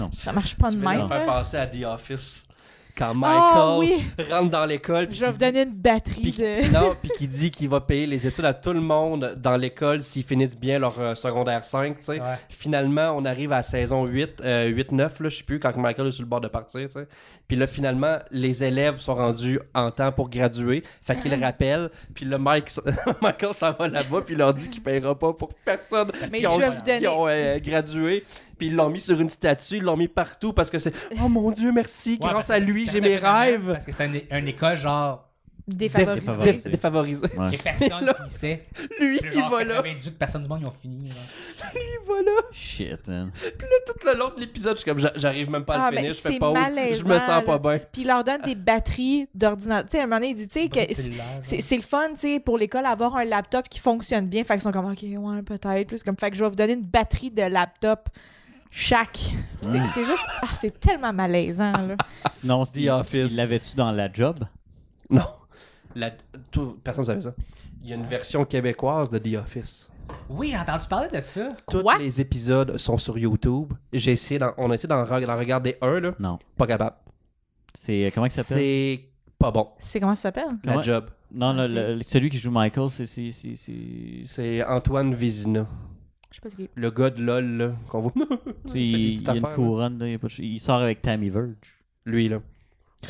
Speaker 3: Non.
Speaker 4: Ça marche pas de même.
Speaker 2: faire
Speaker 4: là.
Speaker 2: penser à The Office. Quand
Speaker 4: Ah,
Speaker 2: Michael
Speaker 4: oui.
Speaker 2: rentre dans l'école. puis
Speaker 4: Je vais
Speaker 2: il
Speaker 4: vous
Speaker 2: dit-
Speaker 4: donner une batterie
Speaker 2: Puis,
Speaker 4: de.
Speaker 2: non, puis qui dit qu'il va payer les études à tout le monde dans l'école s'ils finissent bien leur euh, secondaire 5, tu sais.
Speaker 1: Ouais.
Speaker 2: Finalement, on arrive à saison 8, euh, 8-9, là, je sais plus, quand Michael est sur le bord de partir, tu sais. Puis là, finalement, les élèves sont rendus en temps pour graduer, fait qu'il rappelle, puis le Mike, s- Michael s'en va là-bas, puis il leur dit qu'il payera pas pour personne
Speaker 4: Mais
Speaker 2: qui ont,
Speaker 4: je vais vous
Speaker 2: qui
Speaker 4: donner-
Speaker 2: ont, euh, gradué. Puis ils l'ont mis sur une statue, ils l'ont mis partout parce que c'est « Oh mon Dieu, merci,
Speaker 1: Ouais, ben,
Speaker 2: grâce
Speaker 1: parce-
Speaker 2: à lui, j'ai mes rêves!
Speaker 1: Parce que c'est un- une école genre,
Speaker 2: Dé-
Speaker 4: Défavorisé.
Speaker 3: Défavorisé.
Speaker 2: dé- Défavorisé.
Speaker 1: les
Speaker 3: Ouais.
Speaker 1: personnes finissaient.
Speaker 2: Lui,
Speaker 1: Puis
Speaker 2: il
Speaker 1: genre,
Speaker 2: va là.
Speaker 1: 98 personnes du monde ils ont fini. là.
Speaker 2: Il va là.
Speaker 3: Shit, man.
Speaker 2: Puis là, tout le long de l'épisode, je suis comme, j'a- j'arrive même pas à
Speaker 4: Ah,
Speaker 2: le
Speaker 4: mais
Speaker 2: finir. Je fais
Speaker 4: c'est
Speaker 2: pause.
Speaker 4: malaisant,
Speaker 2: Je me sens pas
Speaker 4: là.
Speaker 2: bien.
Speaker 4: Puis il leur donne des batteries d'ordinateur. Tu sais, à un moment donné, il dit, tu sais, que.
Speaker 1: Brûle tes lèvres.
Speaker 4: C'est c'est le fun, tu sais, pour l'école, avoir un laptop qui fonctionne bien. Fait qu'ils sont comme, OK, ouais, peut-être. Puis c'est comme, fait que je vais vous donner une batterie de laptop chaque. Puis C'est c'est juste, ah, c'est tellement malaisant, là.
Speaker 2: Ah,
Speaker 3: Sinon, The
Speaker 2: Office.
Speaker 3: Il l'avais-tu dans la job?
Speaker 2: Non. La- tout- personne ne savait ça. Il y a une version québécoise de The Office.
Speaker 1: Oui, j'ai entendu parler de ça.
Speaker 4: Quoi?
Speaker 2: Tous les épisodes sont sur YouTube. J'ai essayé d'en- on a essayé d'en, re- d'en regarder un, là.
Speaker 3: Non.
Speaker 2: Pas capable.
Speaker 3: C'est. euh, Comment il s'appelle?
Speaker 2: C'est pas bon.
Speaker 4: C'est comment ça s'appelle?
Speaker 2: La
Speaker 3: Comment-
Speaker 2: job.
Speaker 3: Non, non,
Speaker 4: Ok.
Speaker 3: le- le- celui qui joue Michael, c'est. c'est- c'est- c'est-
Speaker 2: C'est Antoine Vézina.
Speaker 4: Je sais pas ce qu'il
Speaker 2: Le gars de LOL, là, qu'on voit.
Speaker 3: tu sais,
Speaker 2: fait des
Speaker 3: Il,
Speaker 2: petites
Speaker 3: il a une
Speaker 2: affaires, là.
Speaker 3: couronne, là, il, y a pas de ch- il sort avec Tammy Verge.
Speaker 2: Lui, là.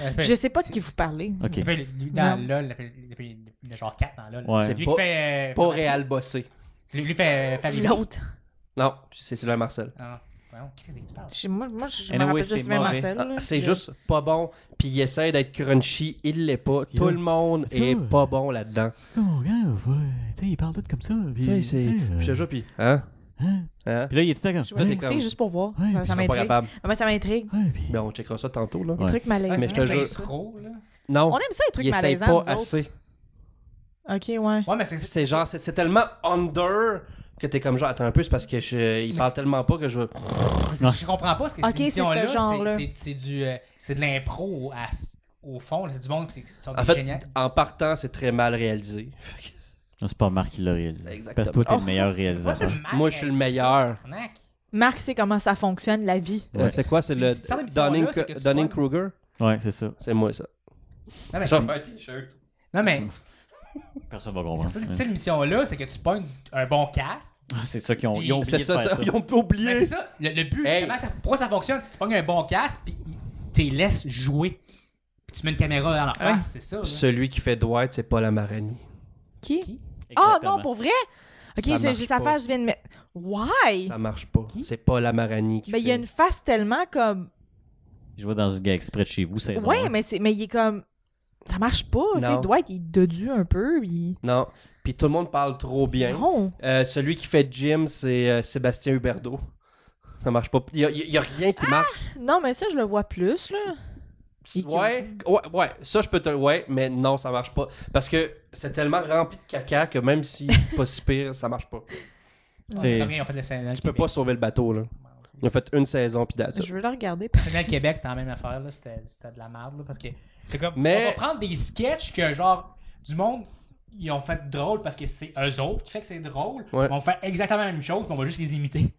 Speaker 4: Euh, Je sais pas de qui vous parlez.
Speaker 3: Ok.
Speaker 1: Il appelle- lui, dans
Speaker 4: Non.
Speaker 1: LOL, il appelle- il appelle- il y en a genre 4 dans LOL.
Speaker 3: Ouais.
Speaker 1: C'est lui
Speaker 2: Pas-
Speaker 1: qui fait. euh,
Speaker 2: Pas réel bossé.
Speaker 1: Lui, lui fait euh, Farid.
Speaker 4: L'autre.
Speaker 2: Non, c'est Sylvain Marcel.
Speaker 1: Ah, voyons, qu'est-ce que tu parles?
Speaker 4: Je- Moi, moi, je me
Speaker 3: Anyway,
Speaker 4: rappelle
Speaker 3: c'est
Speaker 4: juste Sylvain
Speaker 3: mauvais.
Speaker 4: Marcel.
Speaker 2: Ah,
Speaker 4: là. euh,
Speaker 2: C'est
Speaker 4: Je-
Speaker 2: juste pas bon, puis il essaie d'être crunchy, il l'est pas. Tout le monde
Speaker 3: C'est
Speaker 2: est
Speaker 3: pas-
Speaker 2: pas bon là-dedans.
Speaker 3: Oh, regarde, il parle tout comme ça. Puis,
Speaker 2: Tu sais, c'est. Puis je te jure, puis. Hein?
Speaker 3: Hein?
Speaker 2: Hein?
Speaker 3: là, il était comme.
Speaker 4: Je vais
Speaker 2: Ouais,
Speaker 4: l'écouter
Speaker 2: comme-
Speaker 4: juste pour voir.
Speaker 3: Ouais,
Speaker 4: ça
Speaker 3: ils
Speaker 4: ça
Speaker 2: Ils sont pas
Speaker 4: m'intrigue.
Speaker 2: capables.
Speaker 4: Ah, ben, ça m'intrigue.
Speaker 3: Ouais, puis-
Speaker 2: Ben, on checkera ça tantôt, là.
Speaker 4: Les
Speaker 3: Ouais.
Speaker 4: trucs malaisants.
Speaker 2: mais je te
Speaker 1: Ah, C'est
Speaker 2: jure-
Speaker 1: trop, là.
Speaker 2: Non,
Speaker 4: On aime ça, les trucs
Speaker 2: il essaie
Speaker 4: malaisants.
Speaker 2: pas
Speaker 4: nous autres.
Speaker 2: assez.
Speaker 4: Ok, ouais.
Speaker 1: Ouais, mais c'est.
Speaker 2: C'est genre, c'est c'est tellement under que t'es comme genre, attends un peu, c'est parce que je, il parle tellement pas que je.
Speaker 1: c'est- Je comprends pas ce que
Speaker 4: Ok,
Speaker 1: cette
Speaker 4: c'est ce
Speaker 1: émission-là,
Speaker 4: genre-là.
Speaker 1: c'est- c'est- c'est du. euh, C'est de l'impro au- à- au fond. là. C'est du monde qui qui sont
Speaker 2: En
Speaker 1: des
Speaker 2: fait,
Speaker 1: géniaux.
Speaker 2: en partant, c'est très mal réalisé. Fait que-
Speaker 3: Non, C'est pas Marc qui l'a réalisé.
Speaker 2: Exactement.
Speaker 3: Parce que toi, t'es
Speaker 4: Oh.
Speaker 3: le meilleur
Speaker 1: Moi, c'est
Speaker 3: réalisateur.
Speaker 1: le mal
Speaker 2: Moi, je suis le
Speaker 1: réalisé,
Speaker 2: meilleur.
Speaker 1: tabarnak.
Speaker 4: Marc sait comment ça fonctionne, la vie.
Speaker 3: Ouais.
Speaker 2: C'est quoi C'est
Speaker 1: C'est-
Speaker 2: le
Speaker 1: c'est ça, la petite histoire-là, c'est que tu
Speaker 2: Dunning Kruger
Speaker 3: Ouais, c'est ça.
Speaker 2: C'est moi ça.
Speaker 1: Non, mais,
Speaker 2: Genre-
Speaker 1: non, mais
Speaker 3: Personne va
Speaker 1: c'est
Speaker 3: comprendre.
Speaker 1: ça, tu sais, l'émission-là, c'est que tu pognes un bon cast.
Speaker 3: Ah, C'est ça qu'ils ont,
Speaker 1: Puis-
Speaker 3: ils ont oublié
Speaker 2: C'est
Speaker 3: de
Speaker 2: ça,
Speaker 3: faire
Speaker 2: ça.
Speaker 3: ça.
Speaker 2: Ils ont
Speaker 1: Mais Ben, c'est
Speaker 2: oublié.
Speaker 1: ça, le, le but,
Speaker 2: Hey.
Speaker 1: comment ça, pourquoi ça fonctionne? C'est que tu pognes un bon cast, puis tu les laisses jouer. Puis tu mets une caméra dans leur face, c'est ça. là.
Speaker 2: Celui qui fait Dwight, c'est Paul Amarani.
Speaker 4: Qui? Ah
Speaker 3: Exactement.
Speaker 4: non, pour vrai? Ok,
Speaker 2: Ça
Speaker 4: j'ai
Speaker 2: marche
Speaker 4: j'ai sa
Speaker 2: pas.
Speaker 4: face, je viens de mettre. Why?
Speaker 2: Ça marche pas. C'est Paul Amarani qui
Speaker 4: Ben, il y a
Speaker 2: fait.
Speaker 4: une face tellement comme.
Speaker 3: Je vois dans une gag exprès de chez vous, saison
Speaker 4: Ouais,
Speaker 3: un.
Speaker 4: mais, c'est- mais il est comme. Ça marche pas. Tu sais,
Speaker 2: Non.
Speaker 4: Dwight, il est dodu un peu. Il...
Speaker 2: Non. Puis tout le monde parle trop bien.
Speaker 4: Non.
Speaker 2: Euh, celui qui fait Jim, c'est euh, Sébastien Huberdeau. Ça marche pas. Il y a, il y a rien qui marche.
Speaker 4: Non, mais ça, je le vois plus, là. Ah! qui-
Speaker 2: Ouais, ouais, ouais, ça je peux te. Ouais, mais non, ça marche pas. Parce que c'est tellement rempli de caca que même si pas si pire, ça marche pas.
Speaker 3: C'est-
Speaker 1: Comme rien, on fait le Sénat
Speaker 2: Tu peux pas sauver le bateau, là. On a fait une saison, puis that's it.
Speaker 4: Je veux le regarder.
Speaker 1: Le Sénat Québec, c'était la même affaire, là. C'était c'était de la merde, là, parce que c'est comme,
Speaker 2: Mais-
Speaker 1: on va prendre des sketchs que, genre, du monde, ils ont fait drôle parce que c'est eux autres qui fait que c'est drôle.
Speaker 2: Ouais.
Speaker 1: On va faire exactement la même chose, mais on va juste les imiter.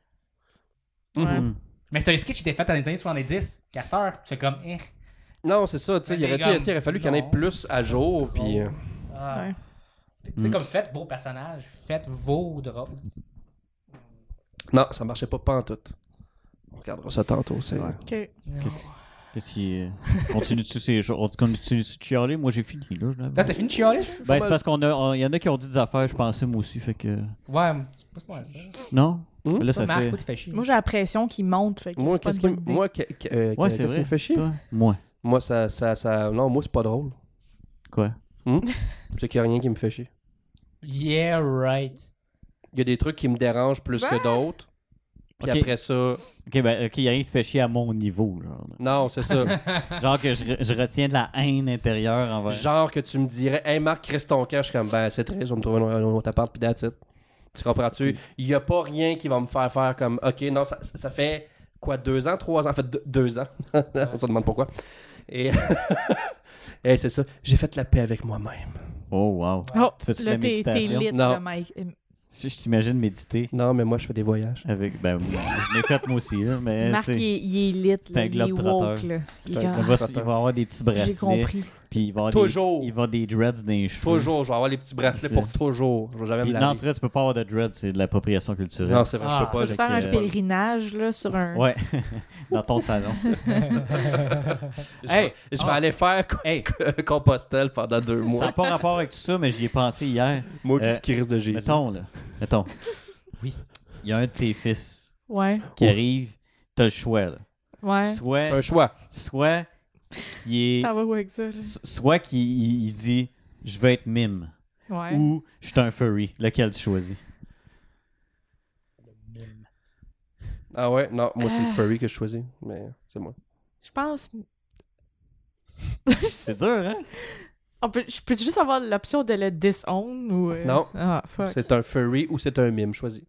Speaker 4: Ouais.
Speaker 3: Mhm.
Speaker 1: Mais c'est un sketch qui était fait dans les années 70, Castor. Tu fais comme, eh.
Speaker 2: Non, c'est ça, tu sais. Il,
Speaker 1: Mais
Speaker 2: aurait-
Speaker 1: les
Speaker 2: tu sais,
Speaker 1: gars,
Speaker 2: il aurait fallu qu'il y en
Speaker 1: non.
Speaker 2: ait plus à jour, puis. euh,
Speaker 1: ah.
Speaker 4: Ouais.
Speaker 1: C'est
Speaker 2: Hmm.
Speaker 3: Mm.
Speaker 1: comme, faites vos personnages, faites vos drôles.
Speaker 2: Non, ça marchait pas, pas en tout. On regardera ça tantôt, c'est.
Speaker 3: Ouais.
Speaker 4: Ok.
Speaker 3: Qu'est-ce- Qu'est-ce qui. euh, Continue-tu ces choses? On continue de chialer? Moi, j'ai fini, là. je l'avais.
Speaker 1: Là, t'as fini de chialer?
Speaker 3: Ben, c'est parce qu'on a. on- Il y en a qui ont dit des affaires, je pensais, moi aussi, fait que.
Speaker 1: Ouais, c'est pas moi ça.
Speaker 3: Non?
Speaker 2: Hmm?
Speaker 3: Là,
Speaker 1: Ça
Speaker 3: ça
Speaker 1: marche,
Speaker 3: fait.
Speaker 1: quoi, tu fais chier.
Speaker 4: Moi, j'ai la pression qu'il monte. Fait que
Speaker 2: Moi,
Speaker 4: c'est pas
Speaker 2: qu'est-ce
Speaker 4: une
Speaker 2: qui,
Speaker 4: bonne idée.
Speaker 2: moi, que- que- euh,
Speaker 3: Ouais,
Speaker 2: qu'est-ce
Speaker 3: c'est
Speaker 2: qui
Speaker 3: vrai.
Speaker 2: me fait chier?
Speaker 3: Toi? Moi.
Speaker 2: Moi, ça, ça, ça. Non, moi, c'est pas drôle.
Speaker 3: Quoi?
Speaker 2: C'est qu'il y a rien qui me fait chier.
Speaker 1: Yeah, right.
Speaker 2: Il y a des trucs qui me dérangent plus
Speaker 4: Ben.
Speaker 2: que d'autres. Puis
Speaker 3: Ok.
Speaker 2: après ça.
Speaker 3: Ok, ben, ok, il y a rien qui te fait chier à mon niveau, là.
Speaker 2: Non, c'est ça.
Speaker 3: Genre que je, re- je retiens de la haine intérieure envers.
Speaker 2: Genre que tu me dirais, hey Marc, reste ton camp. Je suis comme, ben c'est triste, je vais me trouver un, un autre appart, puis that's it. Tu comprends-tu? Il n'y a pas rien qui va me faire faire comme, ok, non, ça, ça fait quoi, deux ans, trois ans? En fait, deux, deux ans. On se demande pourquoi. Et, et c'est ça. J'ai fait la paix avec moi-même.
Speaker 3: Oh, wow.
Speaker 4: Oh,
Speaker 3: Tu fais-tu de
Speaker 4: là,
Speaker 3: la
Speaker 4: t'es t'es
Speaker 3: méditation?
Speaker 4: lit,
Speaker 2: Non.
Speaker 4: là, Mike.
Speaker 3: Si je t'imagine méditer
Speaker 2: Non, mais moi, je fais des voyages.
Speaker 3: avec. Ben, moi, je l'ai fait, moi aussi, là, mais
Speaker 4: Marc, il,
Speaker 3: Eh, c'est.
Speaker 4: est- il est lit.
Speaker 3: C'est
Speaker 4: là,
Speaker 3: un
Speaker 4: Il est
Speaker 3: globe-trotteur.
Speaker 4: woke, là. Il est
Speaker 2: C'est un
Speaker 3: Il
Speaker 4: comme,
Speaker 3: va, il va avoir des petits
Speaker 4: ah,
Speaker 3: bracelets.
Speaker 4: J'ai compris.
Speaker 3: Puis il va avoir
Speaker 2: Toujours.
Speaker 3: Des, il va avoir des dreads dans les cheveux.
Speaker 2: Toujours, je vais avoir les petits bracelets pour toujours. Je vais jamais
Speaker 3: Puis
Speaker 2: me
Speaker 3: non,
Speaker 2: laver.
Speaker 3: c'est vrai, tu peux pas avoir de dreads, c'est de l'appropriation culturelle.
Speaker 2: Non, c'est vrai,
Speaker 1: Ah.
Speaker 2: je
Speaker 4: Tu
Speaker 2: peux
Speaker 4: vas
Speaker 2: pas.
Speaker 4: te
Speaker 2: j'ai-
Speaker 4: faire un
Speaker 3: j'ai-
Speaker 4: pèlerinage, là, sur un.
Speaker 3: Ouais, dans ton salon.
Speaker 2: Je vais- je vais
Speaker 4: ah.
Speaker 2: aller faire co-
Speaker 3: Hey.
Speaker 2: Compostelle pendant deux
Speaker 3: Ça
Speaker 2: mois.
Speaker 3: n'a pas rapport avec tout ça, mais j'y ai pensé hier.
Speaker 2: Moi,
Speaker 3: Euh,
Speaker 2: qui qui risque de Jésus.
Speaker 3: Mettons, là. Mettons.
Speaker 1: Oui.
Speaker 3: Il y a un de tes fils
Speaker 4: Ouais.
Speaker 3: qui
Speaker 2: Oh.
Speaker 3: arrive, t'as le choix, là.
Speaker 4: Ouais.
Speaker 2: C'est un
Speaker 3: Soit,
Speaker 2: choix.
Speaker 4: euh,
Speaker 3: soit qui est.
Speaker 4: Ça va où avec ça, là?
Speaker 3: so- Soit qui il, il dit je veux être mime
Speaker 4: Ouais.
Speaker 3: ou je suis un furry. Lequel tu choisis
Speaker 2: Ah ouais, non, moi c'est
Speaker 4: Ah.
Speaker 2: le furry que je choisis, mais c'est moi.
Speaker 4: Je pense.
Speaker 3: C'est dur, hein
Speaker 4: On peut, je peux juste avoir l'option de le disown ou. euh,
Speaker 2: Non.
Speaker 4: Ah, fuck.
Speaker 2: C'est un furry ou c'est un mime, choisis.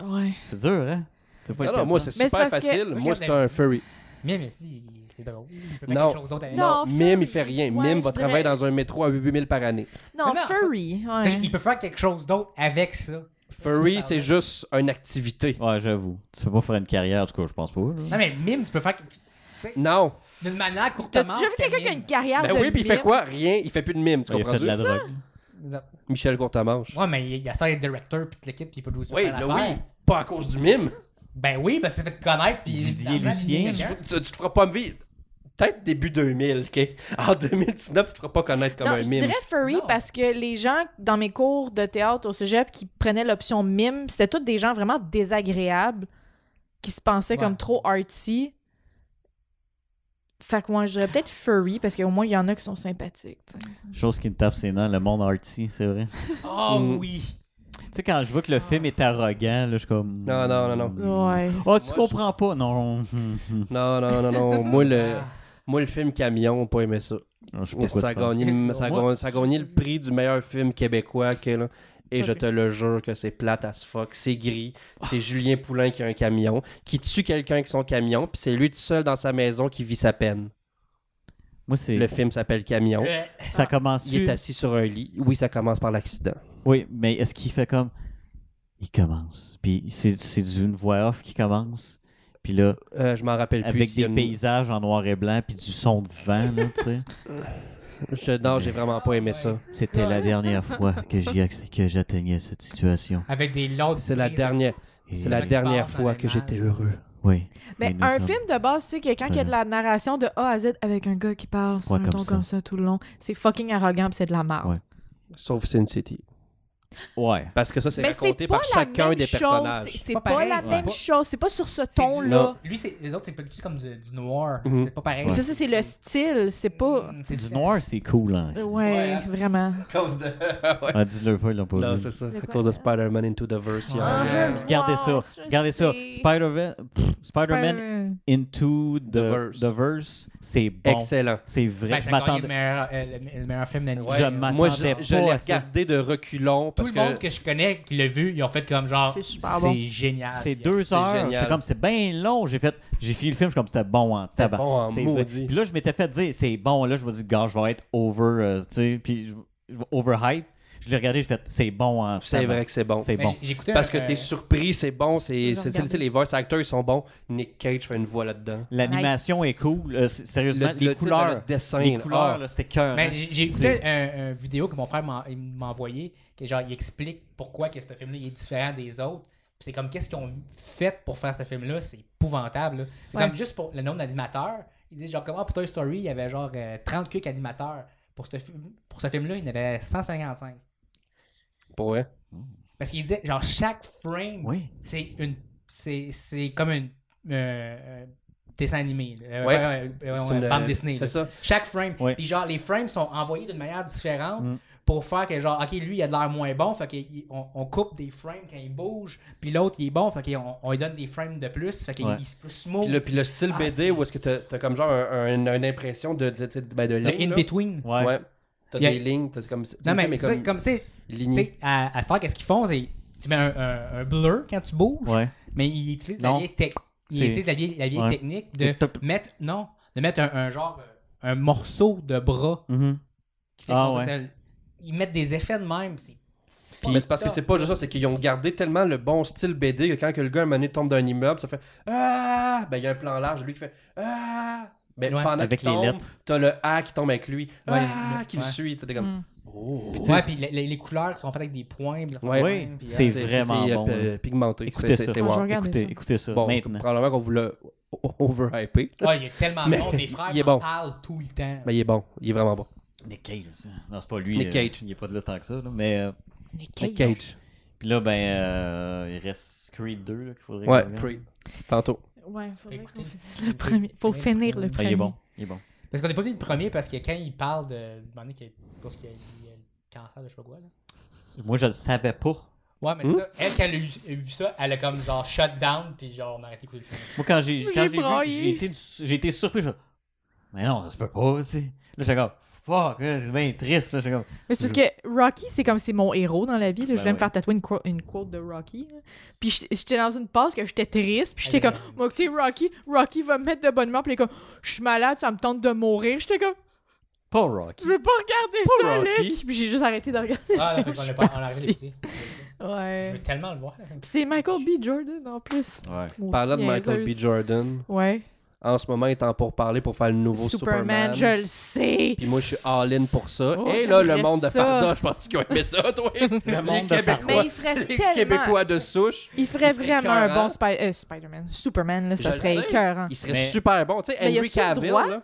Speaker 4: Ouais.
Speaker 3: C'est dur, hein C'est pas
Speaker 2: Non,
Speaker 3: le
Speaker 2: Ah non,
Speaker 3: cas,
Speaker 2: moi
Speaker 3: toi.
Speaker 2: c'est
Speaker 4: Mais
Speaker 2: super
Speaker 4: c'est parce que-
Speaker 2: facile,
Speaker 1: Moi, je
Speaker 2: moi
Speaker 1: garde
Speaker 2: c'est
Speaker 1: la-
Speaker 2: un furry.
Speaker 1: Mime, si, c'est drôle. Il peut faire
Speaker 2: Non.
Speaker 1: quelque chose d'autre avec.
Speaker 4: Non,
Speaker 2: Non, mime il fait
Speaker 4: furry.
Speaker 2: rien,
Speaker 4: Ouais,
Speaker 2: mime
Speaker 4: je
Speaker 2: va
Speaker 4: dirais-
Speaker 2: travailler dans un métro à 8000 par année.
Speaker 4: Non,
Speaker 1: Mais non,
Speaker 4: furry. Ouais.
Speaker 1: Il peut faire quelque chose d'autre avec ça. Non,
Speaker 4: Ah,
Speaker 2: Furry
Speaker 1: Pardon.
Speaker 2: c'est juste une activité.
Speaker 3: Ouais, j'avoue. Tu peux pas faire une carrière, en tout cas, je pense pas. là.
Speaker 4: Ben,
Speaker 1: mais mime, tu peux faire quelque-
Speaker 2: Non,
Speaker 1: d'une manière
Speaker 4: T'as-tu
Speaker 1: courtement.
Speaker 4: déjà vu quelqu'un qui a une carrière
Speaker 2: ben
Speaker 4: de
Speaker 2: oui, puis il
Speaker 4: Ah,
Speaker 2: fait
Speaker 4: mime?
Speaker 2: quoi Rien, il fait plus de mime, tu
Speaker 3: Ouais, il a
Speaker 2: comprends
Speaker 3: fait de la drogue.
Speaker 2: Michel Courtamanche.
Speaker 1: Ouais, mais il y a ça, il est directeur, puis tout le kit, puis il peut nous faire
Speaker 2: Oui, là oui, pas à cause du mime.
Speaker 1: Ben oui, parce que ça fait te connaître, puis
Speaker 3: Didier
Speaker 1: l'argent,
Speaker 3: Lucien.
Speaker 1: il y a
Speaker 2: Tu,
Speaker 1: quelqu'un.
Speaker 2: tu- tu te feras pas vivre. Peut-être début 2000, ok. En 2019, tu te feras pas connaître comme
Speaker 4: non,
Speaker 2: un
Speaker 4: je
Speaker 2: mime.
Speaker 4: dirais furry
Speaker 1: Non.
Speaker 4: parce que les gens dans mes cours de théâtre au cégep qui prenaient l'option mime, c'était tous des gens vraiment désagréables qui se pensaient
Speaker 1: Ouais.
Speaker 4: comme trop artsy. Fait que moi, je dirais peut-être furry parce qu'au moins, il y en a qui sont sympathiques. tu sais.
Speaker 3: Chose qui me tape, c'est non, le monde artsy, c'est vrai.
Speaker 1: Oh
Speaker 2: Mm.
Speaker 1: oui.
Speaker 3: Tu sais, quand je vois que le film est arrogant, là, je suis comme.
Speaker 2: Non, non, non, non.
Speaker 4: Ouais.
Speaker 3: Oh, tu
Speaker 2: Moi,
Speaker 3: comprends pas, non.
Speaker 2: Non, non, non, non. moi, le,
Speaker 1: Ah.
Speaker 2: moi, le film Camion, pas aimé ça.
Speaker 3: Non, je sais pas
Speaker 2: Mais
Speaker 3: quoi
Speaker 2: ça, a
Speaker 3: tu parles.
Speaker 2: gagné, le- ça, a
Speaker 3: Moi-
Speaker 2: gagné- ça a gagné le prix du meilleur film québécois que là. Et je
Speaker 4: Ok.
Speaker 2: te le jure que c'est plate as fuck, c'est gris, c'est Julien Poulain qui a un camion, qui tue quelqu'un avec son camion, puis c'est lui tout seul dans sa maison qui vit sa peine.
Speaker 3: Moi, c'est.
Speaker 2: Le film s'appelle Camion.
Speaker 1: Euh,
Speaker 3: Ça commence.
Speaker 2: Il est assis sur un lit. Oui, ça commence par l'accident.
Speaker 3: Oui, mais est-ce qu'il fait comme. il commence. Puis c'est c'est du- une voix off qui commence. Puis là,
Speaker 2: Euh, je m'en rappelle plus.
Speaker 3: avec
Speaker 2: s'il y
Speaker 3: des
Speaker 2: a une-
Speaker 3: paysages en noir et blanc, puis du son de vent, là, tu sais.
Speaker 2: Je- Non, j'ai vraiment pas aimé ça.
Speaker 3: C'était la dernière fois que j'y acc- que j'atteignais cette situation.
Speaker 1: Avec des longues.
Speaker 2: C'est la dernière,
Speaker 3: Et-
Speaker 2: c'est la
Speaker 1: qui
Speaker 2: dernière
Speaker 1: part dans
Speaker 2: fois
Speaker 1: les
Speaker 2: que j'étais
Speaker 1: mages.
Speaker 2: heureux.
Speaker 3: Oui. Et
Speaker 4: Mais
Speaker 3: nous
Speaker 4: un
Speaker 3: sommes-
Speaker 4: film de base, tu sais, que quand il y a de la narration de A à Z avec un gars qui parle sur
Speaker 3: Ouais,
Speaker 4: un
Speaker 3: comme
Speaker 4: ton
Speaker 3: ça.
Speaker 4: comme ça tout le long, c'est fucking arrogant pis c'est de la merde.
Speaker 3: Ouais.
Speaker 2: Sauf Sin City.
Speaker 3: Ouais.
Speaker 2: Parce que ça, c'est
Speaker 4: Mais c'est
Speaker 2: raconté
Speaker 4: pas
Speaker 2: par
Speaker 4: la
Speaker 2: chacun
Speaker 4: même
Speaker 2: des
Speaker 4: chose, c'est-
Speaker 2: personnages.
Speaker 4: C'est
Speaker 1: Pas
Speaker 4: pas,
Speaker 1: pareil,
Speaker 4: la
Speaker 1: c'est
Speaker 4: même
Speaker 1: pas-
Speaker 4: chose. C'est pas sur ce
Speaker 1: C'est du-
Speaker 4: ton-là.
Speaker 1: Lui, c'est- les autres, c'est plus comme du, du noir.
Speaker 2: Mhm.
Speaker 1: C'est pas pareil.
Speaker 4: C'est ça, c'est le style. C'est pas.
Speaker 1: Mm,
Speaker 3: C'est du
Speaker 1: différent.
Speaker 3: noir, c'est cool, hein.
Speaker 4: Euh, Ouais,
Speaker 1: Ouais.
Speaker 4: vraiment.
Speaker 3: Ah, dis-le pas, ils l'ont pas
Speaker 2: Non,
Speaker 3: vu.
Speaker 2: c'est ça.
Speaker 4: Le
Speaker 2: À
Speaker 4: quoi?
Speaker 2: cause de Spider-Man Into the Verse. il y a-
Speaker 1: Ah,
Speaker 4: je
Speaker 1: je
Speaker 3: Regardez
Speaker 4: vois,
Speaker 3: ça.
Speaker 4: je
Speaker 3: Regardez ça.
Speaker 4: sais.
Speaker 3: Spider-Man pff, Spider-Man
Speaker 4: Spider-Man.
Speaker 3: Into the,
Speaker 2: The Verse.
Speaker 3: the Verse, c'est bon.
Speaker 2: Excellent.
Speaker 3: C'est
Speaker 1: Ben, ça
Speaker 3: vrai. je
Speaker 1: a gagné le
Speaker 3: m'attendais.
Speaker 1: meilleur, euh, le, le meilleur film d'année.
Speaker 3: Ouais. Je m'attendais
Speaker 2: Moi, je l'ai
Speaker 3: pas
Speaker 2: je l'ai
Speaker 3: à ça.
Speaker 2: regardé de reculons
Speaker 1: Tout
Speaker 2: parce
Speaker 1: le monde
Speaker 2: que
Speaker 1: que je connais qui l'a vu, ils ont fait comme genre.
Speaker 4: C'est
Speaker 1: C'est
Speaker 4: super bon.
Speaker 1: génial.
Speaker 3: C'est deux
Speaker 2: C'est
Speaker 3: heures.
Speaker 2: génial.
Speaker 3: J'étais comme, c'est bien long. J'ai fait, j'ai fini le film, je suis comme, c'était bon en tabac.
Speaker 2: bon en
Speaker 3: C'est
Speaker 2: maudit.
Speaker 3: vrai. Puis là, je m'étais fait dire, c'est bon. Là, je me dis, gars, je vais être over, euh, tu sais, puis je- je vais overhype. Je l'ai regardé, j'ai fait, c'est bon en
Speaker 2: c'est
Speaker 3: tabac.
Speaker 2: vrai que c'est bon.
Speaker 3: C'est
Speaker 1: Mais
Speaker 3: bon.
Speaker 1: j'ai- j'écoutais
Speaker 2: Parce
Speaker 1: un-
Speaker 2: que
Speaker 1: euh,
Speaker 2: t'es surpris, c'est bon. c'est
Speaker 4: Je
Speaker 2: c'est-
Speaker 4: regarde.
Speaker 2: tu sais, Les voice acteurs, ils sont bons. Nick Cage fait une voix là-dedans.
Speaker 3: L'animation
Speaker 4: Nice.
Speaker 3: est cool. Euh, s- sérieusement,
Speaker 2: Le-
Speaker 3: les
Speaker 2: le-
Speaker 3: couleurs.
Speaker 2: le dessin,
Speaker 3: les
Speaker 2: là.
Speaker 3: couleurs,
Speaker 2: Ah.
Speaker 3: là, c'était cœur. hein.
Speaker 1: Mais ben, j'ai j'ai écouté un, un vidéo que mon frère m'a il m'a envoyé, que genre, il explique pourquoi que ce film-là il est différent des autres. Puis c'est comme, qu'est-ce qu'ils ont fait pour faire ce film-là? C'est épouvantable. là. C'est
Speaker 4: Ouais.
Speaker 1: Comme juste pour le nombre d'animateurs, ils disent genre, comment pour Toy Story, il y avait genre euh, 30 cucs animateurs. Pour ce, film- pour ce film-là, il y en avait 155.
Speaker 2: Pour vrai.
Speaker 1: Parce qu'il disait, genre, chaque frame,
Speaker 3: Oui.
Speaker 1: c'est une c'est c'est comme un dessin animé. là. Euh,
Speaker 2: Ouais.
Speaker 1: euh, euh,
Speaker 2: C'est
Speaker 1: euh,
Speaker 2: une-
Speaker 1: bande dessinée.
Speaker 2: C'est
Speaker 1: là.
Speaker 2: ça.
Speaker 1: Chaque frame.
Speaker 3: Ouais.
Speaker 1: Puis genre, les frames sont envoyés d'une manière différente
Speaker 3: Mm.
Speaker 1: pour faire que genre, OK, lui, il a de l'air moins bon, fait qu'on on coupe des frames quand il bouge, puis l'autre, il est bon, fait qu'on on lui donne des frames de plus, fait qu'il
Speaker 3: Ouais.
Speaker 1: il est plus smooth.
Speaker 2: Puis le, puis le style
Speaker 1: Ah,
Speaker 2: BD
Speaker 1: c'est-
Speaker 2: où est-ce que t'as t'as comme genre un- un- une impression de, de, de, ben, de
Speaker 1: Le
Speaker 2: ligne, là.
Speaker 1: in-between.
Speaker 3: Ouais.
Speaker 2: Ouais. T'as
Speaker 1: Il y a-
Speaker 2: des lignes, t'as comme.
Speaker 1: Non, mais ça, comme, tu sais, Tu
Speaker 2: Ligné.
Speaker 1: sais, à, à Star, qu'est-ce qu'ils font, c'est tu mets un, un, un blur quand tu bouges,
Speaker 3: Ouais.
Speaker 1: mais ils utilisent la
Speaker 3: Non.
Speaker 1: vieille tech. Ils
Speaker 3: C'est-
Speaker 1: utilisent la vieille, la vieille
Speaker 3: Ouais.
Speaker 1: technique de
Speaker 3: Toc, toc.
Speaker 1: mettre non, de mettre un, un genre un morceau de bras
Speaker 3: Mhm.
Speaker 1: qui fait
Speaker 3: Ah
Speaker 1: qu'on
Speaker 3: ouais.
Speaker 1: dirait que- ils mettent des effets de même, c'est
Speaker 2: Puis- mais c'est parce que c'est pas juste ça, c'est qu'ils ont gardé tellement le bon style BD que quand que le gars, à un moment donné, tombe d'un immeuble, ça fait Ah Ben, il y a un plan large, lui qui fait Ah Ben,
Speaker 1: Ouais.
Speaker 2: pendant
Speaker 3: Avec
Speaker 2: qu'il
Speaker 3: les
Speaker 2: tombe,
Speaker 3: lettres.
Speaker 2: t'as le A qui tombe avec lui,
Speaker 1: Ouais,
Speaker 2: Ah
Speaker 1: les-
Speaker 2: qui le
Speaker 1: ouais.
Speaker 2: suit, t'es comme
Speaker 4: Mm.
Speaker 2: Oh
Speaker 1: Ouais, puis les, les- les couleurs qui sont faites avec des points. puis
Speaker 2: Ouais.
Speaker 1: des points, puis,
Speaker 3: C'est
Speaker 1: euh,
Speaker 3: vraiment
Speaker 2: euh,
Speaker 3: bon,
Speaker 2: p-
Speaker 3: là.
Speaker 2: pigmenté.
Speaker 3: Écoutez
Speaker 2: C'est-
Speaker 3: ça.
Speaker 2: c'est- C'est
Speaker 4: Ah, je regarde.
Speaker 2: wow.
Speaker 4: Regardez
Speaker 3: Écoutez,
Speaker 4: ça.
Speaker 3: écoutez ça.
Speaker 2: Bon,
Speaker 3: maintenant.
Speaker 2: probablement qu'on vous l'a o- o- overhypé.
Speaker 1: Ouais, il est tellement
Speaker 2: Mais-
Speaker 1: bon, mes frères
Speaker 2: il est
Speaker 1: m'en
Speaker 2: bon.
Speaker 1: parlent tout le temps.
Speaker 2: Mais il est bon, il est vraiment bon.
Speaker 3: Nick Cage. ça. Non, c'est pas lui.
Speaker 2: Nick
Speaker 3: euh,
Speaker 2: Cage.
Speaker 3: Il n'est pas de là tant que ça. là, mais euh,
Speaker 4: Mais
Speaker 2: Nick
Speaker 4: quel-
Speaker 2: Cage.
Speaker 3: puis là, ben, euh, il reste Creed 2 là, qu'il faudrait.
Speaker 2: Ouais,
Speaker 3: qu'on regarde.
Speaker 2: Creed. Tantôt.
Speaker 4: Ouais, faudrait
Speaker 1: Faut
Speaker 4: qu'on
Speaker 1: écouter.
Speaker 4: finisse le premier. Faut finir le
Speaker 3: Ah,
Speaker 4: premier.
Speaker 3: il est bon. Il est bon.
Speaker 1: Parce qu'on n'a pas vu le premier parce que quand il parle de. du moment donné qu'il y a- Parce qu'il y a il y a le cancer de je sais pas quoi. Là.
Speaker 3: Moi, je le savais pas.
Speaker 1: Ouais, mais c'est ça. Elle, quand elle a eu, a vu ça, elle a comme genre shut down, puis genre on a arrêté d'écouter le film.
Speaker 3: Moi, quand j'ai
Speaker 4: J'ai
Speaker 3: quand j'ai vu,
Speaker 4: braillé.
Speaker 3: j'ai été, du- j'ai été surpris. je fais, Mais non, ça se peut pas aussi. Là, j'étais comme, fuck, là, c'est bien triste. Là, j'étais comme,
Speaker 4: Mais c'est parce que Rocky, c'est comme c'est mon héros dans la vie. Là. je
Speaker 3: Ben
Speaker 4: voulais me
Speaker 3: oui.
Speaker 4: faire tatouer une, quo- une quote de Rocky. là. Puis j'étais- j'étais dans une passe que j'étais triste. Puis j'étais comme, moi, écoutez, Rocky, Rocky va me mettre de bonne humeur. Puis il est comme, je suis malade, ça me tente de mourir. J'étais comme,
Speaker 3: pas Rocky.
Speaker 4: je veux pas regarder
Speaker 2: Pas
Speaker 4: ça,
Speaker 2: Rocky.
Speaker 4: Luc. Puis j'ai juste arrêté de regarder.
Speaker 1: Ah, non, fait
Speaker 4: Je
Speaker 1: qu'on l'a
Speaker 4: suis
Speaker 1: pas- on l'a arrêté
Speaker 4: partie.
Speaker 1: d'écouter. Je
Speaker 4: Ouais.
Speaker 1: veux tellement le voir.
Speaker 4: Puis c'est Michael B. Jordan en plus.
Speaker 3: Ouais.
Speaker 4: Maudite
Speaker 2: Parlant de Michael
Speaker 4: niaiseuse.
Speaker 2: B. Jordan,
Speaker 4: Ouais.
Speaker 2: en ce moment, il est en pourparler pour faire le nouveau
Speaker 4: Superman,
Speaker 2: Superman.
Speaker 4: je le sais.
Speaker 2: Puis moi, je suis all-in pour ça.
Speaker 4: Oh,
Speaker 2: Et là, le
Speaker 4: j'aimerais
Speaker 2: monde de
Speaker 4: ça.
Speaker 2: Farda, je pense qu'ils ont aimé ça, toi. le
Speaker 3: monde de
Speaker 4: Mais
Speaker 2: Québécois.
Speaker 4: il ferait
Speaker 2: Les
Speaker 4: tellement.
Speaker 2: Québécois de souche.
Speaker 4: Il ferait
Speaker 2: il serait
Speaker 4: vraiment un
Speaker 2: écœurant.
Speaker 4: bon Spi- euh, Spider-man. Superman, là, ça
Speaker 2: Je le
Speaker 4: serait
Speaker 2: sais.
Speaker 4: écœurant.
Speaker 2: Il serait
Speaker 3: Mais-
Speaker 2: super bon. Tu sais,
Speaker 4: Mais y
Speaker 2: Henry
Speaker 4: a-tu le
Speaker 2: Cavill,
Speaker 4: droit?
Speaker 2: là.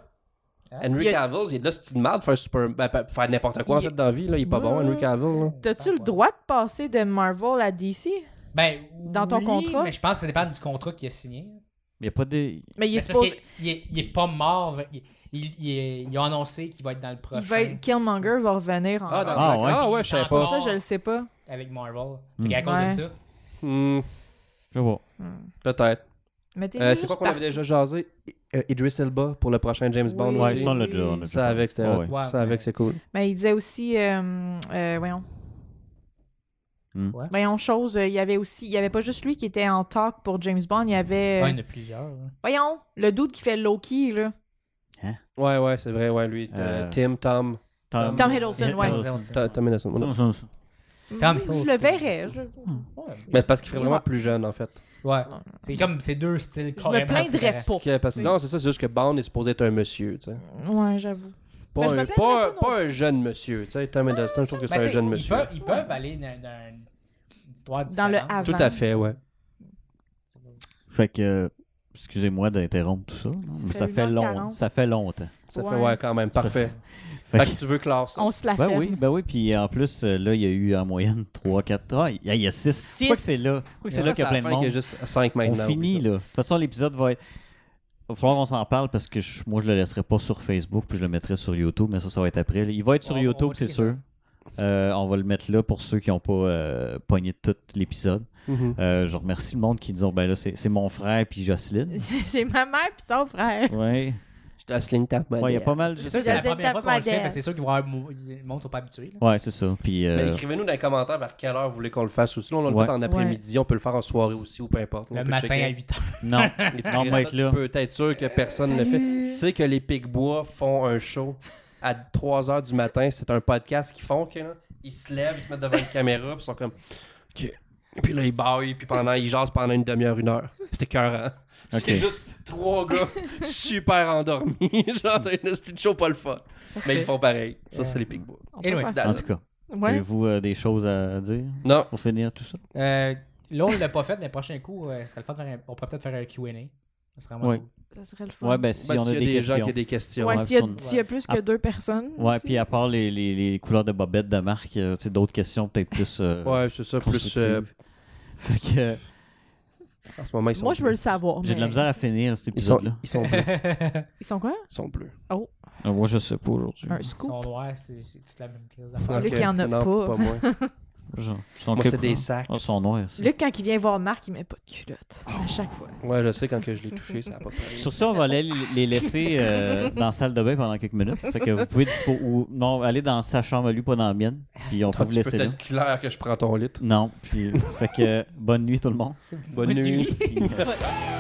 Speaker 1: Hein?
Speaker 2: Henry
Speaker 4: Y a-
Speaker 2: Cavill, il est de la style mal de faire, super... ben, ben, faire n'importe quoi, en
Speaker 4: Y a-
Speaker 2: fait, dans la vie. Là. Il est pas bon,
Speaker 4: Ouais.
Speaker 2: Henry Cavill. Là.
Speaker 4: T'as-tu le droit de passer de Marvel à DC?
Speaker 1: Ben,
Speaker 4: Dans ton
Speaker 1: oui,
Speaker 4: contrat?
Speaker 1: Mais je pense que ça dépend du contrat qu'il a signé.
Speaker 3: Il n'y a pas de.
Speaker 4: Mais il est
Speaker 1: Ben, c'est parce
Speaker 4: supposé.
Speaker 1: qu'il- il est, il est pas mort. Il, il, il est- ils ont annoncé qu'il va être dans le prochain
Speaker 4: Il va être... Killmonger va revenir en.
Speaker 2: Ah, dans-
Speaker 3: Ah, ouais.
Speaker 2: ah ouais, je savais
Speaker 4: C'est pour
Speaker 2: pas.
Speaker 4: ça, je le sais pas.
Speaker 1: avec Marvel.
Speaker 3: Mm.
Speaker 1: Fait qu'à cause
Speaker 4: Ouais.
Speaker 1: de ça,
Speaker 2: Hmm,
Speaker 3: Je sais pas.
Speaker 2: Peut-être.
Speaker 4: Mais t'es
Speaker 2: Euh,
Speaker 4: juste
Speaker 2: c'est pas qu'on
Speaker 4: par-
Speaker 2: avait déjà jasé euh, Idris Elba pour le prochain James Bond
Speaker 4: Oui.
Speaker 3: Ouais,
Speaker 2: aussi.
Speaker 3: ça, on l'a déjà. on l'a
Speaker 4: Ça,
Speaker 3: déjà
Speaker 2: Ça
Speaker 3: parlé.
Speaker 2: avec, c'est
Speaker 3: Ah
Speaker 2: hot.
Speaker 3: ouais.
Speaker 1: ouais.
Speaker 2: Ça avec, c'est cool.
Speaker 4: Mais Ben, il disait aussi. euh, euh, voyons.
Speaker 3: Hmm.
Speaker 1: Ouais.
Speaker 4: Voyons, chose, euh, il y avait aussi. Il y avait pas juste lui qui était en talk pour James Bond, il y avait. euh,
Speaker 1: ouais, il y en a plusieurs. hein. là.
Speaker 4: Voyons, le dude qui fait Loki, là.
Speaker 2: Ouais, ouais, c'est vrai. Ouais, lui, t-
Speaker 3: Euh,
Speaker 2: Tim, Tom,
Speaker 4: Tom Hiddleston, ouais.
Speaker 3: Hiddleston.
Speaker 1: Hiddleston.
Speaker 2: Tom Tom Hiddleston.
Speaker 1: Tant
Speaker 4: Mm,
Speaker 1: mieux.
Speaker 4: je le verrais. Je,
Speaker 2: Mais parce qu'il ferait vraiment
Speaker 4: Ouais.
Speaker 2: plus jeune, en fait.
Speaker 1: Ouais. C'est comme ces deux styles
Speaker 4: je me plaindrais pas.
Speaker 2: Que- parce que,
Speaker 4: Oui.
Speaker 2: non, c'est ça, c'est juste que Bond est supposé être un monsieur, tu sais.
Speaker 4: Ouais, j'avoue.
Speaker 2: Pas,
Speaker 4: Ben, je me
Speaker 2: un,
Speaker 4: plaindrais pas
Speaker 2: pas,
Speaker 4: non
Speaker 2: pas un jeune monsieur, tu sais. Tom Hiddleston, je trouve que c'est
Speaker 1: Ben,
Speaker 2: un
Speaker 1: t'sais,
Speaker 2: jeune
Speaker 1: ils
Speaker 2: monsieur.
Speaker 1: peuvent- Ils peuvent aller dans, dans une histoire
Speaker 4: Dans
Speaker 1: différente.
Speaker 4: le avant.
Speaker 2: Tout à fait, ouais.
Speaker 3: Fait que, euh, excusez-moi d'interrompre tout ça. là, mais
Speaker 4: fait
Speaker 3: Ça fait, long,
Speaker 4: 1h40.
Speaker 3: ça fait longtemps.
Speaker 2: Ça fait,
Speaker 4: Ouais.
Speaker 2: ouais, quand même, parfait.
Speaker 3: Fait
Speaker 2: Fait
Speaker 3: que-
Speaker 2: que tu veux clore ça.
Speaker 4: On se la fait.
Speaker 3: Ben oui, ben oui, puis en plus, euh, là, il y a eu en moyenne 3, 4, ah, il y a- il y a 6.
Speaker 4: Six.
Speaker 3: Quoi que c'est là, quoi que c'est là qu'il y a plein de monde.
Speaker 2: Il y a juste 5
Speaker 3: On
Speaker 2: maintenant.
Speaker 3: finit, là. De toute façon, l'épisode va être... Il va falloir qu'on s'en parle parce que je- moi, je le laisserai pas sur Facebook puis je le mettrai sur YouTube, mais ça, ça va être après. là. Il va être sur
Speaker 1: On- on
Speaker 3: YouTube,
Speaker 1: va
Speaker 3: c'est
Speaker 1: checker
Speaker 3: sûr.
Speaker 2: hein.
Speaker 3: Euh, on va le mettre là pour ceux qui n'ont pas euh, pogné tout l'épisode.
Speaker 2: Mhm.
Speaker 3: Euh, je remercie le monde qui disent ben là, c'est c'est mon frère puis Jocelyne.
Speaker 4: c'est ma mère pis son frère.
Speaker 3: Ouais.
Speaker 2: Je te sling ta
Speaker 3: Ouais, Il y a pas mal
Speaker 1: Ça, c'est
Speaker 3: juste.
Speaker 1: la
Speaker 4: Joseph
Speaker 1: première fois qu'on le fait,
Speaker 4: Tapmadel.
Speaker 1: fait que c'est sûr qu'ils vont avoir- le monde sont pas habitués. là.
Speaker 3: Ouais, c'est ça. Puis, euh,
Speaker 2: Mais écrivez-nous dans les commentaires vers quelle heure vous voulez qu'on le fasse aussi. Là, on l'a
Speaker 3: Ouais.
Speaker 2: fait en après-midi, on peut le faire en soirée aussi ou peu importe.
Speaker 1: Le matin à 8 h
Speaker 3: non. Non,
Speaker 2: Non,
Speaker 3: on va être là.
Speaker 2: Tu peux être sûr que personne ne le fait. Tu sais que les Picbois font un show à 3 heures du matin. C'est un podcast qu'ils font. que, là, ils se lèvent, ils se mettent devant une caméra, puis ils sont comme. OK. Puis là, ils baillent, puis pendant, ils jasent pendant une demi-heure, une heure. C'était écœurant.
Speaker 3: Ok.
Speaker 2: C'est juste trois gars super endormis. Genre, t'as une petite show pas le fun. Mais ils font pareil. Ça, c'est les Picbois.
Speaker 4: On peut
Speaker 1: Anyway.
Speaker 4: faire ça.
Speaker 3: En tout cas,
Speaker 4: Ouais.
Speaker 3: avez-vous euh, des choses à dire
Speaker 2: Non.
Speaker 3: pour finir tout ça?
Speaker 1: Euh, là, on l'a pas fait, mais le prochain coup, euh, ce serait le fun de faire un- on pourrait peut-être faire un QA. Ça serait vraiment
Speaker 3: Ouais.
Speaker 1: cool.
Speaker 4: Ça serait le fun.
Speaker 3: Ouais, ben si
Speaker 2: Ben,
Speaker 3: on a
Speaker 2: s'il
Speaker 3: des,
Speaker 2: y a des gens
Speaker 3: questions.
Speaker 2: qui ont des questions.
Speaker 4: Ouais,
Speaker 3: ouais,
Speaker 4: s'il y,
Speaker 3: parce
Speaker 4: a-
Speaker 3: qu'on-
Speaker 4: s'il y a plus que
Speaker 3: Ah.
Speaker 4: deux personnes.
Speaker 3: Ouais,
Speaker 4: aussi.
Speaker 3: puis à part les, les, les couleurs de bobette de marque, euh, tu sais, d'autres questions peut-être plus. euh,
Speaker 2: Ouais, c'est ça. Plus.
Speaker 3: constructives.
Speaker 2: euh,
Speaker 3: Fait que euh,
Speaker 2: en ce moment, ils sont.
Speaker 4: Moi, je veux
Speaker 2: bleus.
Speaker 4: le savoir.
Speaker 3: j'ai de la
Speaker 4: mais-
Speaker 3: misère à finir cet
Speaker 2: Ils sont,
Speaker 3: épisode-là.
Speaker 2: ils sont bleus.
Speaker 4: Ils sont quoi
Speaker 2: Ils sont bleus.
Speaker 3: Euh, Moi, je sais pas aujourd'hui.
Speaker 4: Un
Speaker 1: Ils
Speaker 4: scoop.
Speaker 1: sont noirs, c'est c'est toute la même crise
Speaker 2: Ok.
Speaker 1: d'affaires.
Speaker 4: Luc, il y en a
Speaker 2: Non,
Speaker 4: pas.
Speaker 2: moi.
Speaker 3: Genre, ils sont
Speaker 2: Moi,
Speaker 3: que
Speaker 2: c'est des
Speaker 3: couleurs.
Speaker 2: sacs.
Speaker 3: Ah, ils sont noirs. ça.
Speaker 4: Luc, quand il vient voir Marc, il met pas de culotte.
Speaker 1: Oh.
Speaker 4: À chaque fois.
Speaker 2: Ouais, je sais, quand que je l'ai touché, ça n'a pas parlé.
Speaker 3: Sur ça, on va aller les laisser euh, dans la salle de bain pendant quelques minutes. Fait que vous pouvez dispo ou non, aller dans sa chambre à lui, pas dans la mienne. Puis on peut vous laisser là.
Speaker 2: peut-être clair que je prends ton lit.
Speaker 3: Non. Puis, fait que euh, bonne nuit tout le monde.
Speaker 2: Bonne, nuit.
Speaker 3: Puis, euh,
Speaker 4: Ouais.